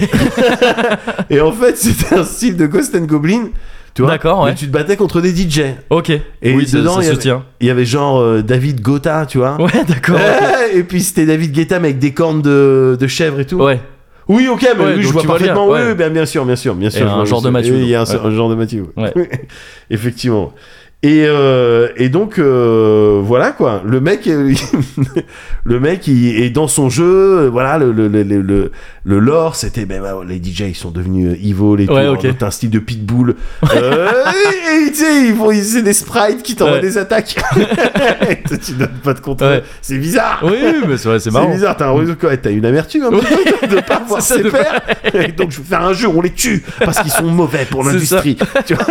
B: et en fait [LAUGHS] c'était un style de Ghost and Goblin, tu vois.
A: D'accord, ouais.
B: Mais tu te battais contre des DJ.
A: Ok.
B: Et
A: oui, ça-
B: dedans,
A: ça,
B: il y
A: se
B: avait-
A: tient.
B: Il y avait genre euh, David Gotha, tu vois.
A: Ouais, d'accord.
B: Ouais, [LAUGHS] et puis c'était David Guetta mais avec des cornes de, de chèvre et tout.
A: Ouais.
B: Oui, ok, mais
A: Ouais,
B: oui, je
A: donc
B: vois
A: tu vois le lien,
B: parfaitement. Oui,
A: ouais.
B: oui, bien, bien sûr, bien sûr, bien sûr.
A: un
B: je vois,
A: genre
B: bien
A: de
B: sûr.
A: Mathieu,
B: Et Il y a un,
A: donc,
B: un genre de Mathieu.
A: Ouais.
B: [LAUGHS] Effectivement. Et, euh, et donc euh, voilà quoi. Le mec, euh, [LAUGHS] le mec, il est dans son jeu. euh, Voilà, le le le le, le- le lore, c'était ben ben, les DJ ils sont devenus euh, evil et
A: Ouais,
B: tout.
A: ok.
B: hein, T'as un style
A: [LAUGHS]
B: de pitbull. Euh, et, et, tu sais, ils font ils- c'est des sprites qui t'envoient
A: Ouais.
B: des attaques. [LAUGHS] Toi, tu donnes pas de contrôle.
A: Ouais.
B: C'est bizarre.
A: Oui, oui, mais c'est vrai, c'est
B: C'est
A: marrant.
B: bizarre, t'as un réseau quoi, t'as une amertume un peu [LAUGHS] de
A: [LAUGHS]
B: pas voir
A: ça,
B: ses
A: de
B: pères. Et donc je vais faire un jeu, on les tue parce qu'ils sont mauvais pour
A: [LAUGHS] C'est ça.
B: l'industrie. [LAUGHS] tu vois.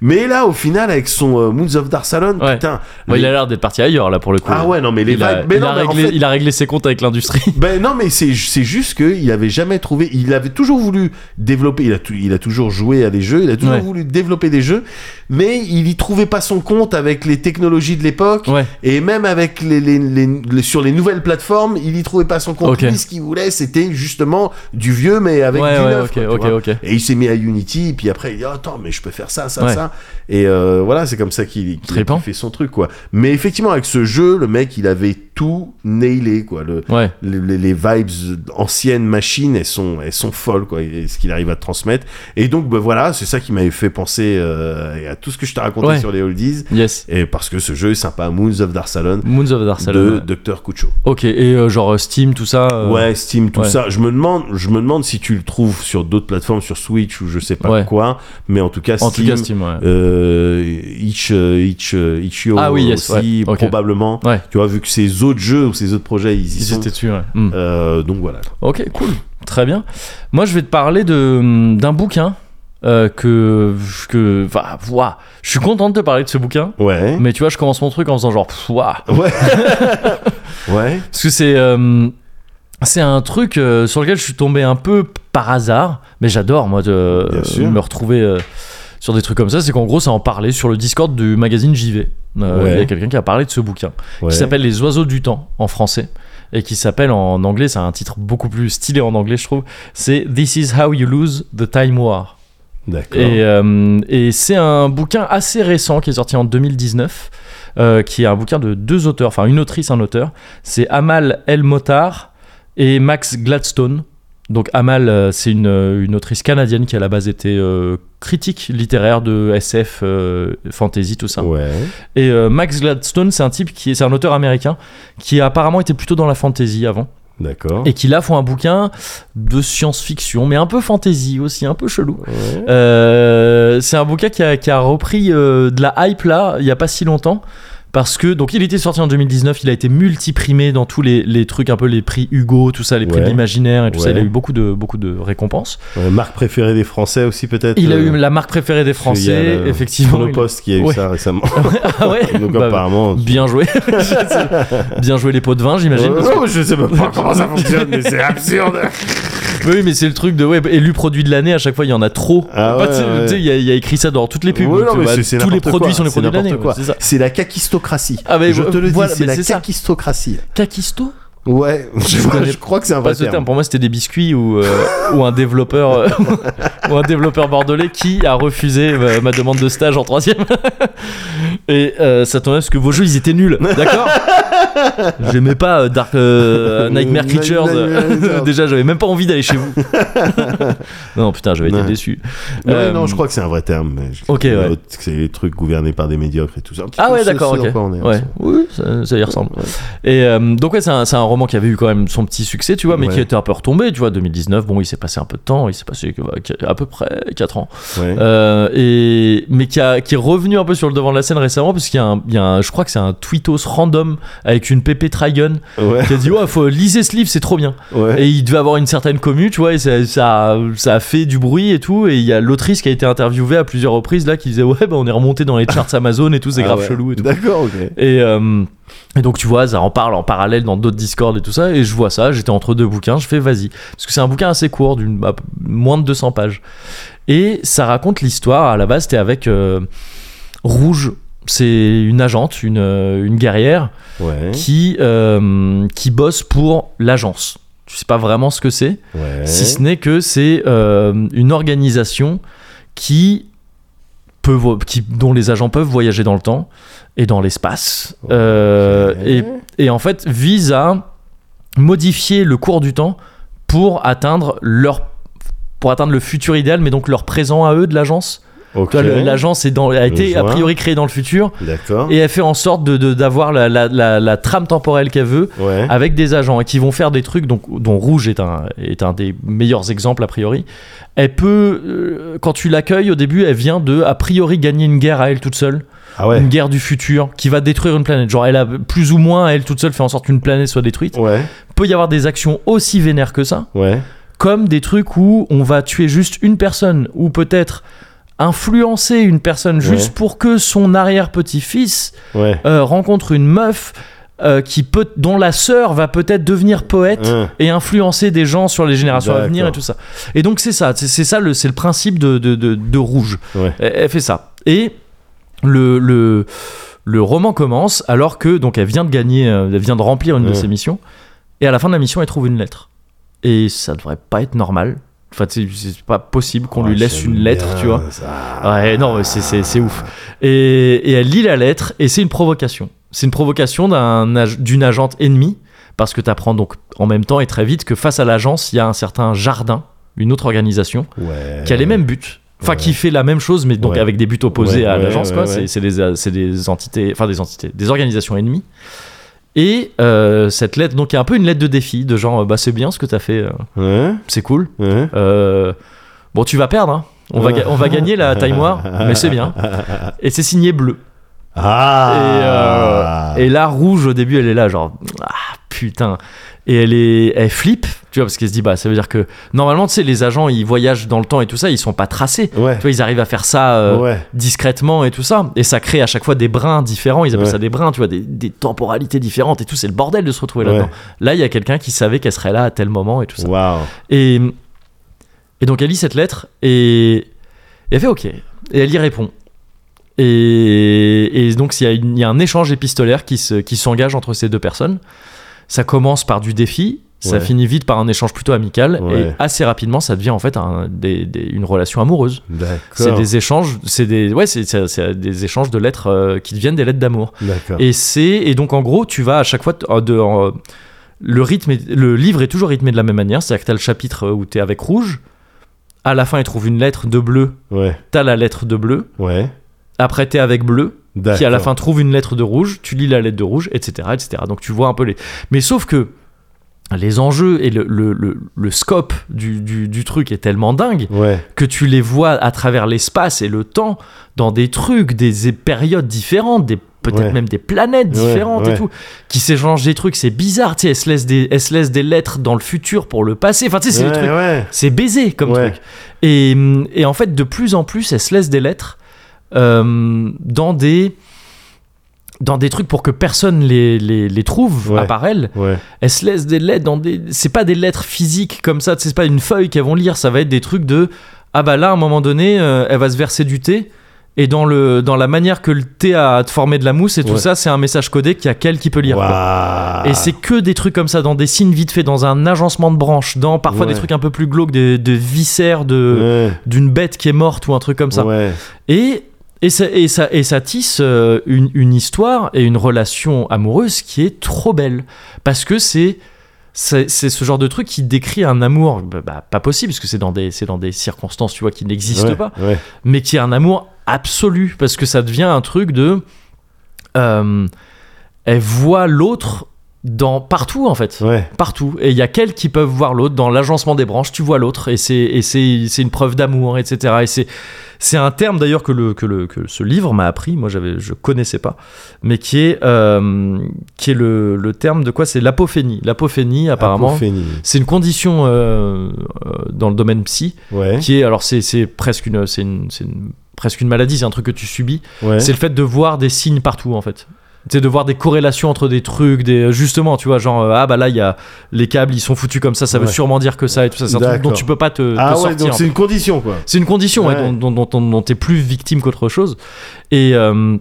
B: Mais là, au final, avec son euh, Moons of Darsalon,
A: Ouais.
B: putain.
A: Ouais,
B: les-
A: Il a l'air d'être parti ailleurs là pour le coup.
B: Ah ouais, non mais les
A: il, a,
B: vibes- mais
A: il
B: non,
A: a
B: mais en
A: réglé,
B: fait-
A: il a réglé ses comptes avec l'industrie.
B: ben non, mais c'est c'est juste qu'il avait jamais trouvé. Il avait toujours voulu développer. Il a, tou- il a toujours joué à des jeux. Il a toujours
A: Ouais.
B: voulu développer des jeux, mais il y trouvait pas son compte avec les technologies de l'époque
A: Ouais.
B: et même avec les, les- les- les- sur les nouvelles plateformes. Il y trouvait pas son compte.
A: Ok.
B: Lui, ce qu'il voulait, c'était justement du vieux, mais avec
A: ouais,
B: du
A: ouais,
B: neuf.
A: ok,
B: quoi, tu
A: ok,
B: vois.
A: ok.
B: Et il s'est mis à Unity, et puis après il dit attends mais je peux faire ça, ça,
A: Ouais.
B: ça. Et euh, voilà, c'est comme ça qu'il qu'il-
A: Trippant.
B: qu'il fait son truc quoi. Mais effectivement avec ce jeu, le mec il avait tout nailé quoi. Le,
A: Ouais,
B: les, les- les vibes anciennes machines, elles sont, elles sont folles, quoi, et ce qu'il arrive à te transmettre. Et donc, bah, voilà, c'est ça qui m'avait fait penser euh, à tout ce que je t'ai raconté
A: Ouais.
B: sur les oldies,
A: yes.
B: et parce que ce jeu est sympa, Moons of Darsalon,
A: Moons of
B: de
A: Darsalon.
B: Dr. Kucho.
A: Ok, et euh, genre euh, Steam, tout ça. euh,
B: Ouais, Steam, tout
A: ouais.
B: ça. Je me demande, je me demande si tu le trouves sur d'autres plateformes, sur Switch ou je sais pas
A: Ouais.
B: quoi, mais en tout cas,
A: En
B: Steam.
A: tout cas, Steam, ouais.
B: euh, Itch, euh, Itch, euh, Itch.io
A: Ah oui, yes,
B: aussi,
A: ouais, ok.
B: probablement.
A: Ouais.
B: Tu vois, vu que ces autres jeux ou ces autres projets, ils y
A: Ils
B: sont.
A: étaient dessus, ouais. Hmm.
B: Euh, donc voilà.
A: Ok, cool. Très bien. Moi, je vais te parler de, d'un bouquin euh, que que enfin, ouah, je suis content de te parler de ce bouquin.
B: Ouais.
A: Mais tu vois, je commence mon truc en faisant genre pff, ouah.
B: Ouais. ouais.
A: parce que c'est euh, c'est un truc euh, sur lequel je suis tombé un peu par hasard, mais j'adore moi de
B: Bien sûr.
A: me retrouver euh, sur des trucs comme ça. C'est qu'en gros, ça en parlait sur le Discord du magazine JV. Euh, Il y a
B: Ouais.
A: quelqu'un qui a parlé de ce bouquin
B: ouais.
A: qui s'appelle Les oiseaux du temps en français et qui s'appelle en anglais, c'est un titre beaucoup plus stylé en anglais, je trouve. C'est This is how you lose the time war.
B: D'accord.
A: Et, euh, et c'est un bouquin assez récent qui est sorti en 2019, euh, qui est un bouquin de deux auteurs, enfin une autrice, un auteur. C'est Amal El Motar et Max Gladstone. Donc Amal, euh, c'est une, euh, une autrice canadienne qui à la base était euh, critique littéraire de SF, euh, fantasy, tout ça.
B: Ouais.
A: Et euh, Max Gladstone, c'est un type qui est, c'est un auteur américain qui a apparemment était plutôt dans la fantasy avant
B: D'accord.
A: et qui là font un bouquin de science-fiction, mais un peu fantasy aussi, un peu chelou.
B: Ouais.
A: Euh, c'est un bouquin qui a, qui a repris euh, de la hype là, il n'y a pas si longtemps. Parce que, donc il était sorti en 2019, il a été multiprimé dans tous les, les trucs, un peu les prix Hugo, tout ça, les prix
B: Ouais.
A: de l'imaginaire et tout ça.
B: Ouais.
A: Il a eu beaucoup de, beaucoup de récompenses.
B: Ouais, Marque préférée des Français aussi peut-être.
A: Il a
B: euh,
A: eu la marque préférée des
B: parce qu'il y a
A: Français,
B: euh, le-
A: effectivement. il-
B: Chronopost qui a eu
A: Ouais. [LAUGHS]
B: ça récemment.
A: Ah ouais
B: [LAUGHS] Donc
A: Bah,
B: apparemment.
A: Bien joué. Je sais. [LAUGHS] bien joué les pots de vin, j'imagine.
B: Euh, non, je sais même pas comment ça fonctionne,
A: [LAUGHS]
B: mais c'est absurde.
A: Oui, mais c'est le truc de ouais, élu produit de l'année, à chaque fois il y en a trop.
B: Ah
A: Enfin, tu sais,
B: ouais, ouais.
A: tu sais, il y, a- il y a écrit ça dans toutes les pubs.
B: Ouais,
A: donc,
B: non, mais
A: bah,
B: c'est- c'est
A: tous les
B: n'importe
A: produits
B: quoi,
A: sont les
B: c'est
A: produits de l'année.
B: n'importe quoi.
A: ouais, C'est ça.
B: C'est la kakistocratie.
A: Ah, mais
B: je te le dis,
A: voilà,
B: c'est
A: mais
B: la
A: c'est ça.
B: kakistocratie.
A: Kakisto
B: [LAUGHS] Ouais, je,
A: Je connais
B: je crois que c'est un
A: Pas
B: vrai
A: ce terme.
B: terme.
A: Pour moi, c'était des biscuits ou, euh, [LAUGHS] ou un développeur euh, ou un développeur bordelais qui a refusé euh, ma demande de stage en troisième. [LAUGHS] Et euh, ça tombait parce que vos jeux, ils étaient nuls.
B: [LAUGHS]
A: D'accord. J'aimais pas euh, Dark euh, Nightmare
B: Night-
A: Creatures.
B: Nightmare-
A: [LAUGHS] Déjà, j'avais même pas envie d'aller chez vous. [LAUGHS] non, putain, j'avais été
B: Ouais.
A: déçu.
B: Ouais,
A: Euh,
B: non, je crois que c'est un vrai terme. mais je-
A: Ok, ouais.
B: C'est les trucs gouvernés par des médiocres et tout ça. Un petit
A: Ah
B: peu
A: ouais,
B: ce-
A: d'accord,
B: ce dans
A: ok.
B: quoi on est,
A: Ouais.
B: ensemble.
A: Oui, ça, ça y ressemble. Et euh, donc ouais, c'est un, c'est un roman qui avait eu quand même son petit succès, tu vois, mais qui
B: Ouais.
A: était un peu retombé, tu vois, 2019. Bon, il s'est passé un peu de temps, il s'est passé euh, qu- à peu près 4 ans.
B: Ouais.
A: Euh, et mais qui, a, qui est revenu un peu sur le devant de la scène récemment parce qu'il y a, un, il y a un- je crois que c'est un tweetos random avec une PP Trigun
B: ouais.
A: qui a dit ouais, faut lisez ce livre, c'est trop bien.
B: ouais.
A: Euh, Et il devait avoir une certaine commu, tu vois, et ça, ça, ça a fait du bruit et tout. Et il y a l'autrice qui a été interviewée à plusieurs reprises là qui disait ouais, bah on est remonté dans les charts Amazon et tout, c'est
B: Ah
A: grave
B: ouais.
A: chelou et tout.
B: D'accord, ok.
A: Et, euh, et donc tu vois, ça en parle en parallèle dans d'autres Discord et tout ça. Et je vois ça, j'étais entre deux bouquins, je fais vas-y. Parce que c'est un bouquin assez court, d'une bah, moins de 200 pages. Et ça raconte l'histoire, à la base c'était avec euh, Rouge. C'est une agente, une, euh, une guerrière
B: Ouais.
A: qui, euh, qui bosse pour l'agence. Tu sais pas vraiment ce que c'est,
B: ouais.
A: si ce n'est que c'est euh, une organisation qui peut vo- qui, dont les agents peuvent voyager dans le temps et dans l'espace euh, et, et en fait vise à modifier le cours du temps pour atteindre leur pour atteindre le futur idéal mais donc leur présent à eux de l'agence
B: Ok.
A: Toi, le- l'agence est dans- a
B: Je
A: été a
B: vois.
A: priori créée dans le futur
B: D'accord.
A: et elle fait en sorte de- de- d'avoir la- la- la- la trame temporelle qu'elle veut
B: Ouais.
A: [LAUGHS] avec des agents et qui vont faire des trucs donc, dont Rouge est un, est un des meilleurs exemples a priori. Elle peut, euh, quand tu l'accueilles au début, elle vient de a priori gagner une guerre à elle toute seule,
B: Ah ouais.
A: une guerre du futur qui va détruire une planète. Genre elle a plus ou moins à elle toute seule fait en sorte qu'une planète soit détruite.
B: Ouais.
A: Peut y avoir des actions aussi vénères que ça,
B: Ouais.
A: comme des trucs où on va tuer juste une personne ou peut-être influencer une personne juste
B: Ouais.
A: pour que son arrière-petit-fils
B: Ouais.
A: euh, rencontre une meuf euh, qui peut, dont la sœur va peut-être devenir poète
B: Hein.
A: et influencer des gens sur les générations à venir et
B: D'accord.
A: tout ça. Et donc c'est ça, c'est c'est ça le, c'est le principe de, de, de- de Rouge.
B: Ouais.
A: Elle, elle fait ça. Et le, le, le roman commence alors que donc elle vient de gagner, euh, elle vient de remplir une de
B: Ouais.
A: ses missions. Et à la fin de la mission, elle trouve une lettre. Et ça devrait pas être normal. Enfin, c'est c'est pas possible qu'on
B: Ouais,
A: lui laisse
B: Ah, j'aime
A: une lettre,
B: bien
A: tu vois.
B: ça.
A: Ouais, non, mais c'est- c'est c'est ouf. Et, et elle lit la lettre et c'est une provocation. C'est une provocation d'un ag- d'une agente ennemie parce que t'apprends donc en même temps et très vite que face à l'agence, il y a un certain jardin, une autre organisation,
B: Ouais.
A: qui a les mêmes buts. Enfin,
B: Ouais.
A: qui fait la même chose, mais donc
B: Ouais.
A: avec des buts opposés
B: Ouais,
A: à
B: ouais,
A: l'agence,
B: ouais,
A: quoi.
B: ouais.
A: C'est- C'est des, c'est des entités, enfin des entités, des organisations ennemies. Et euh, cette lettre, donc, est un peu une lettre de défi, de genre, bah c'est bien ce que t'as fait, euh,
B: Hein
A: c'est cool.
B: Hein
A: Euh, bon, tu vas perdre. hein. On, va, ga- on va gagner la Time War, mais c'est bien. Et c'est signé bleu. euh,
B: Ah.
A: Ah. Et là, rouge, au début, elle est là, genre, ah putain. Et elle, est, elle flippe, Tu vois, parce qu'il se dit, bah, ça veut dire que normalement, tu sais, les agents, ils voyagent dans le temps et tout ça, ils sont pas tracés.
B: Ouais.
A: Tu vois, ils arrivent à faire ça euh,
B: Ouais.
A: discrètement et tout ça. Et ça crée à chaque fois des brins différents. Ils appellent
B: Ouais.
A: ça des brins, tu vois, des, des temporalités différentes et tout. C'est le bordel de se retrouver là-dedans.
B: Ouais.
A: Là, il y a quelqu'un qui savait qu'elle serait là à tel moment et tout ça.
B: Waouh.
A: Et, et donc elle lit cette lettre et, et elle fait OK. Et elle y répond. Et, et donc il y, a une- il y a un échange épistolaire qui se- qui s'engage entre ces deux personnes. Ça commence par du défi, ça
B: Ouais.
A: finit vite par un échange plutôt amical et
B: Ouais.
A: assez rapidement ça devient en fait un- des- des- une relation amoureuse. C'est
B: D'accord.
A: des échanges, c'est des ouais, c'est- c'est c'est des échanges de lettres euh, qui deviennent des lettres d'amour.
B: D'accord.
A: Et c'est et donc en gros, tu vas à chaque fois t- euh, de en- le rythme est- le livre est toujours rythmé de la même manière, c'est-à-dire que tu as le chapitre euh, où tu es avec rouge, à la fin il trouve une lettre de bleu,
B: Ouais.
A: tu as la lettre de bleu,
B: Ouais.
A: après tu es avec bleu
B: D'accord.
A: qui à la fin trouve une lettre de rouge, tu lis la lettre de rouge, etc., etc. Donc tu vois un peu les. Mais sauf que les enjeux et le, le, le- le scope du, du- du truc est tellement dingue
B: Ouais.
A: que tu les vois à travers l'espace et le temps dans des trucs, des des périodes différentes, des peut-être
B: Ouais.
A: même des planètes
B: Ouais,
A: différentes et
B: ouais.
A: tout, qui s'échangent des trucs, c'est bizarre, tu sais, elles se laissent des, elles se laissent des lettres dans le futur pour le passé, enfin tu sais, c'est des
B: ouais,
A: trucs-
B: ouais.
A: c'est baisé comme
B: Ouais.
A: truc. Et, et en fait, de plus en plus, elles se laissent des lettres euh, dans des dans des trucs pour que personne les, les, les trouve
B: Ouais.
A: à part elles.
B: Ouais.
A: Elles se laissent des lettres dans des. C'est pas des lettres physiques comme ça, tu sais, c'est pas une feuille qu'elles vont lire, ça va être des trucs de. Ah bah là, à un moment donné, euh, elle va se verser du thé. Et dans, le, dans la manière que le thé a formé de la mousse et tout
B: Ouais.
A: ça, c'est un message codé qu'il y a qu'elle qui peut lire. quoi.
B: Waouh.
A: Et c'est que des trucs comme ça, dans des signes vite faits, dans un agencement de branches, dans parfois
B: Ouais.
A: des trucs un peu plus glauques, des, des viscères de,
B: Ouais.
A: d'une bête qui est morte ou un truc euh, comme ça.
B: Ouais.
A: Et, et, ça, et, ça, et ça tisse euh, une, une histoire et une relation amoureuse qui est trop belle. Parce que c'est. C'est c'est ce genre de truc qui décrit un amour bah, bah, pas possible parce que c'est dans des c'est dans des circonstances tu vois qui n'existent
B: ouais.
A: pas
B: Ouais.
A: mais qui est un amour absolu parce que ça devient un truc de euh, elle voit l'autre dans partout en fait
B: Ouais.
A: partout et il y a quelques qui peuvent voir l'autre dans l'agencement des branches tu vois l'autre et c'est et c'est c'est une preuve d'amour etc et c'est c'est un terme d'ailleurs que le que le que ce livre m'a appris moi j'avais je connaissais pas mais qui est euh, qui est le, le terme de quoi c'est l'apophénie l'apophénie apparemment
B: Apophénie.
A: c'est une condition euh, euh, dans le domaine psy
B: Ouais.
A: qui est alors c'est c'est presque une c'est une, c'est une- presque une maladie, c'est un truc que tu subis.
B: Ouais.
A: C'est le fait de voir des signes partout en fait. C'est de voir des corrélations entre des trucs, des justement, tu vois, genre euh, ah bah là il y a les câbles, ils sont foutus comme ça, ça veut
B: Ouais.
A: sûrement dire que ça et tout ça, c'est un truc
B: D'accord.
A: dont tu peux pas te, te
B: Ah ouais.
A: sortir.
B: Donc
A: en
B: c'est une condition quoi.
A: c'est une condition ouais,
B: Ouais.
A: dont, dont, dont- dont t'es plus victime qu'autre chose. Et, euh,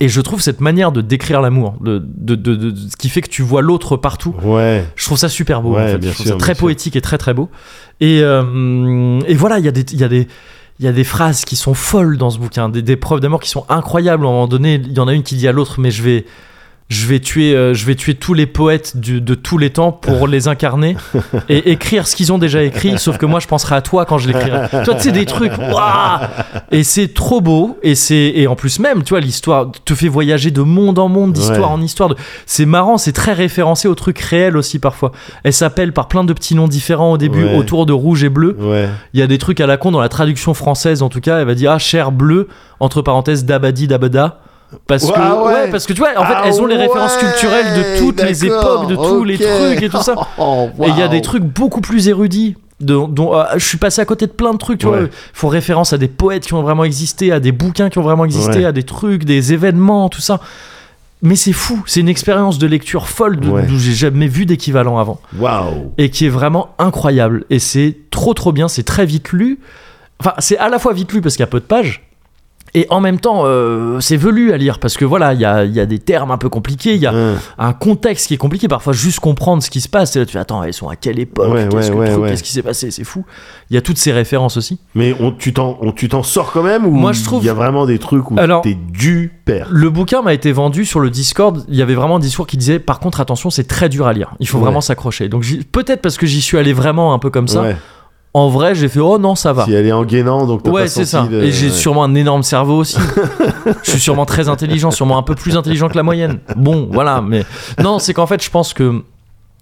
A: et je trouve cette manière de décrire l'amour, de, de, de- de- de- ce qui fait que tu vois l'autre partout.
B: Ouais.
A: Je trouve ça super beau,
B: Ouais,
A: en fait.
B: bien
A: je trouve
B: sûr,
A: ça très
B: bien sûr.
A: poétique et très très beau. Et, euh, et voilà, il y a des... il Y a des il y a des phrases qui sont folles dans ce bouquin, des, des preuves d'amour qui sont incroyables. À un moment donné, il y en a une qui dit à l'autre Mais je vais, je vais, tuer, euh, je vais tuer tous les poètes du- de tous les temps pour les incarner
B: [LAUGHS]
A: et écrire ce qu'ils ont déjà écrit, sauf que moi je penserai à toi quand je l'écrirai. Toi, tu sais, des trucs, waouh Et c'est trop beau, et, c'est, et en plus, même, tu vois, l'histoire te fait voyager de monde en monde, d'histoire
B: Ouais.
A: en histoire. de- C'est marrant, c'est très référencé aux trucs réels aussi parfois. Elle s'appelle par plein de petits noms différents au début,
B: Ouais.
A: autour de rouge et bleu.
B: Ouais.
A: Il y a des trucs à la con dans la traduction française en tout cas, elle va dire ah cher bleu entre parenthèses dabadi dabada parce que
B: Ah ouais.
A: parce que tu vois en fait
B: Ah
A: elles ont les références
B: ouais,
A: culturelles de toutes les
B: d'accord,
A: époques, de tous les
B: ok.
A: trucs et tout ça.
B: [LAUGHS] Oh,
A: Et il y a des
B: waouh.
A: trucs beaucoup plus érudits dont, dont, euh, je suis passé à côté de plein de trucs, tu vois.
B: Ouais.
A: Ils font référence à des poètes qui ont vraiment existé, à des bouquins qui ont vraiment existé,
B: Ouais.
A: à des trucs, des événements, tout ça. Mais c'est fou, c'est une expérience de lecture folle de-
B: Ouais.
A: d'où j'ai jamais vu d'équivalent avant
B: Waouh.
A: et qui est vraiment incroyable. Et c'est trop trop bien, c'est très vite lu. Enfin, c'est à la fois vite lu parce qu'il y a peu de pages. Et en même temps, euh, c'est velu à lire parce que voilà, il y a, il y a des termes un peu compliqués, il y a
B: Hein.
A: un contexte qui est compliqué. Parfois, juste comprendre ce qui se passe, et là, tu fais attends, ils sont à quelle époque
B: Ouais,
A: Qu'est-ce
B: ouais,
A: que
B: ouais,
A: truc
B: ouais.
A: Qu'est-ce qui s'est passé C'est fou. Il y a toutes ces références aussi.
B: Mais on, tu t'en, on- tu t'en sors quand même ou
A: Moi, je trouve-
B: il y a vraiment des trucs où
A: Alors-
B: t'es du père.
A: Le bouquin m'a été vendu sur le Discord. Il y avait vraiment un discours qui disait par contre, attention, c'est très dur à lire. Il faut
B: Ouais.
A: vraiment s'accrocher. Donc j'y- peut-être parce que j'y suis allé vraiment un peu comme ça.
B: ouais.
A: En vrai, j'ai fait oh non, ça va.
B: Si elle est en gainant, donc t'as
A: Ouais,
B: pas
A: c'est
B: senti
A: ça.
B: le-
A: Et j'ai
B: ouais.
A: sûrement un énorme cerveau aussi. je suis sûrement très intelligent, sûrement un peu plus intelligent que la moyenne. Bon, voilà, mais non, c'est qu'en fait, je pense que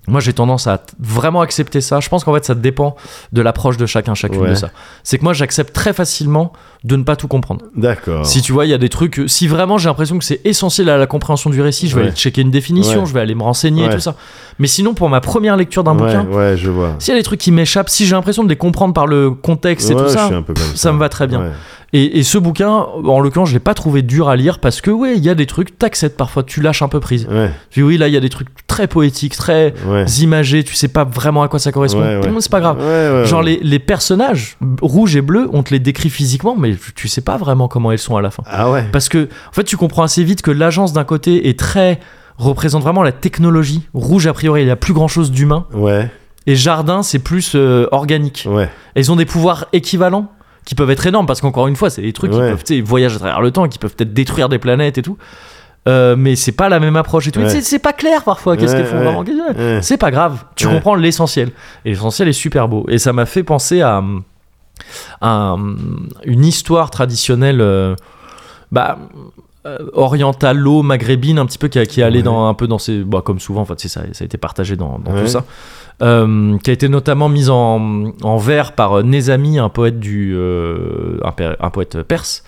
A: Moi, j'ai tendance à t- vraiment accepter ça. Je pense qu'en fait, ça dépend de l'approche de chacun, chacune
B: Ouais.
A: de ça. C'est que moi, j'accepte très facilement de ne pas tout comprendre.
B: D'accord.
A: Si tu vois, il y a des trucs. Si vraiment j'ai l'impression que c'est essentiel à la compréhension du récit, je vais
B: Ouais.
A: aller checker une définition,
B: Ouais.
A: je vais aller me renseigner et
B: Ouais.
A: tout ça. Mais sinon, pour ma première lecture d'un
B: ouais,
A: bouquin,
B: ouais, je vois.
A: s'il y a des trucs qui m'échappent, si j'ai l'impression de les comprendre par le contexte et
B: Ouais,
A: tout
B: je
A: ça,
B: suis un peu comme
A: pff,
B: ça.
A: ça me va très bien.
B: Ouais.
A: Et, et ce bouquin, en l'occurrence, je l'ai pas trouvé dur à lire parce que, ouais, il y a des trucs, t'acceptes parfois, tu lâches un peu prise.
B: Ouais,
A: Tu dis, oui, là, il y a des trucs très poétiques, très
B: ouais.
A: imagés, tu sais pas vraiment à quoi ça correspond.
B: Ouais, ouais.
A: Bon, C'est pas grave.
B: Ouais, ouais,
A: Genre,
B: ouais.
A: les, les personnages rouges et bleus, on te les décrit physiquement, mais tu sais pas vraiment comment ils sont à la fin.
B: Ah ouais.
A: Parce que, en fait, tu comprends assez vite que l'agence d'un côté est très. représente vraiment la technologie. Rouge, a priori, il n'y a plus grand chose d'humain.
B: Ouais,
A: Et Jardin, c'est plus euh, organique. [LAUGHS]
B: ouais.
A: Et ils ont des pouvoirs équivalents qui peuvent être énormes parce qu'encore une fois, c'est des trucs qui
B: Ouais.
A: peuvent, tu sais, voyager à travers le temps, qui peuvent peut-être détruire des planètes et tout. Euh, mais c'est pas la même approche et tout. Et
B: Ouais.
A: C'est c'est pas clair parfois. Qu'est-ce
B: Ouais,
A: qu'ils font
B: ouais.
A: vraiment Qu'est-ce que-
B: Ouais.
A: C'est pas grave. Tu
B: Ouais.
A: comprends l'essentiel. Et l'essentiel est super beau. Et ça m'a fait penser à, hum, à, hum, une histoire traditionnelle. euh, bah, euh, orientalo-maghrébine un petit peu qui, a- qui est allée
B: Ouais.
A: dans un peu dans ces bah, comme souvent en fait c'est ça ça a été partagé dans, dans
B: Ouais.
A: tout ça euh, qui a été notamment mise en, en vers par euh, Nezami un poète du euh, un, per- un poète perse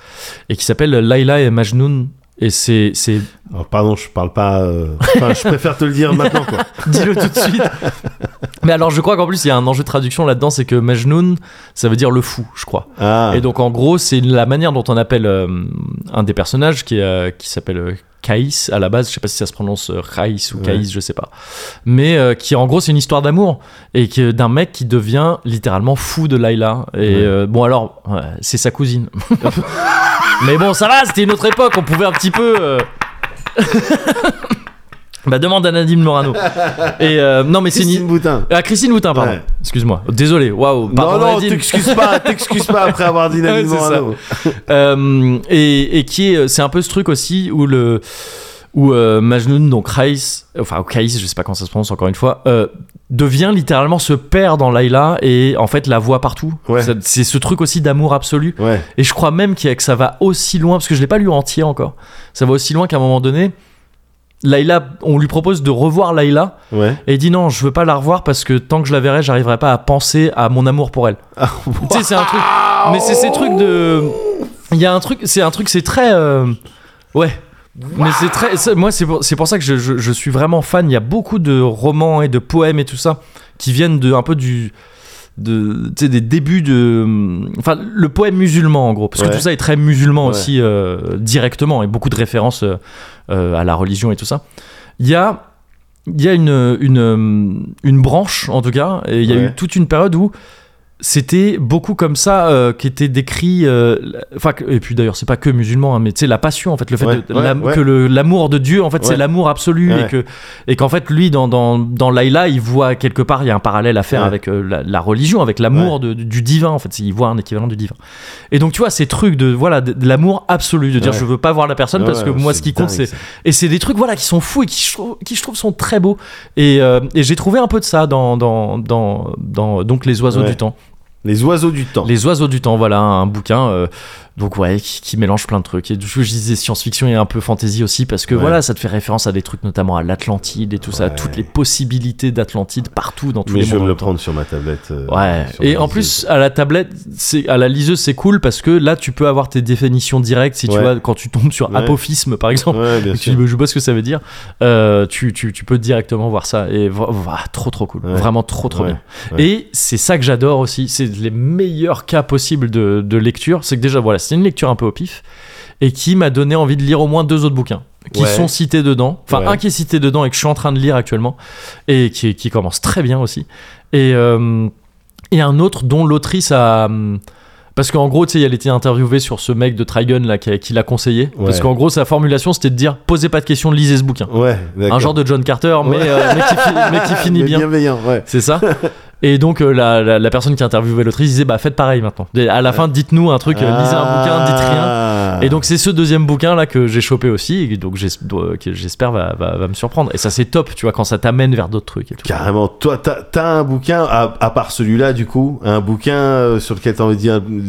A: et qui s'appelle Laila et Majnun et c'est c'est
B: Oh, pardon, je parle pas. euh, Enfin, je préfère te le dire maintenant, quoi.
A: dis-le tout de suite mais alors je crois qu'en plus il y a un enjeu de traduction là-dedans c'est que Majnun ça veut dire le fou je crois
B: Ah.
A: [LAUGHS] Et donc en gros, c'est la manière dont on appelle euh, un des personnages qui, est, euh, qui s'appelle euh, Kaïs à la base, je sais pas si ça se prononce euh, Kaïs ou
B: Ouais.
A: Kaïs, je sais pas. Mais euh, qui en gros, c'est une histoire d'amour et qui- d'un mec qui devient littéralement fou de Laila. Et euh, bon alors, ouais, c'est sa cousine. [LAUGHS] Mais bon, ça va, c'était une autre époque, on pouvait un petit peu... euh, [LAUGHS] bah demande à Nadine Morano. Et euh, non mais c'est
B: Christine
A: une...
B: Boutin.
A: Ah, Christine Loutin, pardon.
B: Ouais.
A: Excuse-moi. Désolé. Waouh.
B: Non,
A: pardon,
B: non,
A: Nadine.
B: t'excuses pas, t'excuses pas après avoir dit
A: [LAUGHS]
B: Nadine
A: Ouais, c'est ça.
B: Morano.
A: Euh, et, et qui est c'est un peu ce truc aussi où le où euh, Majnun donc Raïs enfin ou Kaïs je sais pas comment ça se prononce encore une fois euh, devient littéralement ce père dans Laila et en fait la voit partout
B: Ouais.
A: Ça- c'est ce truc aussi d'amour absolu
B: Ouais,
A: et je crois même qu'il y a- que ça va aussi loin parce que je l'ai pas lu entier encore ça va aussi loin qu'à un moment donné Laila on lui propose de revoir Laila
B: ouais.
A: et il dit non je veux pas la revoir parce que tant que je la verrai j'arriverai pas à penser à mon amour pour elle
B: Ah,
A: tu sais, c'est un truc. Mais c'est ces trucs de. Il y a un truc, c'est un truc, c'est très. euh, Ouais. Mais c'est très. c'est- Moi, c'est pour, c'est pour ça que je, je- je suis vraiment fan. Il y a beaucoup de romans et de poèmes et tout ça qui viennent de un peu du. De, tu sais, des débuts de. Enfin, le poème musulman, en gros. Parce
B: Ouais.
A: que tout ça est très musulman
B: Ouais.
A: aussi, euh, directement, et beaucoup de références euh, euh, à la religion et tout ça. Il y a. Il y a une, une, euh, une branche, en tout cas, et il y a
B: Ouais.
A: eu toute une période où c'était beaucoup comme ça euh, qu'était décrit euh, la- enfin que- et puis d'ailleurs c'est pas que musulman hein, mais tu sais la passion en fait le fait
B: Ouais,
A: de-
B: ouais,
A: la-
B: ouais.
A: que le- l'amour de Dieu en fait c'est
B: Ouais.
A: l'amour absolu et
B: Ouais.
A: que et qu'en fait lui dans dans dans Laila il voit quelque part il y a un parallèle à faire
B: Ouais.
A: avec euh, la, la religion avec l'amour de- du divin en fait il voit un équivalent du divin et donc tu vois ces trucs de voilà de, de l'amour absolu de dire
B: Ouais.
A: je veux pas voir la personne
B: Ouais,
A: parce que
B: ouais,
A: moi
B: c'est
A: ce qui compte
B: dingue,
A: c'est
B: ça.
A: et c'est des trucs voilà qui sont fous et qui je trouve, qui je trouve sont très beaux. Et, euh, et j'ai trouvé un peu de ça dans, dans, dans, dans donc Les Oiseaux
B: Ouais.
A: du Temps.
B: Les oiseaux du temps.
A: Les Oiseaux du Temps, voilà, un bouquin euh, donc ouais, qui, qui mélange plein de trucs. Et du coup, je disais science-fiction et un peu fantasy aussi parce que
B: Ouais.
A: voilà, ça te fait référence à des trucs notamment à l'Atlantide et tout ça, à
B: Ouais.
A: toutes les possibilités d'Atlantide partout dans tous
B: Mais
A: les
B: je vais
A: mondes.
B: me le prendre sur ma tablette. euh,
A: Ouais.
B: sur
A: Et
B: ma
A: en
B: liseuse.
A: plus, à la tablette, c'est à la liseuse, c'est cool parce que là, tu peux avoir tes définitions directes si tu
B: Ouais.
A: vois quand tu tombes sur
B: Ouais.
A: apophisme par exemple.
B: Ouais, bien
A: Et tu
B: sûr.
A: dis, bah, je sais pas ce que ça veut dire. Euh, tu, tu, tu peux directement voir ça. Et vo- voilà, trop, trop cool.
B: Ouais.
A: Vraiment trop, trop
B: Ouais,
A: bien.
B: ouais.
A: Et c'est ça que j'adore aussi. C'est les meilleurs cas possibles de, de lecture. C'est que déjà, voilà, c'est une lecture un peu au pif. Et qui m'a donné envie de lire au moins deux autres bouquins qui
B: Ouais.
A: sont cités dedans. Enfin,
B: Ouais.
A: un qui est cité dedans et que je suis en train de lire actuellement. Et qui, qui commence très bien aussi. Et, euh, et un autre dont l'autrice a. hum, Parce qu'en gros, tu sais, elle était interviewée sur ce mec de Trigun là, qui, qui l'a conseillé.
B: Ouais.
A: Parce qu'en gros, sa formulation, c'était de dire posez pas de questions, lisez ce bouquin.
B: Ouais, d'accord.
A: Un genre de John Carter, mais,
B: Ouais.
A: euh, mais qui, fi-
B: [LAUGHS]
A: mais qui finit
B: Mais
A: bien.
B: Bienveillant, ouais.
A: C'est
B: [LAUGHS]
A: ça. Et donc, euh, la, la- la personne qui interviewait l'autrice disait bah, faites pareil maintenant. Et à la fin, dites-nous un truc,
B: Ah.
A: euh, lisez un bouquin, dites rien. Et donc c'est ce deuxième bouquin là que j'ai chopé aussi et donc j'es- dois- que j'espère va, va, va me surprendre et ça c'est top tu vois quand ça t'amène vers d'autres trucs et tout.
B: Carrément, toi, t'as t'as un bouquin, à, à part celui-là, du coup, un bouquin euh, sur lequel t'as envie de dire euh,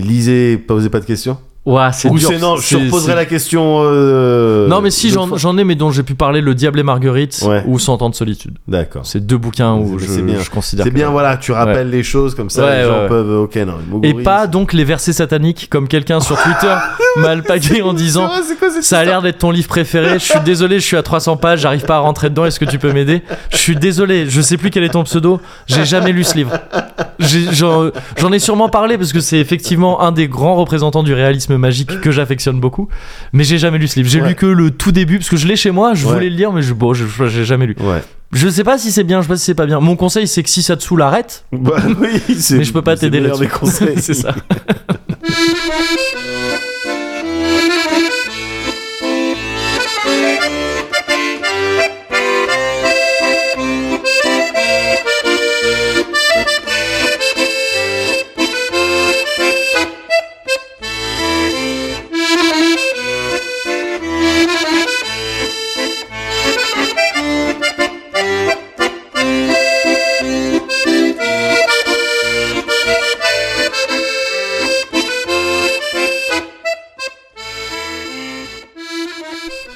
B: lisez, posez pas de questions
A: Ouah, c'est
B: Ou
A: dur.
B: c'est non,
A: c'est-
B: je te reposerai
A: c'est-
B: la question. euh,
A: Non, mais si,
B: d'autres
A: j'en
B: fois.
A: j'en ai, mais dont j'ai pu parler, Le Diable et Marguerite
B: Ouais.
A: ou Cent ans de solitude.
B: D'accord.
A: C'est deux bouquins où
B: Mais
A: je,
B: c'est bien.
A: je considère.
B: C'est
A: que-
B: bien, voilà, tu rappelles les choses comme ça,
A: Ouais,
B: les gens
A: ouais, ouais.
B: peuvent. Ok, non.
A: Et
B: Moguri,
A: pas donc les versets sataniques, comme quelqu'un sur
B: [LAUGHS]
A: Twitter m'a alpagué en
B: c'est-
A: disant
B: C'est vrai, c'est quoi cette
A: Ça a l'air d'être ton livre préféré. Je suis désolé, je suis à 300 pages, j'arrive pas à rentrer dedans. Est-ce que tu peux m'aider Je suis désolé, je sais plus quel est ton pseudo. J'ai jamais lu ce livre. J'ai- J'en j'en ai sûrement parlé parce que c'est effectivement un des grands représentants du réalisme magique que j'affectionne beaucoup. Mais j'ai jamais lu ce livre. J'ai
B: Ouais.
A: lu que le tout début parce que je l'ai chez moi. Je
B: Ouais.
A: voulais le lire, mais je bon, je- je- j'ai jamais lu.
B: Ouais. [LAUGHS]
A: Je sais pas si c'est bien, je sais pas si c'est pas bien. Mon conseil, c'est que si Satsu l'arrête,
B: Bah oui, c'est-
A: mais je peux pas
B: c'est
A: t'aider
B: le meilleur
A: là-dessus.
B: des conseils.
A: [LAUGHS] c'est ça.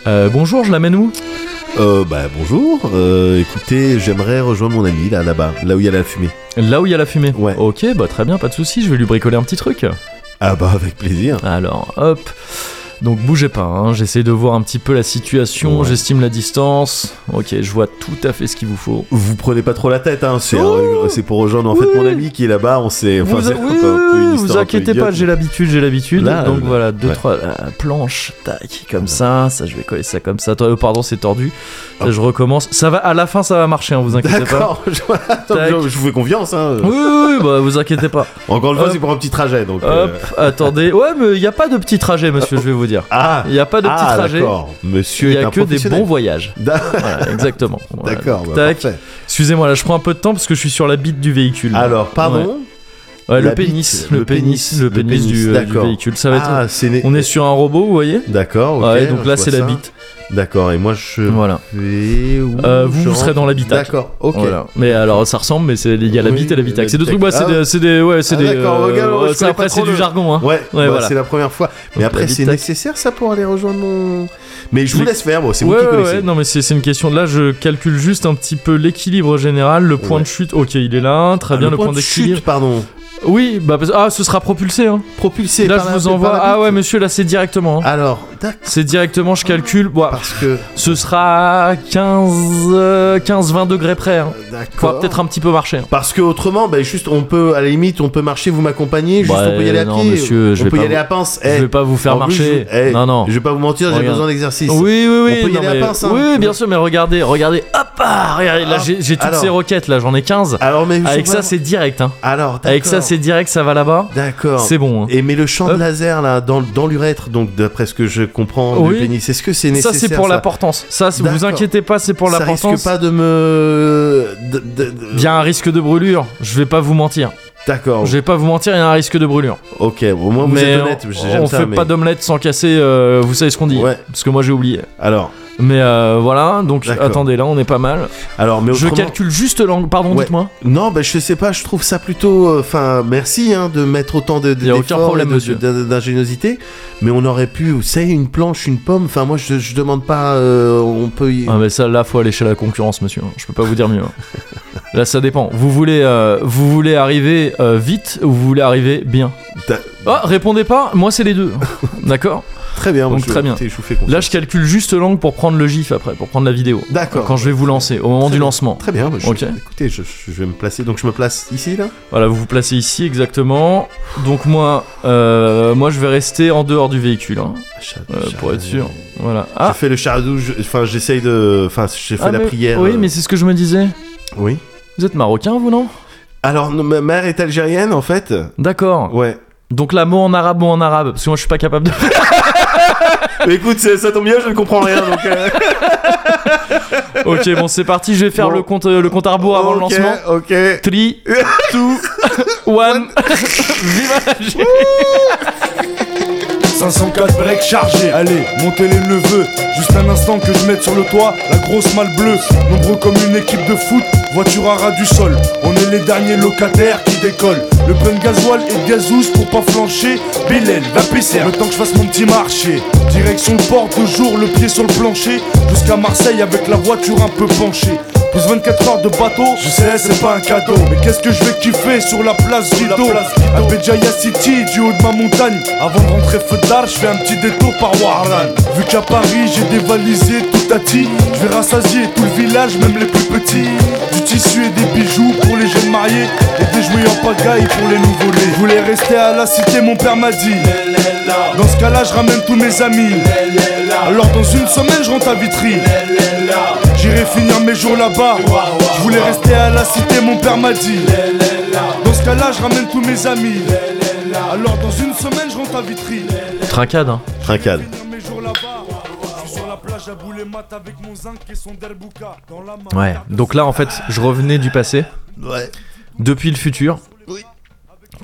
A: Euh, bonjour, je l'amène où
B: Euh, bah bonjour. Euh, écoutez, j'aimerais rejoindre mon ami là, là-bas, là où il y a la fumée.
A: Là où il y a la fumée.
B: Ouais.
A: Ok, bah très bien, pas de souci. Je vais lui bricoler un petit truc.
B: Ah bah avec plaisir.
A: Alors, hop. Donc bougez pas, hein. j'essaie de voir un petit peu la situation,
B: Ouais.
A: j'estime la distance. Ok, je vois tout à fait ce qu'il vous faut.
B: Vous prenez pas trop la tête, hein. C'est un- c'est pour rejoindre en fait mon ami qui est là-bas. On s'est. Enfin,
A: Oh vous,
B: c'est
A: oui,
B: un peu une
A: oui, vous
B: histoire un peu
A: inquiétez
B: idiote.
A: pas, j'ai l'habitude, j'ai l'habitude.
B: Là,
A: Donc
B: euh,
A: voilà, deux,
B: ouais.
A: trois euh, planches, tac, comme ça, ça je vais coller ça comme ça. Attends, euh, pardon, c'est tordu. Ça, je recommence. Ça va, à la fin ça va marcher, hein, vous inquiétez pas.
B: Ah. D'accord. [LAUGHS] je- Attends,
A: Tac.
B: je, je vous fais confiance, hein.
A: Oui, oui, oui, bah vous inquiétez
B: [LAUGHS]
A: pas.
B: Encore une fois,
A: Hop.
B: c'est pour un petit trajet, donc. euh,
A: Hop, attendez. Ouais, mais il n'y a pas de petit trajet, monsieur, je vais vous dire.
B: Ah.
A: Il n'y a pas de petit
B: ah,
A: trajet.
B: d'accord.
A: Il
B: Monsieur
A: n'y
B: est
A: a
B: un
A: que des bons
B: professionnel. [LAUGHS]
A: voyages.
B: D'a-
A: Voilà, exactement. Voilà,
B: D'accord.
A: donc,
B: bah,
A: tac.
B: parfait.
A: Excusez-moi, là je prends un peu de temps parce que je suis sur la bite du véhicule.
B: Alors, pardon.
A: Ouais,
B: la
A: le pénis,
B: bite,
A: le
B: le
A: pénis,
B: pénis,
A: le pénis
B: le
A: du, euh,
B: pénis,
A: du
B: d'accord.
A: véhicule. Ça va être.
B: ah, c'est né-
A: On est sur un robot, vous voyez
B: D'accord. ok,
A: Ouais, donc là
B: je
A: c'est
B: vois
A: la
B: ça.
A: bite.
B: D'accord. Et moi, je.
A: Voilà.
B: vais où
A: Euh, vous,
B: je
A: vous serez
B: rentre
A: dans l'habitacle.
B: D'accord. Ok.
A: Voilà. Mais alors ça ressemble, mais c'est- il y a la
B: Oui,
A: bite et l'habitacle. C'est deux trucs,
B: l'habitacle.
A: ouais, c'est
B: Ah.
A: des, c'est des, ouais, c'est
B: Ah,
A: des.
B: d'accord, regarde,
A: euh,
B: moi, je
A: ça,
B: connais
A: après
B: pas
A: c'est
B: trop
A: du
B: le-
A: jargon, hein. [LAUGHS]
B: Ouais, bah,
A: voilà.
B: c'est la première fois. Mais
A: Donc, la
B: après, c'est
A: bite-
B: nécessaire ça pour aller rejoindre mon. Mais je vous
A: Les-
B: laisse faire, bon, c'est
A: Ouais,
B: vous qui
A: ouais,
B: connaissez.
A: ouais, non mais c'est c'est une question. Là, je calcule juste un petit peu l'équilibre général, le point
B: Ouais.
A: de chute. Ok, il est là, très
B: Ah,
A: bien. Le,
B: point de
A: d'équilibre.
B: chute, pardon.
A: Oui, bah parce- ah, ce sera propulsé. Hein.
B: Propulsé.
A: Là,
B: par
A: je
B: la-
A: vous
B: par
A: envoie.
B: la
A: Ah
B: bite.
A: ouais, monsieur, là, c'est directement. hein.
B: Alors, d'accord,
A: C'est directement, je calcule. Bon,
B: parce que.
A: ce sera 15-20 degrés près. Hein. Faudra
B: D'accord.
A: peut-être un petit peu marcher. hein.
B: Parce que autrement, bah, juste, on peut, à la limite, on peut marcher, vous m'accompagnez, juste,
A: Bah,
B: on peut y aller à
A: non,
B: pied.
A: monsieur, je
B: on
A: vais
B: peut y
A: pas
B: aller
A: vous-
B: à pince. Eh,
A: Je vais pas vous faire marcher. non, non.
B: Je vais pas vous mentir, j'ai
A: Regarde.
B: besoin d'exercice.
A: Oui, oui, oui.
B: On peut y
A: non,
B: aller à
A: mais-
B: pince, hein.
A: Oui, bien sûr, mais regardez, regardez. Hop, ah, regardez, là,
B: Ah,
A: j'ai j'ai toutes
B: alors.
A: ces roquettes, là, j'en ai 15.
B: Alors, mais je
A: Avec
B: sais
A: ça,
B: pas-
A: c'est direct. Hein.
B: Alors,
A: Avec ça,
B: d'accord.
A: c'est direct, ça va là-bas.
B: D'accord.
A: C'est bon. hein.
B: Et mais le champ
A: Hop.
B: de laser là dans, dans l'urètre, donc d'après ce que je comprends
A: Oui.
B: du pénis, est-ce que c'est
A: Ça,
B: nécessaire
A: c'est pour l'importance. Ça, c'est- vous
B: D'accord.
A: inquiétez pas, c'est pour
B: Ça risque
A: l'importance.
B: pas de me. de- de- de-
A: Il y a un risque de brûlure, je vais pas vous mentir.
B: D'accord.
A: Je vais pas vous mentir, il y a un risque de brûlure.
B: Ok. Au moins Oh. vous
A: mais
B: êtes honnête.
A: on,
B: J'aime
A: on
B: ça.
A: fait
B: mais-
A: pas d'omelette sans casser, euh, vous savez ce qu'on dit.
B: Ouais.
A: Parce que moi j'ai oublié.
B: Alors,
A: Mais euh, voilà, donc
B: D'accord.
A: attendez, là on est pas mal.
B: alors, mais
A: Je
B: autrement-
A: calcule juste l'angle, pardon,
B: Ouais.
A: dites-moi.
B: Non, bah je sais pas. Je trouve ça plutôt. euh, Enfin, merci hein, de mettre autant de de-
A: Y a aucun
B: d'efforts
A: problème,
B: et de-
A: monsieur.
B: de- d'ingéniosité. Mais on aurait pu, vous savez, une planche, une pomme. Enfin, moi, je, je demande pas. euh, on peut. y-
A: Ah, mais ça là faut aller chez la concurrence, monsieur. Je peux pas vous dire mieux.
B: [LAUGHS]
A: hein. là ça dépend. Vous voulez, euh, vous voulez arriver euh, vite ou vous voulez arriver bien
B: Da-
A: Ah, répondez pas, moi c'est les
B: [LAUGHS]
A: deux. D'accord
B: Très bien. moi,
A: Donc,
B: je-
A: très bien.
B: t'es- je vous fais confiance.
A: Là je calcule juste l'angle pour prendre le gif après, pour prendre la vidéo.
B: D'accord.
A: Quand je vais vous lancer, au moment
B: Très
A: du
B: bien.
A: lancement.
B: Très bien. bah, je-
A: Ok.
B: Écoutez, je, je vais me placer. Donc je me place ici là.
A: Voilà, vous vous placez ici exactement. Donc moi, euh, moi je vais rester en dehors du véhicule. hein. Euh, pour être sûr. Voilà.
B: Ah, Je
A: Ah,
B: fais le chardou. je- Enfin, j'essaye de. Enfin, j'ai fait
A: ah,
B: la
A: mais-
B: prière.
A: Oui,
B: euh,
A: mais c'est ce que je me disais.
B: Oui.
A: Vous êtes marocain, vous non
B: Alors, non, ma mère est algérienne en fait.
A: D'accord.
B: Ouais.
A: Donc là, mot en arabe, mot en arabe, parce que moi je suis pas capable de.
B: [LAUGHS]
A: Ah.
B: Mais écoute, c'est- ça tombe bien, je ne comprends
A: [LAUGHS]
B: rien. Donc, euh,
A: ok, bon, c'est parti. Je vais faire
B: Bon.
A: le compte, euh, le compte à rebours avant le
B: ok,
A: lancement.
B: Ok.
A: 3,
B: [LAUGHS]
A: [LAUGHS] 2, 1. Vive l'Algérie
C: 504 break
F: chargé. Allez, montez les neveux. Juste un instant que je mette sur le toit la grosse malle bleue. Nombreux comme une équipe de foot, voiture à ras du sol. On est les derniers locataires qui décollent. Le plein de gasoil et de gazouze pour pas flancher. Bélène, la PCR. Le temps que je fasse mon petit marché. Direction le port, toujours le pied sur le plancher. Jusqu'à Marseille avec la voiture un peu penchée. Plus 24 heures de bateau, je sais, c'est pas un cadeau. Mais qu'est-ce que je vais kiffer sur la place Guido À Béjaïa City, du haut de ma montagne. Avant de rentrer feu d'art, je fais un petit détour par Warlan. Vu qu'à Paris, j'ai dévalisé tout à ti. Je vais rassasier tout le village, même les plus petits. Du tissu et des bijoux pour les jeunes mariés. Et des jouets en pagaille pour les nouveaux nés. Je voulais rester à la cité, mon père m'a dit. Dans ce cas-là, je ramène tous mes amis. Alors dans une semaine, je rentre à Vitry. J'irai finir mes jours là-bas. Je voulais rester à la cité, mon père m'a dit. Dans ce cas-là, je ramène tous mes amis. Alors dans une semaine, je rentre à Vitry.
A: Trincade, hein.
B: Trincade.
F: Finir mes jours là-bas. Je suis sur la plage à Boulemat avec mon zinc et son derbouka dans la main.
A: Ouais. Donc là, en fait, je revenais du passé,
B: Ouais.
A: depuis le futur,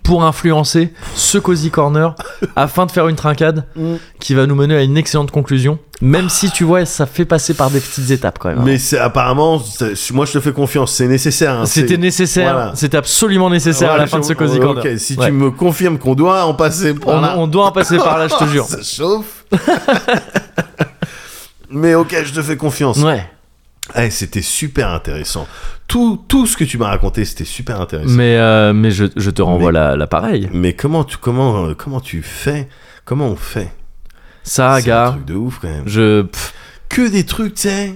A: pour influencer ce Cozy
B: [LAUGHS]
A: Corner afin de faire une trincade
B: Mm.
A: qui va nous mener à une excellente conclusion. Même si, tu vois, ça fait passer par des petites étapes quand même. hein.
B: Mais c'est apparemment, c'est- moi je te fais confiance, c'est nécessaire. hein,
A: C'était
B: c'est-
A: nécessaire,
B: Voilà.
A: c'était absolument nécessaire à
B: Voilà,
A: la fin de
B: je-
A: ce Cozy Corner.
B: Ok, si
A: Ouais.
B: tu me confirmes qu'on doit en passer par
A: on,
B: là. Ah,
A: on doit en passer par là, je te
B: [LAUGHS]
A: jure.
B: Ça chauffe. Mais ok, je te fais confiance.
A: Ouais.
B: Eh, c'était super intéressant. Tout, tout ce que tu m'as raconté, c'était super intéressant. Mais,
A: Mais, euh, mais je, je te renvoie
B: Mais-
A: la- l'appareil.
B: comment, tu, comment, euh, comment tu fais Comment on fait
A: Ça,
B: C'est un
A: Ah, gars,
B: truc de ouf quand même.
A: je. pff,
B: Que des trucs, tu
A: [LAUGHS]
B: sais.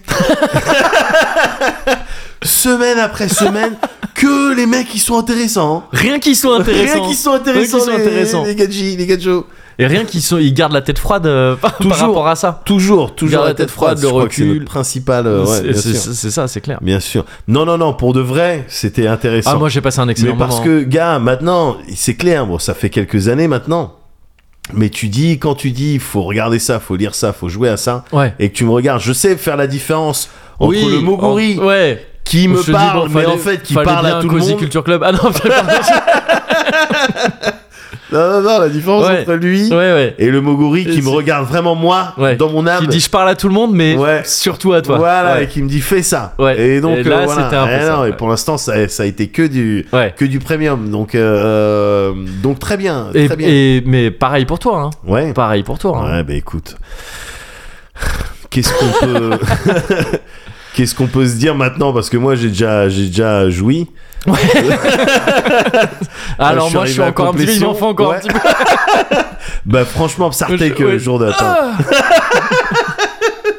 B: semaine après semaine, que les mecs qui sont intéressants.
A: rien qu'ils soit intéressant.
B: Rien qui sont intéressants,
A: Rien qu'ils sont
B: les,
A: intéressants.
B: les gadgets, les gadgets.
A: Et rien qu'ils sont, ils gardent la tête froide euh, [LAUGHS] par, par
B: Toujours.
A: rapport à ça.
B: Toujours, toujours
A: Garde la tête froide,
B: Je
A: le
B: crois que c'est
A: recul.
B: notre principal. euh, ouais,
A: C'est-
B: bien
A: c'est
B: sûr.
A: c'est ça, c'est clair.
B: Bien sûr. Non, non, non, pour de vrai, c'était intéressant.
A: Ah, moi j'ai passé un excellent
B: mais parce
A: moment.
B: que, gars, maintenant, c'est clair, bon, ça fait quelques années maintenant. Mais tu dis, quand tu dis, faut regarder ça, faut lire ça, faut jouer à ça,
A: Ouais.
B: et que tu me regardes, je sais faire la différence entre
A: oui,
B: le Moguri
A: en- Ouais.
B: qui
A: Je
B: me
A: te dis,
B: parle,
A: bon,
B: mais
A: fallait-
B: en fait qui
A: fallait
B: parle
A: bien
B: à tout le
A: Cozy
B: monde.
A: Culture Club. Ah non,
B: [LAUGHS]
A: pardon.
B: Non, non, non, la différence
A: Ouais.
B: entre lui
A: ouais, ouais.
B: et le Moguri
A: Et
B: qui me
A: c'est-
B: regarde vraiment moi,
A: Ouais.
B: dans mon âme.
A: Qui dit je parle à tout le monde, mais
B: Ouais.
A: surtout à toi.
B: Voilà, et
A: Ouais.
B: qui me dit fais ça.
A: Ouais.
B: Et donc
A: Et là,
B: euh, voilà.
A: c'était un peu
B: Eh
A: ça,
B: non,
A: ouais.
B: Et pour l'instant, ça, ça a été que du
A: Ouais.
B: que du premium. Donc euh, donc très bien,
A: Et,
B: très bien.
A: et- mais pareil pour toi, hein.
B: Ouais.
A: Pareil pour toi. hein.
B: Ouais, bah écoute. Qu'est-ce qu'on [LAUGHS] peut Qu'est-ce qu'on peut se dire maintenant parce que moi j'ai déjà j'ai déjà joui.
A: Ah, Alors
B: je suis
A: moi, je suis
B: arrivé à
A: encore un petit peu, il m'en faut encore
B: Ouais.
A: un petit
B: [LAUGHS]
A: peu.
B: Bah franchement, Psartek
A: Je-
B: que
A: ouais.
B: jour d'attente.
A: [LAUGHS]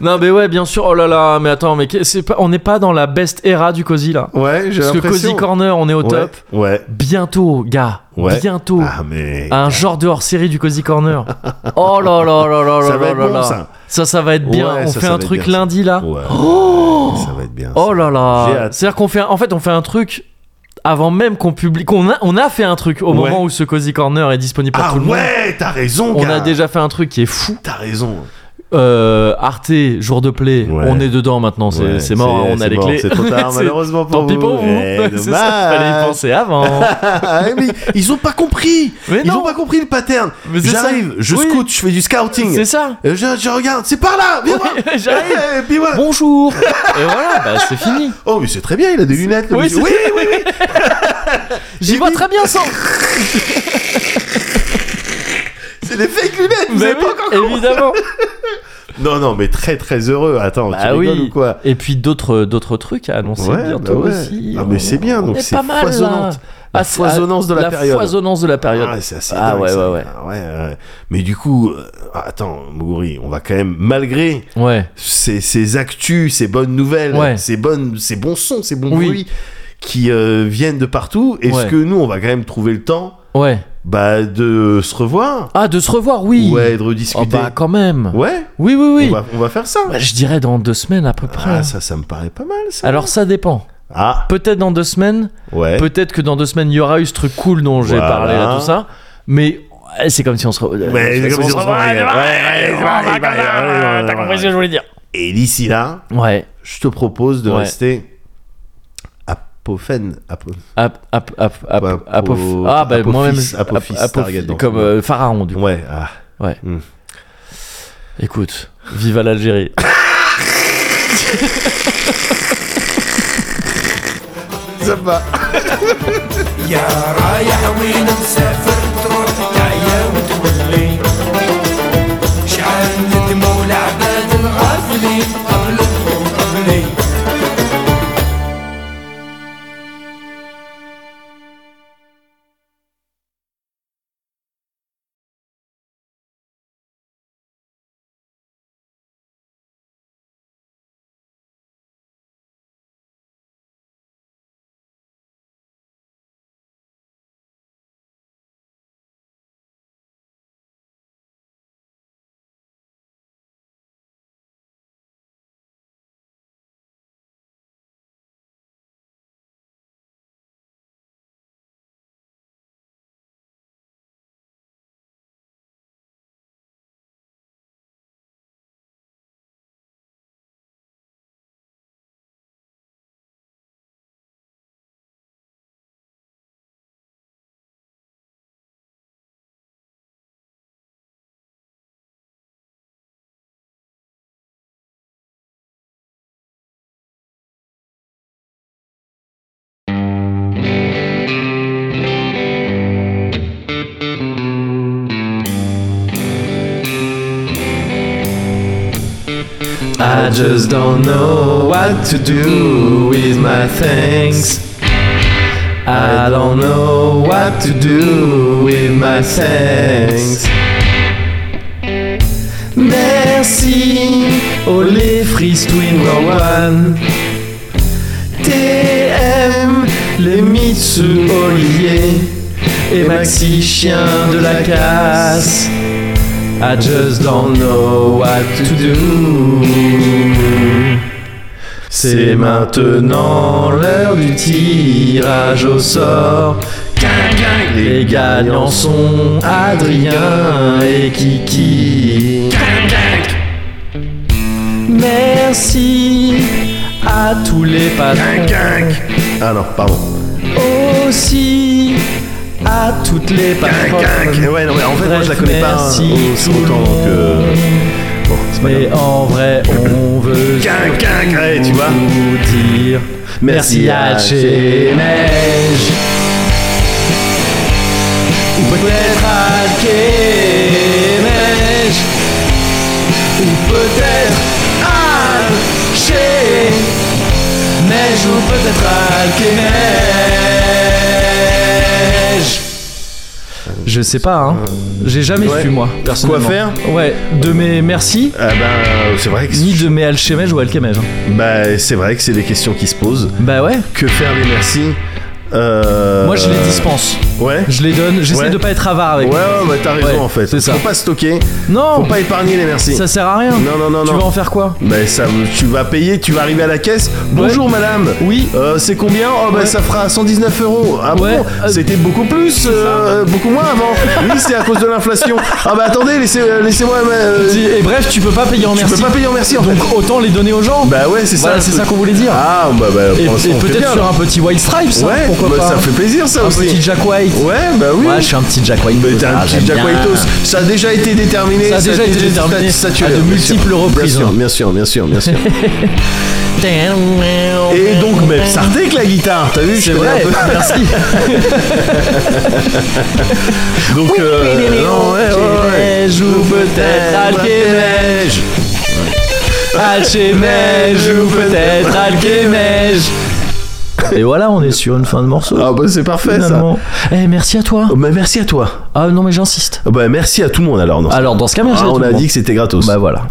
A: Non mais ouais bien sûr. Oh là là, mais attends, mais qu'est- c'est pas, on n'est pas dans la best era du cozy là.
B: Ouais, j'ai
A: Parce que cozy
B: l'impression.
A: corner, on est au
B: ouais.
A: top.
B: Ouais.
A: Bientôt, gars.
B: Ouais.
A: Bientôt.
B: Ah mais
A: Un genre de hors-série du cozy corner. Oh là là là là là
B: Ça va
A: là
B: être
A: là
B: bon,
A: là.
B: ça.
A: ça, ça va être bien.
B: Ouais,
A: on
B: ça,
A: fait
B: ça
A: un
B: va être
A: truc
B: bien, ça.
A: lundi là.
B: Ouais. ça va être bien.
A: Oh là
B: J'ai
A: là.
B: hâte.
A: C'est-à-dire qu'on fait, un- en fait, on fait un truc avant même qu'on publie. qu'on a, on a fait un truc au
B: Ouais.
A: moment où ce cozy corner est disponible pour
B: Ah
A: tout le monde.
B: ouais, t'as raison
A: On
B: gars.
A: a déjà fait un truc qui est fou.
B: T'as raison.
A: Euh, Arte, jour de play,
B: Ouais.
A: on est dedans maintenant, c'est
B: Ouais,
A: c'est mort, on a
B: c'est
A: les
B: mort,
A: clés.
B: C'est trop
A: [LAUGHS]
B: tard,
A: C'est-
B: malheureusement pour
A: Tant
B: vous.
A: pis pour vous.
B: Eh,
A: [LAUGHS] C'est ça, fallait y
B: dommage.
A: penser
B: [LAUGHS]
A: avant.
B: Ah, mais ils ont pas compris.
A: Mais
B: ils
A: non.
B: ont pas compris le pattern.
A: Mais c'est ça.
B: J'arrive, je
A: Oui.
B: scoute, je fais du scouting.
A: C'est ça.
B: Euh, Je, je regarde, c'est par là. Viens voir.
A: Ouais, [LAUGHS] j'arrive.
B: Eh, et puis voilà.
A: Bonjour. Et voilà, bah, c'est fini.
B: Oh mais c'est très bien, il a des lunettes. le
A: Oui,
B: monsieur.
A: c'est-
B: oui, oui, oui.
A: J'y
B: Et
A: vois
B: oui.
A: très bien sans.
B: C'est des fake lunettes. Vous
A: Mais
B: avez
A: Bah oui,
B: pas encore.
A: évidemment.
B: Non non, mais très très heureux. Attends, tu
A: Bah
B: rigoles
A: oui.
B: ou quoi
A: Et puis d'autres d'autres trucs à annoncer
B: Ouais,
A: bientôt
B: bah ouais.
A: aussi.
B: Ah, mais c'est bien,
A: On
B: donc
A: est
B: c'est
A: pas mal, là.
B: foisonnante. La
A: Ah, c'est-
B: foisonnance de la période.
A: La foisonnance de la période.
B: Ah, c'est assez
A: Ah,
B: dingue,
A: ouais,
B: ça.
A: ouais, ouais.
B: Ah, ouais. Mais du coup, euh, attends, Muguri, on va quand même, malgré
A: Ouais.
B: ces, ces actus, ces bonnes nouvelles,
A: Ouais.
B: ces, bonnes, ces bons sons, ces bons
A: Oui.
B: bruits qui euh, viennent de partout, est-ce
A: Ouais.
B: que nous, on va quand même trouver le temps
A: Ouais.
B: bah, de se revoir
A: Ah, de se revoir, oui.
B: Ouais, de
A: Oh,
B: rediscuter.
A: bah quand même.
B: Ouais,
A: Oui, oui, oui.
B: On, va, on va faire ça.
A: Bah, je dirais dans deux semaines à peu près.
B: Ah, ça, ça me paraît pas mal, ça.
A: Alors ça dépend.
B: Ah,
A: Peut-être dans deux semaines.
B: ouais.
A: Peut-être que dans deux semaines il y aura eu ce truc cool dont j'ai
B: Eh. Voilà.
A: parlé là tout ça. Mais ouais, c'est comme si on se. re-
B: Ouais,
A: c'est
B: c'est comme si on se revoyait. Ouais, ouais, ouais, ouais, ouais, ouais, ouais,
A: T'as compris ce que je voulais dire.
B: Et d'ici là,
A: Ouais.
B: je te propose de
A: Ouais.
B: rester apophène. apo-
A: Ap- ap- ap- ap-
B: Ouais,
A: apof-
B: au-
A: Ah bah
B: Apophis,
A: moi-même.
B: Apophis, Stargate, donc.
A: Comme euh, Pharaon du coup.
B: Ouais, ah,
A: Ouais.
B: Hmm.
A: Écoute, vive à l'Algérie.
B: Ça va.
C: يا رايح وين مسافر تروح تعيا وتولي شعال ندموا العباد الغافلين قبلك وقبلي
A: I just don't know what to do with my thanks. I don't know what to do with my thanks. Merci, Olé Freeze Oh, Twin Rowan. TM, les Mitsu Olivier et Maxi Chien de la Casse. I just don't know what to do. C'est maintenant l'heure du tirage au sort. Gang, gang. Les gagnants sont Adrien et Kiki. Gang, gang. Merci à tous les patrons.
B: Ah non, pardon.
A: Aussi à toutes les patrons.
B: Mais Eh ouais, non, mais en fait, moi je la connais pas hein,
A: Merci
B: aussi
A: tout le
B: autant donc. euh, Bon, c'est pas
A: Mais
B: grave.
A: en vrai, on veut
B: Gang, gang, ouais, Eh, tu vois.
A: vous dire merci à Chemège. Ou peut-être à Chemège. Ou peut-être à Chemège. Ou peut-être à Chemège. Je sais pas, hein. J'ai jamais
B: Ouais.
A: su, moi, personnellement.
B: Quoi faire
A: Ouais, de mes merci,
B: Ah ben, c'est vrai que
A: ni de mes Alchemège ou Alchemège. hein.
B: bah, c'est vrai que c'est des questions qui se posent.
A: Bah ouais.
B: Que faire des merci Euh,
A: Moi, je les dispense.
B: Ouais.
A: Je les donne. J'essaie
B: Ouais.
A: de pas être avare
B: Ouais,
A: avec.
B: ouais, bah, t'as raison
A: Ouais,
B: en fait.
A: c'est ça.
B: Faut pas stocker, faut
A: Non,
B: pas épargner les merci.
A: ça sert à rien.
B: Non, non, non,
A: tu
B: non.
A: vas en faire quoi
B: Bah, ça, tu vas payer, tu vas arriver à la caisse. Bonjour madame.
A: Oui.
B: Euh, c'est combien Oh bah
A: Ouais.
B: ça fera 119 euros. Ah bon
A: Ouais, euh,
B: C'était beaucoup plus, euh, beaucoup moins avant. Oui, c'est à cause de l'inflation. Ah bah attendez, laissez, euh, laissez-moi. euh,
A: Et bref, tu peux pas payer en
B: je
A: merci.
B: peux pas payer en merci en fait.
A: Donc autant les donner aux gens.
B: Bah ouais, c'est
A: voilà,
B: ça.
A: c'est
B: le
A: ça
B: truc.
A: qu'on voulait dire.
B: Ah bah, bah
A: et
B: pour l'instant,
A: et
B: on fait
A: peut-être
B: bien,
A: sur
B: là.
A: un petit White Stripes. hein,
B: Ouais,
A: pourquoi
B: bah,
A: pas
B: ça fait plaisir ça
A: Un
B: aussi.
A: petit Jack White.
B: Ouais, bah oui.
A: Ouais, je suis un petit Jack White.
B: Mais t'es un
A: Ah,
B: petit
A: j'aime
B: Jack
A: bien.
B: Whiteos, ça a déjà été déterminé.
A: Ça a déjà été déterminé
B: statué,
A: à de
B: bien
A: multiples
B: sûr.
A: reprises. hein.
B: Bien sûr, bien sûr,
A: [LAUGHS]
B: bien sûr, bien sûr. Et donc, même Sartek la guitare, t'as vu
A: C'est
B: je connais
A: vrai.
B: un peu.
A: [LAUGHS] Merci.
B: [LAUGHS] Donc, euh, non, ouais, ouais, ouais.
A: Alchemège ou peut-être Alchemège. Alchemège ou peut-être Alchemège. Et voilà, on est sur une fin de morceau.
B: Ah bah c'est parfait
A: finalement. Eh, merci à toi.
B: ça. Bah merci à toi.
A: Ah non, mais j'insiste.
B: Ah Bah merci à tout le monde alors. Non.
A: Alors, dans ce cas, merci
B: Ah,
A: à tout
B: on
A: le
B: a
A: monde.
B: dit que c'était gratos.
A: Bah voilà.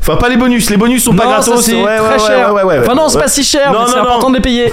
B: Enfin pas les bonus, les bonus sont pas
A: Non, ça,
B: gratos.
A: c'est
B: ouais, ouais,
A: très
B: ouais,
A: cher.
B: ouais, ouais, ouais.
A: Enfin non, c'est pas si cher,
B: Non,
A: mais
B: non,
A: c'est
B: non.
A: important de les payer.